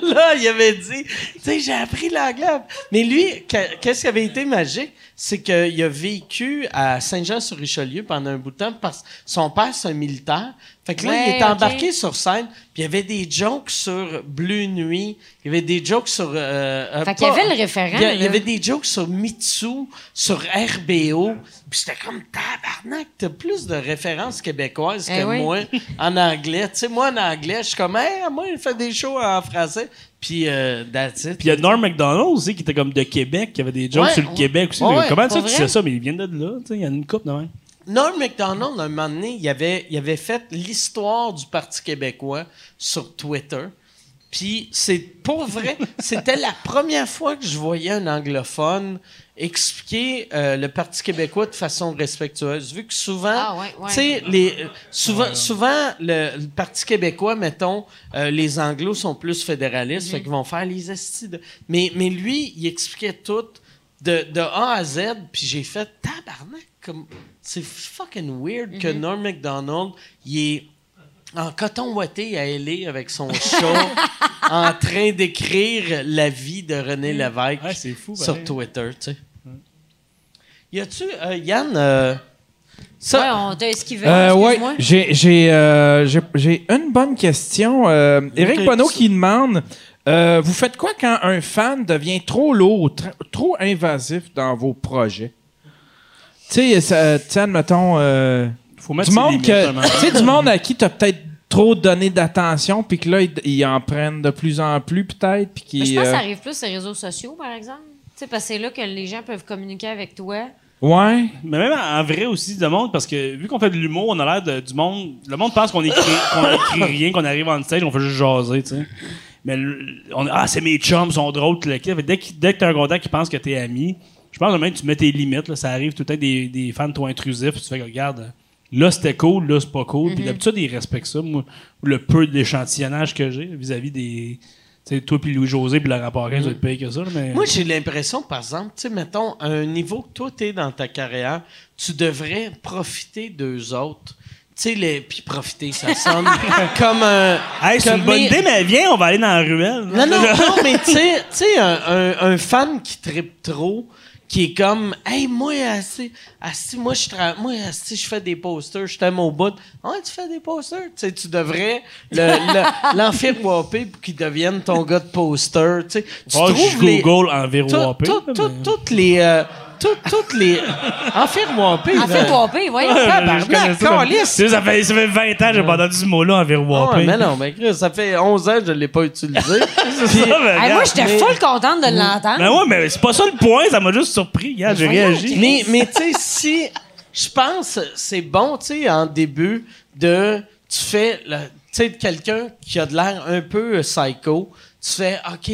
Speaker 1: là, il avait dit, tu sais, j'ai appris l'anglais. Mais lui, que- qu'est-ce qui avait été magique, c'est qu'il a vécu à Saint-Jean-sur-Richelieu pendant un bout de temps parce que son père, c'est un militaire. Fait que là, il
Speaker 6: Ouais,
Speaker 1: était
Speaker 6: ok.
Speaker 1: embarqué sur scène, puis il y avait des jokes sur Bleu Nuit, il y avait des jokes sur... euh, euh,
Speaker 6: Fait qu'il y
Speaker 1: pas-
Speaker 6: avait le référent,
Speaker 1: Il y a- il y
Speaker 6: là.
Speaker 1: avait des jokes sur Mitsou, sur RBO. Puis c'était comme tabarnak, t'as plus de références québécoises
Speaker 6: Eh
Speaker 1: que
Speaker 6: oui.
Speaker 1: moi en anglais. Tu sais, moi en anglais, je suis comme, hey, moi, il fait des shows en français. Puis, euh, that's it.
Speaker 7: Puis il y a Norm MacDonald aussi qui était comme de Québec, qui avait des jokes
Speaker 1: Ouais,
Speaker 7: sur le
Speaker 1: ouais.
Speaker 7: Québec aussi.
Speaker 1: Ouais,
Speaker 7: Mais
Speaker 1: ouais,
Speaker 7: Comment ça,
Speaker 6: pour
Speaker 7: tu
Speaker 6: vrai.
Speaker 7: sais ça? Mais il vient de là, tu sais, il y en a une coupe de même.
Speaker 1: Norm MacDonald, à un moment donné, il avait, il avait fait l'histoire du Parti québécois sur Twitter. Puis, c'est pour vrai, [LAUGHS] c'était la première fois que je voyais un anglophone expliquer euh, le Parti québécois de façon respectueuse. Vu que souvent,
Speaker 6: Ah ouais, ouais.
Speaker 1: tu sais, les, euh, souvent, souvent le, le Parti québécois, mettons, euh, les anglos sont plus fédéralistes,
Speaker 6: Mm-hmm.
Speaker 1: fait qu'ils vont faire les estis. de- Mais, mais lui, il expliquait tout de, de A à Z, puis j'ai fait tabarnak, comme c'est fucking weird
Speaker 6: Mm-hmm.
Speaker 1: que Norm MacDonald, il est en coton ouaté à L.A. avec son show
Speaker 7: [LAUGHS]
Speaker 1: en train d'écrire la vie de René Lévesque
Speaker 7: Hmm. Ouais, c'est fou,
Speaker 1: sur
Speaker 7: pareil. Hmm.
Speaker 1: Twitter, tu sais. Y a-tu, euh, Yann, euh, ça,
Speaker 6: Ouais, on t'a esquivé.
Speaker 2: Euh, ouais,
Speaker 6: excuse-moi.
Speaker 2: j'ai j'ai, euh, j'ai- j'ai une bonne question. Euh, Éric
Speaker 1: Ok,
Speaker 2: Bonneau
Speaker 1: ça.
Speaker 2: qui demande euh, Vous faites quoi quand un fan devient trop lourd, tr- trop invasif dans vos projets Tu sais, ça- tu sais, admettons, euh,
Speaker 7: Faut mettre
Speaker 2: du,
Speaker 7: ses
Speaker 2: monde
Speaker 7: limites,
Speaker 2: que,
Speaker 7: vraiment.
Speaker 2: tu sais, du monde à qui tu as peut-être trop donné d'attention, puis que là, ils ils en prennent de plus en plus, peut-être. puis
Speaker 6: Mais
Speaker 2: qu'ils,
Speaker 6: Ben, je pense que
Speaker 2: euh,
Speaker 6: ça arrive plus sur les réseaux sociaux, par exemple. Tu sais, parce que c'est là que les gens peuvent communiquer avec toi.
Speaker 2: Ouais.
Speaker 7: Mais même en vrai aussi, de monde, parce que vu qu'on fait de l'humour, on a l'air de- du monde. Le monde pense qu'on écrit,
Speaker 1: [LAUGHS]
Speaker 7: qu'on écrit rien, qu'on arrive en stage, on fait juste jaser, tu sais. Mais le- on, ah, c'est mes chums, sont drôles, tout le kit. Fait que Dès que, dès que t'as un contact qui pense que t'es ami, je pense que même tu mets tes limites. là. ça arrive tout le temps des, des fans trop intrusifs. Tu fais que, regarde, là c'était cool, là c'est pas cool.
Speaker 1: Mhm.
Speaker 7: Puis d'habitude, ils respectent ça. Moi, le peu d'échantillonnage que j'ai vis-à-vis des. Tu sais, toi puis Louis-José puis Laurent Paquin, vous êtes payé que ça. là, Mais...
Speaker 1: Mhm. Moi, j'ai l'impression, par exemple, tu sais, mettons, à un niveau que toi, t'es dans ta carrière, tu devrais profiter d'eux autres. Tu sais, les... puis profiter, ça
Speaker 7: [LAUGHS]
Speaker 1: sonne comme un...
Speaker 7: Hey, c'est
Speaker 1: comme-
Speaker 7: une bonne
Speaker 1: mais-
Speaker 7: idée, mais viens, on va aller dans la ruelle. [LAUGHS]
Speaker 1: Non, non, non, mais tu sais, tu sais, un, un- un fan qui tripe trop, qui est comme Hey, moi, assez, assez, moi, je tra- moi, assez, je fais des posters, je t'aime au bout. Ouais, tu fais des posters. Tu sais, tu devrais le-
Speaker 7: [LAUGHS]
Speaker 1: le- l'enfiler wapé pour qu'il devienne ton gars de poster. Tu sais, tu
Speaker 7: Oh, je
Speaker 1: trouves les-
Speaker 7: Google environ
Speaker 1: tout-
Speaker 7: wapé,
Speaker 1: tout-
Speaker 7: là,
Speaker 1: tout-
Speaker 7: mais-
Speaker 1: Toutes les. euh, tout- Toutes les. [LAUGHS] Enfiler wapé,
Speaker 6: En fait,
Speaker 1: là.
Speaker 6: popé, voyons.
Speaker 7: Je connais
Speaker 1: Tabarnak,
Speaker 7: ça comme-
Speaker 1: câlisse.
Speaker 7: Tu sais, ça, fait, ça fait 20 ans que j'ai pas entendu ce mot-là environ
Speaker 1: Ah ouais,
Speaker 7: wapé.
Speaker 1: mais
Speaker 7: [LAUGHS]
Speaker 1: non, mais Chris, ça fait 11 ans que je ne l'ai pas utilisé.
Speaker 7: C'est ça, Ah, mais
Speaker 6: Hey,
Speaker 7: regarde.
Speaker 6: moi, j'étais full contente de l'entendre.
Speaker 7: Ben ouais, mais c'est pas ça le point, ça m'a juste surpris. Regarde, j'ai réagi.
Speaker 1: mais mais tu sais, si. Je pense c'est bon, tu sais, en début, de. Tu fais. le- Tu sais, de quelqu'un qui a de l'air un peu euh, psycho. Tu fais, OK,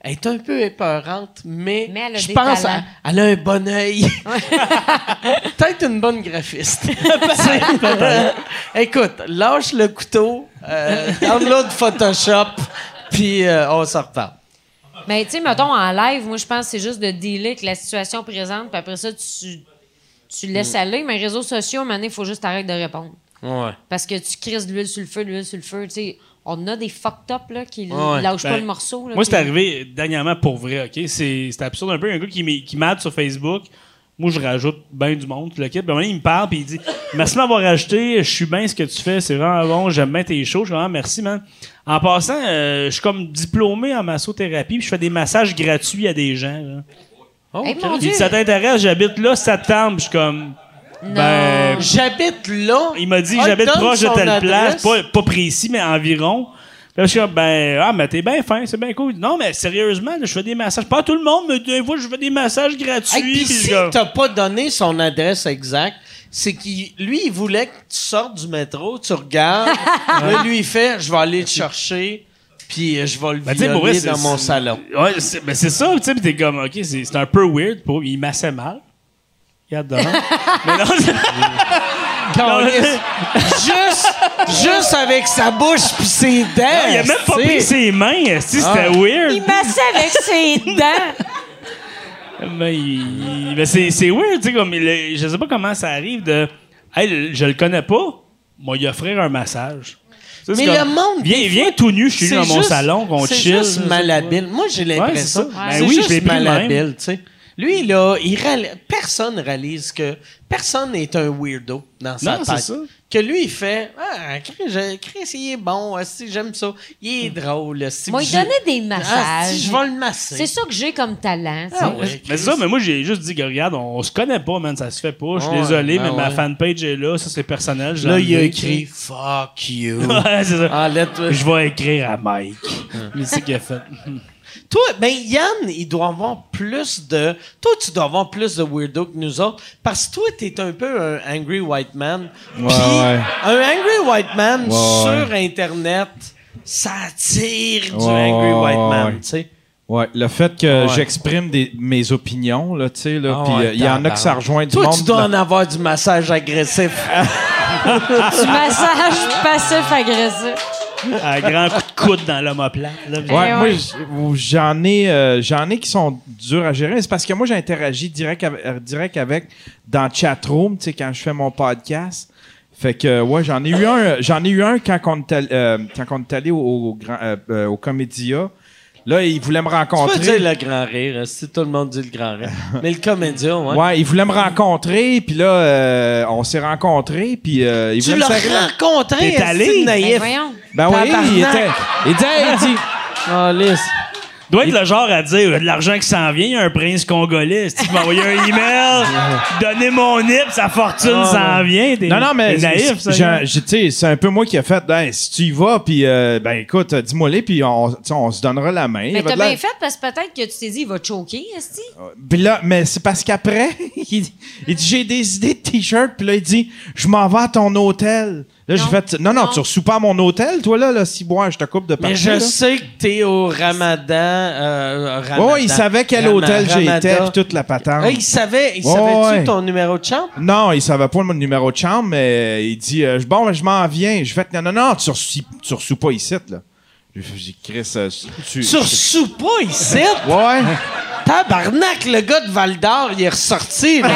Speaker 1: elle est un peu épeurante, mais.
Speaker 6: Mais elle a
Speaker 1: je
Speaker 6: des
Speaker 1: pense
Speaker 6: talents.
Speaker 1: elle elle a un bon œil. [LAUGHS] Peut-être une bonne
Speaker 6: [LAUGHS]
Speaker 1: graphiste. [LAUGHS] Écoute, lâche le couteau, euh, download Photoshop, puis euh, on s'en reparle.
Speaker 6: Mais tu sais, mettons, en live, moi, je pense que c'est juste de dealer avec la situation présente, puis après ça, tu, tu
Speaker 1: Mm.
Speaker 6: laisses aller. Mais réseaux sociaux, maintenant, il faut juste arrêter de répondre.
Speaker 1: Ouais.
Speaker 6: Parce que tu crises de l'huile sur le feu, de l'huile sur le feu. Tu sais, on a des fucked up là, qui
Speaker 1: Ouais.
Speaker 6: lâchent pas
Speaker 7: Ben,
Speaker 6: le morceau. là,
Speaker 7: Moi, c'est
Speaker 6: puis-
Speaker 7: arrivé dernièrement pour vrai, OK? C'est c'est absurde un peu. Un gars qui m'est- qui m'aide sur Facebook. Moi, je rajoute ben du monde, tout le kit. Puis à un moment donné, il me parle, puis il dit Merci de m'avoir acheté, je suis bien ce que tu fais, c'est vraiment bon, j'aime bien tes shows, je suis vraiment merci, man. En passant, euh, je suis comme diplômé en massothérapie, puis je fais des massages gratuits à des gens. là.
Speaker 6: Hey, mon
Speaker 7: Puis
Speaker 6: Dieu!
Speaker 7: ça t'intéresse, j'habite là, ça te tente, puis je suis comme. Ben,
Speaker 1: J'habite là.
Speaker 7: il m'a dit
Speaker 1: Ah, il
Speaker 7: j'habite
Speaker 1: donne
Speaker 7: proche de
Speaker 1: son
Speaker 7: telle
Speaker 1: adresse.
Speaker 7: place, pas, pas précis, mais environ. Là, je suis comme, ben, ah, mais t'es bien fin, c'est bien cool. Non, mais sérieusement, là, je fais des massages. Pas tout le monde, mais des fois, je fais des massages gratuits.
Speaker 1: Hey, puis
Speaker 7: puis je
Speaker 1: si
Speaker 7: comme-
Speaker 1: t'as pas donné son adresse exacte, c'est qu'il lui il voulait que tu sortes du métro, tu
Speaker 7: [LAUGHS]
Speaker 1: regardes, là, lui il fait, je vais aller le chercher, puis euh, je vais le
Speaker 7: Ben, tu sais,
Speaker 1: violer
Speaker 7: pour vrai, c'est-
Speaker 1: dans mon
Speaker 7: c'est- [LAUGHS]
Speaker 1: salon.
Speaker 7: Ouais, c'est ben, c'est ça, tu sais, puis t'es comme, ok, c'est c'est un peu weird. Pour... Il massait mal. Regarde dedans.
Speaker 1: [LAUGHS]
Speaker 7: mais non, [LAUGHS]
Speaker 1: Câlisse. juste, juste avec sa bouche puis ses dents.
Speaker 7: il a même pas
Speaker 1: tu sais.
Speaker 7: pris ses mains. Si,
Speaker 1: Ah.
Speaker 7: c'était weird.
Speaker 6: Il massait avec ses
Speaker 1: [LAUGHS]
Speaker 6: dents!
Speaker 7: Ben, il- ben, c'est, c'est weird, tu sais, comme il- je sais pas comment ça arrive de. Hey, le- je le connais pas, moi, il offrir un massage. Ça, c'est
Speaker 1: Mais le monde,
Speaker 7: Viens,
Speaker 1: des
Speaker 7: viens tout nu, je suis
Speaker 1: C'est
Speaker 7: dans mon
Speaker 1: juste-
Speaker 7: salon, on
Speaker 1: c'est
Speaker 7: chill.
Speaker 1: juste malhabile. Moi, j'ai l'impression.
Speaker 7: Ouais, c'est ça.
Speaker 1: c'est
Speaker 7: Ben oui,
Speaker 1: juste
Speaker 7: je l'ai pris de
Speaker 1: malhabile, tu sais. Lui, là, il réal- personne réalise que personne n'est un weirdo dans sa
Speaker 7: Non, c'est
Speaker 1: tête.
Speaker 7: ça.
Speaker 1: Que lui, il fait Ah, Chris, je- Chris, il est bon, si j'aime ça. Il est drôle. esti,
Speaker 6: Moi, il
Speaker 1: je-
Speaker 6: donnait
Speaker 1: Ah,
Speaker 6: des
Speaker 1: esti,
Speaker 6: massages.
Speaker 1: je vais le masser.
Speaker 6: c'est ça que j'ai comme talent. tu sais.
Speaker 1: Ah ouais,
Speaker 7: Mais c'est
Speaker 1: Chris.
Speaker 7: ça, mais moi, j'ai juste dit que regarde, on, on se connaît pas, man, ça se fait pas. Je suis
Speaker 1: Ouais,
Speaker 7: désolé,
Speaker 1: ben
Speaker 7: mais ma
Speaker 1: ouais.
Speaker 7: fanpage est là, ça c'est personnel. je l'ai
Speaker 1: Là, il a
Speaker 7: enlevé.
Speaker 1: écrit Ah, Fuck you.
Speaker 7: [LAUGHS] ouais, c'est ça.
Speaker 1: en lettres.
Speaker 7: Je vais écrire à Mike. Mais c'est qu'il a fait.
Speaker 1: Toi, ben Yann, il doit avoir plus de. Toi, tu dois avoir plus de weirdo que nous autres. Parce que toi, t'es un peu un angry white man. Puis,
Speaker 3: ouais.
Speaker 1: un angry white man
Speaker 3: Ouais,
Speaker 1: sur Internet, ça attire du
Speaker 3: Ouais,
Speaker 1: angry white
Speaker 3: ouais,
Speaker 1: man,
Speaker 3: ouais.
Speaker 1: tu sais.
Speaker 3: Ouais, le fait que
Speaker 1: Ouais.
Speaker 3: j'exprime des- mes opinions, là, tu sais, là,
Speaker 1: Ah
Speaker 3: puis
Speaker 1: ouais,
Speaker 3: euh, il y en a
Speaker 1: tabarnak.
Speaker 3: que ça rejoint du
Speaker 1: Toi,
Speaker 3: monde.
Speaker 1: tu dois
Speaker 3: dans-
Speaker 1: en avoir du massage
Speaker 3: [LAUGHS]
Speaker 1: agressif.
Speaker 6: Du
Speaker 1: [LAUGHS]
Speaker 6: massage passif-agressif.
Speaker 7: Un grand coup de coude dans l'homoplate. là.
Speaker 3: Ouais,
Speaker 6: Eh
Speaker 3: moi,
Speaker 6: ouais.
Speaker 3: j- ou- j'en ai, euh, j'en ai qui sont durs à gérer. mais C'est parce que moi, j'interagis direct, avec- euh, direct avec dans le chatroom, tu sais, quand je fais mon podcast. Fait que, ouais, j'en ai eu un, euh, j'en ai eu un quand on est allé, euh, quand on est allé au, au grand, euh, euh, au Comédia. Là, il voulait me
Speaker 1: tu peux dire
Speaker 3: rencontrer.
Speaker 1: le grand rire, si tout le monde dit le grand
Speaker 3: [LAUGHS]
Speaker 1: rire. Mais le comédien, ouais.
Speaker 3: Ouais, il voulait me rencontrer, puis là, euh, on s'est rencontrés, puis euh, il
Speaker 1: Tu
Speaker 3: voulait me
Speaker 1: l'as
Speaker 3: serrer la-
Speaker 1: rencontré,
Speaker 7: T'es allé?
Speaker 1: esti de
Speaker 6: Ben,
Speaker 1: naïf.
Speaker 6: voyons.
Speaker 3: Ben oui, il
Speaker 1: Tabarnak.
Speaker 3: était. Il était, il dit.
Speaker 1: Ah, lisse.
Speaker 7: doit être le genre à dire il y a de l'argent qui s'en vient, il y a un prince congolais, est-ce qu'il m'a envoyé un
Speaker 3: [LAUGHS]
Speaker 7: email, donnez mon IP, sa fortune s'en vient. T'es-
Speaker 3: Ah, Non, non, mais
Speaker 7: t'es naïf, ça.
Speaker 3: j'ai- j'ai- tu sais, c'est un peu moi qui a fait, Hey, si tu y vas, puis euh, ben écoute, euh, dis-moi les, puis on, tu sais, on se donnera la main. Il y
Speaker 6: Mais
Speaker 3: avait
Speaker 6: t'as
Speaker 3: de la-
Speaker 6: bien fait parce que peut-être que tu t'es dit, il va te choquer, Esti.
Speaker 3: Puis là, mais c'est parce qu'après, [LAUGHS] il, il dit, j'ai des idées de t-shirts, puis là, il dit, je m'en vais à ton hôtel. Là, j'ai
Speaker 6: Non.
Speaker 3: fait, non, non,
Speaker 6: Non.
Speaker 3: tu reçois pas à mon hôtel, toi, là, là si moi, je te coupe de
Speaker 1: Mais
Speaker 3: partout.
Speaker 1: je
Speaker 3: là.
Speaker 1: sais que t'es au ramadan. Euh,
Speaker 3: Ouais,
Speaker 1: ramadan.
Speaker 3: ouais, il savait quel
Speaker 1: Rama-
Speaker 3: hôtel j'étais,
Speaker 1: Ramada.
Speaker 3: puis toute la patente.
Speaker 1: Hey, il savait, il
Speaker 3: Ouais,
Speaker 1: savait-tu
Speaker 3: ouais.
Speaker 1: ton numéro de chambre?
Speaker 3: Non, il savait pas le numéro de chambre, mais il dit euh, Bon, ben, je m'en viens. Je fais Non, non, non, tu reçois, tu reçois pas ici, là. J'ai fait, J'ai dit, Chris, euh, tu.
Speaker 1: Sur Soupa, ici!
Speaker 3: Ouais, ouais.
Speaker 1: Tabarnak, le gars de Val d'Or, il est ressorti, là.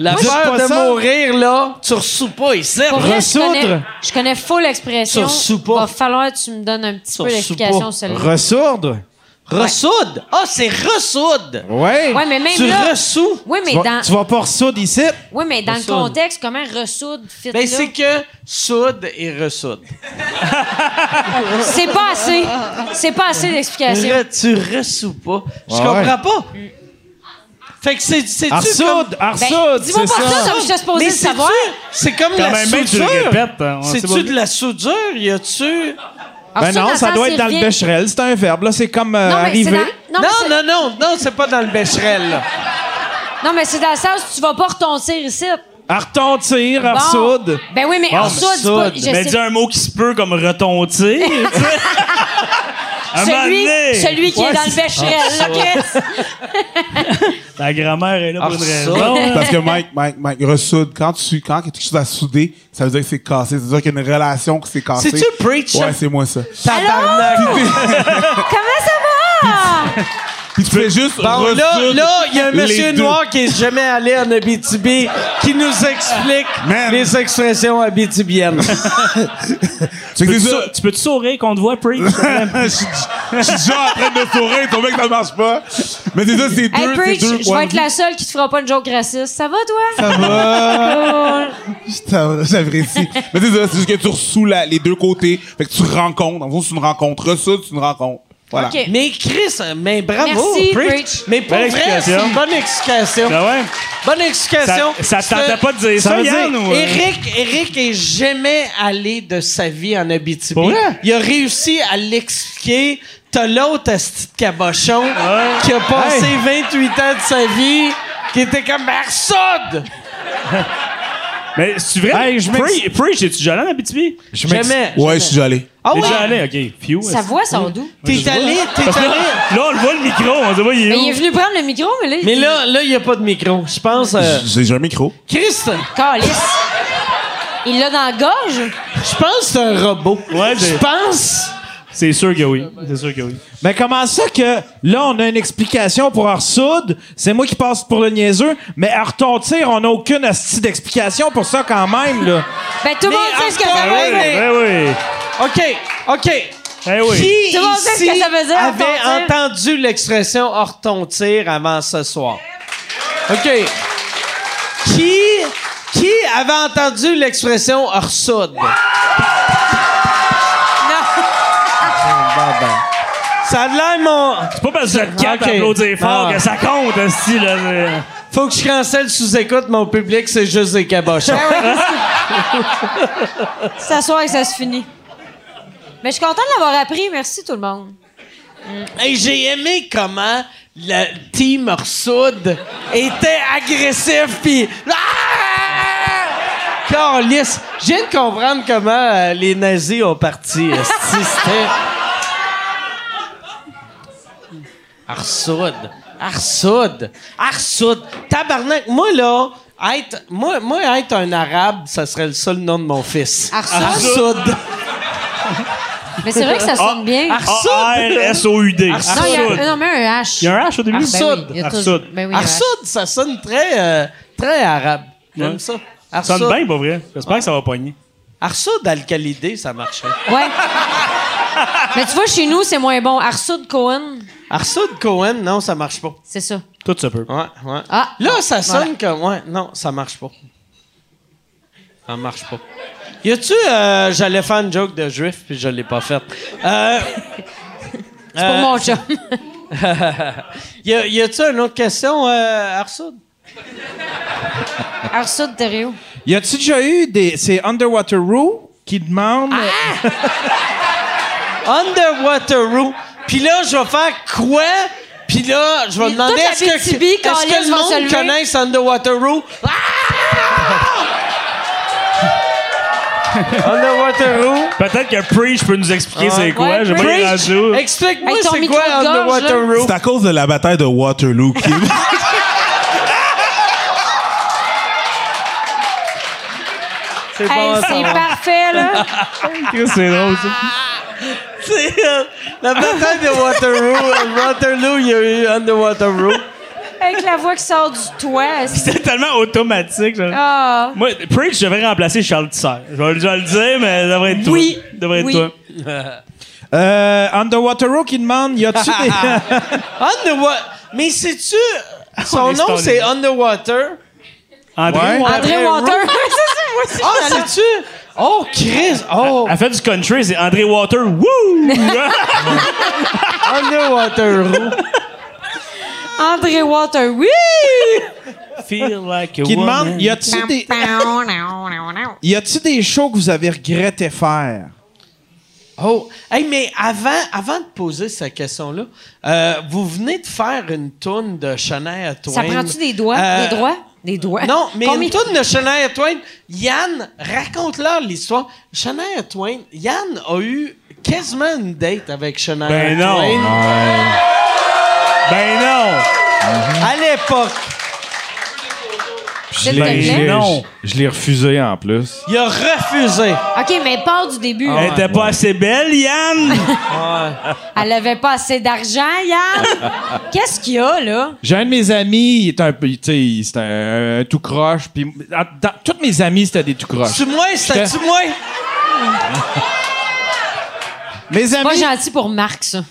Speaker 1: La
Speaker 3: Moi, je
Speaker 1: peur
Speaker 3: suis pas
Speaker 1: de
Speaker 3: ça.
Speaker 1: mourir, là, sur Soupa, ici!
Speaker 6: Pour vrai, je
Speaker 3: Ressoudre.
Speaker 6: connais, je connais full l'expression.
Speaker 1: Sur soupa.
Speaker 6: Va falloir que tu me donnes un petit
Speaker 1: Sur
Speaker 6: peu
Speaker 1: soupa.
Speaker 6: l'explication, celle-là.
Speaker 3: Ressourdre.
Speaker 1: Ressoude! Ah, c'est ressoude!
Speaker 3: Ouais.
Speaker 6: Ouais, mais même
Speaker 1: tu
Speaker 6: là.
Speaker 1: ressous!
Speaker 6: Oui, mais
Speaker 3: tu, vas,
Speaker 6: dans,
Speaker 3: tu vas pas ressoudre ici?
Speaker 6: oui, mais dans le
Speaker 1: Ressoudre.
Speaker 6: contexte, comment ressoudre fit
Speaker 1: Ben,
Speaker 6: là?
Speaker 1: c'est que soude et ressoude.
Speaker 6: C'est pas assez. Ben, C'est pas assez d'explications.
Speaker 1: Re- tu ressous pas. Je
Speaker 3: Ouais,
Speaker 1: comprends
Speaker 3: ouais.
Speaker 1: pas. Fait que c'est c'est-tu comme...
Speaker 3: Arsoud!
Speaker 6: Ben,
Speaker 3: Arsoud!
Speaker 6: dis-moi
Speaker 3: C'est
Speaker 6: pas ça,
Speaker 3: ça!
Speaker 6: comme je suis supposé
Speaker 1: Mais
Speaker 6: le
Speaker 1: c'est-tu-
Speaker 6: savoir.
Speaker 1: C'est comme
Speaker 7: Quand
Speaker 1: la
Speaker 7: même, même tu le
Speaker 1: soudure.
Speaker 7: répètes. hein, on sait
Speaker 1: C'est-tu
Speaker 7: pas.
Speaker 1: de la soudure? Y a-tu...
Speaker 6: Alors,
Speaker 3: Ben non,
Speaker 6: dans
Speaker 3: ça
Speaker 6: le
Speaker 3: doit
Speaker 6: sens,
Speaker 3: être dans
Speaker 6: il
Speaker 3: le
Speaker 6: vient-
Speaker 3: bécherel. C'est un verbe, là. C'est comme euh,
Speaker 6: Non, mais c'est
Speaker 3: arriver.
Speaker 1: Non,
Speaker 6: dans- non, mais c'est-
Speaker 1: non, non, non, c'est pas dans le bécherel. là.
Speaker 10: Ah,
Speaker 6: non, mais c'est dans le sens où tu vas pas retentir ici.
Speaker 3: Artentir,
Speaker 6: Bon.
Speaker 3: Arsoud.
Speaker 6: Ben oui, mais Arsoud, c'est pas. Je
Speaker 7: Mais
Speaker 6: sais-
Speaker 7: dis un mot qui se peut comme retontir.
Speaker 6: [LAUGHS]
Speaker 7: tu sais. À un moment
Speaker 6: celui,
Speaker 7: donné,
Speaker 6: celui qui
Speaker 7: ouais,
Speaker 6: est dans le
Speaker 7: c'est-
Speaker 6: bécherel. là, Chris.
Speaker 7: Ta grand-mère est là
Speaker 3: Ah,
Speaker 7: pour une
Speaker 1: Arsoud.
Speaker 7: raison. hein.
Speaker 10: Parce que Mike, Mike, Mike, ressoude. Quand tu, quand quelque chose a soudé, ça veut dire que c'est cassé. Ça veut dire qu'il y a une relation qui s'est cassée.
Speaker 1: C'est-tu preach?
Speaker 10: Ouais, c'est moi ça.
Speaker 1: Tabarnak.
Speaker 6: Comment ça va?
Speaker 10: Puis tu fais juste
Speaker 1: Bon, là,
Speaker 10: ressoudre
Speaker 1: là, il y a un
Speaker 10: les
Speaker 1: monsieur
Speaker 10: deux.
Speaker 1: noir qui est jamais allé en Abitibi qui nous explique
Speaker 10: Man.
Speaker 1: les expressions
Speaker 6: [LAUGHS]
Speaker 1: abitibiennes.
Speaker 10: C'est que
Speaker 7: Peux-tu
Speaker 10: c'est
Speaker 7: sou-
Speaker 10: ça.
Speaker 7: Tu peux-tu sourire qu'on te voit, Preach?
Speaker 10: je, suis- je suis déjà en train de sourire, ton mec, ça marche pas. Mais c'est ça, c'est deux.
Speaker 6: Hey,
Speaker 10: c'est
Speaker 6: Preach,
Speaker 10: deux
Speaker 6: je
Speaker 10: points
Speaker 6: vais
Speaker 10: de
Speaker 6: être
Speaker 10: vue.
Speaker 6: la seule qui te fera pas une joke raciste. Ça va, toi?
Speaker 10: Ça va.
Speaker 6: Cool.
Speaker 10: Ça- J'apprécie. Mais c'est ça, c'est juste que tu ressous la- les deux côtés. Fait que tu rencontres. En gros, c'est une rencontre. Ressoude, c'est une rencontre. Voilà.
Speaker 6: OK.
Speaker 1: mais Chris, mais bravo,
Speaker 6: Merci,
Speaker 1: preach.
Speaker 6: Preach.
Speaker 1: Mais pour
Speaker 7: Belle
Speaker 1: vrai, c'est
Speaker 7: explication.
Speaker 1: une bonne explication.
Speaker 7: [LAUGHS] Ben ouais.
Speaker 1: Bonne
Speaker 7: Ça,
Speaker 1: explication.
Speaker 7: ça te tentait
Speaker 1: C'est-
Speaker 7: pas de dire
Speaker 3: ça
Speaker 7: ça,
Speaker 3: veut dire-
Speaker 7: Yann? ou, euh?
Speaker 1: Eric, Eric est jamais allé de sa vie en Abitibi.
Speaker 7: Pour vrai?
Speaker 1: Il a réussi à l'expliquer. T'as l'autre asti de cabochon qui a passé 28 ans de sa vie, qui était comme Marsoude!
Speaker 7: Mais c'est vrai?
Speaker 3: Hey, je m'ex-
Speaker 7: Preach, Preach, es-tu déjà allé en Abitibi?
Speaker 3: Je m'ex-
Speaker 1: Jamais.
Speaker 10: Ouais, je suis déjà allé.
Speaker 1: Ah
Speaker 7: T'es
Speaker 1: ouais?
Speaker 7: déjà allé, ok. Few,
Speaker 6: Sa
Speaker 7: est-ce-
Speaker 6: voix sort d'où?
Speaker 1: T'es allé, t'es
Speaker 7: Parce que
Speaker 1: allé.
Speaker 7: là, là, on le voit le micro, on se voit, il est
Speaker 6: Mais il est
Speaker 7: où?
Speaker 6: venu prendre le micro, mais là.
Speaker 1: Mais là, là, il n'y a pas de micro. Je pense. euh,
Speaker 10: J'ai j'ai un micro.
Speaker 1: Christ,
Speaker 6: Calice. Il l'a dans la gorge?
Speaker 1: je pense que c'est un robot.
Speaker 7: Ouais,
Speaker 1: je
Speaker 7: c'est-
Speaker 1: pense.
Speaker 7: C'est sûr que oui. C'est sûr que oui.
Speaker 3: Mais comment ça que là, on a une explication pour Arsoud? C'est moi qui passe pour le niaiseux, mais à retentir, on n'a aucune asti d'explication pour ça quand même,
Speaker 6: [LAUGHS]
Speaker 3: là.
Speaker 6: Ben, tout le monde sait ce que ça
Speaker 1: encore,
Speaker 6: veut dire.
Speaker 1: ouais,
Speaker 7: Ben oui.
Speaker 1: OK, OK.
Speaker 7: Ben oui.
Speaker 1: Qui
Speaker 6: Tout le monde sait ce
Speaker 1: ici
Speaker 6: que ça veut dire,
Speaker 1: avait
Speaker 6: hortentir?
Speaker 1: entendu l'expression hortentir avant ce soir? OK. Qui, qui avait entendu l'expression orsoude? Ça a l'air mon...
Speaker 7: C'est pas parce que le cap
Speaker 1: Ok.
Speaker 7: applaudir fort
Speaker 1: Ah.
Speaker 7: que ça compte, esti, là. c'est-
Speaker 1: Faut que je cancelle sous-écoute, mon public, c'est juste des cabochons.
Speaker 6: Ben Ça soir et ça se finit. Mais je suis contente de l'avoir appris. Merci, tout le monde.
Speaker 1: Hey, j'ai aimé comment le team Orsoud était agressif puis ah! Câlisse. Je viens de comprendre comment euh, les nazis ont parti. esti, C'était Arsoud. Arsoud. Arsoud. Tabarnak. Moi, là, être, moi, moi, être un arabe, ça serait le seul nom de mon fils.
Speaker 6: Arsoud.
Speaker 1: Arsoud.
Speaker 6: Mais c'est vrai que ça sonne bien.
Speaker 1: Arsoud.
Speaker 7: A-R-S-O-U-D.
Speaker 6: Non, il y
Speaker 7: Arsoud.
Speaker 6: a, euh, non, mais un H.
Speaker 7: Il y a un H au début?
Speaker 6: Arsoud. Ben oui, il y a toujours-
Speaker 7: Arsoud.
Speaker 6: ben oui, il y a un H.
Speaker 1: Arsoud, ça sonne très, euh, très arabe. J'aime
Speaker 7: Ouais.
Speaker 1: ça.
Speaker 7: Ça
Speaker 1: Arsoud.
Speaker 7: sonne bien, pas vrai? J'espère que ça va pogner.
Speaker 1: Arsoud, Alcalidé, ça marcherait.
Speaker 6: Ouais. Mais tu vois, chez nous, c'est moins bon. Arsoud Cohen,
Speaker 1: Arsoud Cohen, non, ça marche pas.
Speaker 6: c'est ça.
Speaker 7: Tout se peut.
Speaker 1: Ouais, ouais.
Speaker 6: Ah,
Speaker 1: Là, ça
Speaker 6: voilà.
Speaker 1: sonne comme. Ouais, non, ça marche pas. Ça marche pas. Y a-tu. euh, J'allais faire une joke de juif, puis je l'ai pas faite. Euh,
Speaker 6: C'est pour mon chum.
Speaker 1: y a- y a-tu une autre question, euh, Arsoud?
Speaker 6: Arsoud Thériault.
Speaker 3: Y a-tu déjà eu des. C'est Underwater Row qui demande.
Speaker 6: Ah!
Speaker 1: Underwater Room. Puis là, je vais faire quoi? Puis là, je vais
Speaker 6: Mais
Speaker 1: demander
Speaker 6: toute
Speaker 1: est-ce que, est-ce
Speaker 6: l'Abitibi,
Speaker 1: que
Speaker 6: Caroline,
Speaker 1: le
Speaker 6: va se
Speaker 1: monde
Speaker 6: lever? Ah!
Speaker 1: connaisse Underwater Room? Underwater Room.
Speaker 7: Peut-être que Preach peut nous expliquer c'est quoi.
Speaker 6: Ah. Ouais,
Speaker 7: J'ai pas
Speaker 6: Preach,
Speaker 7: eu rendu.
Speaker 1: Explique-moi
Speaker 6: Hey, ton
Speaker 1: c'est
Speaker 6: micro
Speaker 1: quoi
Speaker 6: de gorge,
Speaker 1: Underwater
Speaker 6: là.
Speaker 1: Room.
Speaker 10: C'est à cause de la bataille de Waterloo qui
Speaker 1: C'est
Speaker 6: Hey,
Speaker 1: bon,
Speaker 6: c'est parfait, là.
Speaker 7: C'est drôle, ça.
Speaker 1: c'est, euh, La bataille de Waterloo. euh, Waterloo, il y a eu Underwater Room.
Speaker 6: Avec la voix qui sort du toit. c'est-
Speaker 7: [LAUGHS] C'est tellement automatique. genre.
Speaker 6: Ah.
Speaker 7: Moi, Preach, je vais remplacer Charles Tissère. Je vais, je vais le dire, mais ça devrait être
Speaker 6: Oui.
Speaker 7: toi. Ça devrait être
Speaker 6: Oui.
Speaker 7: toi.
Speaker 3: [LAUGHS] Euh, Underwater Row qui demande, y a-tu des...
Speaker 6: [LAUGHS]
Speaker 3: [LAUGHS]
Speaker 1: Underwater. Mais sais-tu.
Speaker 7: Ah, On
Speaker 1: Son
Speaker 7: est
Speaker 1: nom,
Speaker 7: stoned.
Speaker 1: c'est Underwater.
Speaker 7: André,
Speaker 6: André Water. [LAUGHS]
Speaker 1: Ah,
Speaker 6: C'est ça, moi aussi, j'allais-
Speaker 1: sais-tu? Oh, Chris! Oh,
Speaker 7: elle fait du country, c'est André
Speaker 6: [LAUGHS]
Speaker 7: Water. Woo!
Speaker 1: Underwater Row. Oh!
Speaker 6: André Water, oui!
Speaker 7: Feel like a
Speaker 3: qui
Speaker 7: woman.
Speaker 3: demande, y a-tu des... [LAUGHS] Y a-tu des shows que vous avez regretté faire?
Speaker 1: Oh, hey, mais avant, avant de poser cette question-là, euh, vous venez de faire une tourne de Shania Twain.
Speaker 6: Ça prend-tu des doigts?
Speaker 1: Euh,
Speaker 6: Des droits? Des doigts?
Speaker 1: Non, mais
Speaker 6: Combien-
Speaker 1: une tourne de Shania Twain. Yann, raconte-leur l'histoire. Shania Twain, Yann a eu quasiment une date avec Shania
Speaker 7: Ben non.
Speaker 1: Twain
Speaker 7: Ben non!
Speaker 1: à l'époque.
Speaker 6: S'il te plaît.
Speaker 7: Ben non!
Speaker 3: Je l'ai refusé en plus.
Speaker 1: Il a refusé.
Speaker 6: OK, mais part du début.
Speaker 7: Elle était pas assez belle, Yann!
Speaker 1: Ah.
Speaker 6: Elle avait pas assez d'argent, Yann.
Speaker 1: [LAUGHS]
Speaker 6: Qu'est-ce qu'il y a, là?
Speaker 3: J'ai un de mes amis, il était un peu, tu sais, il- c'était un, un tout croche. Puis, dans- dans- toutes mes amis, c'était des tout croches.
Speaker 1: Tu moi, c'était tu moi.
Speaker 3: Mes
Speaker 6: Pas
Speaker 3: amis,
Speaker 6: gentil pour Marc, ça.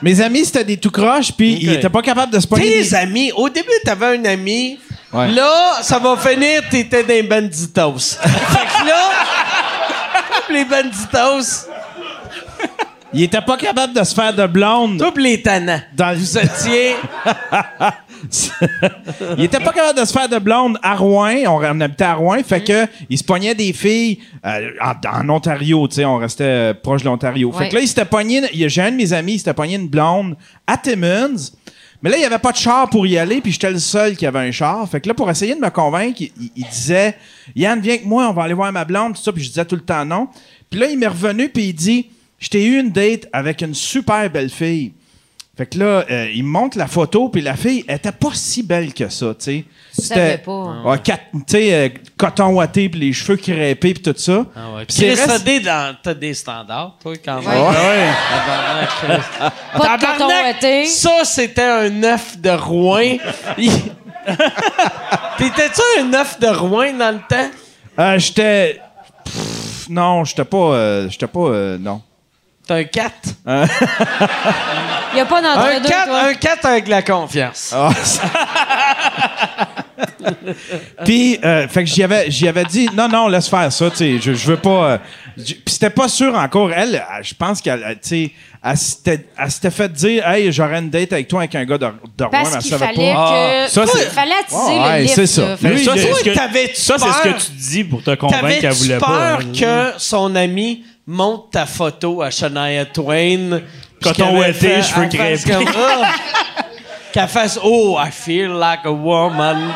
Speaker 3: mes amis, c'était des tout croches, puis ils étaient pas capables de se pogner.
Speaker 1: T'es
Speaker 3: des-
Speaker 1: les amis. Au début, t'avais un ami.
Speaker 3: Ouais.
Speaker 1: Là, ça va finir, t'étais des banditos. [LAUGHS] fait que là, les banditos,
Speaker 3: Ils étaient pas capables de se faire de blonde.
Speaker 1: toi pis les tannants.
Speaker 3: Dans,
Speaker 1: Vous
Speaker 3: [LAUGHS]
Speaker 1: étiez.
Speaker 3: ils étaient pas capables de se faire de blonde à Rouen. On, on habitait à Rouen, fait que ils se pognaient des filles euh, en, en Ontario, tu sais, on restait euh, proche de l'Ontario. Fait
Speaker 6: Ouais.
Speaker 3: que là, ils s'étaient pognés. il y a- J'ai un de mes amis, il s'était pogné une blonde à Timmins. Mais là, il n'y avait pas de char pour y aller, puis j'étais le seul qui avait un char. Fait que là, pour essayer de me convaincre, il, il- il disait Yann, viens avec moi, on va aller voir ma blonde, tout ça. Puis je disais tout le temps non. Puis là, il m'est revenu, puis il dit Je t'ai eu une date avec une super belle fille. Fait que là, euh, il me montre la photo, puis la fille, elle était pas si belle que ça, tu sais. C'était-
Speaker 6: savais pas, hein.
Speaker 3: Ouais, quatre- tu sais, euh, coton ouaté, puis les cheveux crêpés, puis tout ça. Puis c'est
Speaker 1: Chris,
Speaker 3: resté-
Speaker 1: t'as des, dans- t'as des standards, toi, quand même.
Speaker 6: Ouais.
Speaker 1: Tabarnak, Chris.
Speaker 6: Pas de coton
Speaker 1: Tabarnak,
Speaker 6: ouaté.
Speaker 1: Ça, c'était un œuf de Rouen. [LAUGHS] Il- T'étais-tu un œuf de Rouen dans le temps?
Speaker 3: Euh, j'étais. Pff, Non, j'étais pas. euh, j'étais pas. euh, non.
Speaker 1: T'es un 4.
Speaker 6: Il y a pas
Speaker 1: Un
Speaker 6: d'entre-deux,
Speaker 1: 4,
Speaker 6: toi.
Speaker 1: un 4 avec la confiance.
Speaker 3: Ah, ça- [LAUGHS] Puis, euh, fait que j'y avais, j'y avais dit, non, non, laisse faire ça, tu sais, je, je veux pas. euh, j- Puis c'était pas sûr encore. Elle, elle, je pense qu'elle, elle, tu sais, elle s'était elle s'était fait dire, hey, j'aurais une date avec toi avec un gars de, de Rouen, mais
Speaker 6: Parce
Speaker 3: elle
Speaker 6: qu'il
Speaker 3: savait
Speaker 6: fallait
Speaker 3: pas. Ah,
Speaker 6: que...
Speaker 3: ça, c'est-
Speaker 6: il fallait attiser
Speaker 3: Ouais,
Speaker 6: le livre,
Speaker 3: c'est ça.
Speaker 6: Fait-
Speaker 3: Lui,
Speaker 7: ça,
Speaker 3: il-
Speaker 7: c'est
Speaker 1: Toi,
Speaker 7: ce que,
Speaker 1: t'avais-tu
Speaker 7: ça, c'est ce
Speaker 1: peur?
Speaker 7: que tu dis pour te convaincre qu'elle
Speaker 1: T'avais-tu
Speaker 7: voulait
Speaker 1: peur
Speaker 7: pas. hein?
Speaker 1: que son ami monte ta photo à Shania Twain? puis
Speaker 7: Coton
Speaker 1: qu'elle
Speaker 7: ouaté,
Speaker 1: fait-
Speaker 7: cheveux
Speaker 1: elle fasse
Speaker 7: crêpés.
Speaker 1: comme, Ah! Qu'elle fasse « Oh, I feel like a woman.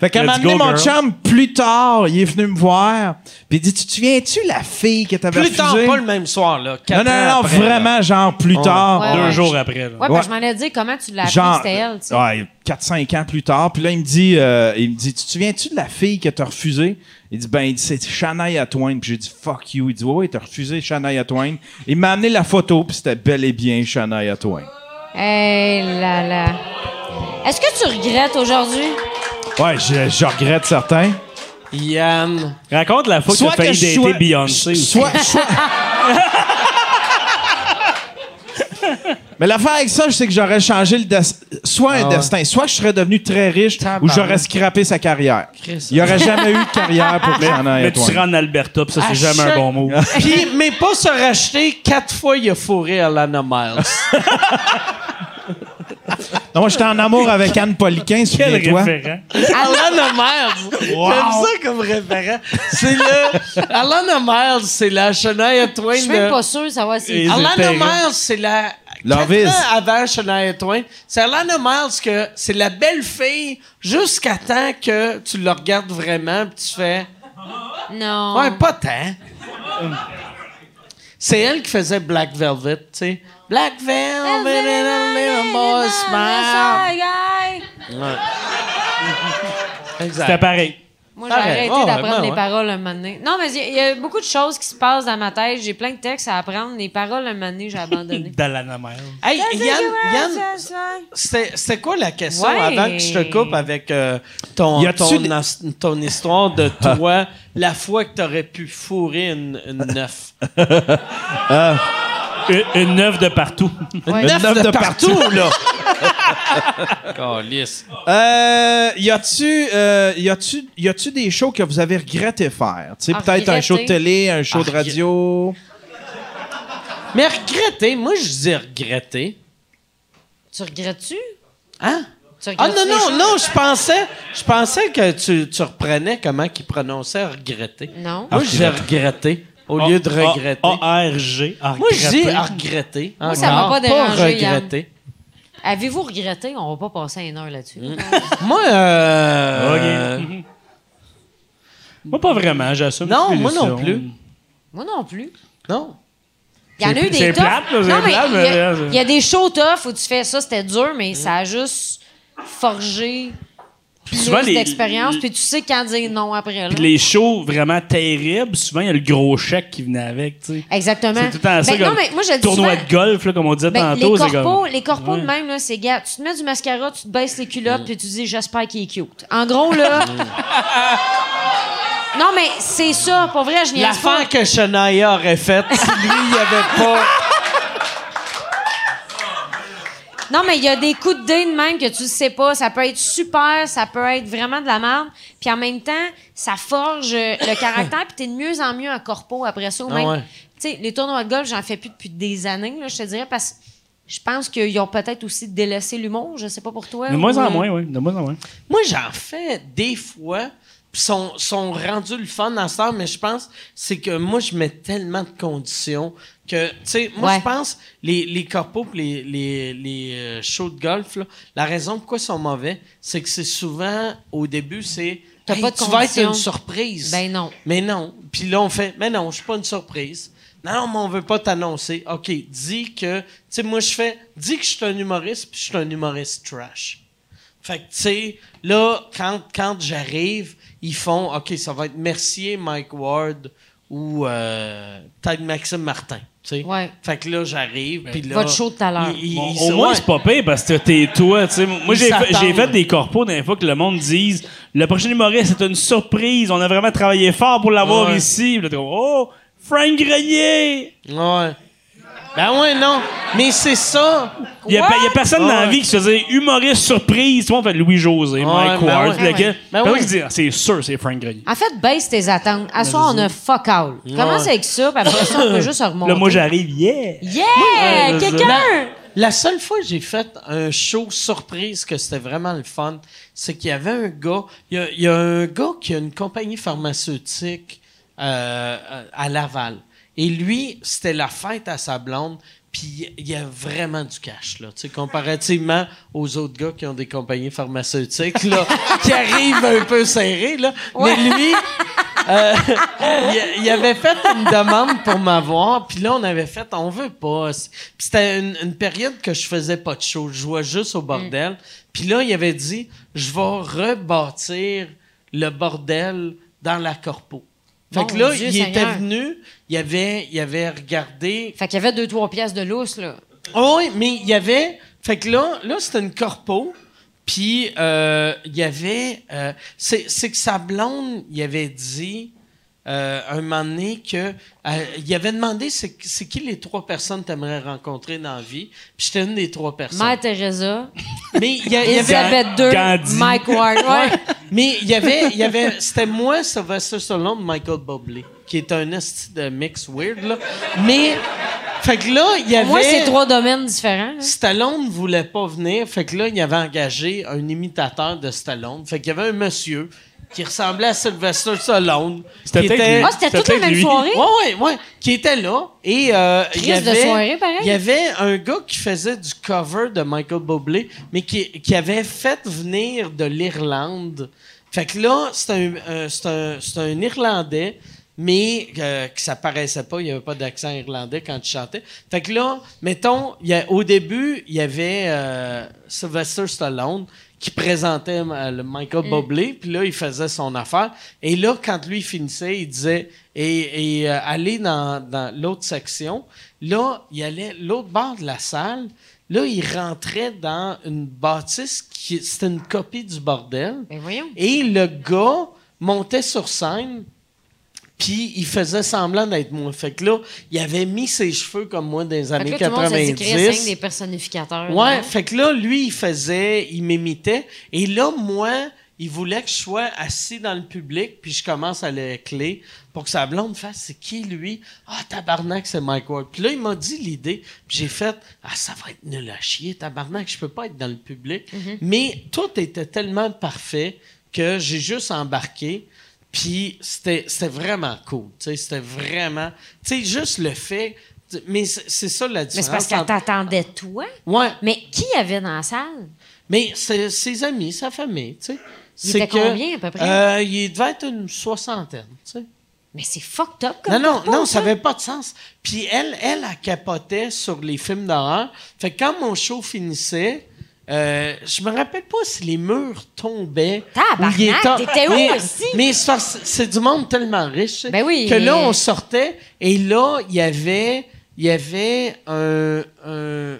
Speaker 3: Fait qu'à un moment
Speaker 7: Let's
Speaker 3: donné,
Speaker 7: go,
Speaker 3: mon
Speaker 7: girl.
Speaker 3: chum, plus tard, il est venu me voir, puis il dit, tu te souviens-tu la fille que » t'avais
Speaker 1: Plus
Speaker 3: refusée?
Speaker 1: tard, pas le même soir, là.
Speaker 3: Non,
Speaker 1: quatre
Speaker 3: non,
Speaker 1: ans
Speaker 3: non,
Speaker 1: après, là. Ah.
Speaker 3: vraiment, genre, plus tard.
Speaker 6: Ouais,
Speaker 7: Deux
Speaker 6: ouais.
Speaker 7: jours après. là.
Speaker 6: Ouais, parce que je m'en allais dire comment tu l'as appris, c'était elle, tu sais.
Speaker 3: ouais, 4-5 ans plus tard. Puis là, il me dit, euh, il me dit, tu te souviens-tu de la fille que t'as refusée? Il dit, ben, il dit, c'est Shania Twain. Puis j'ai dit, fuck you. Il dit, ouais, ouais, t'as refusé Shania Twain. Il m'a amené la photo, puis c'était bel et bien Shania Twain.
Speaker 6: Hey là là. Est-ce que tu regrettes aujourd'hui?
Speaker 3: Ouais, je, je regrette certains.
Speaker 1: Yann.
Speaker 7: Raconte la fois que t'as
Speaker 3: Soit que
Speaker 7: failli
Speaker 3: je
Speaker 7: dater
Speaker 3: sois-
Speaker 7: Beyoncé.
Speaker 3: Soit, soit- Mais l'affaire avec ça, je sais que j'aurais changé le des- soit un destin, soit je serais devenu très riche ou j'aurais scrappé sa carrière. Il n'y aurait jamais eu de carrière [LAUGHS] pour Shania
Speaker 7: Mais tu te
Speaker 3: Twain.
Speaker 7: rends en Alberta, pis ça,
Speaker 1: À
Speaker 7: c'est jamais
Speaker 1: chaque-
Speaker 7: un bon mot.
Speaker 1: Puis, mais pas se racheter, quatre fois, il a fourré à Lana Miles.
Speaker 3: Non, moi, j'étais en amour avec Anne [LAUGHS] Poliquin,
Speaker 7: Quel
Speaker 3: souviens-toi.
Speaker 7: référent.
Speaker 1: Alana Miles. J'aime ça comme référent. C'est le... Alana Miles, c'est la Shania Twain
Speaker 6: Je suis même
Speaker 1: de-
Speaker 6: pas sûre de savoir si...
Speaker 7: Et-
Speaker 1: Alana
Speaker 7: étaient
Speaker 1: Miles, c'est la...
Speaker 3: Love
Speaker 1: quatre
Speaker 3: is.
Speaker 1: ans avant Shania Twain. C'est Alana Miles que c'est la belle fille jusqu'à temps que tu la regardes vraiment puis tu fais...
Speaker 6: Non.
Speaker 1: Ouais, pas tant. C'est elle qui faisait Black Velvet, tu sais. Black Velvet and a little more smile.
Speaker 6: Smile.
Speaker 7: C'était pareil.
Speaker 6: Moi, j'ai
Speaker 9: Arrête.
Speaker 6: arrêté
Speaker 9: Oh,
Speaker 6: d'apprendre
Speaker 9: ben
Speaker 6: les
Speaker 9: ouais.
Speaker 6: paroles un moment donné. Non, mais il y a- il y, a beaucoup de choses qui se passent dans ma tête. J'ai plein de textes à apprendre. Les paroles, un moment donné, j'ai
Speaker 7: [LAUGHS]
Speaker 6: abandonné.
Speaker 7: Dans la mer.
Speaker 1: Hey, Yann, Yann, c'était c'était quoi la question
Speaker 6: Ouais.
Speaker 1: avant que je te coupe avec euh, ton,
Speaker 3: Y a-tu
Speaker 1: ton,
Speaker 3: des-
Speaker 1: as- ton histoire de toi, la fois que t'aurais pu fourrer une, une neuf?
Speaker 7: Une, une neuf de partout.
Speaker 6: Ouais.
Speaker 3: Neuf de, partout, là.
Speaker 1: Calisse.
Speaker 3: Euh, y a-tu, euh, y a-tu, y a-tu des shows que vous avez regretté faire? Tu sais,
Speaker 6: Ah,
Speaker 3: peut-être un show de
Speaker 6: regretté. Ah,
Speaker 3: télé, un show de radio.
Speaker 1: Mais regretter, moi je dis regretter.
Speaker 6: Tu regrettes-tu?
Speaker 1: Hein?
Speaker 6: Tu
Speaker 1: Ah
Speaker 6: regrettes
Speaker 1: non, non, non, je pensais, je pensais que tu, tu reprenais comment qu'il prononçait regretter.
Speaker 6: Non.
Speaker 1: Moi, j'ai regretté au
Speaker 7: Ah,
Speaker 1: lieu de regretter.
Speaker 7: A-R-G.
Speaker 1: Moi, je dis regretter.
Speaker 6: Moi, ça m'a
Speaker 1: encore,
Speaker 6: pas dérangé, Yann.
Speaker 1: regretter.
Speaker 6: Avez-vous regretté? On va pas passer une heure là-dessus.
Speaker 1: Moi, euh,
Speaker 7: OK. Mhm. Moi, pas vraiment, j'assume.
Speaker 1: Non,
Speaker 7: Puis,
Speaker 1: moi
Speaker 7: ça,
Speaker 1: non
Speaker 7: on-
Speaker 1: plus.
Speaker 6: Moi non plus.
Speaker 1: Non.
Speaker 6: Il y en a eu des
Speaker 7: c'est
Speaker 6: toughs.
Speaker 7: plate, là, c'est
Speaker 6: Non, mais
Speaker 7: plate,
Speaker 6: il y
Speaker 7: mais euh,
Speaker 6: a-
Speaker 7: là,
Speaker 6: il
Speaker 7: c'est-
Speaker 6: y, a des shows tough où tu fais ça, c'était dur, mais ça a juste forgé plus
Speaker 7: souvent, les-
Speaker 6: d'expérience.
Speaker 7: les-
Speaker 6: Puis tu sais quand dire non après. Là.
Speaker 7: Puis les shows vraiment terribles, souvent, il y a le gros chèque qui venait avec, tu sais.
Speaker 6: Exactement.
Speaker 7: C'est tout le temps ça,
Speaker 6: Ben, non,
Speaker 7: comme
Speaker 6: mais moi, je le dis
Speaker 7: tournoi
Speaker 6: souvent,
Speaker 7: de golf, là, comme on disait
Speaker 6: ben,
Speaker 7: tantôt.
Speaker 6: les
Speaker 7: c'est
Speaker 6: corpos,
Speaker 7: comme...
Speaker 6: les corpos de même, là, c'est gars, tu te mets du mascara, tu te baisses les culottes, puis tu dis j'espère qu'il est cute. En gros, là. non, mais c'est ça, pour vrai, je n'y pas.
Speaker 1: L'affaire que Shania aurait faite si lui, il avait pas.
Speaker 6: Non, mais il y a des coups de dé de même que tu le sais pas. Ça peut être super, ça peut être vraiment de la merde. Puis en même temps, ça forge euh,
Speaker 7: [COUGHS]
Speaker 6: le caractère, puis t'es de mieux en mieux en corpo après ça. Ou
Speaker 1: Ah
Speaker 6: même,
Speaker 1: ouais.
Speaker 6: tu sais, les tournois de golf, j'en fais plus depuis des années, là, je te dirais, parce que je pense qu'ils ont peut-être aussi délaissé l'humour. Je sais pas pour toi.
Speaker 7: De moins
Speaker 6: ou, euh,
Speaker 7: en moins, oui. De moins en moins.
Speaker 1: [LAUGHS] Moi, j'en fais des fois. Puis sont, sont rendus le fun en star, mais je pense c'est que moi, je mets tellement de conditions que, tu sais, moi,
Speaker 6: Ouais.
Speaker 1: je pense les, les corpos pis les, les, les euh, shows de golf, là, la raison pourquoi ils sont mauvais, c'est que c'est souvent, au début, c'est
Speaker 6: T'as pas de
Speaker 1: tu vas être
Speaker 6: conditions.
Speaker 1: une surprise.
Speaker 6: Ben non.
Speaker 1: Mais non. Puis là, on fait, mais non, je suis pas une surprise. Non, mais on veut pas t'annoncer. OK, dis que, tu sais, moi, je fais, dis que je suis un humoriste, puis je suis un humoriste trash. Fait que, tu sais, là, quand, quand j'arrive, ils font, OK, ça va être Mercier, Mike Ward ou euh, peut-être Maxime Martin. tu sais.
Speaker 6: Ouais.
Speaker 1: Fait que là, j'arrive, puis là...
Speaker 6: Votre show de tout à l'heure.
Speaker 1: ils- ils-
Speaker 7: Bon,
Speaker 1: ils-
Speaker 7: au moins,
Speaker 1: ouais.
Speaker 7: c'est pas pire parce que t'es toi. tu sais. Moi,
Speaker 1: Ils
Speaker 7: j'ai fait,
Speaker 1: s'attendent.
Speaker 7: j'ai fait des corpos d'un fois que le monde dise Le prochain humoriste, c'est une surprise. On a vraiment travaillé fort pour l'avoir
Speaker 1: Ouais.
Speaker 7: ici. Puis là, t'es comme, Oh, Frank Grenier
Speaker 1: Ouais. Ben ouais, non. Mais c'est ça.
Speaker 7: Il y a,
Speaker 6: What?
Speaker 7: pe- il y a personne dans la
Speaker 1: Ouais.
Speaker 7: vie qui se faisait humoriste surprise. Tout le monde fait Louis-José, Mike
Speaker 1: ben
Speaker 7: Ward,
Speaker 1: ouais.
Speaker 7: puis lequel.
Speaker 1: Ben
Speaker 7: Puis
Speaker 1: ouais.
Speaker 7: là, ils disent, Ah, C'est sûr, c'est Frank Grenier.
Speaker 6: En fait, baisse tes attentes.
Speaker 7: Ben,
Speaker 6: À soir, on a fuck all. Commence avec ça, puis après ça, on peut
Speaker 7: [COUGHS]
Speaker 6: juste remonter.
Speaker 7: Là, moi, j'arrive, yeah
Speaker 6: Yeah!
Speaker 7: Ouais,
Speaker 6: Quelqu'un!
Speaker 1: La seule fois que j'ai fait un show surprise que c'était vraiment le fun, c'est qu'il y avait un gars, il y, a, il y a un gars qui a une compagnie pharmaceutique euh, à Laval. Et lui, c'était la fête à sa blonde, puis il y a vraiment du cash, là. Tu sais, comparativement aux autres gars qui ont des compagnies pharmaceutiques, là, [LAUGHS] qui arrivent un peu serrés, là. Mais lui, euh, il, il avait fait une demande pour m'avoir, puis là, on avait fait « on veut pas ». Puis c'était une, une période que je faisais pas de show, je jouais juste au bordel. Puis là, il avait dit « je vais rebâtir le bordel dans la corpo ». Fait
Speaker 6: Mon
Speaker 1: que là,
Speaker 6: Dieu
Speaker 1: il était
Speaker 6: Seigneur.
Speaker 1: venu, il avait, il avait regardé
Speaker 6: Fait qu'il y avait deux, trois pièces de lousse, là.
Speaker 1: ah oui, mais il y avait. Fait que là, là c'était une corpo. Puis euh, il y avait. euh, c'est c'est que sa blonde, il avait dit euh, un moment donné que. euh, il avait demandé c'est c'est qui les trois personnes que tu aimerais rencontrer dans la vie. Puis j'étais une des trois personnes.
Speaker 6: Mère Teresa,
Speaker 1: Mais il y, a- il y avait.
Speaker 6: Elisabeth II,
Speaker 7: Gandhi.
Speaker 6: Mike Ward. Ouais.
Speaker 1: Mais il y avait, il y avait, c'était moi, Sylvester Stallone, Michael Bublé, qui est un esti de mix weird là. Mais, fait que là, il y avait.
Speaker 6: Moi, c'est trois domaines différents. hein. là.
Speaker 1: Stallone ne voulait pas venir, fait que là, il avait engagé un imitateur de Stallone. Fait qu'il y avait un monsieur qui ressemblait à Sylvester Stallone.
Speaker 7: C'était
Speaker 1: qui
Speaker 7: peut-être
Speaker 1: était-
Speaker 7: lui.
Speaker 6: Ah, c'était toute la
Speaker 7: peut-être
Speaker 6: même
Speaker 7: lui.
Speaker 6: soirée?
Speaker 1: Ouais, ouais, ouais, qui était là. Et euh, il y
Speaker 6: Crise de
Speaker 1: avait,
Speaker 6: soirée, pareil.
Speaker 1: Il y avait un gars qui faisait du cover de Michael Bublé, mais qui, qui avait fait venir de l'Irlande. Fait que là, c'est un, euh, c'est un, c'est un Irlandais, mais euh, que ça paraissait pas, il n'y avait pas d'accent irlandais quand il chantait. Fait que là, mettons, il y a- au début, il y avait euh, Sylvester Stallone qui présentait euh, le Michael
Speaker 6: Mm.
Speaker 1: Bublé, puis là, il faisait son affaire. Et là, quand lui finissait, il disait, et, et, euh, aller dans, dans l'autre section, là, il allait l'autre bord de la salle, là, il rentrait dans une bâtisse qui, c'était une copie du bordel.
Speaker 6: Ben voyons.
Speaker 1: Et le gars montait sur scène, puis il faisait semblant d'être moi. Fait que là, il avait mis ses cheveux comme moi dans les
Speaker 6: Fait que
Speaker 1: années
Speaker 6: là, tout le monde s'est
Speaker 1: 90.
Speaker 6: dit, Chris, c'est un des personnificateurs.
Speaker 1: Ouais,
Speaker 6: non?
Speaker 1: fait que là, lui, il faisait, il m'imitait. Et là, moi, il voulait que je sois assis dans le public, puis je commence à le clé pour que sa blonde fasse c'est qui lui Ah, tabarnak, c'est Mike Ward. Puis là, il m'a dit l'idée, puis j'ai fait Ah, ça va être nul à chier, tabarnak, je peux pas être dans le public.
Speaker 6: Mhm.
Speaker 1: Mais tout était tellement parfait que j'ai juste embarqué. Puis c'était c'était vraiment cool. tu sais, C'était vraiment. Tu sais, juste le fait. Mais c'est c'est ça la
Speaker 6: Mais
Speaker 1: différence.
Speaker 6: c'est parce qu'elle
Speaker 1: entre-
Speaker 6: t'attendait, toi.
Speaker 1: Ouais,
Speaker 6: Mais qui y avait dans la salle?
Speaker 1: mais c'est ses amis, sa famille, tu sais.
Speaker 6: Il
Speaker 1: C'est
Speaker 6: était
Speaker 1: que,
Speaker 6: combien, à peu près?
Speaker 1: euh, il devait être une soixantaine, tu sais.
Speaker 6: Mais c'est fucked up comme
Speaker 1: Non, non,
Speaker 6: propos,
Speaker 1: non, ça avait pas de sens. Puis elle, elle, elle capotait sur les films d'horreur. Fait que quand mon show finissait, euh, je me rappelle pas si les murs tombaient.
Speaker 6: Tabarnak,
Speaker 1: ou il était-
Speaker 6: t'étais où
Speaker 1: mais,
Speaker 6: aussi?
Speaker 1: Mais c'est parce- c'est du monde tellement riche. tu sais,
Speaker 6: Ben oui,
Speaker 1: Que là,
Speaker 6: mais-
Speaker 1: on sortait et là, il y avait, il y avait un, un-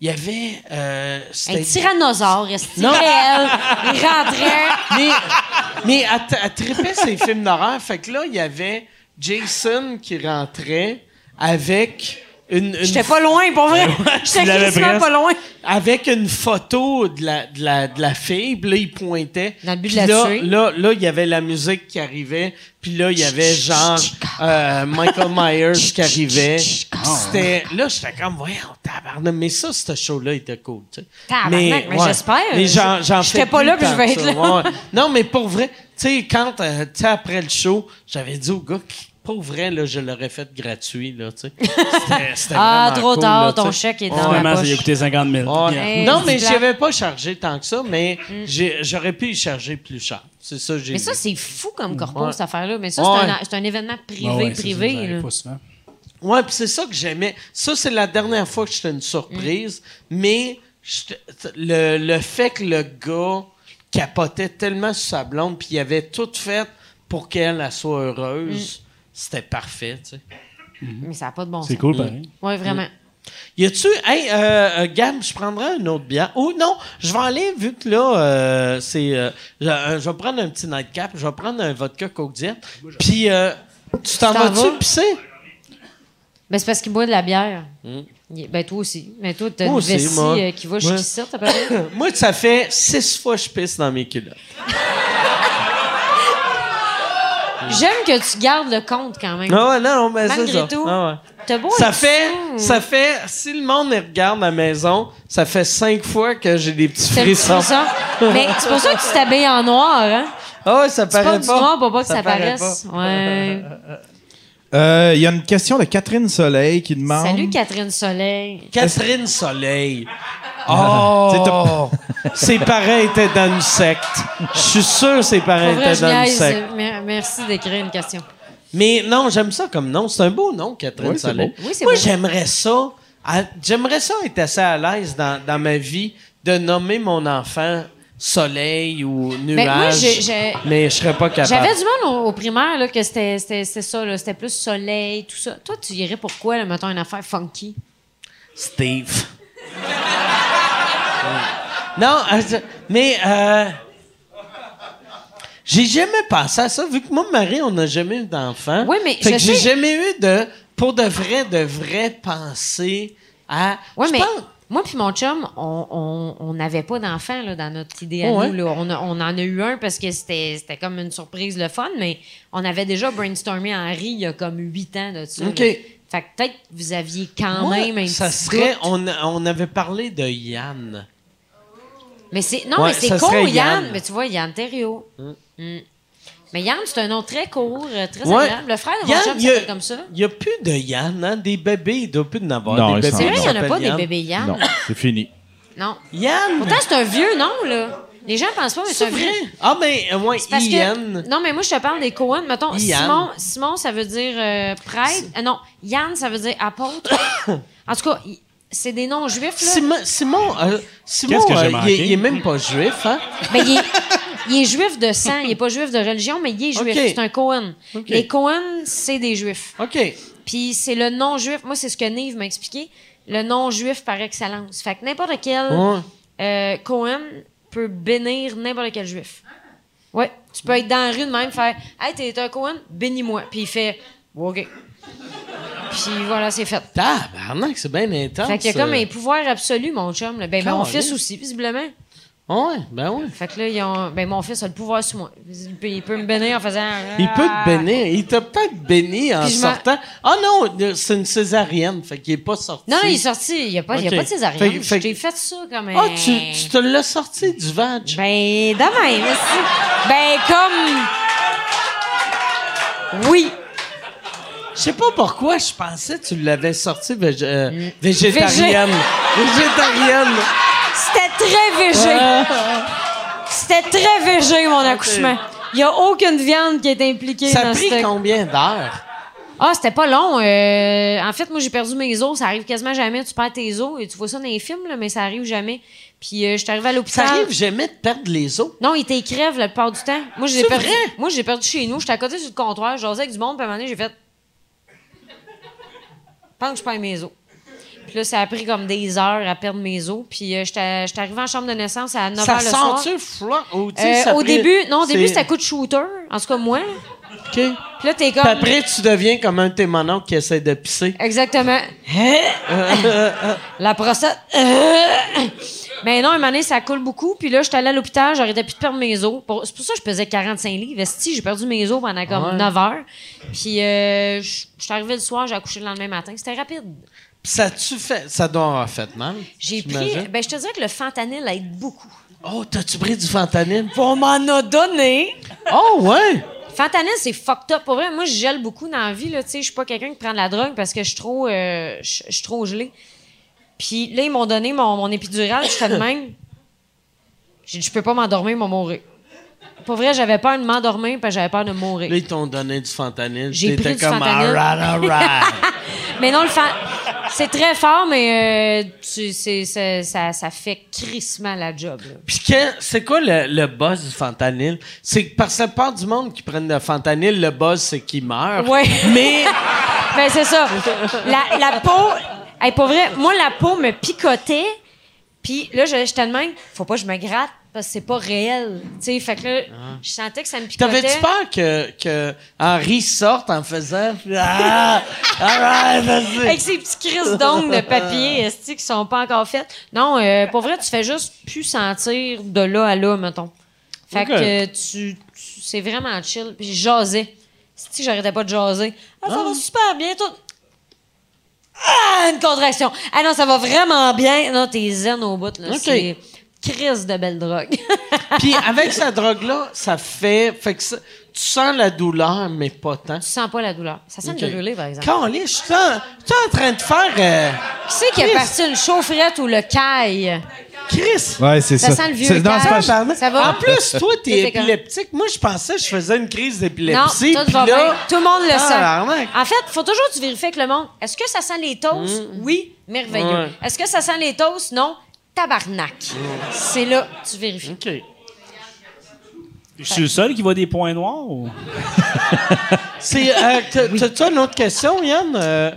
Speaker 1: il y avait, euh,
Speaker 6: Un
Speaker 1: c'était-
Speaker 6: tyrannosaure, est
Speaker 1: Non.
Speaker 6: réel? Il rentrait.
Speaker 1: [LAUGHS] mais, mais elle, t- elle trippait ses films d'horreur. Fait que là, il y avait Jason qui rentrait avec une, une-
Speaker 6: J'étais pas loin, pour vrai. J'étais
Speaker 7: Tu l'avais
Speaker 6: quasiment
Speaker 7: presque.
Speaker 6: pas loin.
Speaker 1: avec une photo de la, de la, de la fille. Puis là, il pointait.
Speaker 6: Dans le but de
Speaker 1: Puis
Speaker 6: la
Speaker 1: là,
Speaker 6: tuer.
Speaker 1: là, là, il y avait la musique qui arrivait. Puis là, il y avait genre euh, Michael Myers qui arrivait. C'était, là, j'étais comme, voyons, tabarnak. Mais ça, ce show-là était cool, tu sais.
Speaker 6: Tabarnak, mais j'espère.
Speaker 1: Mais j'en, j'en
Speaker 6: J'étais
Speaker 1: fais
Speaker 6: pas
Speaker 1: plus
Speaker 6: là, puis
Speaker 1: tant
Speaker 6: je vais
Speaker 1: que
Speaker 6: être
Speaker 1: ça.
Speaker 6: là.
Speaker 1: Ouais, ouais. Non, mais pour vrai, tu sais, quand, euh, tu sais, après le show, j'avais dit au gars, qui- pour vrai, là, je l'aurais fait gratuit, là, tu sais. C'était, c'était
Speaker 6: Ah,
Speaker 1: vraiment
Speaker 6: trop
Speaker 1: cool,
Speaker 6: tard,
Speaker 1: là, tu
Speaker 6: ton
Speaker 1: sais.
Speaker 6: chèque est dans la
Speaker 7: Finalement, ça
Speaker 6: poche.
Speaker 7: lui a coûté 50 000.
Speaker 1: Ouais.
Speaker 7: Bien.
Speaker 6: Hey,
Speaker 1: non,
Speaker 6: c'est
Speaker 1: mais
Speaker 6: plate.
Speaker 1: j'avais pas chargé tant que ça, mais j'ai- j'aurais pu y charger plus cher. C'est ça, que j'ai
Speaker 6: Mm. Mais ça,
Speaker 1: dit.
Speaker 6: c'est fou comme corpo,
Speaker 1: Ouais.
Speaker 6: cette affaire-là. Mais ça,
Speaker 1: Ouais.
Speaker 6: c'est un, c'est un événement privé,
Speaker 7: Ben ouais, c'est
Speaker 6: privé.
Speaker 7: ça, ça arrive
Speaker 6: là.
Speaker 7: pas souvent.
Speaker 1: Ouais, puis c'est ça que j'aimais. Ça, c'est la dernière fois que j'étais une surprise,
Speaker 6: Mm.
Speaker 1: mais j'étais- le, le fait que le gars capotait tellement sur sa blonde, puis il avait tout fait pour qu'elle elle soit heureuse,
Speaker 6: Mm.
Speaker 1: c'était parfait, tu sais.
Speaker 6: Mais ça n'a pas de bon
Speaker 7: C'est
Speaker 6: sens.
Speaker 1: Mm.
Speaker 7: cool, pareil.
Speaker 6: Oui, vraiment.
Speaker 1: Y a-tu. Hey, euh, euh, Gab, je prendrais une autre bière. Ou non, je vais aller, vu que là, euh, c'est. euh, je, euh, je vais prendre un petit nightcap, je vais prendre un vodka Coke Diet. Puis, euh, tu t'en
Speaker 6: Tu t'en
Speaker 1: vas-tu
Speaker 6: vas?
Speaker 1: pisser?
Speaker 6: Ben, c'est parce qu'il boit de la bière. Il- Ben, toi aussi. Mais toi, t'as
Speaker 1: Mm. Moi
Speaker 6: une
Speaker 1: aussi,
Speaker 6: vessie
Speaker 1: moi.
Speaker 6: euh, qui va jusqu'ici,
Speaker 1: Ouais.
Speaker 6: ça, t'as pas vu?
Speaker 1: [LAUGHS] Moi, ça fait six fois que je pisse dans mes culottes.
Speaker 6: J'aime que tu gardes le compte quand même.
Speaker 1: Non, Ah ouais, non, non, mais c'est
Speaker 6: Malgré
Speaker 1: ça.
Speaker 6: tout.
Speaker 1: Ah ouais.
Speaker 6: T'as beau
Speaker 1: ça
Speaker 6: être
Speaker 1: fait,
Speaker 6: fou.
Speaker 1: ça fait, si le monde les regarde à la maison, ça fait cinq fois que j'ai des petits
Speaker 6: C'est le petit
Speaker 1: frissons.
Speaker 6: frisson. Mais c'est pour ça que tu t'habilles en noir, hein?
Speaker 1: Ah ouais, ça
Speaker 6: Tu
Speaker 1: paraît
Speaker 6: portes
Speaker 1: pas.
Speaker 6: du noir pour pas que ça,
Speaker 1: paraît
Speaker 6: paraisse.
Speaker 1: pas.
Speaker 6: Ouais.
Speaker 3: Euh, Il y a une question de Catherine Soleil qui demande.
Speaker 6: Salut, Catherine Soleil.
Speaker 1: Catherine Soleil.
Speaker 3: Ah.
Speaker 1: Oh! [LAUGHS] Ses parents étaient dans une secte. Je suis sûr que ses parents
Speaker 6: Pour vrai,
Speaker 1: étaient
Speaker 6: je
Speaker 1: dans une
Speaker 6: niaise.
Speaker 1: secte.
Speaker 6: Mer- Merci d'écrire une question.
Speaker 1: Mais non, j'aime ça comme nom. C'est un beau nom, Catherine
Speaker 3: Oui, c'est
Speaker 1: Soleil.
Speaker 6: beau. Oui, c'est
Speaker 1: Moi,
Speaker 6: beau.
Speaker 1: j'aimerais ça. à- J'aimerais ça être assez à l'aise dans, dans ma vie de nommer mon enfant Soleil ou Nuage.
Speaker 6: Ben, moi, j'ai- j'ai-
Speaker 1: Mais je serais pas capable.
Speaker 6: J'avais du mal au, au primaire là, que c'était c'était- c'était ça, là, c'était plus soleil, tout ça. Toi, tu irais pourquoi, là, mettons, une affaire funky?
Speaker 1: Steve. non, euh, je- mais euh, j'ai jamais pensé à ça, vu que moi, Marie, on n'a jamais eu d'enfant.
Speaker 6: Oui, mais
Speaker 1: Fait
Speaker 6: je
Speaker 1: que j'ai
Speaker 6: sais-
Speaker 1: jamais eu de, pour de vrai, de vrai penser à.
Speaker 6: Oui,
Speaker 1: Je
Speaker 6: mais
Speaker 1: pense-
Speaker 6: moi puis mon chum, on- on on n'avait pas d'enfant là, dans notre idée à
Speaker 1: Oh, ouais.
Speaker 6: nous. là. On, a- on en a eu un parce que c'était c'était comme une surprise le fun, mais on avait déjà brainstormé Henri il y a comme huit ans de ça.
Speaker 1: OK.
Speaker 6: là. Fait que peut-être vous aviez quand
Speaker 1: moi,
Speaker 6: même un
Speaker 1: ça
Speaker 6: petit
Speaker 1: serait.
Speaker 6: doute.
Speaker 1: On, a- on avait parlé de Yann.
Speaker 6: Mais c'est non,
Speaker 1: Ouais,
Speaker 6: mais c'est
Speaker 1: ça
Speaker 6: con,
Speaker 1: serait
Speaker 6: Yann.
Speaker 1: Yann.
Speaker 6: Mais tu vois, Yann Terrio. Mm. Mais Yann, c'est un nom très court, euh, très
Speaker 1: Ouais.
Speaker 6: agréable. Le frère de mon
Speaker 1: Yann,
Speaker 6: chum
Speaker 1: il y a-
Speaker 6: s'appelle comme ça.
Speaker 1: Il n'y a plus de Yann, hein? Des bébés, il doit plus en avoir.
Speaker 3: Non,
Speaker 1: des bébés
Speaker 3: ils sont-
Speaker 6: C'est vrai, il n'y en a
Speaker 1: s'appellent
Speaker 6: pas des
Speaker 1: Yann.
Speaker 6: bébés Yann. [LAUGHS]
Speaker 3: Non,
Speaker 6: Non.
Speaker 3: c'est fini.
Speaker 1: Yann!
Speaker 6: Pourtant, c'est un vieux nom, là. Les gens pensent pas, mais c'est
Speaker 1: c'est
Speaker 6: un
Speaker 1: vrai?
Speaker 6: vieux.
Speaker 1: Ah, mais, euh, ouais,
Speaker 6: C'est Parce
Speaker 1: Yann.
Speaker 6: que, non, mais moi, je te parle des Cohen. Mettons,
Speaker 1: Yann.
Speaker 6: Simon,
Speaker 1: [COUGHS]
Speaker 6: Simon, ça veut dire euh, prêtre. Euh, non, Yann, ça veut dire apôtre. en tout cas, il- c'est des noms juifs, là.
Speaker 1: Simon, Simon, euh, Simon
Speaker 7: Qu'est-ce que j'ai
Speaker 1: euh, il,
Speaker 7: manqué?
Speaker 1: est, il est même pas juif, hein?
Speaker 6: Ben, il, est, il est juif de sang, il est pas juif de religion, mais il est juif.
Speaker 1: Ok.
Speaker 6: C'est un Cohen.
Speaker 1: Ok.
Speaker 6: Les Cohen, c'est des juifs.
Speaker 1: OK.
Speaker 6: Puis c'est le non-juif. Moi, c'est ce que Nive m'a expliqué. Le non-juif par excellence. Fait que n'importe quel
Speaker 1: Ouais.
Speaker 6: euh, Cohen peut bénir n'importe quel juif. Ouais. Tu peux être dans la rue de même, faire Hey, t'es un Cohen, bénis-moi. Puis il fait OK. Puis voilà, c'est fait.
Speaker 1: Tabarnak, c'est bien intense.
Speaker 6: Fait qu'il y a comme
Speaker 1: euh.
Speaker 6: un pouvoir absolu, mon chum. là. Ben, ben, mon
Speaker 1: Caliste.
Speaker 6: fils aussi, visiblement.
Speaker 1: Ouais, ben ouais.
Speaker 6: Fait que là, ils ont... ben, mon fils a le pouvoir sur moi. Il peut, il peut me bénir en faisant. euh,
Speaker 1: Il peut te bénir. Il t'a peut-être béni en
Speaker 6: Ah. Puis je m'en-
Speaker 1: sortant. Ah non, c'est une césarienne, fait qu'il est pas sorti.
Speaker 6: Non, il est sorti. Il n'y a, pas- il y a
Speaker 1: Ok.
Speaker 6: pas de césarienne.
Speaker 1: Fait que- fait que-
Speaker 6: J'ai fait ça comme un.
Speaker 1: Ah, tu, tu te l'as sorti du vag.
Speaker 6: Ben, demain, merci. Ben, comme. Oui.
Speaker 1: Je sais pas pourquoi, je pensais que tu l'avais sorti vég- euh,
Speaker 6: Mm.
Speaker 1: végétarienne. [LAUGHS] végétarienne.
Speaker 6: C'était très
Speaker 1: [LAUGHS]
Speaker 6: végé. C'était très végé, mon accouchement. Il n'y a aucune viande qui est impliquée
Speaker 1: Ça a
Speaker 6: dans
Speaker 1: pris
Speaker 6: ce.
Speaker 1: combien d'heures?
Speaker 6: Ah, c'était pas long. euh, en fait, moi, j'ai perdu mes os. Ça arrive quasiment jamais. Tu perds tes os. Et tu vois ça dans les films, là, mais ça arrive jamais. Puis, euh, je suis arrivée à
Speaker 1: Ça
Speaker 6: l'hôpital.
Speaker 1: arrive jamais de perdre les os.
Speaker 6: Non, ils t'écrivent la plupart du temps. Moi, j'ai
Speaker 1: C'est
Speaker 6: perdu.
Speaker 1: vrai?
Speaker 6: Moi, j'ai perdu chez nous. J'étais à côté sur le comptoir, j'osais avec du monde, puis à un moment donné, j'ai fait. Pense que je perds mes os. Puis là, ça a pris comme des heures à perdre mes os. Puis euh, j'étais j'étais arrivée en chambre de naissance à 9
Speaker 1: Ça
Speaker 6: h le soir.
Speaker 1: sent-tu froid? Ou, tu sais,
Speaker 6: Euh,
Speaker 1: ça
Speaker 6: au
Speaker 1: pris-
Speaker 6: début, non, au début,
Speaker 1: c'est-
Speaker 6: c'était coup de shooter. En tout cas, moi.
Speaker 1: OK. Puis
Speaker 6: Puis là, t'es comme.
Speaker 1: après, tu deviens comme un de tes mononcles qui essaie de pisser.
Speaker 6: Exactement. la prostate. Mais non, un moment donné, ça coule beaucoup. Puis là, j'étais allée à l'hôpital, j'arrêtais plus de perdre mes os. Pour- C'est pour ça que je pesais 45 livres. Esti, j'ai perdu mes os pendant comme 9 heures. Puis euh, je je suis arrivée le soir, j'ai accouché le lendemain matin. C'était rapide.
Speaker 1: Puis ça tu fait... Ça doit avoir fait mal.
Speaker 6: J'ai pris...
Speaker 1: j'imagine.
Speaker 6: Ben, je te dirais que le fentanyl aide beaucoup.
Speaker 1: Oh, t'as-tu pris du fentanyl?
Speaker 6: On m'en a donné.
Speaker 1: Oh, ouais!
Speaker 6: Fentanyl, c'est fucked up. Pour vrai, moi, je gèle beaucoup dans la vie. là, tu sais. Je suis pas quelqu'un qui prend de la drogue parce que je suis trop, euh, je je suis trop gelée. Puis là, ils m'ont donné mon, mon épidural. Je fais de même. J'ai dit, je peux pas m'endormir, ils vont mourir. Pour vrai, j'avais peur de m'endormir parce que j'avais peur de mourir.
Speaker 1: Là, ils t'ont donné du fentanyl.
Speaker 6: J'ai
Speaker 1: T'étais
Speaker 6: pris du
Speaker 1: comme, All
Speaker 6: fentanyl.
Speaker 1: right, all
Speaker 6: [LAUGHS]
Speaker 1: right.
Speaker 6: Mais non, le fan... C'est très fort, mais euh, tu- c'est- c'est- ça, ça fait crissement la job. là.
Speaker 1: Puis que- c'est quoi le, le buzz du fentanyl? C'est que parce que la part du monde qui prennent le fentanyl, le buzz, c'est qu'ils meurent.
Speaker 6: Ouais.
Speaker 1: Mais...
Speaker 6: Ben, c'est ça. La, la peau. Hey, pour vrai, moi, la peau me picotait. Puis là, je- j'étais de même, faut pas que je me gratte parce que c'est pas réel. Tu sais, fait que là, je sentais que ça me picotait.
Speaker 1: Ah. T'avais-tu peur que, que Henri sorte en faisant... Ah, all right, vas-y.
Speaker 6: Avec ces petits crises d'ongles
Speaker 3: [LAUGHS]
Speaker 6: de papier esti qui sont pas encore faites. Non, euh, pour vrai, tu fais juste plus sentir de là à là, mettons. Fait
Speaker 1: Ok.
Speaker 6: que tu, tu- c'est vraiment chill. Puis je jasais. Si j'arrêtais pas de jaser. Ah, ça va super bien, tout. Ah, une contraction. Ah non, ça va vraiment bien. Non, t'es zen au bout, là.
Speaker 1: Ok.
Speaker 6: C'est crise de belle drogue. [LAUGHS]
Speaker 1: Puis avec cette drogue-là, ça fait... fait que ça- tu sens la douleur, mais pas tant.
Speaker 6: tu sens pas la douleur. Ça sent
Speaker 1: Ok.
Speaker 6: le brûler, par exemple.
Speaker 1: Quand je suis en, je suis en train de faire... euh,
Speaker 6: Qui c'est qui a
Speaker 1: Chris.
Speaker 6: parti une chaufferette ou le caille?
Speaker 1: euh, Chris!
Speaker 3: Ouais, c'est ça.
Speaker 6: Ça sent le vieux
Speaker 3: C'est- non, c'est
Speaker 6: gars.
Speaker 3: pas-
Speaker 6: Ça
Speaker 1: Pardon.
Speaker 6: va?
Speaker 1: En plus, toi, t'es
Speaker 6: C'était quand-
Speaker 1: épileptique. Moi, je pensais que je faisais une crise
Speaker 6: Non,
Speaker 1: d'épilepsie.
Speaker 6: tout
Speaker 1: puis là-
Speaker 6: va bien. Tout le monde le
Speaker 1: Ah,
Speaker 6: sait.
Speaker 1: l'arnaque.
Speaker 6: En fait, faut toujours que tu vérifies avec le monde. Est-ce que ça sent les toasts? Oui, merveilleux.
Speaker 1: Mm. Ouais.
Speaker 6: Est-ce que ça sent les toasts? Non, tabarnak. C'est là que tu vérifies.
Speaker 1: OK.
Speaker 7: Je suis le seul qui voit des points noirs ou.
Speaker 1: C'est, euh, t'as- T'as-tu une autre question, Yann? Euh,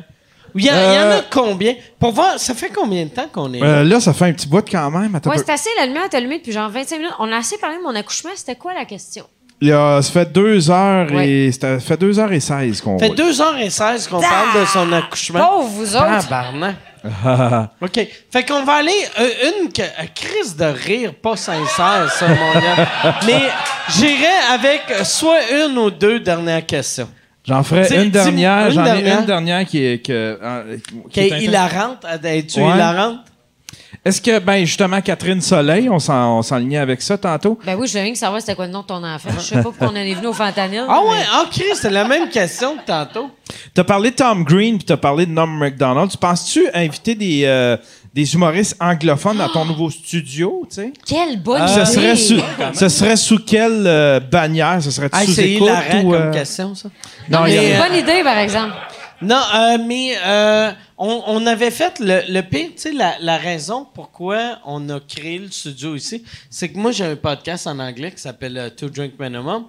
Speaker 1: Il y, en- il y en a combien? Pour voir, ça fait combien de temps qu'on est là?
Speaker 3: Euh, là, ça fait un petit bout quand même. Attends
Speaker 6: Ouais,
Speaker 3: un peu.
Speaker 6: c'est assez, la lumière est allumée depuis genre 25 minutes. On a assez parlé de mon accouchement. C'était quoi la question?
Speaker 3: Il y a- ça fait deux heures
Speaker 6: Ouais.
Speaker 3: et ça fait deux heures et seize qu'on.
Speaker 1: Ça fait 2h16 qu'on parle de son accouchement.
Speaker 6: Pauvre, vous autres!
Speaker 1: Tabarnak. [LAUGHS] OK. Fait qu'on va aller euh, une que- euh, crise de rire pas sincère, ça, mon gars. Mais j'irai avec euh, soit une ou deux dernières questions.
Speaker 3: J'en ferai
Speaker 1: Dis-
Speaker 3: une dernière.
Speaker 1: dis- une
Speaker 3: J'en ai
Speaker 1: dernière.
Speaker 3: une dernière qui est que. euh, qui
Speaker 1: OK,
Speaker 3: est intéressante.
Speaker 1: hilarante. euh, ben, Es-tu
Speaker 3: Ouais.
Speaker 1: hilarante?
Speaker 3: Est-ce que ben justement Catherine Soleil, on s'en on s'enlignait avec ça tantôt.
Speaker 6: Ben oui, je viens que savoir c'était quoi le nom de ton enfant. Je sais pas pourquoi on en est venu au fentanyl.
Speaker 1: Ah ouais,
Speaker 6: mais-
Speaker 1: ah Chris, c'est la même question que tantôt.
Speaker 3: T'as parlé de Tom Green puis t'as parlé de Norm Macdonald. Tu penses-tu inviter des euh, des humoristes anglophones dans ton
Speaker 6: Ah!
Speaker 3: nouveau studio, tu sais?
Speaker 6: Quelle bonne
Speaker 3: Ce
Speaker 6: idée!
Speaker 3: Ah, serait, sous, ce serait sous quelle euh, bannière? Ce serait
Speaker 1: Ah,
Speaker 3: sous
Speaker 1: c'est
Speaker 3: écoute
Speaker 1: hilarant
Speaker 3: ou...
Speaker 1: comme
Speaker 3: euh,
Speaker 1: question, ça.
Speaker 6: Non, mais
Speaker 3: il y
Speaker 6: c'est
Speaker 3: a-
Speaker 6: une bonne idée, par exemple.
Speaker 1: Non, euh, mais euh, on, on avait fait le, le pire, tu sais, la, la raison pourquoi on a créé le studio ici, c'est que moi, j'ai un podcast en anglais qui s'appelle euh, To Drink Minimum.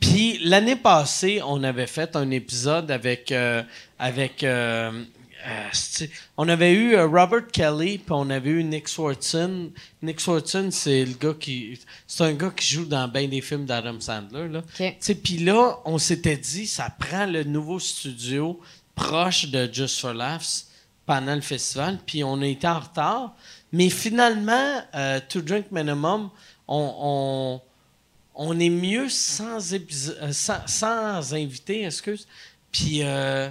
Speaker 1: Puis l'année passée, on avait fait un épisode avec. euh, avec euh, euh, c'est- on avait eu euh, Robert Kelly, puis on avait eu Nick Swartzen. Nick Swartzen, c'est le gars qui. C'est un gars qui joue dans bien des films d'Adam Sandler. Là.
Speaker 6: OK.
Speaker 1: Tu sais, Puis là, on s'était dit, ça prend le nouveau studio proche de Just for Laughs pendant le festival, puis on a été en retard. Mais finalement, euh, To Drink Minimum, on, on, on est mieux sans, épis- euh, sans, sans invité, excuse. Puis, euh,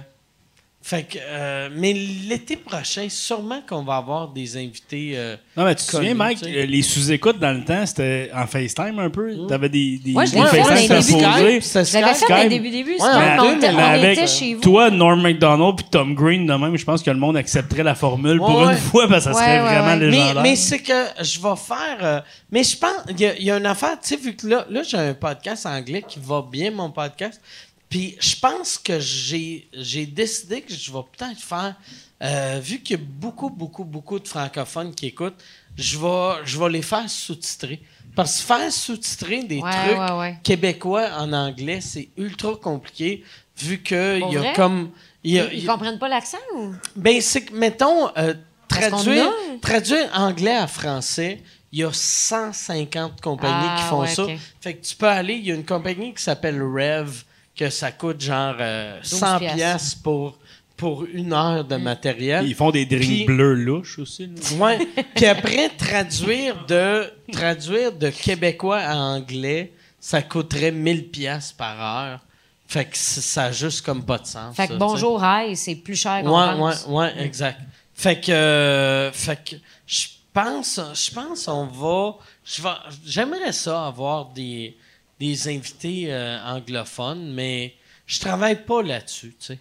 Speaker 1: fait que, euh, mais l'été prochain, sûrement qu'on va avoir des invités. euh,
Speaker 7: Non, mais tu te
Speaker 1: Connu,
Speaker 7: souviens, Mike,
Speaker 1: tu sais.
Speaker 7: euh, les sous-écoutes dans le temps, c'était en FaceTime un peu. T'avais des, des,
Speaker 6: Moi, je
Speaker 7: des
Speaker 6: l'ai fait dans les débuts.
Speaker 7: interposés.
Speaker 1: c'est
Speaker 6: Je l'avais fait
Speaker 1: Skype.
Speaker 6: dès
Speaker 7: Skype.
Speaker 6: le début, début.
Speaker 1: Ouais,
Speaker 6: c'est vrai,
Speaker 7: mais
Speaker 6: mais on
Speaker 1: avec- euh,
Speaker 6: était-
Speaker 7: Mais
Speaker 6: on
Speaker 7: avec
Speaker 6: était chez vous.
Speaker 7: toi, Norm MacDonald puis Tom Green de même, je pense que le monde accepterait la formule pour
Speaker 1: Ouais, ouais.
Speaker 7: une fois parce que ça
Speaker 6: Ouais,
Speaker 7: serait
Speaker 6: ouais,
Speaker 7: vraiment
Speaker 6: ouais.
Speaker 1: Mais,
Speaker 7: légendaire.
Speaker 1: mais c'est que je vais faire. euh, mais je pense, il y, a- il y a une affaire, tu sais, vu que là, là j'ai un podcast anglais qui va bien, mon podcast. Puis je pense que j'ai j'ai décidé que je vais peut-être faire. euh, vu qu'il y a beaucoup, beaucoup, beaucoup de francophones qui écoutent, je vais, je vais les faire sous-titrer. Parce que faire sous-titrer des
Speaker 6: Ouais,
Speaker 1: trucs
Speaker 6: ouais, ouais.
Speaker 1: québécois en anglais, c'est ultra compliqué, vu qu'il
Speaker 6: Pour
Speaker 1: y a
Speaker 6: vrai?
Speaker 1: comme. il y a- il
Speaker 6: Ils
Speaker 1: y a-
Speaker 6: comprennent pas l'accent ou?
Speaker 1: ben, c'est que, mettons, euh,
Speaker 6: Parce qu'on
Speaker 1: traduire,
Speaker 6: a-
Speaker 1: traduire anglais à français, il y a 150 compagnies
Speaker 6: Ah,
Speaker 1: qui font
Speaker 6: ouais,
Speaker 1: ça.
Speaker 6: ok.
Speaker 1: Fait que tu peux aller, il y a une compagnie qui s'appelle Rev, que ça coûte genre euh, 100
Speaker 6: piastres. Hein?
Speaker 1: piastres pour, pour une heure de matériel.
Speaker 7: Ils font des drinks
Speaker 1: Puis-
Speaker 7: bleus louches aussi. là.
Speaker 1: Ouais. Puis après, traduire de, traduire de québécois à anglais, ça coûterait 1000 piastres par heure. Fait que c- ça a juste comme pas de sens.
Speaker 6: Fait
Speaker 1: ça,
Speaker 6: que
Speaker 1: tu sais.
Speaker 6: bonjour, hi, c'est plus cher qu'on
Speaker 1: Ouais, ouais,
Speaker 6: pense.
Speaker 1: ouais, exact. Fait que, euh, fait que je pense, je pense on va, je vais, j'aimerais ça avoir des, des invités euh, anglophones, mais je travaille pas là-dessus, tu sais.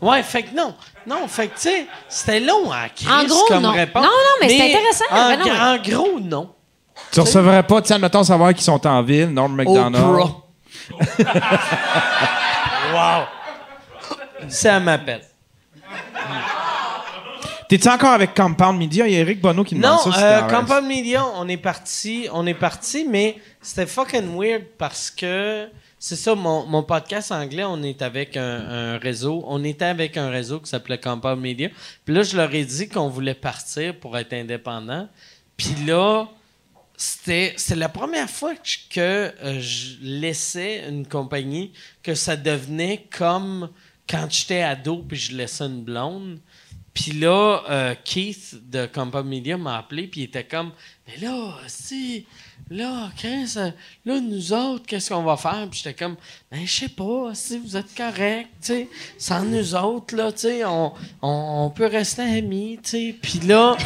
Speaker 1: Ouais, fait que non, non, fait que tu sais, c'était long à crise
Speaker 6: En gros,
Speaker 1: comme
Speaker 6: non.
Speaker 1: réponse.
Speaker 6: Non, non, mais c'est intéressant,
Speaker 1: En,
Speaker 6: mais non, mais-
Speaker 1: en gros, non.
Speaker 3: Tu recevrais pas, tiens, mettons, savoir qu'ils sont en ville,
Speaker 1: Oh,
Speaker 3: Norm McDonald.
Speaker 1: Oprah. wow. Ça m'appelle.
Speaker 3: T'es-tu encore avec Compound Media? Il y a Eric Bonneau qui me
Speaker 1: Non,
Speaker 3: demande ça. si
Speaker 1: euh,
Speaker 3: t'en restes.
Speaker 1: Compound Media, on est parti, on est parti, mais c'était fucking weird parce que c'est ça, mon, mon podcast anglais, on est avec un, un réseau, on était avec un réseau qui s'appelait Compound Media. Puis là, je leur ai dit qu'on voulait partir pour être indépendant. Puis là, c'était c'était la première fois que, je- que, euh, je laissais une compagnie que ça devenait comme quand j'étais ado puis je laissais une blonde. Puis là, euh, Keith de Compa Media m'a appelé puis il était comme mais là si là Chris euh, là nous autres qu'est-ce qu'on va faire puis j'étais comme ben je sais pas si vous êtes correct tu sais sans nous autres là tu sais on, on, on peut rester amis tu sais puis là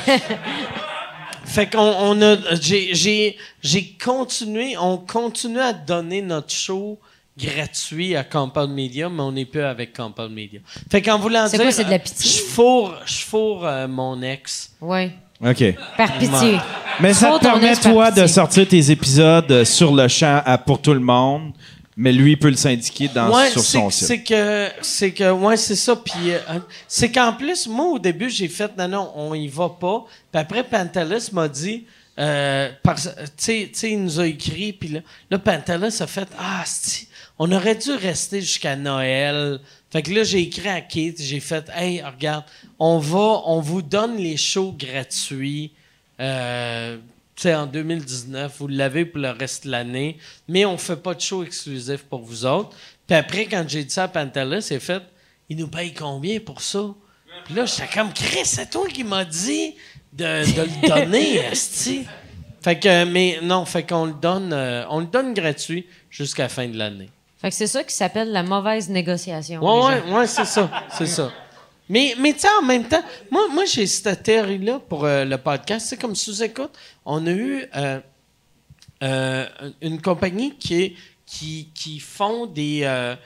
Speaker 1: fait qu'on on a j'ai j'ai j'ai continué, on continue à donner notre show gratuit à Compound Media, mais on n'est plus avec Compound Media. Fait qu'en voulant
Speaker 6: C'est
Speaker 1: dire
Speaker 6: quoi, c'est de la
Speaker 1: euh,
Speaker 6: pitié?
Speaker 1: Je fourre, je fourre euh, mon ex.
Speaker 6: Ouais.
Speaker 3: OK.
Speaker 6: Par pitié.
Speaker 3: Mais ça
Speaker 6: Faut
Speaker 3: te
Speaker 6: tourner
Speaker 3: permet,
Speaker 6: sur la
Speaker 3: toi, de
Speaker 6: pitié.
Speaker 3: sortir tes épisodes euh, sur le champ à pour tout le monde, mais lui, il peut le syndiquer dans,
Speaker 1: ouais,
Speaker 3: sur
Speaker 1: c'est-
Speaker 3: son site.
Speaker 1: c'est que c'est que ouais, c'est ça puis euh, c'est qu'en plus moi au début, j'ai fait non non, on y va pas. Puis après Pantalus m'a dit euh, parce- tu sais tu sais, il nous a écrit puis là, là Pantalus a fait ah si on aurait dû rester jusqu'à Noël. Fait que là j'ai écrit à Keith, j'ai fait hey regarde, on va on vous donne les shows gratuits euh, tu sais, en 2019, vous l'avez pour le reste de l'année, mais on fait pas de show exclusif pour vous autres. Puis après, quand j'ai dit ça à Pantalus, c'est fait, ils nous payent combien pour ça? Puis là, j'étais comme, Chris, c'est toi qui m'as dit de, de le donner, esti. Fait que, mais non, fait qu'on le donne, euh, on le donne gratuit jusqu'à la fin de l'année.
Speaker 6: Fait que c'est ça qui s'appelle la mauvaise négociation.
Speaker 1: Ouais,
Speaker 6: les gens.
Speaker 1: ouais, ouais, c'est ça, c'est ça. Mais, mais tu sais, en même temps, moi, moi j'ai cette théorie-là pour euh, le podcast. C'est comme sous-écoute, on a eu euh, euh, une compagnie qui, est- qui, qui font des... euh,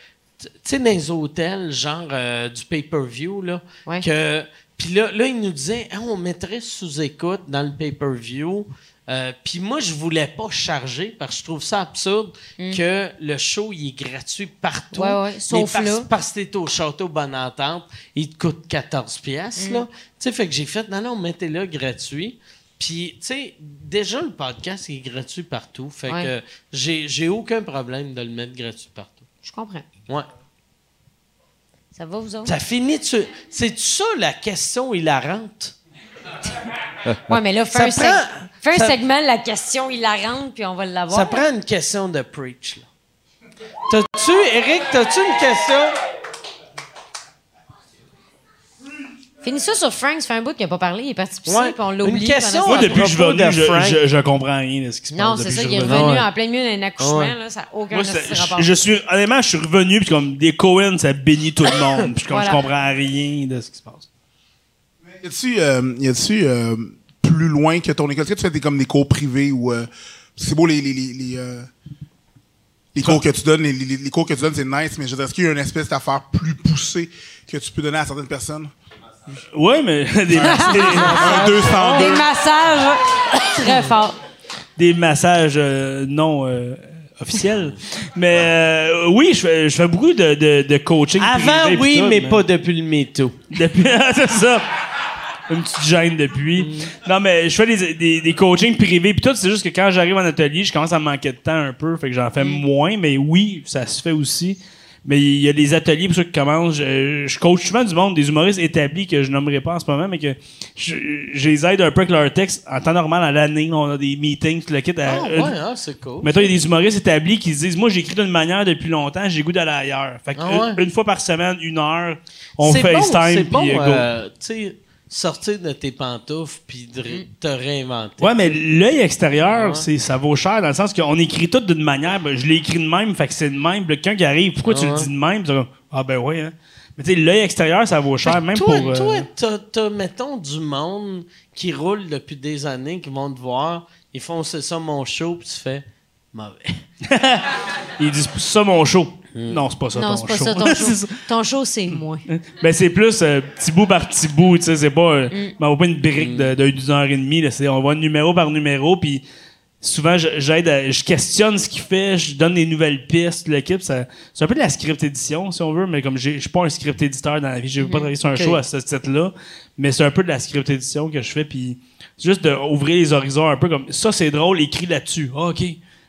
Speaker 1: tu sais, dans les hôtels, genre euh, du pay-per-view, là,
Speaker 6: Ouais.
Speaker 1: hein, que... Puis là, là, ils nous disaient, Ah, on mettrait sous-écoute dans le pay-per-view Euh, Puis moi, je voulais pas charger parce que je trouve ça absurde que le show, il est gratuit partout.
Speaker 6: Mm. Ouais, ouais,
Speaker 1: Mais
Speaker 6: sauf
Speaker 1: parce,
Speaker 6: là.
Speaker 1: Parce que t'es au Château Bonne Entente, il te coûte 14 pièces là. Tu sais, fait que j'ai fait, non, non, mettez-le gratuit. Puis, tu sais, déjà, le podcast, il est gratuit partout. Fait
Speaker 6: Ouais.
Speaker 1: que j'ai j'ai aucun problème de le mettre gratuit partout.
Speaker 6: Je comprends.
Speaker 1: Ouais.
Speaker 6: Ça va, vous autres?
Speaker 1: Ça finit tu C'est ça la question hilarante?
Speaker 6: Ouais, mais là, fais,
Speaker 1: Ça
Speaker 6: un, seg-
Speaker 1: prend-
Speaker 6: fais un
Speaker 1: ça-
Speaker 6: segment, la question hilarante, puis on va l'avoir.
Speaker 1: Ça prend une question de preach, là. T'as-tu, Eric, t'as-tu une question?
Speaker 6: Finis ça sur Frank. Ça fait un bout qu'il n'a pas parlé. Il est parti pisser,
Speaker 1: Ouais.
Speaker 6: puis on l'a
Speaker 1: Une
Speaker 6: oublié.
Speaker 1: question hein.
Speaker 6: pendant
Speaker 7: Moi,
Speaker 6: ce
Speaker 1: de-
Speaker 6: temps.
Speaker 7: depuis que je suis
Speaker 1: propos
Speaker 7: venu,
Speaker 1: de Frank.
Speaker 7: je, je- je comprends rien de ce qui se passe.
Speaker 6: Non, c'est
Speaker 7: depuis
Speaker 6: ça.
Speaker 7: que
Speaker 6: Il est
Speaker 7: je suis
Speaker 6: revenu
Speaker 7: revenu.
Speaker 6: en plein milieu d'un accouchement.
Speaker 1: Ouais.
Speaker 6: Là, ça n'a aucun
Speaker 7: Moi,
Speaker 6: hostie
Speaker 7: c'est-
Speaker 6: de rapport.
Speaker 7: je, je suis, honnêtement, je suis revenu, puis comme des Cohen, ça bénit tout le monde. Puis je, comme,
Speaker 6: Voilà.
Speaker 7: je comprends rien de ce qui se passe.
Speaker 10: Y a-tu euh, y a-tu, euh, plus loin que ton école Est-ce que tu fais des, comme des cours privés ou euh, c'est beau les les les, les, euh, les cours que tu donnes les, les- les cours que tu donnes c'est nice mais je veux dire, est-ce qu'il y a une espèce d'affaire plus poussée que tu peux donner à certaines personnes
Speaker 7: Ouais, mais
Speaker 1: [LAUGHS]
Speaker 7: [LAUGHS] des, massages-
Speaker 10: Un 202.
Speaker 6: Des
Speaker 7: [LAUGHS]
Speaker 6: massages très forts.
Speaker 7: des massages euh, non euh, officiels. Mais euh, oui, je fais, je fais beaucoup de, de, de coaching.
Speaker 1: Avant,
Speaker 7: privé, puis
Speaker 1: oui,
Speaker 7: tout,
Speaker 1: mais pas depuis le métaux.
Speaker 7: Depuis, [LAUGHS] Ah, c'est ça. Une petite gêne depuis.
Speaker 1: Mm.
Speaker 7: Non, mais je fais des, des, des coachings privés. Puis tout, c'est juste que quand j'arrive en atelier, je commence à manquer de temps un peu. Fait que j'en fais
Speaker 1: Mm.
Speaker 7: moins. Mais oui, ça se fait aussi. Mais il y a des ateliers pour ceux qui commencent. Je, je coach souvent du monde, des humoristes établis que je nommerai pas en ce moment, mais que je, je les aide un peu avec leur texte. En temps normal, à l'année, on a des meetings, tout le kit. à-
Speaker 1: Ah, ouais, ah, c'est cool.
Speaker 7: Mettons, il y a des humoristes établis qui se disent Moi, j'écris d'une manière depuis longtemps, j'ai le goût d'aller ailleurs. Fait que
Speaker 1: Ah
Speaker 7: une-
Speaker 1: ouais.
Speaker 7: une fois par semaine, une heure, on
Speaker 1: C'est bon,
Speaker 7: FaceTime,
Speaker 1: c'est
Speaker 7: puis
Speaker 1: bon,
Speaker 7: euh, go.
Speaker 1: euh, tu sais, sortir de tes pantoufles puis de
Speaker 6: Mm.
Speaker 1: ré- te réinventer.
Speaker 7: Ouais, mais l'œil extérieur,
Speaker 1: Ah Ouais.
Speaker 7: c'est ça vaut cher dans le sens qu'on écrit tout d'une manière. ben, je l'ai écrit de même, fait que c'est de même. Puis là, Quelqu'un qui arrive, pourquoi tu le
Speaker 1: Ouais.
Speaker 7: dis de même Puis t'es comme, Ah ben ouais. Hein. Mais tu sais, l'œil extérieur, ça vaut
Speaker 1: Fait
Speaker 7: cher,
Speaker 1: que
Speaker 7: même
Speaker 1: toi,
Speaker 7: pour. euh,
Speaker 1: Toi, t'as, t'as, mettons, du monde qui roule depuis des années, qui vont te voir, ils font « C'est ça mon show », puis tu fais « Mauvais [LAUGHS]
Speaker 7: Ils disent c'est ça mon show.
Speaker 1: Hmm.
Speaker 7: Non, c'est pas ça
Speaker 6: Non,
Speaker 7: ton
Speaker 6: c'est pas
Speaker 7: show.
Speaker 6: ça
Speaker 7: [LAUGHS]
Speaker 6: ton show.
Speaker 7: C'est ça.
Speaker 6: Ton show, c'est moi.
Speaker 7: [LAUGHS] Ben, c'est plus euh, petit bout par petit bout, tu sais, c'est pas, euh,
Speaker 6: Mm.
Speaker 7: m'envoie pas une brique de, de- d'une heure et demie, là, c'est, on va numéro par numéro, puis souvent, je- j'aide, à- je questionne ce qu'il fait, je donne des nouvelles pistes, l'équipe, ça, c'est un peu de la script édition, si on veut, mais comme j'ai- je suis pas un script éditeur dans la vie, j'ai pas
Speaker 6: Mm-hmm.
Speaker 7: travaillé sur un
Speaker 1: Ok.
Speaker 7: show à ce titre-là, mais c'est un peu de la script édition que je fais, puis c'est juste d'ouvrir les horizons un peu, comme, ça, c'est drôle, écrit là-dessus, Ah, OK.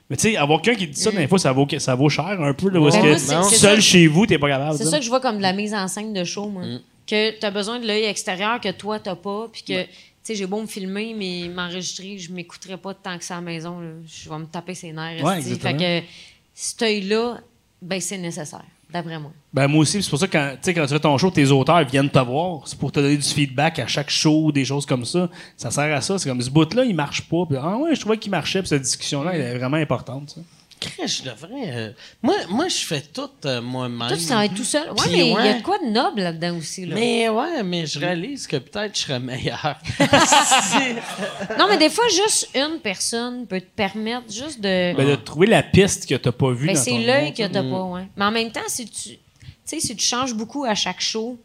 Speaker 7: Mais tu sais, avoir quelqu'un qui dit ça, des fois, ça vaut, ça vaut cher un peu, là, parce
Speaker 6: Mm. Ben,
Speaker 7: que
Speaker 6: moi, c'est- c'est
Speaker 7: seul
Speaker 6: ça-
Speaker 7: chez vous, t'es pas capable.
Speaker 6: C'est
Speaker 7: tu sais.
Speaker 6: ça que je vois comme de
Speaker 7: Mm.
Speaker 6: la mise en scène de show, moi. Que t'as besoin de l'œil extérieur que toi, t'as pas. Puis que, tu sais, j'ai beau me filmer, mais m'enregistrer, je m'écouterai pas tant que ça à la maison. là. Je vais me taper ses nerfs.
Speaker 7: Ouais,
Speaker 6: esti. fait
Speaker 7: exactement.
Speaker 6: que cet œil-là, ben, c'est nécessaire, d'après moi.
Speaker 7: Ben moi aussi, c'est pour ça que quand, tu sais, quand tu fais ton show, tes auteurs viennent te voir. C'est pour te donner du feedback à chaque show, des choses comme ça. Ça sert à ça. C'est comme ce bout-là, il marche pas. Puis, ah ouais, je trouvais qu'il marchait. Puis cette discussion-là, elle est vraiment importante. ça. ».
Speaker 1: Crèche, je devrais... euh, moi, moi, je fais tout euh, moi-même.
Speaker 6: Toi, tu t'en es tout seul. Ouais,
Speaker 1: Puis,
Speaker 6: mais il y a
Speaker 1: ouais.
Speaker 6: de quoi de noble là-dedans aussi. Là.
Speaker 1: Mais ouais, mais je réalise que peut-être je serais
Speaker 6: [LAUGHS]
Speaker 1: meilleur. [LAUGHS]
Speaker 6: Non, mais des fois, juste une personne peut te permettre juste de.
Speaker 7: Ben de trouver la piste que t'as pas vue
Speaker 6: Ben,
Speaker 7: dans
Speaker 6: c'est
Speaker 7: ton
Speaker 6: l'œil
Speaker 7: monde. Mm.
Speaker 6: que t'as pas, ouais. Mais en même temps, si tu. Tu sais, si tu changes beaucoup à chaque show,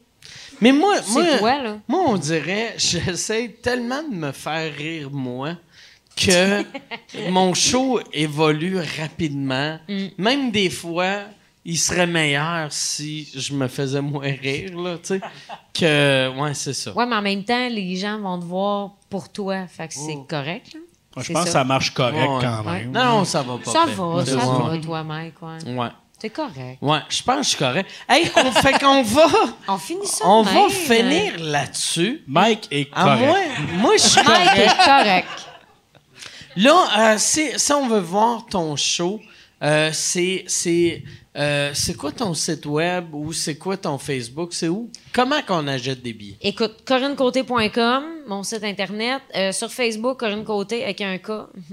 Speaker 1: Mais moi,
Speaker 6: C'est
Speaker 1: moi,
Speaker 6: toi, là.
Speaker 1: moi, on dirait, [LAUGHS] j'essaie tellement de me faire rire, moi,
Speaker 6: [LAUGHS]
Speaker 1: que mon show évolue rapidement.
Speaker 6: Mm.
Speaker 1: Même des fois, il serait meilleur si je me faisais moins rire, là, tu sais. Que, ouais, c'est ça.
Speaker 6: ouais, mais en même temps, les gens vont te voir pour toi. Fait que
Speaker 1: Oh.
Speaker 6: c'est correct, là.
Speaker 7: Moi, je
Speaker 6: C'est
Speaker 7: pense que ça marche correct
Speaker 1: Ouais, ouais.
Speaker 7: quand
Speaker 6: Ouais.
Speaker 7: même.
Speaker 1: Non, non, ça va pas.
Speaker 6: Ça
Speaker 1: fait.
Speaker 6: va, ça
Speaker 1: Ouais.
Speaker 6: va, toi, Mike. Ouais.
Speaker 1: Ouais.
Speaker 6: T'es correct.
Speaker 1: Ouais, je pense que je suis correct. Hey, on fait qu'on
Speaker 6: [LAUGHS]
Speaker 1: va,
Speaker 6: On finit ça. de
Speaker 1: on
Speaker 6: même.
Speaker 1: va finir là-dessus.
Speaker 7: Mike est
Speaker 1: À
Speaker 7: correct.
Speaker 1: moi, moi, je suis
Speaker 6: Mike
Speaker 1: correct.
Speaker 6: est correct.
Speaker 1: Là, euh, si, si on veut voir ton show, euh, c'est c'est, euh, c'est quoi ton site web ou c'est quoi ton Facebook? C'est où? Comment qu'on achète des billets?
Speaker 6: Écoute, corinnecôté.com, mon site internet. Euh, sur Facebook, Corinne Côté avec un K. [LAUGHS]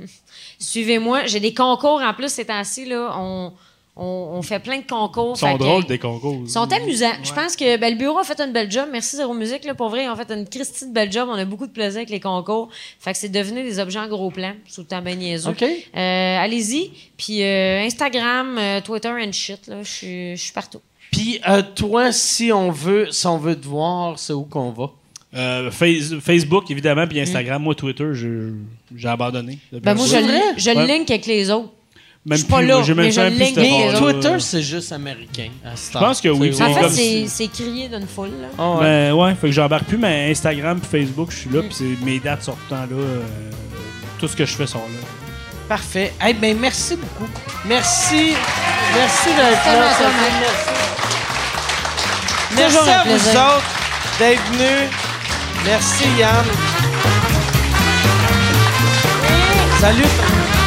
Speaker 6: Suivez-moi. J'ai des concours en plus ces temps-ci. Là, on, on, on fait plein de concours.
Speaker 7: Ils sont
Speaker 6: Fait que-
Speaker 7: drôles, des concours.
Speaker 6: Ils sont amusants. Je pense que ben, le bureau a fait une belle job. Merci Zéro Musique. Là, pour vrai, ils ont fait une Christie de belle job. On a beaucoup de plaisir avec les concours. Fait que c'est devenu des objets en gros plan. Sous le temps ben niaiseux.
Speaker 1: OK.
Speaker 6: Euh, Allez-y. Puis euh, Instagram, euh, Twitter and shit. là. Je suis- je suis partout.
Speaker 1: Puis euh, toi, si on veut si on veut te voir, c'est où qu'on va?
Speaker 7: Euh, Face- Facebook, évidemment, puis Instagram. Moi, Twitter, je- j'ai abandonné.
Speaker 6: Mmh.
Speaker 7: depuis
Speaker 6: Ben
Speaker 7: un
Speaker 6: moi,
Speaker 7: bout.
Speaker 6: je,
Speaker 7: Même
Speaker 6: le- je le
Speaker 7: Ouais.
Speaker 6: link avec les autres. je suis
Speaker 7: plus,
Speaker 6: pas là,
Speaker 7: moi, j'ai même
Speaker 6: mais je
Speaker 7: fait
Speaker 6: le
Speaker 7: plus
Speaker 6: link
Speaker 7: cette
Speaker 6: les
Speaker 1: Mais
Speaker 7: affaire-là.
Speaker 6: autres.
Speaker 1: Twitter, c'est juste américain. à cette
Speaker 7: Je pense que
Speaker 1: heure.
Speaker 7: oui,
Speaker 1: Tu sais,
Speaker 6: En
Speaker 7: C'est
Speaker 6: fait,
Speaker 7: comme
Speaker 6: c'est- c'est crié d'une foule. Là.
Speaker 1: Ah ouais.
Speaker 7: Ben ouais, fait que j'embarque plus, mais Instagram puis Facebook, je suis là, puis c'est- mes dates sont tout le temps là. euh, tout ce que je fais sont là.
Speaker 1: Parfait. Eh ben, merci beaucoup. Merci. Merci d'être
Speaker 6: Tellement
Speaker 1: là.
Speaker 6: ça,
Speaker 1: Sophie.
Speaker 6: Mike.
Speaker 1: Merci. Merci
Speaker 6: Toujours un
Speaker 1: à vous
Speaker 6: plaisir.
Speaker 1: autres d'être venus. Merci Yann. Salut.